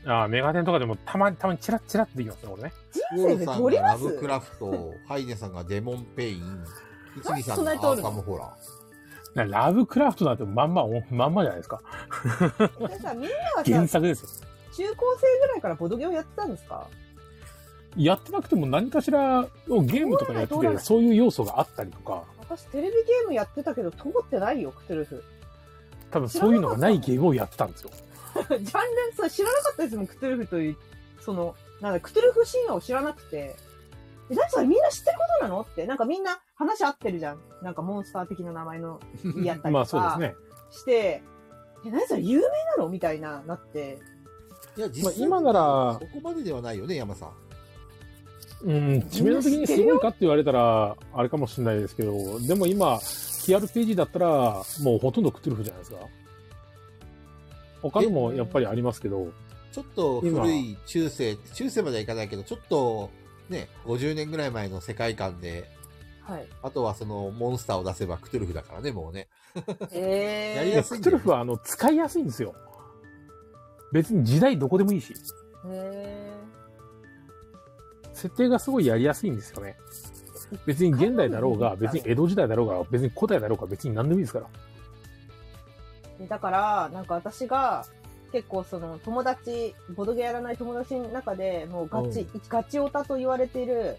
Speaker 3: ああ、メガテンとかでもたまに、たまにチラッチラッとできますね、これね。
Speaker 4: 人
Speaker 2: ウォ
Speaker 4: 生
Speaker 2: ル
Speaker 4: で
Speaker 2: さん
Speaker 4: 通
Speaker 2: が
Speaker 4: りま
Speaker 2: ラ
Speaker 4: す
Speaker 2: ブクラフト、ハイネさんがデモン・ペイ ン、一味さんが
Speaker 4: な
Speaker 2: ア
Speaker 4: んでそんな
Speaker 2: ー
Speaker 4: に通るの
Speaker 2: サム・ホラー。
Speaker 3: なラブクラフトなんてまんま、おまんまじゃないですか。
Speaker 4: それさみんな
Speaker 3: 原
Speaker 4: はさ、
Speaker 3: 作ですよ。
Speaker 4: 中高生ぐらいからボドゲをやってたんですか
Speaker 3: やってなくても何かしらをゲームとかやって
Speaker 4: 通らない通らな
Speaker 3: て、
Speaker 4: い
Speaker 3: そういう要素があったりとか、
Speaker 4: 私テレビゲームやってたけど通ってないよ、クトゥルフ。
Speaker 3: 多分そういうのがないゲームをやってたんですよ。
Speaker 4: ジャンルそう知らなかったですもん、クトゥルフという、その、なんだ、クトゥルフ神話を知らなくて。え、何それみんな知ってることなのって、なんかみんな話合ってるじゃん。なんかモンスター的な名 前の言い合ったり
Speaker 3: まあ
Speaker 4: と
Speaker 3: そうです
Speaker 4: か
Speaker 3: ね。
Speaker 4: して、え、何それ有名なのみたいな、なって。
Speaker 2: いや、実際、
Speaker 3: まあ今なら
Speaker 2: そこまでではないよね、山さん。
Speaker 3: うん、知名度的にすごいかって言われたら、あれかもしれないですけど、でも今、TRPG だったら、もうほとんどクトゥルフじゃないですか。他にもやっぱりありますけど、
Speaker 2: ちょっと古い中世、中世まではいかないけど、ちょっと、ね、50年ぐらい前の世界観で、
Speaker 4: はい。
Speaker 2: あとはそのモンスターを出せばクトゥルフだからね、もうね。
Speaker 4: え
Speaker 2: やり
Speaker 3: い
Speaker 2: や
Speaker 3: や
Speaker 2: す
Speaker 3: ク
Speaker 2: いん
Speaker 3: トゥル
Speaker 2: だよね
Speaker 3: フはあの使いやすいんですよ。別に時代どこでもいいし、
Speaker 4: え
Speaker 3: 設定がすごいやりやすいんですよね。別に現代だろうが、別に江戸時代だろうが、別に古代だろうが、別に何でもいいですから。
Speaker 4: でだから、なんか私が、結構その友達、ボドゲやらない友達の中でもうガチ、ガチオタと言われている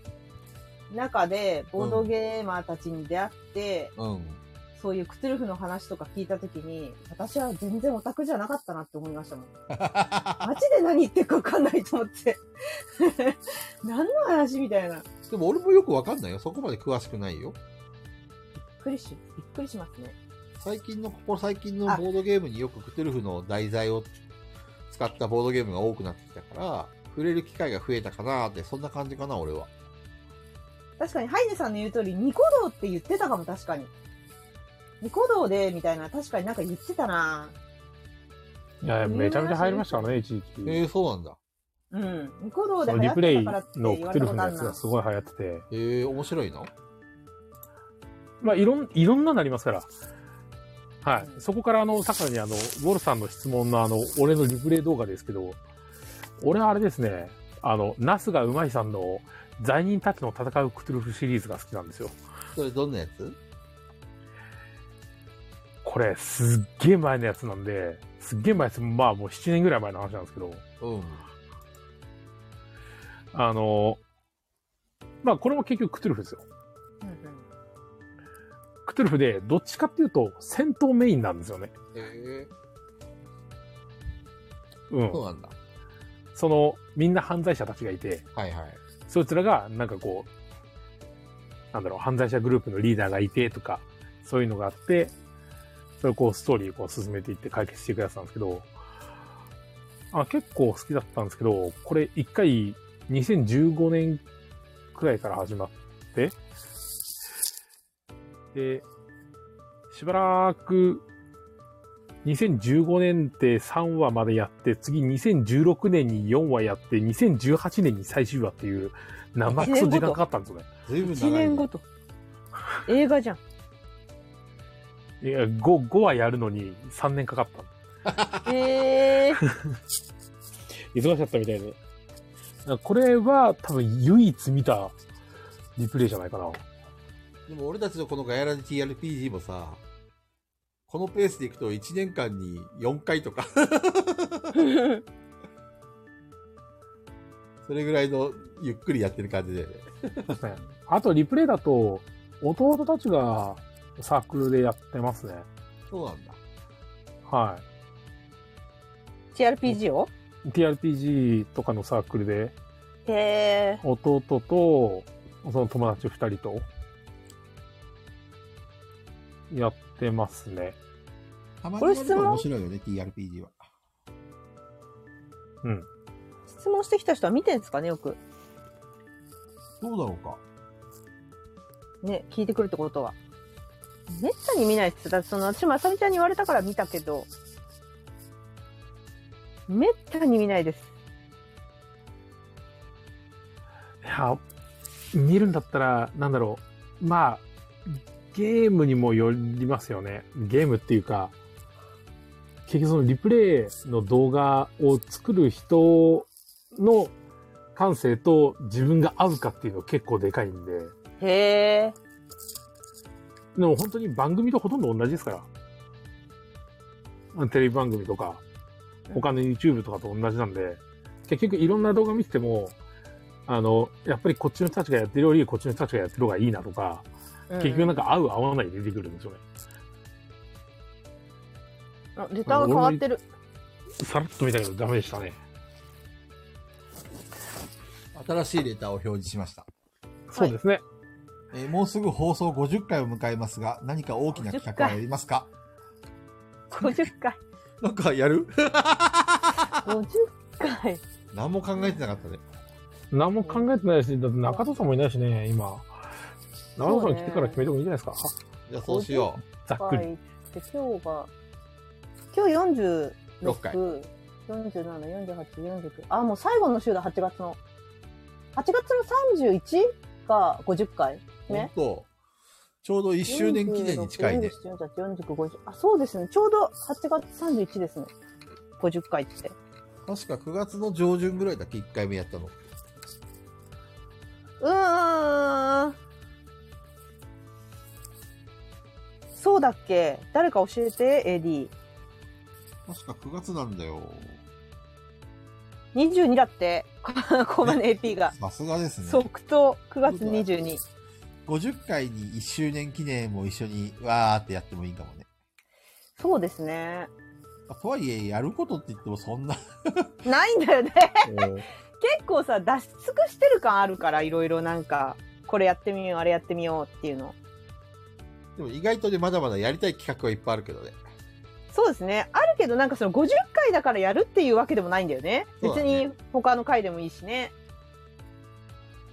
Speaker 4: 中で、ボードゲーマーたちに出会って、
Speaker 2: うん。
Speaker 4: そういうクトゥルフの話とか聞いたときに、私は全然オタクじゃなかったなって思いましたもん。マジで何言ってるかわかんないと思って。 何の話みたいな。
Speaker 2: でも俺もよくわかんないよ。そこまで詳しくないよ。
Speaker 4: びっくりし、びっくりしますね。
Speaker 2: 最近の、ここ最近のボードゲームによくクトゥルフの題材を使ったボードゲームが多くなってきたから、触れる機会が増えたかなって、そんな感じかな、俺は。
Speaker 4: 確かに、ハイネさんの言う通り、ニコ動って言ってたかも、確かに。ニコ動で、みたいな、確かになんか言ってたない
Speaker 3: や、めちゃめちゃ入りましたからね、一時期。
Speaker 2: ええそうなんだ。
Speaker 4: うん。ニコ動で流
Speaker 3: リ
Speaker 4: 行っ
Speaker 3: プレ
Speaker 4: て
Speaker 3: イ
Speaker 4: たからって
Speaker 3: の
Speaker 4: 言わ
Speaker 3: クトゥ
Speaker 4: れ
Speaker 3: ルフの
Speaker 4: たことあ
Speaker 3: や
Speaker 4: ん
Speaker 3: つが
Speaker 4: な。
Speaker 3: すごい流行ってて、
Speaker 2: ええ面白いの
Speaker 3: まあ、いろん、いろんなのありますから。はい。そこから、あの、さっきに、あの、ウォルさんの質問の、あの、俺のリプレイ動画ですけど、俺はあれですね、あの、ナスがうまいさんの、罪人たちの戦うクトゥルフシリーズが好きなんですよ。
Speaker 2: それどんなやつ
Speaker 3: これ、すっげえ前のやつなんで、すっげえ前です。まあ、もう7年ぐらい前の話なんですけど、
Speaker 2: うん。
Speaker 3: あの、まあ、これも結局クトゥルフですよ。クトゥルフで、どっちかっていうと、戦闘メインなんですよね。
Speaker 2: ええ
Speaker 3: うん
Speaker 2: そう。なんだ。
Speaker 3: その、みんな犯罪者たちがいて、
Speaker 2: はいはい。
Speaker 3: そいつらが、なんかこう、なんだろう、犯罪者グループのリーダーがいてとか、そういうのがあって、それをこう、ストーリーをこう進めていって解決していくやつなんですけど、あ結構好きだったんですけど、これ一回、2015年くらいから始まって、で、しばらく、2015年って3話までやって、次2016年に4話やって、2018年に最終話っていう、生クソ時間かかったんですよね。
Speaker 2: ずいぶん長
Speaker 4: 1
Speaker 2: いね。
Speaker 4: 年ごと。映画じゃん。
Speaker 3: いや、5、5話やるのに3年かかった。
Speaker 4: え えー。
Speaker 3: 忙しかったみたいで。これは多分唯一見たリプレイじゃないかな。
Speaker 2: でも俺たちのこのガヤラジ TRPG もさ、このペースでいくと1年間に4回とか、 それぐらいのゆっくりやってる感じだよね。
Speaker 3: そうですね。あとリプレイだと、弟たちがサークルでやってますね。
Speaker 2: そうなんだ。
Speaker 3: は
Speaker 4: TRPG を
Speaker 3: い。TRPG とかのサークルで、
Speaker 4: へえ。
Speaker 3: 弟と、その友達2人と、やってますね。
Speaker 2: たま
Speaker 4: これ質問
Speaker 2: 面白いよね、TRPG は。
Speaker 3: うん。
Speaker 4: 質問してきた人は見てんですかね、よく。
Speaker 2: どうだろうか。
Speaker 4: ね、聞いてくるってことは。めったに見ないって言ってた。その、私もあさみちゃんに言われたから見たけど、めったに見ないです。
Speaker 3: いや、見るんだったら、なんだろう。まあ、ゲームにもよりますよね。ゲームっていうか、結局そのリプレイの動画を作る人の感性と自分が合うかっていうの結構でかいんで。
Speaker 4: へえ。
Speaker 3: でも本当に番組とほとんど同じですからあの。テレビ番組とか、他の YouTube とかと同じなんで、結局いろんな動画見てても、あの、やっぱりこっちの人たちがやってるよりこっちの人たちがやってる方がいいなとか、結局なんか合う合わないで出てくるんですよね。
Speaker 4: あ、ネタが変わってる。
Speaker 3: さらっと見たけどダメでしたね。
Speaker 2: 新しいレターを表示しました。
Speaker 3: そうですね。
Speaker 2: えーもうすぐ放送50回を迎えますが、何か大きな企画はやりますか
Speaker 4: 50回。
Speaker 2: なんかやる
Speaker 4: 50回。
Speaker 2: 何も考えてなかったね。
Speaker 3: 何も考えてないし、だって中戸さんもいないしね、今。中戸さん来てから決めてもいいんじゃないですか。
Speaker 2: じゃあそうしよ
Speaker 3: ざっくり。
Speaker 4: で今日が、今日46、
Speaker 2: 六回
Speaker 4: 47、48、49。あ、もう最後の週だ、8月の。8月の 31? が50回
Speaker 2: う。
Speaker 4: ね。
Speaker 2: ほんと。ちょうど1周年記念に近いね。
Speaker 4: 46 47 48 49あ、そうですね。ちょうど8月31ですね。50回って。
Speaker 2: 確か9月の上旬ぐらいだっけ、1回目やったの。
Speaker 4: うーん。そうだっけ誰か教えて、AD。
Speaker 2: 確か9月なんだよ。
Speaker 4: 22だって、 ここまで AP が。
Speaker 2: さすがですね。
Speaker 4: 即答、9月22。
Speaker 2: 50回に1周年記念も一緒にわーってやってもいいかもね。
Speaker 4: そうですね。
Speaker 2: まあとはいえ、やることって言ってもそんな。
Speaker 4: ないんだよね。
Speaker 2: うん
Speaker 4: 結構さ、出し尽くしてる感あるから、いろいろなんか、これやってみよう、あれやってみようっていうの。
Speaker 2: でも意外とね、まだまだやりたい企画はいっぱいあるけどね。
Speaker 4: そうですね。あるけど、なんかその50回だからやるっていうわけでもないんだよね。
Speaker 2: そうだ
Speaker 4: 別
Speaker 2: ね
Speaker 4: に他の回でもいいしね。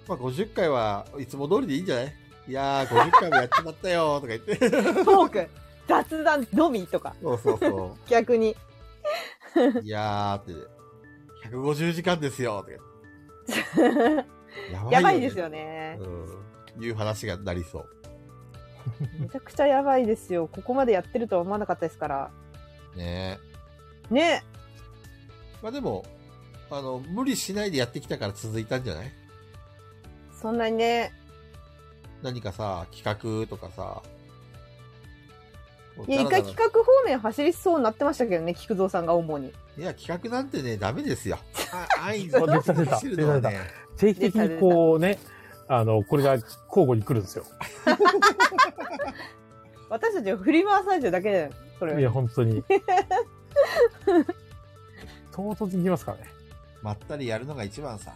Speaker 2: まあ50回はいつも通りでいいんじゃないいやー、50回もやっちまったよーとか言って。
Speaker 4: トーク、雑談のみとか、
Speaker 2: そうそうそ
Speaker 4: 逆に。
Speaker 2: う。いやーって。 150時間ですよとか やば
Speaker 4: やばいです
Speaker 2: よ
Speaker 4: よ
Speaker 2: ね。
Speaker 4: ね
Speaker 2: うん。いう話がなりそう。
Speaker 4: めちゃくちゃやばいですよ。ここまでやってるとは思わなかったですから。
Speaker 2: ねえ。
Speaker 4: ね。
Speaker 2: まあでも、あの、無理しないでやってきたから続いたんじゃない
Speaker 4: そんなにね。
Speaker 2: 何かさ、企画とかさ。
Speaker 4: いや、一回企画方面走りそうになってましたけどね、菊蔵さんが主に。
Speaker 2: いや、企画なんてね、ダメですよ。 あ、い
Speaker 3: あ出た出た
Speaker 2: 走るのはね。
Speaker 3: 定期的にこうね、あの、これが交互に来るんですよ。
Speaker 4: 私たちを振り回されてるだけだよ。そ
Speaker 3: い
Speaker 4: れ
Speaker 3: や、
Speaker 4: は。
Speaker 3: 本当 に。唐突に来ますからね。
Speaker 2: まったりやるのが一番さ。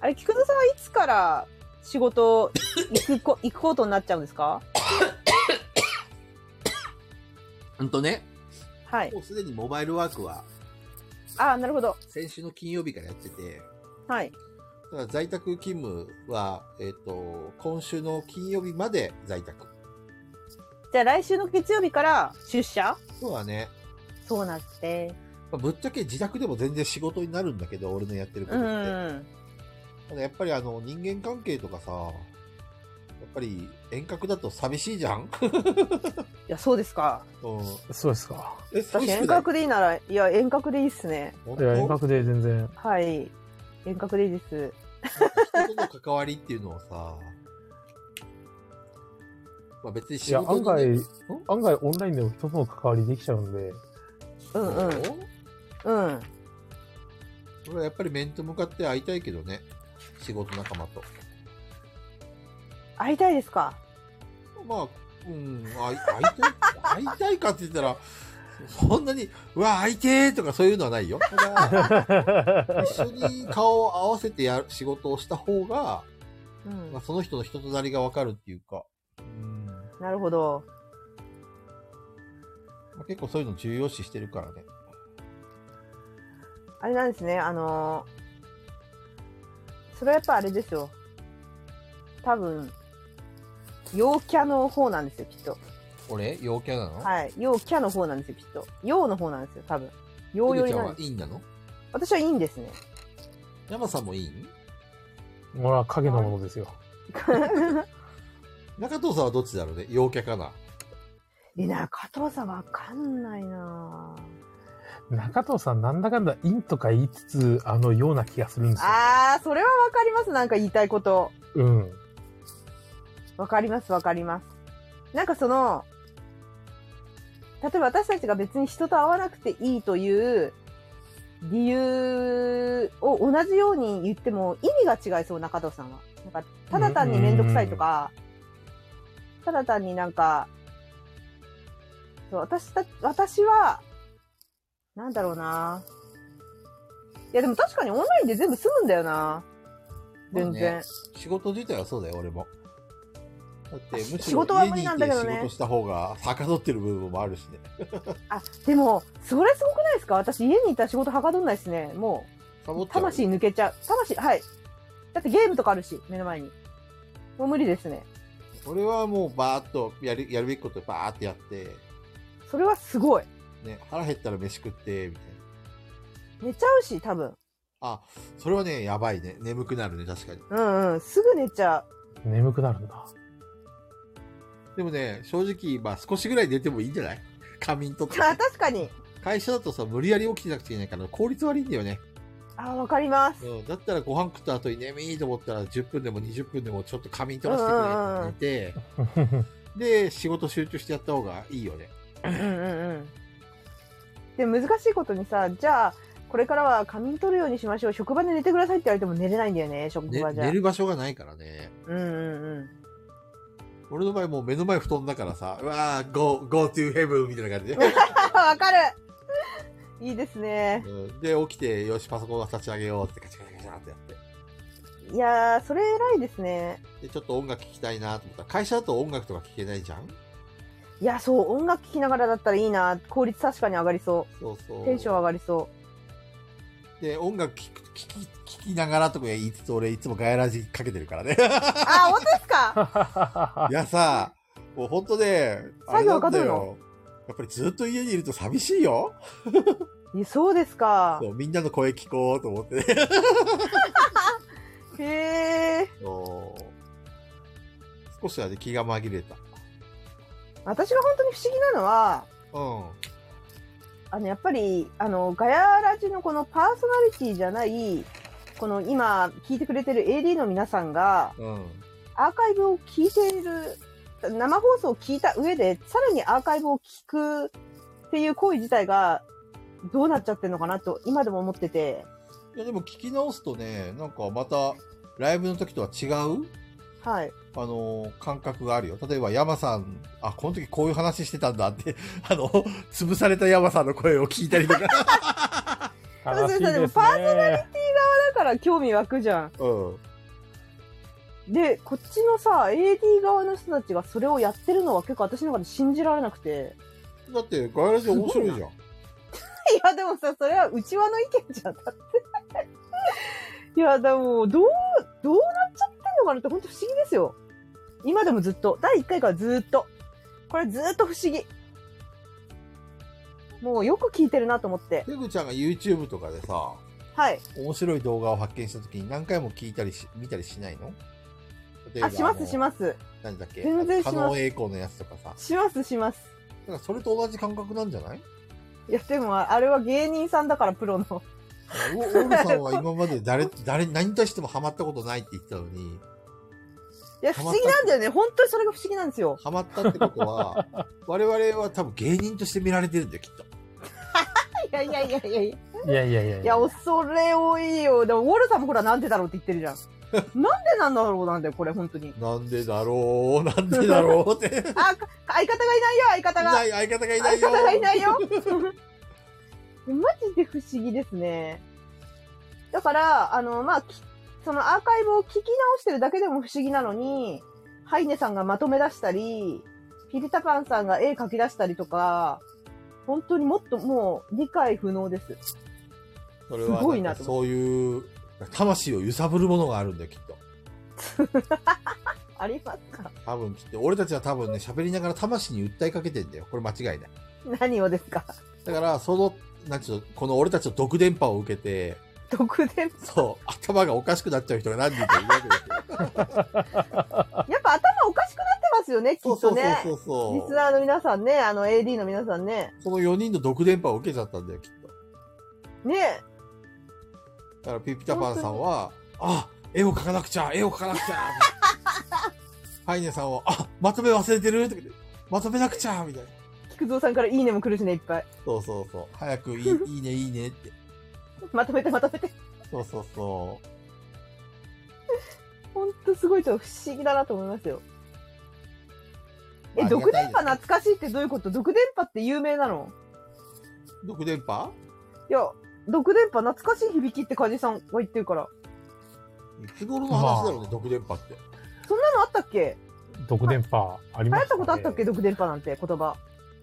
Speaker 4: あれ、菊蔵さんはいつから仕事行くこ、 行くことになっちゃうんですか
Speaker 2: ほんとね。
Speaker 4: はい。
Speaker 2: もうすでにモバイルワークは、
Speaker 4: ああ、なるほど。
Speaker 2: 先週の金曜日からやってて、
Speaker 4: はい。
Speaker 2: だから在宅勤務は、えっ、と、今週の金曜日まで在宅。
Speaker 4: じゃあ来週の月曜日から出社
Speaker 2: そうだね。
Speaker 4: そうなって。
Speaker 2: まあぶっちゃけ自宅でも全然仕事になるんだけど、俺のやってるこ
Speaker 4: う
Speaker 2: とっ
Speaker 4: ん
Speaker 2: て。
Speaker 4: うん。
Speaker 2: ただやっぱりあの、人間関係とかさ、やっぱり遠隔だと寂しいじゃん うん。
Speaker 4: いや、そうですか。
Speaker 3: そうですか。
Speaker 2: え、
Speaker 4: 私
Speaker 2: 寂しくない
Speaker 4: 遠隔でいいなら、いや、遠隔でいいっすね。
Speaker 2: 本
Speaker 3: い
Speaker 2: 当
Speaker 3: や、遠隔で全然。
Speaker 4: はい。遠隔でいいです。
Speaker 2: 人との関わりっていうのはさ、まあ別に
Speaker 3: い
Speaker 2: 仕
Speaker 3: や、
Speaker 2: 事
Speaker 3: 案
Speaker 2: のね、
Speaker 3: 外、案外オンラインでも人との関わりできちゃうん で、
Speaker 4: うんうん。うん。
Speaker 2: 俺はやっぱり面と向かって会いたいけどね。仕事仲間と。
Speaker 4: 会いたいですか
Speaker 2: まあ、うん、会い 会いたい、会いたいかって言ったら、そんなに、うわ、会いてーとかそういうのはないよ。ただ、一緒に顔を合わせてやる仕事をした方が、
Speaker 4: うん
Speaker 2: まあ、。その人の人となりがわかるっていうか、うん
Speaker 4: なるほど。
Speaker 2: まあ、結構そういうの重要視してるからね。
Speaker 4: あれなんですね、あのーそれはやっぱあれですよ。多分、陽キャの方なんですよ、きっと。
Speaker 2: 俺陽キャなの
Speaker 4: はい。陽キャの方なんですよ、きっと。陽の方なんですよ、多分。陽
Speaker 2: ゆ
Speaker 4: よ
Speaker 2: り
Speaker 4: り
Speaker 2: ちゃ
Speaker 4: なんん
Speaker 2: は
Speaker 4: です。
Speaker 2: いいんなの
Speaker 4: 私はいいんですね。
Speaker 2: 山さんもいいん
Speaker 3: ほら、影のものですよ。
Speaker 2: 中藤さんはどっちだろうね陽キャかな
Speaker 4: え、な、加藤さんわかんないなぁ
Speaker 3: 中藤さん、なんだかんだ、陰とか言いつつ、あの、ような気がするんですよ。
Speaker 4: あー、それはわかります、なんか言いたいこと。
Speaker 3: うん。
Speaker 4: わかります、わかります。なんかその、例えば私たちが別に人と会わなくていいという理由を同じように言っても意味が違いそう、中藤さんは。なんかただ単に面倒くさいとか、ただ単になんか、そう私た、私は、なんだろうな。いやでも確かにオンラインで全部済むんだよな。全然。
Speaker 2: 仕事自体はそうだよ俺もだってむしろ
Speaker 4: 仕事は
Speaker 2: 家にいて
Speaker 4: 無理なんだけどね
Speaker 2: 仕事した方がはかどってる部分もあるしね
Speaker 4: あ、でも、それすごくないですか私、家にいたら仕事はかどんないですね。も
Speaker 2: サボっ
Speaker 4: う、
Speaker 2: ちゃう
Speaker 4: 魂抜けちゃう。魂、はい。だってゲームとかあるし、目の前に。もう無理ですね。
Speaker 2: 俺はもうバーッとやるやるべきことバーッてやって、
Speaker 4: それはすごい。
Speaker 2: ね、腹減ったら飯食ってみたいな
Speaker 4: 寝ちゃうし、多分。
Speaker 2: あそれはねやばいね眠くなるね確かに
Speaker 4: うんうん。すぐ寝ちゃ
Speaker 3: 眠くなるんだ。
Speaker 2: でもね正直まあ少しぐらい寝てもいいんじゃない仮眠とっ
Speaker 4: う。
Speaker 2: て
Speaker 4: あ、確かに。
Speaker 2: 会社だとさ無理やり起きてなくちゃいけないから効率悪いんだよね
Speaker 4: あ、わかります。
Speaker 2: うん、だったらご飯食った後に眠いと思ったら10分でも20分でもちょっと仮眠取らせてくれ
Speaker 4: うんうんうん
Speaker 2: って寝て、で、仕事集中してやった方がいいよね。
Speaker 4: うんうんうん。で、難しいことにさ、じゃあ、これからは仮眠取るようにしましょう。職場で寝てくださいって言われても寝れないんだよね、職
Speaker 2: ね
Speaker 4: 場じゃ。
Speaker 2: 寝る場所がないからね。
Speaker 4: うんうんうん。
Speaker 2: 俺の場合もう目の前布団だからさ、うわー、go, go to heaven みたいな感じで。
Speaker 4: わかるいいですね。
Speaker 2: うんで、起きて、よし、パソコンは立ち上げようってカチャカチャカチャってやって。
Speaker 4: いやー、それ偉いですね。
Speaker 2: で、ちょっと音楽聴きたいなと思ったら、会社だと音楽とか聴けないじゃん
Speaker 4: いや、そう、音楽聴きながらだったらいいな。効率確かに上がりそ。
Speaker 2: そうそうう。
Speaker 4: テンション上がりそ
Speaker 2: で、音楽聴く聴き、聴きながらとか言いつつ、俺いつもガヤラジかけてるからね。
Speaker 4: う。あ、本当ですか
Speaker 2: いやさ、もうほんとね、
Speaker 4: 作業はかどる
Speaker 2: あれなんだよやっぱりずっと家にいると寂しいよ。
Speaker 4: えそうですか
Speaker 2: そうみんなの声聞こうと思ってね。
Speaker 4: へえ
Speaker 2: そう少しはね、気が紛れた。
Speaker 4: 私が本当に不思議なのは
Speaker 2: うん。
Speaker 4: あのやっぱりあのガヤラジのこのパーソナリティじゃないこの今聞いてくれてる AD の皆さんが
Speaker 2: うん。
Speaker 4: アーカイブを聞いている生放送を聞いた上でさらにアーカイブを聞くっていう行為自体がどうなっちゃってるのかなと今でも思ってて
Speaker 2: いや、でも聞き直すとね、なんかまた、ライブの時とは違う、
Speaker 4: はい
Speaker 2: あのー感覚があるよ。例えば、山さん、あ、この時こういう話してたんだって、 あの、潰された山さんの声を聞いたりと
Speaker 3: 悲
Speaker 2: か。
Speaker 3: しい
Speaker 4: そうそうそうで
Speaker 3: で
Speaker 4: も
Speaker 3: す
Speaker 4: パーソ
Speaker 3: ね。
Speaker 4: だから興味湧くじゃん
Speaker 2: うん。
Speaker 4: でこっちのさ AD 側の人たちがそれをやってるのは結構私の中で信じられなくて
Speaker 2: だって、ガヤラジ面白いじゃん。
Speaker 4: いやでもさそれは内輪の意見じゃんだって いやでもどうどうなっちゃってんのかなって本当不思議ですよ今でもずっと第1回からずっとこれずっと不思議もうよく聞いてるなと思って
Speaker 2: ペグちゃんが YouTube とかでさ、
Speaker 4: はい
Speaker 2: 面白い動画を発見した時に何回も聞いたりし、見たりしないの例えば
Speaker 4: あしますし
Speaker 2: す。
Speaker 4: ます
Speaker 2: 何だっけ
Speaker 4: 全然します
Speaker 2: 加納栄光のやつとかさ。
Speaker 4: しますします
Speaker 2: だからそれと同じ感覚なんじゃない
Speaker 4: いやでもあれは芸人さんだからプロの
Speaker 2: おオルさんは今まで誰、誰、何に対してもハマったことないって言ってたのに、
Speaker 4: いや不思議なんだよね本当にそれが不思議なんですよ
Speaker 2: ハマったってことは、我々は多分芸人として見られてるんだよ、きっと。
Speaker 4: いやいやいやいやいや
Speaker 3: いやいやいや
Speaker 4: いや、恐れ多いよ。でも、ウォルさんもほら、なんでだろうって言ってるじ ゃん。なんでなんだろうなんだよ、これ、本当に。
Speaker 2: なんでだろう、なんでだろうって。
Speaker 4: あ、か相方がいないよ、相
Speaker 2: い
Speaker 4: 方が。
Speaker 2: ない、相方がいないよ
Speaker 4: 相。方がいないよ。 マジで不思議ですね。だから、あの、まあ、きそのアーカイブを聞き直してるだけでも不思議なのに、ハイネさんがまとめ出したり、ピリタパンさんが絵描き出したりとか、本当にもっともう理解不能です。
Speaker 2: それ
Speaker 4: すごい
Speaker 2: は、
Speaker 4: なと思
Speaker 2: そういう、魂を揺さぶるものがあるんだよ、きっと。
Speaker 4: ありますか
Speaker 2: 多分きっと、俺たちは多分ね、喋りながら魂に訴えかけてんだよ。これ間違いない。
Speaker 4: 何をですか
Speaker 2: だから、その、なんちゅうの、この俺たちの毒電波を受けて、
Speaker 4: 特伝
Speaker 2: そう、頭がおかしくなっちゃう人が何人かいるわけですよ。
Speaker 4: やっぱ頭おかしくなってますよね、きっ
Speaker 2: そうそ
Speaker 4: と
Speaker 2: う
Speaker 4: ね。
Speaker 2: そう
Speaker 4: リ
Speaker 2: そ
Speaker 4: ス
Speaker 2: う。
Speaker 4: ナーの皆さんね、あの AD の皆さんね。
Speaker 2: その4人の毒電波を受けちゃったんだよ、きっと。
Speaker 4: ね
Speaker 2: だからピピタパンさんは、あ、絵を描かなくちゃ、絵を描かなくちゃ。 ハイネさんは、あ、まとめ忘れてるとか言ってまとめなくちゃみたいな。
Speaker 4: 菊蔵さんからいいねも来るしね、いっぱい。
Speaker 2: そうそうそう。早く いい、いいね、いいねって。
Speaker 4: まとめてまとめて。
Speaker 2: そうそうそ
Speaker 4: ほんとすごい、ちょっと不思議だなと思いますよ。
Speaker 2: う。
Speaker 4: え、
Speaker 2: ありが
Speaker 4: 毒
Speaker 2: たい
Speaker 4: 電
Speaker 2: です
Speaker 4: 波懐かしいってどういうこと毒電波って有名なの
Speaker 2: 毒電波
Speaker 4: いや、毒電波懐かしい響きって梶井さんが言ってるから。
Speaker 2: いつ頃の話だろうね、毒電波って。
Speaker 4: そんなのあったっけ
Speaker 3: 毒電波あり
Speaker 4: 流
Speaker 3: ま
Speaker 4: 行っ
Speaker 3: したた、ね。
Speaker 4: ことあったっけ毒電波なんて言葉。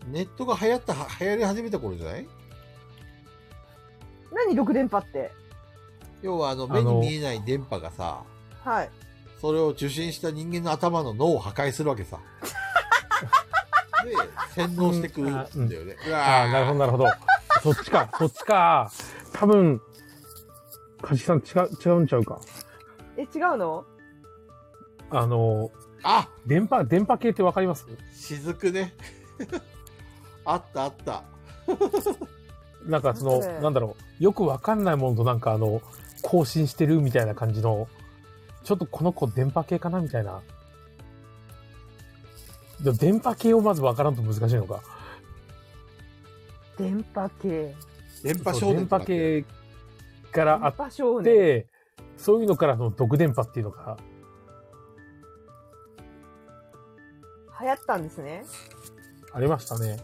Speaker 2: ネットが流行った、は流行り始めた頃じゃない
Speaker 4: 何毒電波って。
Speaker 2: 要はあの、
Speaker 3: あ
Speaker 2: 目に
Speaker 3: の
Speaker 2: 見えない電波がさ、
Speaker 4: はい。
Speaker 2: それを受信した人間の頭の脳を破壊するわけ さ。で、洗脳してくるんだよね。う
Speaker 3: あ
Speaker 2: わ
Speaker 3: あ、
Speaker 2: ー
Speaker 3: なるほど、なるほど。そっちか、そっちか。多分、カジさん違う、違うんちゃうか。
Speaker 4: え、違うの
Speaker 3: あの、
Speaker 2: あ
Speaker 3: 電波、電波系ってわかります
Speaker 2: 雫ね。 あったあった。
Speaker 3: なんかその
Speaker 4: なんかね、
Speaker 3: なんだろう、よくわかんないものとなんかあの、更新してるみたいな感じの、ちょっとこの子電波系かなみたいな。でも電波系をまずわからんと難しいのか。
Speaker 4: 電波系。
Speaker 2: 電波
Speaker 3: そう
Speaker 2: 少
Speaker 3: 電
Speaker 2: 年と
Speaker 3: 波
Speaker 2: かっていう。
Speaker 3: 系からあ
Speaker 4: 電
Speaker 3: っ
Speaker 4: 波少年。
Speaker 3: て、そういうのからの毒電波っていうのが、
Speaker 4: 流行ったんです ね。
Speaker 3: ありましたね。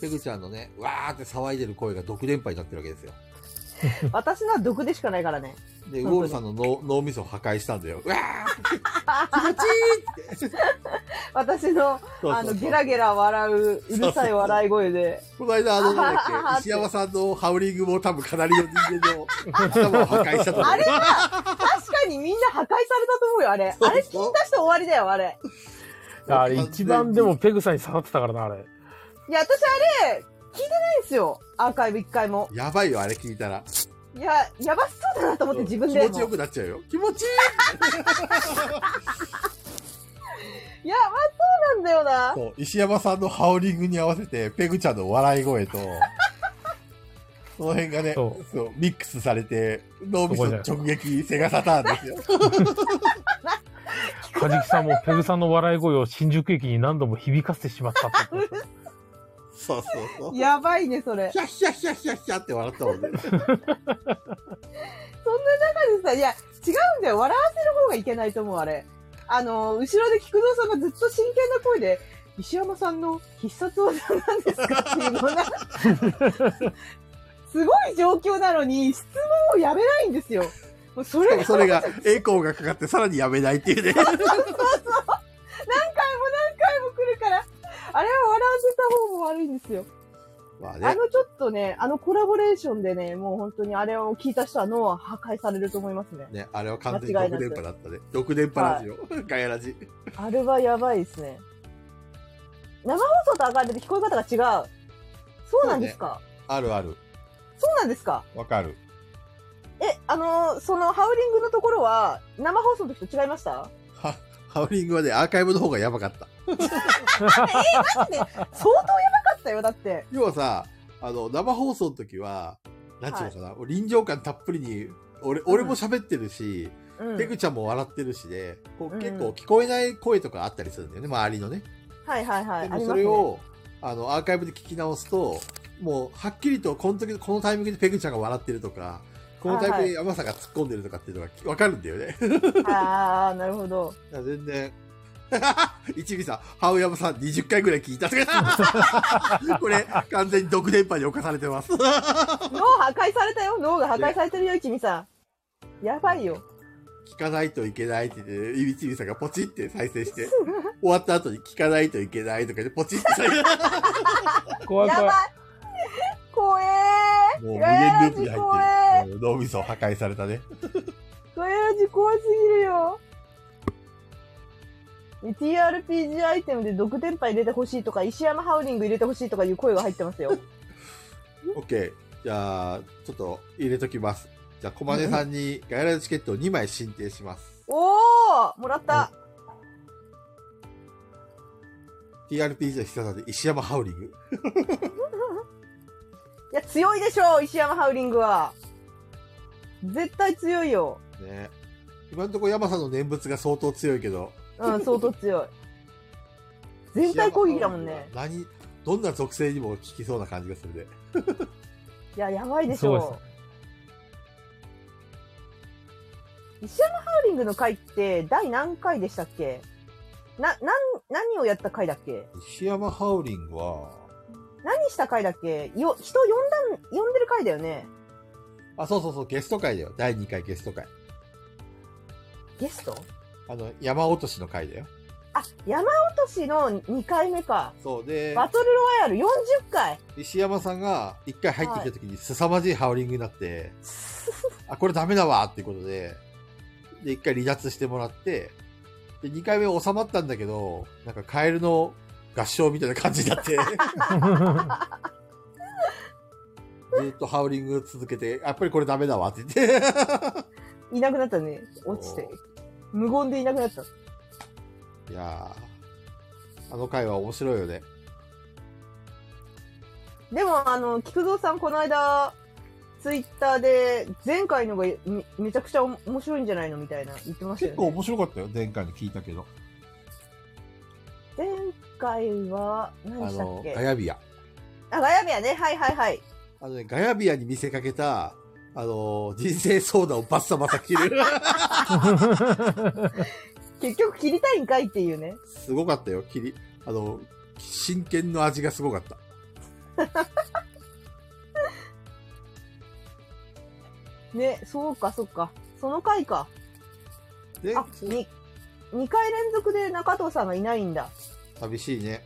Speaker 2: ペグちゃんのね、わーって騒いでる声が毒電波になってるわけですよ。
Speaker 4: 私のは毒でしかないからね。
Speaker 2: で、ウ
Speaker 4: 本
Speaker 2: ォ
Speaker 4: 当に
Speaker 2: ールさんの脳脳みそを破壊したんだよ。うわー
Speaker 4: 私の、
Speaker 2: そうそうそう
Speaker 4: あの、ゲラゲラ笑う、うるさい笑い声で。
Speaker 2: この間、あの、なん
Speaker 4: あはは
Speaker 2: だ
Speaker 4: は
Speaker 2: っけ、石山さんのハウリングも多分かなりの人間 の頭を破壊したと思う
Speaker 4: あれは、確かにみんな破壊されたと思うよ、あれ。
Speaker 2: そう
Speaker 4: あれ聞いた人終わりだよ、あれ。
Speaker 3: あれ一番でもペグさんに刺さってたからな、あれ。
Speaker 4: いや、私あれ、聞いてないんですよ。アーカイブ一回も。
Speaker 2: やばいよ、あれ聞いたら。
Speaker 4: いや、やばそうだなと思って自分で
Speaker 2: 気
Speaker 4: も。
Speaker 2: 持ちよくなっちゃうよ。気持ちいい
Speaker 4: やばそうなんだよな。
Speaker 2: そう石山さんのハウリングに合わせて、ペグちゃんの笑い 声と、その辺がね、そ
Speaker 3: そう
Speaker 2: ミックスされて、脳みそ直撃セガサターンですよ。
Speaker 3: カジキさんもペグさんの笑い声を新宿駅に何度も響かせてしまったって言っ てまし
Speaker 2: そうそうそう。
Speaker 4: やばいね、それ。
Speaker 2: ヒャッヒャッヒャッヒャッヒャッって笑ったもんね。
Speaker 4: そんな中でさ、いや、違うんだよ。笑わせる方がいけないと思う、あれ。あの、後ろで菊蔵さんがずっと真剣な声で、石山さんの必殺技なんですかっていうのな。 すごい状況なのに、質問をやめないんですよ。もうそれ
Speaker 2: でもそれが、エコーがかかってさらにやめないっていう ね。
Speaker 4: 何回も何回も来るから、あれは笑わせた方も悪いんですよ。
Speaker 2: まあ
Speaker 4: あ
Speaker 2: ね、
Speaker 4: のちょっとね、あのコラボレーションでね、もう本当にあれを聞いた人は脳は破壊されると思いますね。
Speaker 2: ね、あれは完全に毒電波だったね。毒電波ラジオ。ガヤラジ。
Speaker 4: あれはやばいですね。生放送とアーカイブで聞こえ方が違う。そうなんですか
Speaker 2: あるある。
Speaker 4: そう,、なんですか
Speaker 2: わかる。
Speaker 4: え、あのーそのハウリングのところは、生放送の時と違いました
Speaker 2: はハウリングはね、アーカイブの方がやばかった。
Speaker 4: 相当やばかったよ、だって。
Speaker 2: 要はさ、あの、生放送の時は、なんちゅうのかな、臨場感たっぷりに、俺、俺も喋ってるし、
Speaker 4: うん。
Speaker 2: ペグちゃんも笑ってるしで、こう
Speaker 4: うん
Speaker 2: 結構聞こえない声とかあったりするんだよね、周りのね。
Speaker 4: はいはいはい。
Speaker 2: でも
Speaker 4: あり
Speaker 2: そ
Speaker 4: ます
Speaker 2: れ
Speaker 4: ね。
Speaker 2: を、あの、アーカイブで聞き直すと、もう、はっきりと、この時、このタイミングでペグちゃんが笑ってるとか、このタイミングで山さんが突っ込んでるとかっていうのがわかるんだよね。
Speaker 4: あー、なるほど。
Speaker 2: いや全然。 一味さん、青山さん20回ぐらい聞いた。 これ、完全に毒電波に侵されてます。
Speaker 4: 脳破壊されたよ、脳が破壊されてるよ、君さん。やばいよ。
Speaker 2: 聞かないといけないって言って、いびちびさんがポチって再生 して、終わった後に聞かないといけないとかでポチって再生
Speaker 3: た。怖い
Speaker 4: やば
Speaker 3: 怖い。
Speaker 4: い怖え
Speaker 2: もう無限
Speaker 4: ーガヤラ
Speaker 2: ループに
Speaker 4: ジ怖
Speaker 2: 入っ
Speaker 4: え
Speaker 2: てる。脳みそ破壊されたね。
Speaker 4: ーガヤラジ怖すぎるよ。TRPG アイテムで毒電波入れてほしいとか、石山ハウリング入れてほしいとかいう声が入ってま すよ。
Speaker 2: オッケー。じゃあ、ちょっと入れときます。じゃあ、小金さんにガイラルチケットを2枚申請します。
Speaker 4: おーもらった。
Speaker 2: TRPG の必殺技で石山ハウリング。
Speaker 4: いや、強いでしょう、石山ハウリングは。絶対強いよ。
Speaker 2: ね今のところ山さんの念仏が相当強いけど、
Speaker 4: うん、 相当強い。全体攻撃だもんね。
Speaker 2: 何、どんな属性にも効きそうな感じがするね。
Speaker 4: いや、やばいでし
Speaker 3: そうです
Speaker 4: ょ
Speaker 3: ね
Speaker 4: う。石山ハウリングの回って第何回でしたっけな、なん、何をやった回だっけ
Speaker 2: 石山ハウリングは、
Speaker 4: 何した回だっけよ、人呼んだん、呼んでる回だよね。
Speaker 2: あ、そうそうそう、ゲスト会だよ。第2回ゲスト会。
Speaker 4: ゲスト
Speaker 2: あの、山落としの会だよ。
Speaker 4: あ、山落としの2回目か。
Speaker 2: そうで、
Speaker 4: バトルロワイヤル40回。
Speaker 2: 石山さんが1回入ってきた時に凄まじいハウリングになって、あ、これダメだわっていうことで、で、1回離脱してもらって、で、2回目収まったんだけど、なんかカエルの合唱みたいな感じにな って、ずっとハウリング続けて、やっぱりこれダメだわって言って。
Speaker 4: いなくなったね。落ちて。無言でいなくなった。
Speaker 2: いやー、あの回は面白いよね。
Speaker 4: でも、あの、菊蔵さんこの間、ツイッターで、前回のがめめちゃくちゃおも面白いんじゃないのみたいな言ってましたよね。
Speaker 2: 面白かったよ、前回の聞いたけど。
Speaker 4: 前回は、何
Speaker 2: あ
Speaker 4: したっ
Speaker 2: の、
Speaker 4: け
Speaker 2: ガヤビア。
Speaker 4: あ、ガヤビアね。はいはいはい。
Speaker 2: あのね、ガヤビアに見せかけた、あのー人生相談をバッサバサ 切る。
Speaker 4: 結局切りたいんかいっていうね。
Speaker 2: すごかったよ、切り。あの、真剣の味がすごかった。
Speaker 4: ね、そうかそうか。その回か。
Speaker 2: で
Speaker 4: あ、、に、2回連続で中藤さんがいないんだ。
Speaker 2: 寂しいね。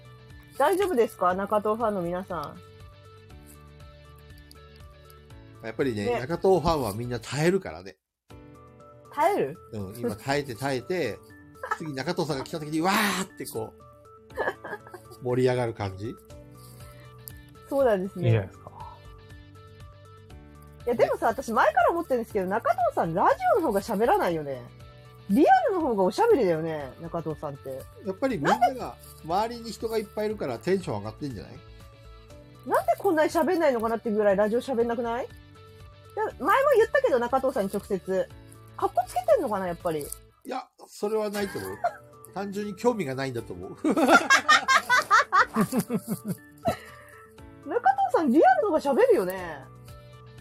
Speaker 4: 大丈夫ですか中藤ファンの皆さん。
Speaker 2: やっぱりね、
Speaker 4: ね
Speaker 2: 中東ファンはみんな耐えるからね。
Speaker 4: 耐える
Speaker 2: うん、今耐えて耐えて、次中藤さんが来た時に、わーってこう、盛り上がる感じ。
Speaker 4: そうなんです
Speaker 3: いいじゃない
Speaker 4: ね
Speaker 3: ですか。
Speaker 4: いやでもさ私前から思ってるんですけど中藤さんラジオの方が喋らないよねリアルの方がおしゃべりだよね中藤さんって
Speaker 2: やっぱりみんなが、周りに人がいっぱいいるからテンション上がってんじゃない
Speaker 4: なんでこんなに喋んないのかなってぐらいラジオ喋んなくないだ前も言ったけど中藤さんに直接かっこつけてんのかなやっぱり
Speaker 2: いや、それはないと思う。単純に興味がないんだと思う。
Speaker 4: 中藤さんリアルの方が喋るよね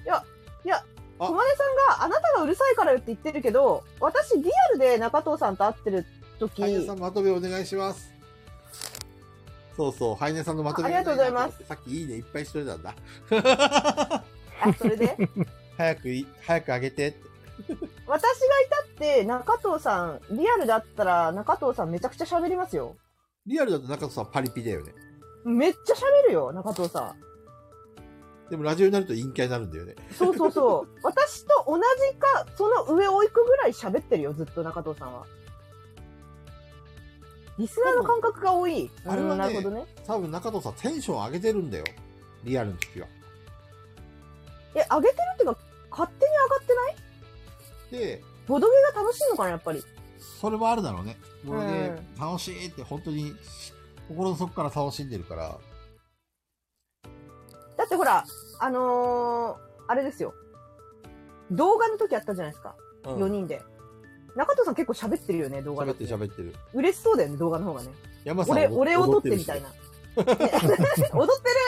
Speaker 4: いやいや
Speaker 2: あ
Speaker 4: 熊根さんがあなたがうるさいからよって言ってるけど私リアルで中藤さんと会ってる時
Speaker 2: ハイネさんまとめお願いします。そうそう、ハイネさんのまとめ。
Speaker 4: あありがとうございます
Speaker 2: さっきいいねいっぱいしといたんだ。
Speaker 4: あそ れで
Speaker 2: 早くい、早くあげてって。
Speaker 4: 私がいたって中藤さんリアルだったら中藤さんめちゃくちゃ喋りますよ
Speaker 2: リアルだと中田さんパリピだよね。
Speaker 4: めっちゃ喋るよ中藤さん
Speaker 2: でもラジオになると陰キャになるんだよね。
Speaker 4: そうそ うそう。私と同じか、その上を行くぐらい喋ってるよ、ずっと中藤さんは。リスナーの感覚が多い。
Speaker 2: あれはね
Speaker 4: うんなるほどね。
Speaker 2: 多分中田さんテンション上げてるんだよ。リアルの時は。
Speaker 4: え、上げてるっていうか、勝手に上がってない
Speaker 2: で、
Speaker 4: ボドゲが楽しいのかな、やっぱり。
Speaker 2: それもあるだろうね。これで
Speaker 4: うん
Speaker 2: 楽しいって本当に心の底から楽しんでるから。
Speaker 4: だってほら、あのー、あれですよ。動画の時あったじゃないですか。
Speaker 2: うん
Speaker 4: 4人で。中藤さん結構喋ってるよね、動画
Speaker 2: 喋
Speaker 4: で。
Speaker 2: って喋ってる。
Speaker 4: 嬉しそうだよね、動画の方がね。
Speaker 2: 山さん
Speaker 4: 俺、
Speaker 2: 踊
Speaker 4: 俺踊ってみたい。
Speaker 2: 踊
Speaker 4: な。ね 踊ってる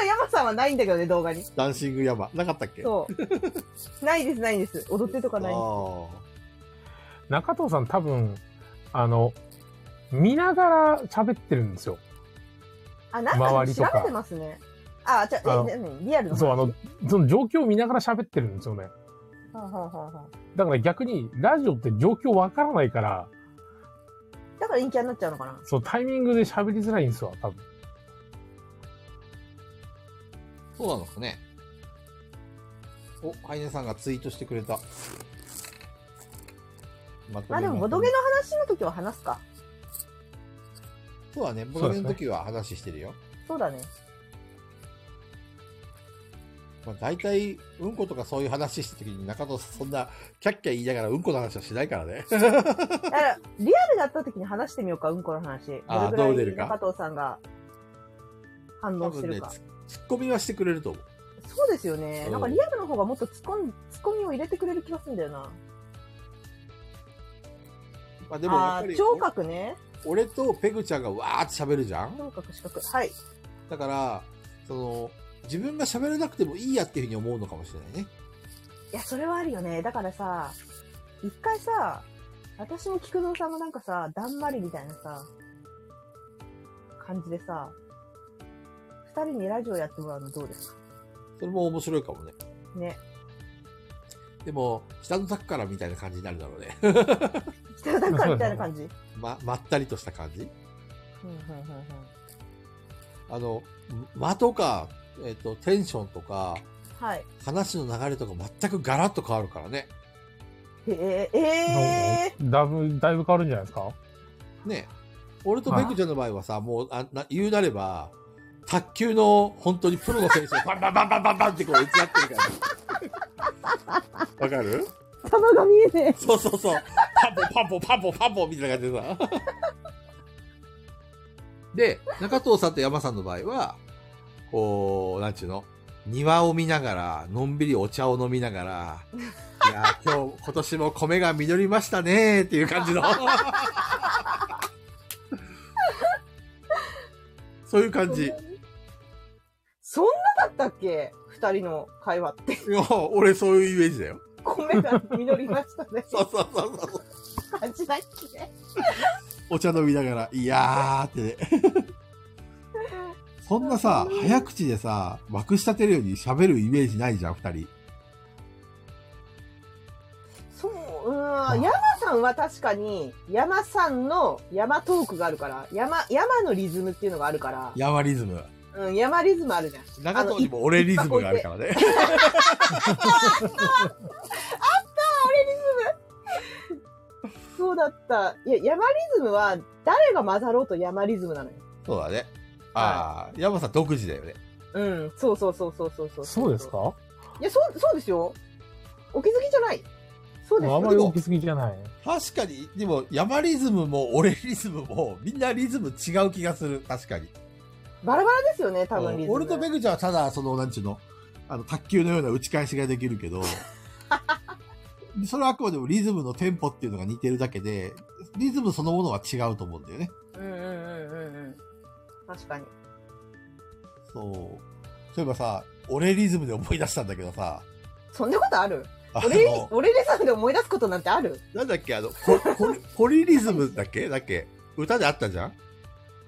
Speaker 4: 山さんはないんだけどね、動 画に。
Speaker 2: しダンシング山。なかったっけ
Speaker 4: そう。ないです、ないです。踊ってとかない
Speaker 2: あ
Speaker 4: です。
Speaker 2: ー
Speaker 3: 中藤さん多分、あの、見ながら喋ってるんですよ。
Speaker 4: あ、なんか
Speaker 3: 周り
Speaker 4: 調
Speaker 3: とか
Speaker 4: べてますね。あ、じゃ
Speaker 3: あ
Speaker 4: あ、
Speaker 3: の
Speaker 4: え、何リアルの。
Speaker 3: そう、あの、その状況を見ながら喋ってるんですよね。
Speaker 4: はあはあはあはあ
Speaker 3: だから逆に、ラジオって状況わからないから、
Speaker 4: だから陰キャになっちゃうのかな。
Speaker 3: そのタイミングで喋りづらいんですよ、多分。
Speaker 2: そうなのかね。お、ハイネさんがツイートしてくれた。まと
Speaker 4: まあ
Speaker 2: め
Speaker 4: でも、ボドゲの話の時は話すか。
Speaker 2: そうだね。ボドゲの時は話してるよ。
Speaker 4: そうだね。
Speaker 2: まあ、大体、うんことかそういう話した時に中野さんそんな、キャッキャ言いながらうんこの話はしないからね。
Speaker 4: だから、リアルだった時に話してみようか、うんこの話。
Speaker 2: あー
Speaker 4: れ
Speaker 2: どう出るか
Speaker 4: 中藤さんが反
Speaker 2: 多
Speaker 4: 応し
Speaker 2: 分
Speaker 4: てる
Speaker 2: ね、
Speaker 4: か。
Speaker 2: ツツッコミはしてくれると思う。
Speaker 4: そうですよね。
Speaker 2: うん
Speaker 4: なんかリアルの方がもっとツッコミ、ツッコミを入れてくれる気がするんだよな。
Speaker 2: まあでもや
Speaker 4: あ
Speaker 2: っぱ
Speaker 4: あー、
Speaker 2: り、
Speaker 4: 聴覚ね。
Speaker 2: お俺とペグちゃんがわーって喋るじゃん
Speaker 4: 聴覚、視覚。はい。
Speaker 2: だから、その、自分が喋れなくてもいいやっていうふうに思うのかもしれないね。
Speaker 4: いや、それはあるよね。だからさ、一回さ、私も菊蔵さんもなんかさ、だんまりみたいなさ、感じでさ、二人にラジオやってもらうのどうですか
Speaker 2: それも面白いかもね。
Speaker 4: ね。
Speaker 2: でも、下の卓からみたいな感じになるだろうね。
Speaker 4: 北だからみたいな感じ。
Speaker 2: ま、まったりとした感じ
Speaker 4: うんうんうんうん
Speaker 2: あの、間とか、えっ、と、テンションとか、
Speaker 4: はい。
Speaker 2: 話の流れとか全くガラッと変わるからね。
Speaker 4: えー、え
Speaker 3: だいぶ、だいぶ変わるんじゃないですか
Speaker 2: ね俺とペグちゃんの場合はさ、もう、あな言うなれば、卓球の本当にプロの選手がバンバンバンバンバンバンってこう打ち合ってるから。わか る
Speaker 4: ー、玉が見えね
Speaker 2: そうそうそう。パンポパンポパンポパンポみたいな感じで さ。で、中藤さんと山さんの場合は、こう、なんちゅうの庭を見ながら、のんびりお茶を飲みなが ら、いやー、今日、今年も米が実りましたねーっていう感 じの。そういう感じ。い
Speaker 4: え。そんなだったっけ二人の会話 って。
Speaker 2: や、俺そういうイメージだよ。
Speaker 4: 米が実りましたね。
Speaker 2: そうそうそうそう。
Speaker 4: 感じないっけ
Speaker 2: お茶飲みながら、いやーって ね。そんなさ、早口でさ、まくしたてるように喋るイメージないじゃん、二人。
Speaker 4: そう、うーん、山さんは確かに、山さんの山トークがあるから、山、山のリズムっていうのがあるから、
Speaker 2: ヤマリズム。
Speaker 4: うん、山リズムあるじゃん。
Speaker 2: 長藤にも俺リズムがあるから ね。
Speaker 4: そうだった。いや、山リズムは、誰が混ざろうと山リズムなのよ。
Speaker 2: そうだね。ああ、ヤマさん独自だよね。
Speaker 4: うん、そうそうそうそうそうそう。
Speaker 3: そうですか
Speaker 4: いや、そう、そうですよ。お気づきじゃない。そうです
Speaker 3: あ
Speaker 4: よ。
Speaker 3: んまり大きすぎじゃない。
Speaker 2: 確かに、でも、山リズムも俺リズムも、みんなリズム違う気がする。確かに。
Speaker 4: バラバラですよね、多分リズム。
Speaker 2: 俺とペグちゃんはただ、その、なんちゅうの、あの、卓球のような打ち返しができるけ ど、それはあくまでもリズムのテンポっていうのが似てるだけで、リズムそのものは違うと思うんだよね。
Speaker 4: うんうんうんうんうん。確かに。
Speaker 2: そう。そういえばさ、俺リズムで思い出したんだけどさ、
Speaker 4: そんなことある
Speaker 2: あ
Speaker 4: 俺
Speaker 2: の、
Speaker 4: 俺リズムで思い出すことなんてある
Speaker 2: なんだっけ、あの、ポポリポリリズムだっけだっけ歌であったじゃん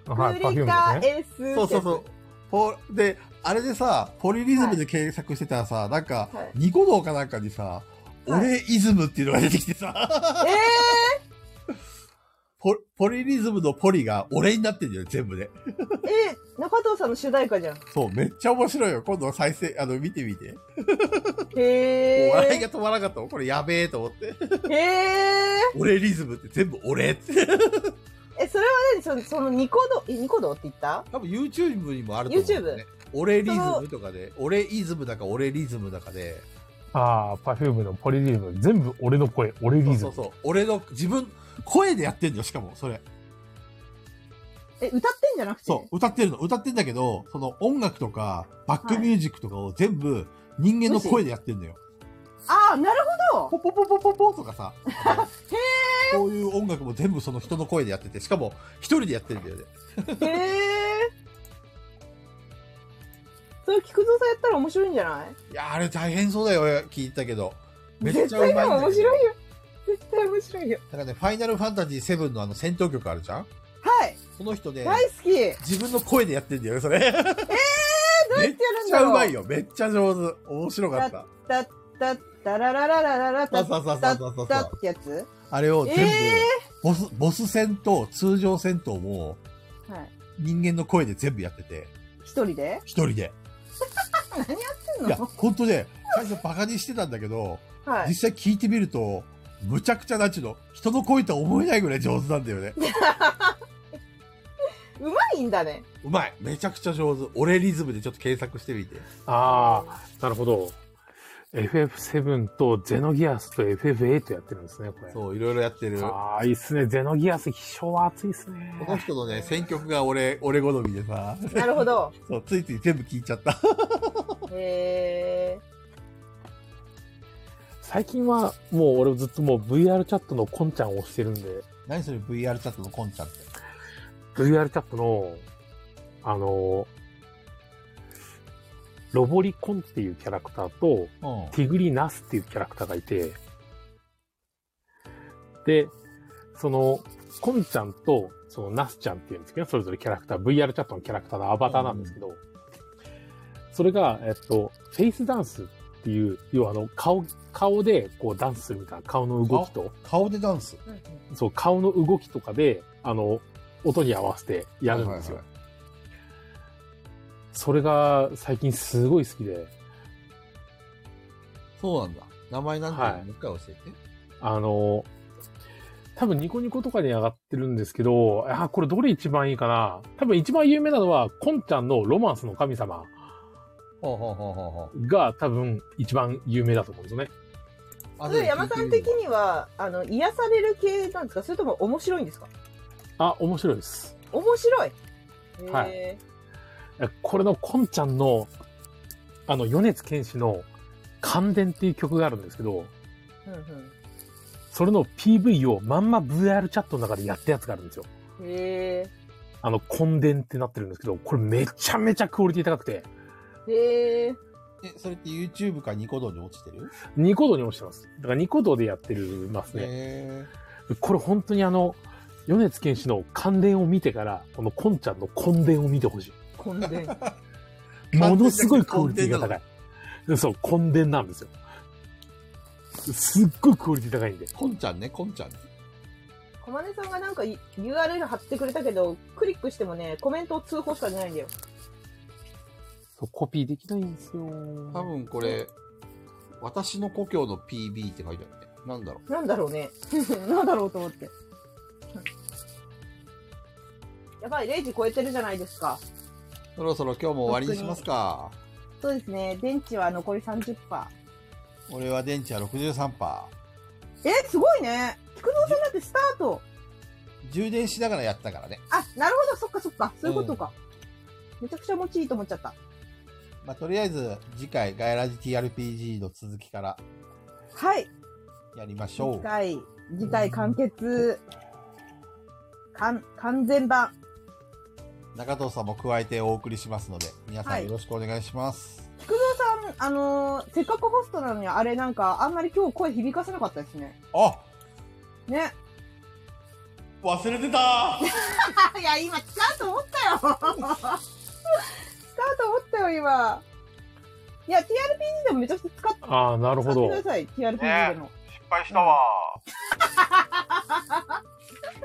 Speaker 3: はい、パフュ
Speaker 4: リ
Speaker 3: ー
Speaker 4: カ
Speaker 3: ムですね。
Speaker 4: エス。
Speaker 2: そうそうそう。ポで、あれでさ、ポリリズムで検索してたらさ、なんか、
Speaker 4: はい
Speaker 2: ニコ動かなんかにさ、俺イズムっていうのが出てきてさ、
Speaker 4: え
Speaker 2: ポポリリズムのポリが俺になってんだよ、全部で。
Speaker 4: ー、えー、中藤さんの主題歌じゃん。
Speaker 2: そう、めっちゃ面白いよ。今度再生、あの、見てみて。
Speaker 4: へ
Speaker 2: もう笑い
Speaker 4: え
Speaker 2: が止まらなかったもんこれやべえと思って。
Speaker 4: ー。へー。
Speaker 2: 俺リズムって全部俺って。
Speaker 4: え、それは何その、そのニコ動、え、ニコ動って言った
Speaker 2: 多分 YouTube にもあると思うんだよね。俺リズムとかで、俺イズムだか俺リズムだかで、
Speaker 3: ああ、パフュームのポリリズム。全部俺の声、俺リ
Speaker 2: そう
Speaker 3: ズ
Speaker 2: そ
Speaker 3: ム
Speaker 2: う。そう、俺の自分、声でやってんのよ、しかも、それ。
Speaker 4: え、歌ってんじゃなくて
Speaker 2: そう、歌ってるの。歌ってんだけど、その音楽とか、バックミュージックとかを全部人間の声でやってんのよ。
Speaker 4: ああ、なるほど
Speaker 2: ポポポポポポとかさ。へこういう音楽も全部その人の声でやってて、しかも一人でやってるんだよね。
Speaker 4: へえ。それ、菊蔵さんやったら面白いんじゃない
Speaker 2: いや、あれ大変そうだよ、聞いたけど。めっ
Speaker 4: 絶
Speaker 2: ちゃうまい
Speaker 4: 対
Speaker 2: んだけど
Speaker 4: 面白いよ。絶対面白いよ。
Speaker 2: なんかね、ファイナルファンタジー7のあの戦闘曲あるじゃん
Speaker 4: はい。
Speaker 2: その人ね、
Speaker 4: 大好き。えー、
Speaker 2: 自分の声でやってんだよね、それ。めっ
Speaker 4: どうやってやるん
Speaker 2: ち
Speaker 4: だ
Speaker 2: ゃ
Speaker 4: ろう。
Speaker 2: うまいよ。めっちゃ上手。面白かった。
Speaker 4: たったったららららららた
Speaker 2: そう
Speaker 4: っ
Speaker 2: そうそう
Speaker 4: た
Speaker 2: そうそ
Speaker 4: っ
Speaker 2: う
Speaker 4: たってやつ
Speaker 2: あれを全部、
Speaker 4: え
Speaker 2: ボス、ボス戦と通常戦とも
Speaker 4: はい。
Speaker 2: 人間の声で全部やってて、
Speaker 4: 一人で
Speaker 2: 一人で。
Speaker 4: 何やってん
Speaker 2: い や、
Speaker 4: の
Speaker 2: ほんとね、最初バカにしてたんだけど、
Speaker 4: は
Speaker 2: 実
Speaker 4: い。
Speaker 2: 際聞いてみると、むちゃくちゃなんちゅうの、人の声とは思えないぐらい上手なんだよね。
Speaker 4: うまいんだね。
Speaker 2: うまい。めちゃくちゃ上手。俺リズムでちょっと検索してみて。
Speaker 3: ああ、なるほど。FF7 とゼノギアスと FF8 やってるんですね、これ。
Speaker 2: そう、いろいろやってる。こ
Speaker 3: ああ、いいっすね。ゼノギアス、秘書は熱いっすね。
Speaker 2: の人のね、選曲が俺、俺好みでさ、
Speaker 4: なる ほど。
Speaker 2: そう、ついつい全部聞いちゃった。
Speaker 4: へえ。
Speaker 3: 最近は、もう俺ずっともう VR チャットのコンちゃんを押してるんで、
Speaker 2: 何それ VR チャットのコンちゃんって。
Speaker 3: VR チャットの、あの、ロボリコンっていうキャラクターと、
Speaker 2: うん。
Speaker 3: ティグリナスっていうキャラクターがいて、で、その、コンちゃんと、そのナスちゃんっていうんですけど、それぞれキャラクター、VR チャットのキャラクターのアバターなんですけど、それが、えっと、フェイスダンスっていう、要はあの、顔、顔でこうダンスするみたいな顔の動きと、
Speaker 2: 顔でダンス。
Speaker 3: そう、顔の動きとかで、あの、音に合わせてやるんですよ。
Speaker 2: はい
Speaker 3: それが最近すごい好きで、
Speaker 2: そうなんだ。名前なんていうの、
Speaker 3: はい
Speaker 2: もう一回教えて。
Speaker 3: あの、多分ニコニコとかに上がってるんですけど、あ、これどれ一番いいかな多分一番有名なのは、コンちゃんのロマンスの神様
Speaker 2: ほうほうほうほうほう。
Speaker 3: が多分一番有名だと思うんですよね。
Speaker 2: あ
Speaker 4: それ山さん
Speaker 2: でも聞
Speaker 4: 的。
Speaker 2: いてみる
Speaker 4: には、あの、癒される系なんですかそれとも面白いんですか
Speaker 3: あ、面白いです。
Speaker 4: 面白い。
Speaker 3: は
Speaker 4: へ
Speaker 3: えこれのコンちゃんの、あの、米津玄師の感電っていう曲があるんですけど、
Speaker 4: え。うん
Speaker 3: それの PV をまんま VR チャットの中でやったやつがあるんですよ。
Speaker 4: うんへ
Speaker 3: あの、コンデンってなってるんですけど、これめちゃめちゃクオリティ高くて、
Speaker 4: え。へえ。
Speaker 2: え、それって YouTube かニコ動に落ちてる
Speaker 3: ニコ動に落ちてます。だからニコ動でやってるますね。
Speaker 2: へ
Speaker 3: これ本当にあの、米津玄師の関連を見てから、このコンちゃんの根伝を見てほし
Speaker 4: こんで。
Speaker 3: い。ものすごいクオリティが高い。そう、根伝なんですよ。すっごいクオリティ高いんで。
Speaker 2: ーコンちゃんね、コンちゃん。
Speaker 4: 小金さんがなんかい URL 貼ってくれたけど、クリックしてもね、コメントを通報しか出ないんだよ。
Speaker 3: そうコピーできないんですよ。
Speaker 2: 多分これ、私の故郷の PB って書いてあるね。なんだろう。
Speaker 4: なんだろうね。 なんだろうと思って。やばい、0時超えてるじゃないですか。
Speaker 2: そろそろ今日も終わりにしますか。
Speaker 4: そうですね。電池は残り30%。
Speaker 2: 俺は電池は63%。
Speaker 4: え、すごいね。菊蔵さんだってスタート。
Speaker 2: 充電しながらやったからね。
Speaker 4: あ、なるほど。そっかそっか。そういうことか。めちゃくちゃ持ちいいと思っちゃった。
Speaker 2: まあ、とりあえず次回ガイラジ TRPG の続きから
Speaker 4: はい。
Speaker 2: やりましょ
Speaker 4: 次
Speaker 2: う。
Speaker 4: 回、次回完結。完、完全版。
Speaker 2: 中藤さんも加えてお送りしますので、皆さ
Speaker 4: は
Speaker 2: ん
Speaker 4: い
Speaker 2: よろしくお願いします。
Speaker 4: 菊蔵さん、あのーせっかくホストなのに、あれなんか、あんまり今日声響かせなかったですね。ね。
Speaker 2: あ忘れてた
Speaker 4: あいや、今、使うと思ったよ。使うと思ったよ、今。いや、TRPG でもめちゃくちゃ使っ
Speaker 3: ああ、なる
Speaker 4: 使
Speaker 3: ほ
Speaker 4: って
Speaker 3: ど
Speaker 4: く。ださい、TRPG でも。
Speaker 2: 失敗したわ。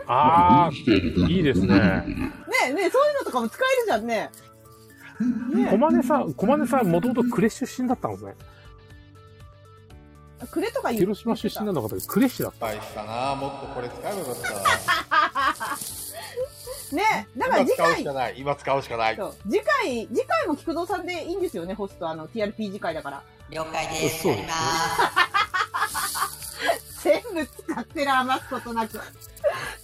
Speaker 3: ああ、いいですね。
Speaker 4: ねねそういうのとかも使えるじゃんね。
Speaker 3: コ
Speaker 4: ね
Speaker 3: マネさん、コマネさん、もともと呉出身だったんですね。
Speaker 4: クレとか言う
Speaker 3: 広島出身なのかと、呉市だっ
Speaker 2: 失敗したなもっとこれ使えばよか った。
Speaker 4: ねだから
Speaker 2: 今
Speaker 4: 次
Speaker 2: 使うし
Speaker 4: 回
Speaker 2: か、ない。今使うしかない。
Speaker 4: そう次回、次回も菊蔵さんでいいんですよね、ホスト、あの、TRPG 会だから。
Speaker 7: 了解です。
Speaker 3: そう
Speaker 7: やります。
Speaker 4: 全部使ってる余すことなく。
Speaker 3: た。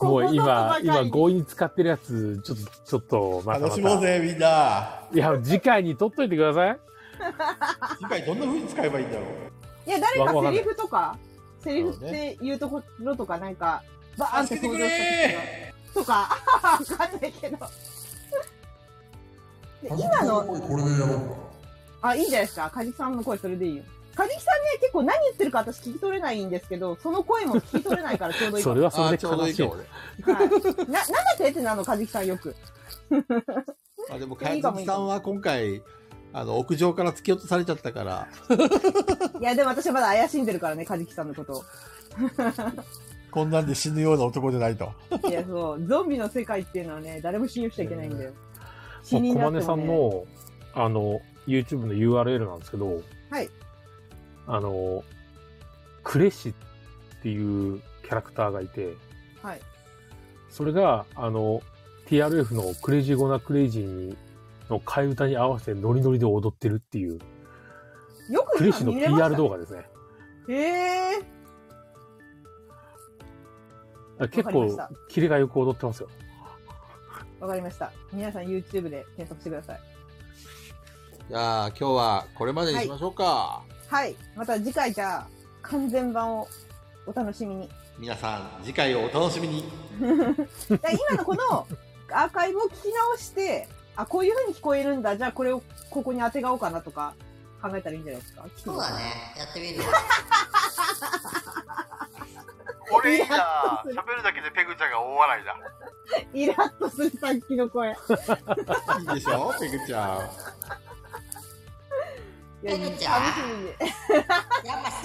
Speaker 3: もう今、今
Speaker 4: ご
Speaker 3: 強引に使ってるやつ、ちょっと、ちょっと、またま
Speaker 2: 楽
Speaker 3: た
Speaker 2: しもうぜ、みんな。
Speaker 3: いや、次回に取っといてください。
Speaker 2: 次回どんな風に使えばいいんだろう。
Speaker 4: いや、誰
Speaker 3: わわか
Speaker 4: か
Speaker 3: んない
Speaker 4: セリフとか、セリフって言うところとか、なんか、バーンって登場したとか、 とか、わかんないけど。で今の、
Speaker 8: これでやろうか。
Speaker 4: あ、いいんじゃないですか。カジキさんの声それでいいよ。カジキさんね、結構何言ってるか私聞き取れないんですけど、その声も聞き取れないからちょうどい い。
Speaker 3: それ
Speaker 4: は
Speaker 3: はそ
Speaker 2: あ
Speaker 3: れ
Speaker 2: ー
Speaker 3: で
Speaker 2: ちょうど
Speaker 3: 悲
Speaker 2: いい
Speaker 3: し
Speaker 2: か
Speaker 3: い
Speaker 2: も。ね。
Speaker 4: い。な、なんだってってなの、カジキさんよく。
Speaker 2: あでも、か
Speaker 4: いい
Speaker 2: や
Speaker 4: か
Speaker 2: ず
Speaker 4: もい
Speaker 2: き
Speaker 4: い
Speaker 2: さ
Speaker 4: か
Speaker 2: ん
Speaker 4: も
Speaker 2: は今回、あの、屋上から突き落とされちゃったから、
Speaker 4: いや、でも私はまだ怪しんでるからね、カジキさんのことを。
Speaker 2: こんなんで死ぬような男じゃないと。
Speaker 4: いや、そう、ゾンビの世界っていうのはね、誰も信用しちゃいけな いんだよ。死
Speaker 3: もう
Speaker 4: に
Speaker 3: 小
Speaker 4: な
Speaker 3: 金
Speaker 4: って
Speaker 3: さ
Speaker 4: も
Speaker 3: ん
Speaker 4: ね。
Speaker 3: の、あの、YouTube の URL なんですけど、
Speaker 4: はい。
Speaker 3: あの、クレシっていうキャラクターがいて、
Speaker 4: はい。
Speaker 3: それが、あの、TRF のクレイジーゴナクレイジーに、の替え歌に合わせてノリノリで踊ってるっていう、
Speaker 4: よく
Speaker 3: クレシの
Speaker 4: 今見れました
Speaker 3: PR 動画ですね。
Speaker 4: へえ。
Speaker 3: 結
Speaker 4: わかりま
Speaker 3: 構
Speaker 4: した、
Speaker 3: キレがよく踊ってますよ。
Speaker 4: わかりました。皆さん YouTube で検索してください。
Speaker 2: じゃあ、今日はこれまでにしましょうか。
Speaker 4: はい。また次回じゃあ、完全版をお楽しみに。
Speaker 2: 皆さん、次回をお楽しみに。
Speaker 4: だから今の このアーカイブを聞き直して、あ、こういう風に聞こえるんだ。じゃあこれをここに当てがおうかなとか考えたらいいんじゃないですか。
Speaker 7: そうだね。やってみる。
Speaker 8: これいいな喋るだけでペグちゃんが大笑いだ。
Speaker 4: イラッとするさっきの声。
Speaker 2: いいでしょペグちゃん。
Speaker 4: いや、
Speaker 7: ペグ
Speaker 4: 楽し
Speaker 7: ちゃん
Speaker 4: みに。
Speaker 7: やっぱさ、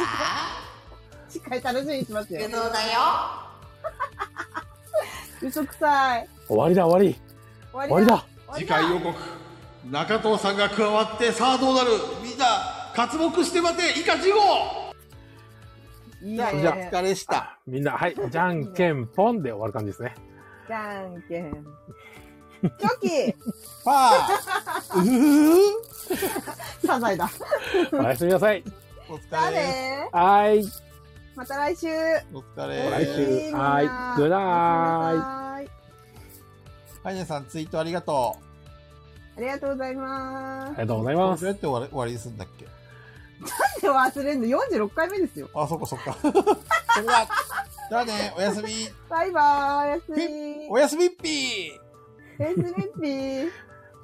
Speaker 4: 次回楽しみにしますよ
Speaker 7: 不。動だよ。
Speaker 4: 嘘くさい。
Speaker 3: 終わりだ、終わり
Speaker 4: 終
Speaker 3: 終わりだ
Speaker 4: 終
Speaker 2: 次
Speaker 4: わりだ
Speaker 2: 回予告中藤さんが加わってさあどうなるみんな活目して待てイカジゴ
Speaker 4: いいね
Speaker 2: じゃあお疲れした
Speaker 3: みんな、 はい、じゃんけんぽんで終わる感じですね。
Speaker 4: じゃんけん。チョ
Speaker 2: パーうふふ
Speaker 4: キサザエだ。
Speaker 3: おやすみなさい。
Speaker 2: お疲
Speaker 4: だ
Speaker 2: れ
Speaker 4: ね。
Speaker 3: はーい。
Speaker 4: また来週。
Speaker 2: お疲
Speaker 3: 来週
Speaker 2: れ
Speaker 3: はいグッナイ
Speaker 4: イ。
Speaker 2: ハイネさんツイートありがと
Speaker 4: ありがとうございま
Speaker 3: あ
Speaker 4: す。
Speaker 3: りがとうございう
Speaker 2: ど
Speaker 3: ま
Speaker 2: う
Speaker 3: す。
Speaker 2: やって終わり終わりにするんだっけ
Speaker 4: では忘れんの46回目ですよ。
Speaker 2: あそっかそっか それではじゃあねおやすみ
Speaker 4: バイバーイ。おやすみ。
Speaker 2: おやすみっぴー
Speaker 4: おやすみっぴー。